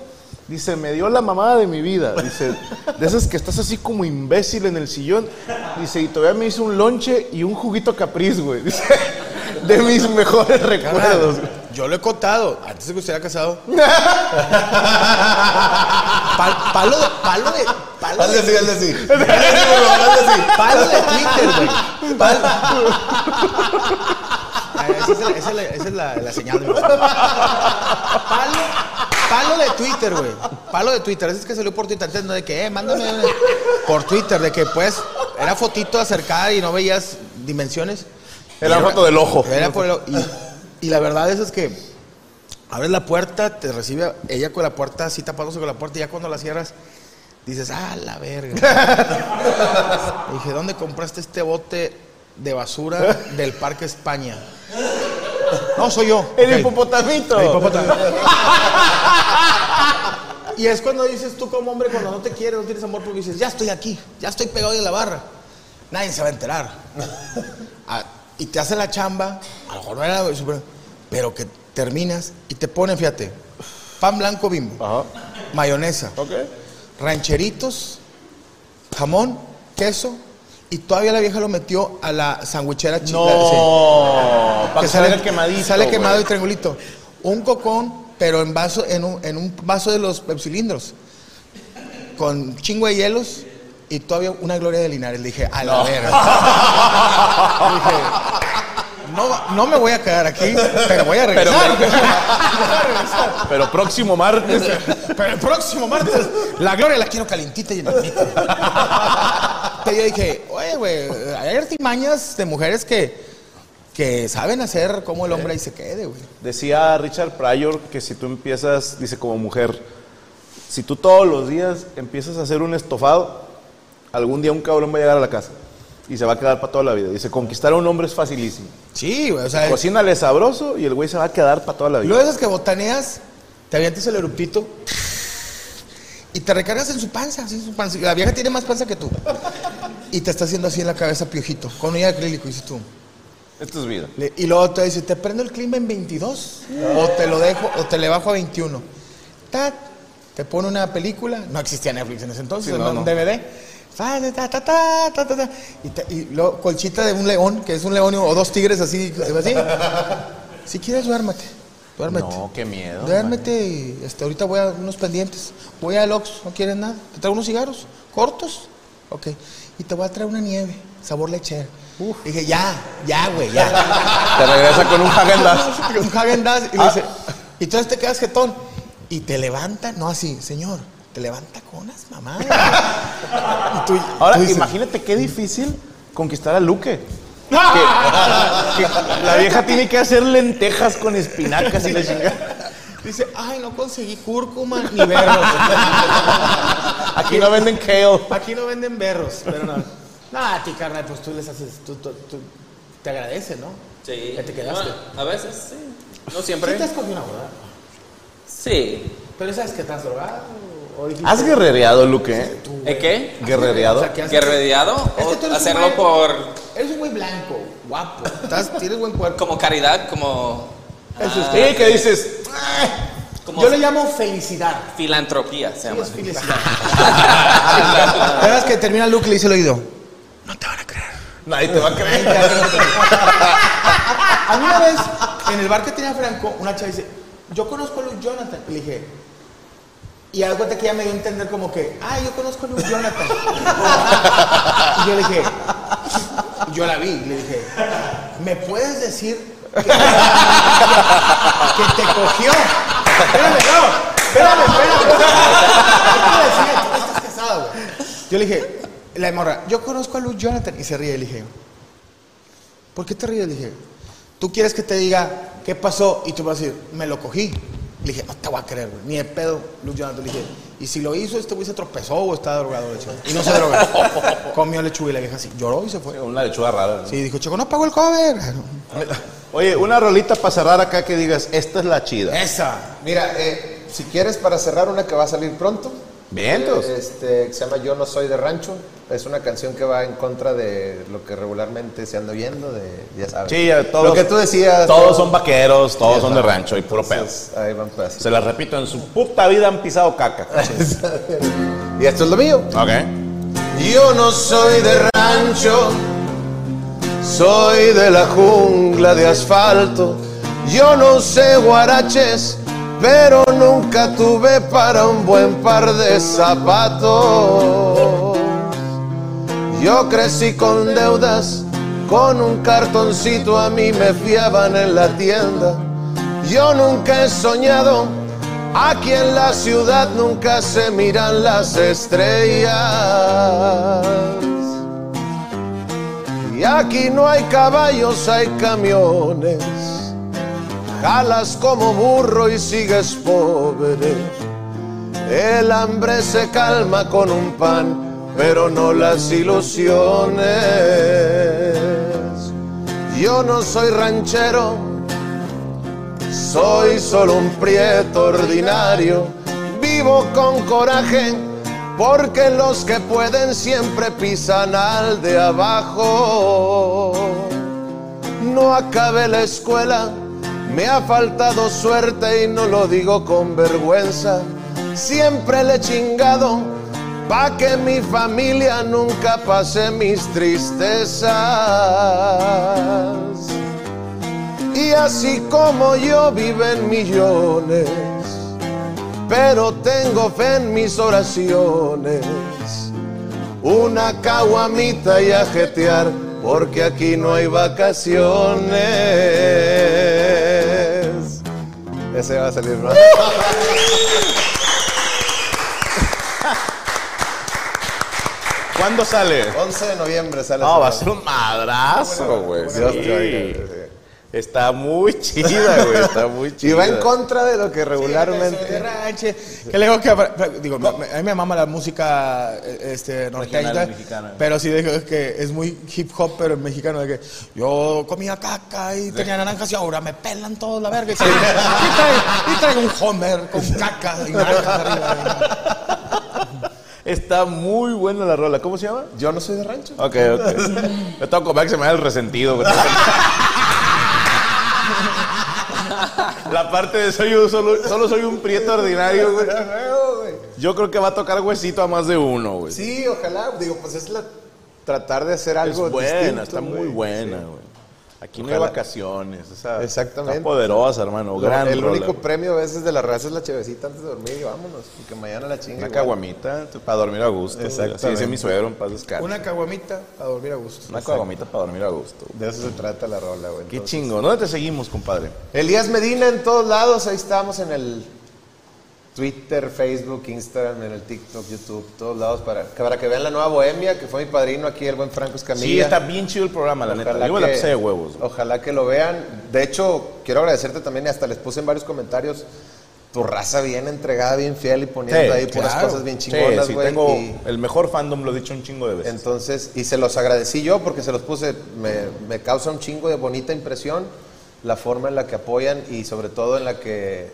[SPEAKER 2] Dice, me dio la mamada de mi vida. Dice, de esas que estás así como imbécil en el sillón. Dice, y todavía me hizo un lonche y un juguito capriz, güey. Dice, de mis mejores recuerdos.
[SPEAKER 1] Yo lo he contado, antes de que usted era casado. Pa- palo de. Palo de. Palo
[SPEAKER 3] Hazle así,
[SPEAKER 1] de.
[SPEAKER 3] hazle así. Hazle así, por favor, hazle así.
[SPEAKER 1] Palo de Twitter, güey. Palo. Ah, Esa es, la, esa es la- esa es la- la señal, güey. Palo. Palo de Twitter, güey. Palo de Twitter. Ese es que salió por Twitter. Antes no de que, eh, mándame. una- Por Twitter, de que pues era fotito acercada y no veías dimensiones.
[SPEAKER 2] Era foto del ojo.
[SPEAKER 1] Era por el ojo. Y, y la verdad es, es que abres la puerta, te recibe ella con la puerta, así tapándose con la puerta, y ya cuando la cierras, dices, ah, la verga. Y dije, ¿dónde compraste este bote de basura del Parque España? No, soy yo.
[SPEAKER 2] El
[SPEAKER 1] Ok.
[SPEAKER 2] hipopotamito.
[SPEAKER 1] El hipopótamo. Y es cuando dices tú como hombre, cuando no te quieres, no tienes amor propio, dices, ya estoy aquí, ya estoy pegado de la barra. Nadie se va a enterar. Ah, y te hacen la chamba, a lo mejor no era super- pero que terminas y te ponen, fíjate, pan blanco bimbo, mayonesa, rancheritos, jamón, queso, y todavía la vieja lo metió a la sandwichera chica.
[SPEAKER 2] No, para que salga quemadito.
[SPEAKER 1] Sale
[SPEAKER 2] güey.
[SPEAKER 1] quemado y triangulito. Un cocón, pero en vaso, en un, en un vaso de los cilindros. Con chingo de hielos y todavía una gloria de Linares. Le dije, a la verga. dije, no, no me voy a quedar aquí, pero voy a regresar. Voy a regresar.
[SPEAKER 2] Pero próximo martes.
[SPEAKER 1] Pero el próximo martes, la gloria la quiero calientita y en el micro. Pero yo dije, oye, güey, hay artimañas de mujeres que, que saben hacer cómo el hombre ahí se quede, güey.
[SPEAKER 2] Decía Richard Pryor que si tú empiezas, dice como mujer, si tú todos los días empiezas a hacer un estofado, algún día un cabrón va a llegar a la casa y se va a quedar para toda la vida. Dice, conquistar a un hombre es facilísimo.
[SPEAKER 1] Sí, güey, o sea,
[SPEAKER 3] Pues
[SPEAKER 2] Cocínale sabroso y el güey se va a quedar para toda la vida.
[SPEAKER 1] luego esas que botaneas, te avientas el eruptito y te recargas en su panza, así, su panza. La vieja tiene más panza que tú. Y te está haciendo así en la cabeza, piojito, con un acrílico, dices tú.
[SPEAKER 2] Esto es vida.
[SPEAKER 1] Le- y luego te dice, te prendo el clima en 22 o te lo dejo o te le bajo a 21. Ta, te pone una película, no existía Netflix en ese entonces,
[SPEAKER 2] Sí, no,
[SPEAKER 1] era un
[SPEAKER 2] no.
[SPEAKER 1] DVD. Fa, ta, ta, ta, ta, ta, ta. y, te- y luego colchita de un león, que es un león o dos tigres así, así. Si quieres, duérmete. Duérmete.
[SPEAKER 2] No, qué miedo.
[SPEAKER 1] Duérmete y este, ahorita voy a unos pendientes. Voy al Ox, no quieres nada. Te traigo unos cigarros cortos. Ok. Y te voy a traer una nieve, sabor lechera. Dije, ya, ya, güey, ya.
[SPEAKER 2] Te regresa con un Häagen-Dazs.
[SPEAKER 1] Un Häagen-Dazs,
[SPEAKER 2] Ah.
[SPEAKER 1] y le dice, y entonces te quedas jetón. Y te levanta, no así, señor, te levanta con las mamadas. Y tú-
[SPEAKER 2] Ahora,
[SPEAKER 1] tú dices,
[SPEAKER 2] imagínate qué difícil conquistar a Luque. Que- que la vieja tiene que hacer lentejas con espinacas y la chingada.
[SPEAKER 1] Dice, ay, no conseguí cúrcuma ni berros.
[SPEAKER 2] Aquí no venden kale.
[SPEAKER 1] Aquí no venden berros, pero no. Nada, a ti, carnal, pues tú les haces, tú, tú- tú- te agradece, ¿no?
[SPEAKER 5] Sí.
[SPEAKER 1] Ya te quedaste.
[SPEAKER 5] Bueno, a veces sí. No
[SPEAKER 1] Sí
[SPEAKER 5] siempre.
[SPEAKER 1] te has cogido una verdad,
[SPEAKER 5] Sí.
[SPEAKER 1] pero sabes que estás drogado o dijiste,
[SPEAKER 2] Has guerrereado, Luque. ¿eh?
[SPEAKER 5] ¿Eh, qué?
[SPEAKER 2] Guerrereado.
[SPEAKER 1] o sea, que has-
[SPEAKER 5] ¿Guerrereado?
[SPEAKER 1] Es que tú eres
[SPEAKER 5] ¿O
[SPEAKER 1] un
[SPEAKER 5] hacerlo
[SPEAKER 1] güey-
[SPEAKER 5] por
[SPEAKER 1] Eres un güey blanco, guapo, estás- tienes buen cuerpo.
[SPEAKER 5] como caridad, como,
[SPEAKER 1] Eso es-
[SPEAKER 2] Sí, que dices,
[SPEAKER 5] como
[SPEAKER 1] Yo le llamo felicidad.
[SPEAKER 5] filantropía, se llama.
[SPEAKER 1] Es felicidad. Verás que termina Luke y le dice el oído.
[SPEAKER 2] nadie te va a creer.
[SPEAKER 1] A mí una vez, en el bar que tenía Franco, una chava dice, yo conozco a Luke Jonathan. Y le dije, y algo que ella me dio a entender como que, ah, yo conozco a Luke Jonathan. y yo le dije, yo la vi, le dije, ¿me puedes decir que, que te cogió? Espérame, no, espérame, espérame. ¿Qué te decía? Tú estás casado, güey. Yo le dije, la morra, yo conozco a Luke Jonathan. Y se ríe, y le dije, ¿Por qué te ríes? Le dije, ¿tú quieres que te diga qué pasó? Y tú vas a decir, me lo cogí. Le dije, no te voy a creer, güey. Ni de pedo, Luis Jonathan. Le dije, y si lo hizo, este güey se tropezó o está drogado. le dije. Y no se drogó. Comió lechuga y la vieja así. Lloró y se fue.
[SPEAKER 2] Una lechuga rara. ¿no?
[SPEAKER 1] Sí, dijo, Checo, no pagó el cover.
[SPEAKER 2] Oye, una rolita para cerrar acá que digas, esta es la chida.
[SPEAKER 1] Esa.
[SPEAKER 3] Mira, eh, si quieres para cerrar una que va a salir pronto.
[SPEAKER 2] Vientos.
[SPEAKER 3] Eh, Este, que se llama Yo no soy de rancho. Es una canción que va en contra de lo que regularmente se anda oyendo, de, ya sabes.
[SPEAKER 2] Sí, ya todos-
[SPEAKER 3] Lo que tú decías.
[SPEAKER 2] Todos son vaqueros, todos
[SPEAKER 3] eh, Sí,
[SPEAKER 2] son de
[SPEAKER 3] va.
[SPEAKER 2] rancho y puro pedo.
[SPEAKER 3] Entonces, Ahí van pedazos.
[SPEAKER 2] Se las repito, en su puta vida han pisado caca.
[SPEAKER 3] Y esto es lo mío.
[SPEAKER 2] ok.
[SPEAKER 3] Yo no soy de rancho, soy de la jungla de asfalto. Yo no sé guaraches, pero nunca tuve para un buen par de zapatos. Yo crecí con deudas, con un cartoncito a mí me fiaban en la tienda. Yo nunca he soñado, aquí en la ciudad nunca se miran las estrellas. Y aquí no hay caballos, hay camiones. Jalas como burro y sigues pobre. El hambre se calma con un pan, pero no las ilusiones. Yo no soy ranchero, soy solo un prieto ordinario. vivo con coraje, porque los que pueden siempre pisan al de abajo. No acabé la escuela, me ha faltado suerte y no lo digo con vergüenza. Siempre le he chingado pa' que mi familia nunca pase mis tristezas. Y así como yo viven millones, pero tengo fe en mis oraciones. Una caguamita y a jetear, porque aquí no hay vacaciones. Ese va a salir más.
[SPEAKER 2] ¿Cuándo sale?
[SPEAKER 3] 11 de noviembre sale.
[SPEAKER 2] No, va
[SPEAKER 3] esa
[SPEAKER 2] a
[SPEAKER 3] madre.
[SPEAKER 2] ser un madrazo, güey.
[SPEAKER 3] Dios te
[SPEAKER 2] Sí.
[SPEAKER 3] oiga, sí.
[SPEAKER 2] Está muy chida, güey. Está muy
[SPEAKER 3] Y
[SPEAKER 2] chida.
[SPEAKER 3] va en contra de lo que
[SPEAKER 1] Soy de
[SPEAKER 3] regularmente.
[SPEAKER 1] ranche. Que le digo que. Digo, me- me- a mí me mama la música eh, este, norteña.
[SPEAKER 2] Regional mexicana.
[SPEAKER 1] Pero sí, digo, es que es muy hip hop, pero en mexicano. De que yo comía caca y tenía naranjas y ahora me pelan todos la verga. Y, traigo, y traigo un Homer con caca y naranjas arriba.
[SPEAKER 2] Está muy buena la rola. ¿Cómo se llama?
[SPEAKER 3] Yo no soy de rancho.
[SPEAKER 2] Ok, ok. Me tengo que comer que se me da el resentido, güey. La parte de soy un solo, solo soy un prieto ordinario, güey.
[SPEAKER 3] Ah,
[SPEAKER 2] Yo creo que va a tocar huesito a más de uno, güey.
[SPEAKER 3] Sí, ojalá. Digo, pues es la tratar de hacer
[SPEAKER 2] es
[SPEAKER 3] algo
[SPEAKER 2] buena,
[SPEAKER 3] distinto,
[SPEAKER 2] está muy
[SPEAKER 3] güey.
[SPEAKER 2] buena,
[SPEAKER 3] Sí.
[SPEAKER 2] güey. Aquí no hay
[SPEAKER 3] Ojalá.
[SPEAKER 2] vacaciones, esa
[SPEAKER 3] Exactamente.
[SPEAKER 2] Está poderosa, hermano.
[SPEAKER 3] Lo-
[SPEAKER 2] gran
[SPEAKER 3] el
[SPEAKER 2] rola,
[SPEAKER 3] único
[SPEAKER 2] güey.
[SPEAKER 3] premio a veces de la raza es la chevecita antes de dormir y vámonos. Y que mañana la chinga.
[SPEAKER 2] Una
[SPEAKER 3] igual.
[SPEAKER 2] caguamita t- para dormir a gusto. güey. Así
[SPEAKER 3] Exactamente.
[SPEAKER 2] dice mi suegro en paz descanse. Una,
[SPEAKER 1] Una caguamita a dormir a gusto.
[SPEAKER 2] caguamita para dormir a gusto.
[SPEAKER 3] De eso se trata la rola, güey.
[SPEAKER 2] Qué
[SPEAKER 3] entonces.
[SPEAKER 2] chingo. ¿Dónde te seguimos, compadre?
[SPEAKER 3] Elías Medina en todos lados, ahí estamos en el Twitter, Facebook, Instagram, en el TikTok, YouTube, todos lados para, para que vean la nueva Bohemia, que fue mi padrino aquí, el buen Franco Escamilla.
[SPEAKER 2] Sí, está bien chido el programa, la neta. Yo me la pasé de huevos. güey.
[SPEAKER 3] Ojalá que lo vean. De hecho, quiero agradecerte también, y hasta les puse en varios comentarios, tu raza bien entregada, bien fiel y poniendo
[SPEAKER 2] Sí,
[SPEAKER 3] ahí puras
[SPEAKER 2] claro.
[SPEAKER 3] cosas bien chingonas,
[SPEAKER 2] Sí, sí,
[SPEAKER 3] güey.
[SPEAKER 2] tengo
[SPEAKER 3] y-
[SPEAKER 2] el mejor fandom, lo he dicho un chingo de veces.
[SPEAKER 3] entonces, y se los agradecí yo porque se los puse, me, me causa un chingo de bonita impresión la forma en la que apoyan y sobre todo en la que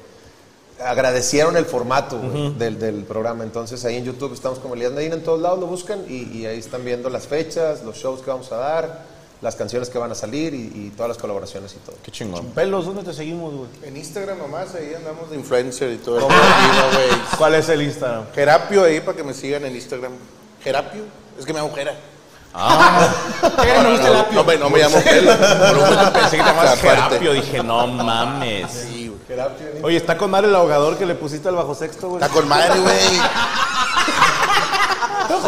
[SPEAKER 3] agradecieron el formato güey, del, del programa. Entonces ahí en YouTube estamos como Elías Medina en todos lados, lo buscan y, y ahí están viendo las fechas, los shows que vamos a dar, las canciones que van a salir y, y todas las colaboraciones y todo.
[SPEAKER 2] Qué chingón. Pelos, ¿dónde te seguimos, güey?
[SPEAKER 9] En Instagram nomás, ahí andamos de influencer y todo.
[SPEAKER 2] ¿Cuál es el Instagram?
[SPEAKER 9] Gerapio ahí para que me sigan en Instagram. Gerapio, es que me agujera.
[SPEAKER 2] no,
[SPEAKER 9] no, no, no, me- no me llamo Pelo. Por un momento
[SPEAKER 2] pensé que te
[SPEAKER 9] llamabas
[SPEAKER 2] llamabas
[SPEAKER 9] Gerapio,
[SPEAKER 2] Gerapio. Dije, no mames. Oye, está con madre el ahogador que le pusiste al bajo sexto, güey.
[SPEAKER 9] Está con madre, güey.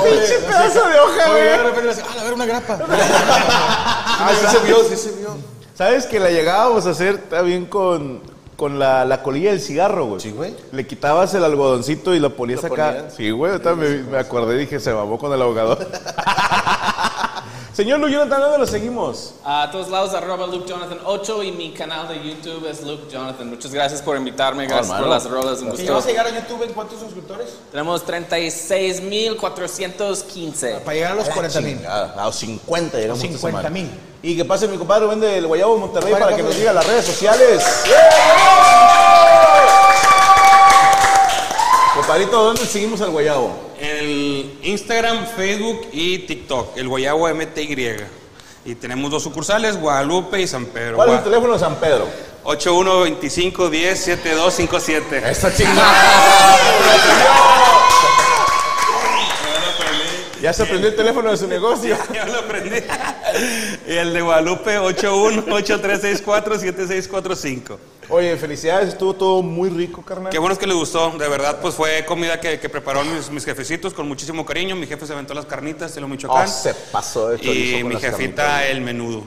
[SPEAKER 2] pinche pedazo de hoja,
[SPEAKER 1] Oye, de repente le dice, ah, a ver, una grapa.
[SPEAKER 9] Ah, sí se vio, sí se vio.
[SPEAKER 2] ¿Sabes que la llegábamos a hacer también con, con la, la colilla del cigarro, güey?
[SPEAKER 3] Sí, güey.
[SPEAKER 2] Le quitabas el algodoncito y lo ponías
[SPEAKER 9] Lo
[SPEAKER 2] acá.
[SPEAKER 9] ponías.
[SPEAKER 2] Sí, güey. Ahorita me, me acordé y dije, se babó con el ahogador. Señor Luyonatan, ¿dónde lo seguimos?
[SPEAKER 5] A todos lados, arroba Luke Jonathan 8 y mi canal de YouTube es Luke Jonathan. Muchas gracias por invitarme, gracias por
[SPEAKER 2] hermano.
[SPEAKER 5] las rolas, un gusto.
[SPEAKER 9] ¿Vas a llegar a YouTube en cuántos suscriptores?
[SPEAKER 5] Tenemos 36,415.
[SPEAKER 1] Para llegar a los 40 mil.
[SPEAKER 2] Chingada, Ah, A los 50 llegamos esta
[SPEAKER 1] 50
[SPEAKER 2] semana.
[SPEAKER 1] mil.
[SPEAKER 2] Y que pase mi compadre Rubén del Guayabo Monterrey
[SPEAKER 1] Compadre,
[SPEAKER 2] para que
[SPEAKER 1] pásale.
[SPEAKER 2] nos diga las redes sociales. Compadrito, ¿dónde seguimos al Guayabo?
[SPEAKER 6] El Instagram, Facebook y TikTok, el Guayabo MTY. Y tenemos dos sucursales, Guadalupe y San Pedro.
[SPEAKER 2] ¿Cuál es el Eh.
[SPEAKER 6] Gua-
[SPEAKER 2] teléfono de San Pedro?
[SPEAKER 6] 8125 10 7257.
[SPEAKER 2] Esta chingada. ya se aprendió el teléfono de su negocio.
[SPEAKER 6] Ya lo aprendí. Y el de Guadalupe 8183647645.
[SPEAKER 2] Oye, felicidades, estuvo todo muy rico, carnal.
[SPEAKER 6] Qué bueno es que les gustó, de verdad, pues fue comida que, que prepararon mis, mis jefecitos con muchísimo cariño. Mi jefe se aventó las carnitas de lo
[SPEAKER 2] Oh,
[SPEAKER 6] Michoacán.
[SPEAKER 2] se pasó de chorizo
[SPEAKER 6] y
[SPEAKER 2] con
[SPEAKER 6] mi
[SPEAKER 2] las
[SPEAKER 6] jefita
[SPEAKER 2] carnitas.
[SPEAKER 6] el menudo.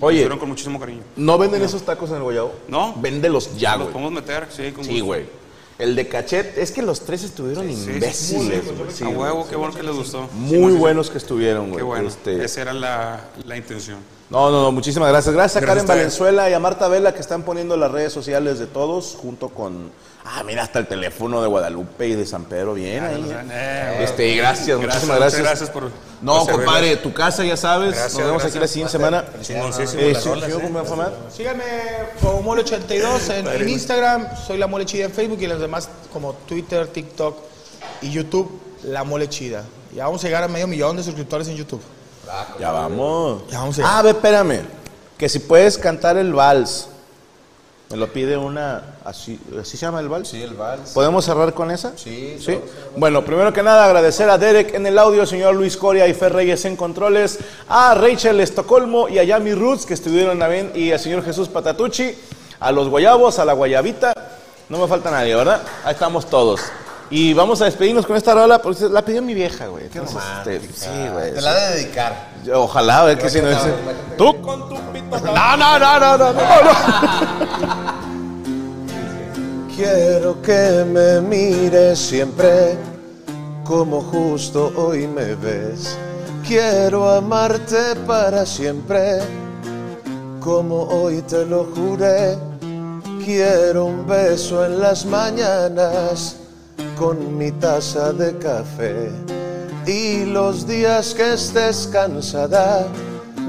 [SPEAKER 6] Lo
[SPEAKER 2] Oye,
[SPEAKER 6] hicieron con muchísimo cariño.
[SPEAKER 2] ¿no venden esos tacos en el Guayabo?
[SPEAKER 6] No.
[SPEAKER 2] Véndelos ya,
[SPEAKER 6] Los
[SPEAKER 2] güey.
[SPEAKER 6] podemos meter, sí, con
[SPEAKER 2] Sí,
[SPEAKER 6] gusto.
[SPEAKER 2] güey. El de cachet, es que los tres estuvieron
[SPEAKER 6] Sí, sí,
[SPEAKER 2] imbéciles,
[SPEAKER 6] sí,
[SPEAKER 2] güey. Sí,
[SPEAKER 6] a
[SPEAKER 2] güey.
[SPEAKER 6] huevo, qué bueno que les gustó.
[SPEAKER 2] Muy buenos que estuvieron, güey.
[SPEAKER 6] Qué bueno.
[SPEAKER 2] Este,
[SPEAKER 6] Esa era la, la intención.
[SPEAKER 2] No, no, no, muchísimas gracias. Gracias a
[SPEAKER 6] Gracias
[SPEAKER 2] Karen
[SPEAKER 6] a ustedes.
[SPEAKER 2] Valenzuela y a Marta Vela que están poniendo las redes sociales de todos junto con. Ah, mira, hasta el teléfono de Guadalupe y de San Pedro. Bien, ahí, eh. Este, y gracias, muchísimas
[SPEAKER 6] muchas
[SPEAKER 2] gracias.
[SPEAKER 6] Gracias por.
[SPEAKER 2] No,
[SPEAKER 6] por servir.
[SPEAKER 2] compadre, tu casa ya sabes.
[SPEAKER 6] Gracias,
[SPEAKER 2] Nos vemos
[SPEAKER 6] gracias.
[SPEAKER 2] aquí la siguiente semana.
[SPEAKER 6] Chingoncísimo
[SPEAKER 2] Eh,
[SPEAKER 6] las
[SPEAKER 2] sí,
[SPEAKER 6] rolas,
[SPEAKER 2] ¿sí?
[SPEAKER 6] eh.
[SPEAKER 2] ¿Cómo me va a formar?
[SPEAKER 1] Síganme como Mole82 en, en Instagram, soy La Mole Chida en Facebook y en las demás como Twitter, TikTok y YouTube, La Mole Chida. Ya vamos a llegar a medio millón de suscriptores en YouTube.
[SPEAKER 2] Ya vamos.
[SPEAKER 1] Ya vamos a ir.
[SPEAKER 2] Ah, ve, espérame. Que si puedes cantar el vals. Me lo pide una. ¿Así, ¿así se llama el vals?
[SPEAKER 3] Sí, el vals.
[SPEAKER 2] ¿Podemos cerrar con esa?
[SPEAKER 3] Sí,
[SPEAKER 2] ¿Sí? Bueno, primero que nada, agradecer a Derek en el audio, señor Luis Coria y Fer Reyes en controles, a Rachel Estocolmo y a Yami Roots que estuvieron también, y al señor Jesús Patatucci, a los guayabos, a la guayabita. No me falta nadie, ¿verdad? Ahí estamos todos. Y vamos a despedirnos con esta rola, porque la pidió mi vieja, güey. Entonces, este, sí, güey.
[SPEAKER 3] Te la he de dedicar.
[SPEAKER 2] Yo, Ojalá, a ver que si no es. Tú con tu pito. No, no, no, no, no, no, no.
[SPEAKER 3] Quiero que me mires siempre como justo hoy me ves. Quiero amarte para siempre como hoy te lo juré. Quiero un beso en las mañanas con mi taza de café. Y los días que estés cansada,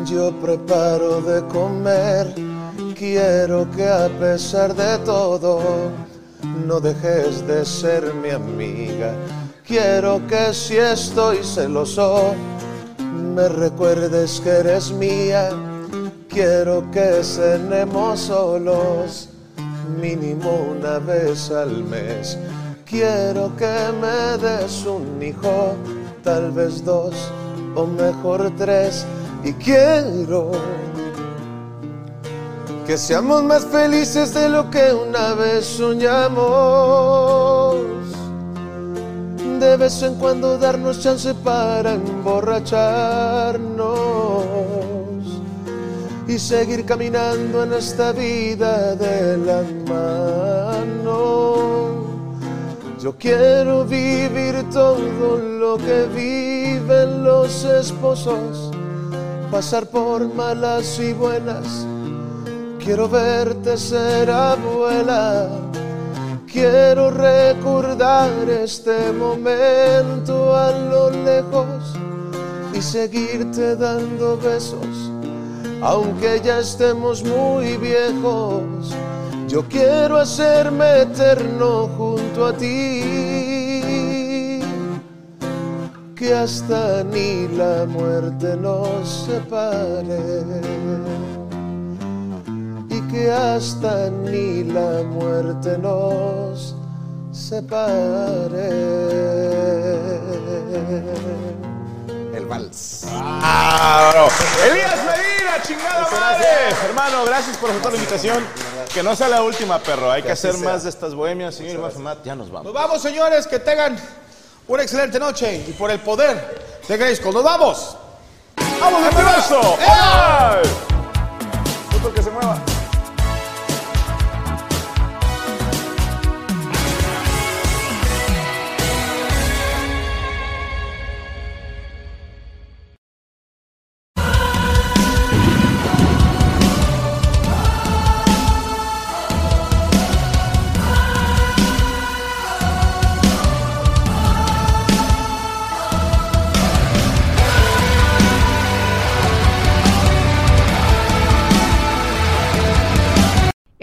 [SPEAKER 3] yo preparo de comer. Quiero que a pesar de todo, no dejes de ser mi amiga. Quiero que si estoy celoso, me recuerdes que eres mía. Quiero que cenemos solos, mínimo una vez al mes. Quiero que me des un hijo, tal vez dos o mejor tres. Y quiero que seamos más felices de lo que una vez soñamos. De vez en cuando darnos chance para emborracharnos y seguir caminando en esta vida de la mano. Yo quiero vivir todo lo que viven los esposos, pasar por malas y buenas. Quiero verte ser abuela. Quiero recordar este momento a lo lejos y seguirte dando besos, aunque ya estemos muy viejos. Yo quiero hacerme eterno junto a ti, que hasta ni la muerte nos separe y que hasta ni la muerte nos separe.
[SPEAKER 9] El vals.
[SPEAKER 2] Claro. Elías Medina, chingada madre. Hermano, gracias por aceptar la invitación. Que no sea la última, perro. Hay que hacer más de estas bohemias, señor Mafamat. Ya nos
[SPEAKER 1] Nos
[SPEAKER 2] vamos.
[SPEAKER 1] vamos, señores, que tengan una excelente noche y por el poder de Grayskull. ¡Nos vamos! ¡Eh!
[SPEAKER 2] ¡Vamos, Mentiroso! ¡Ay! Otro que se mueva.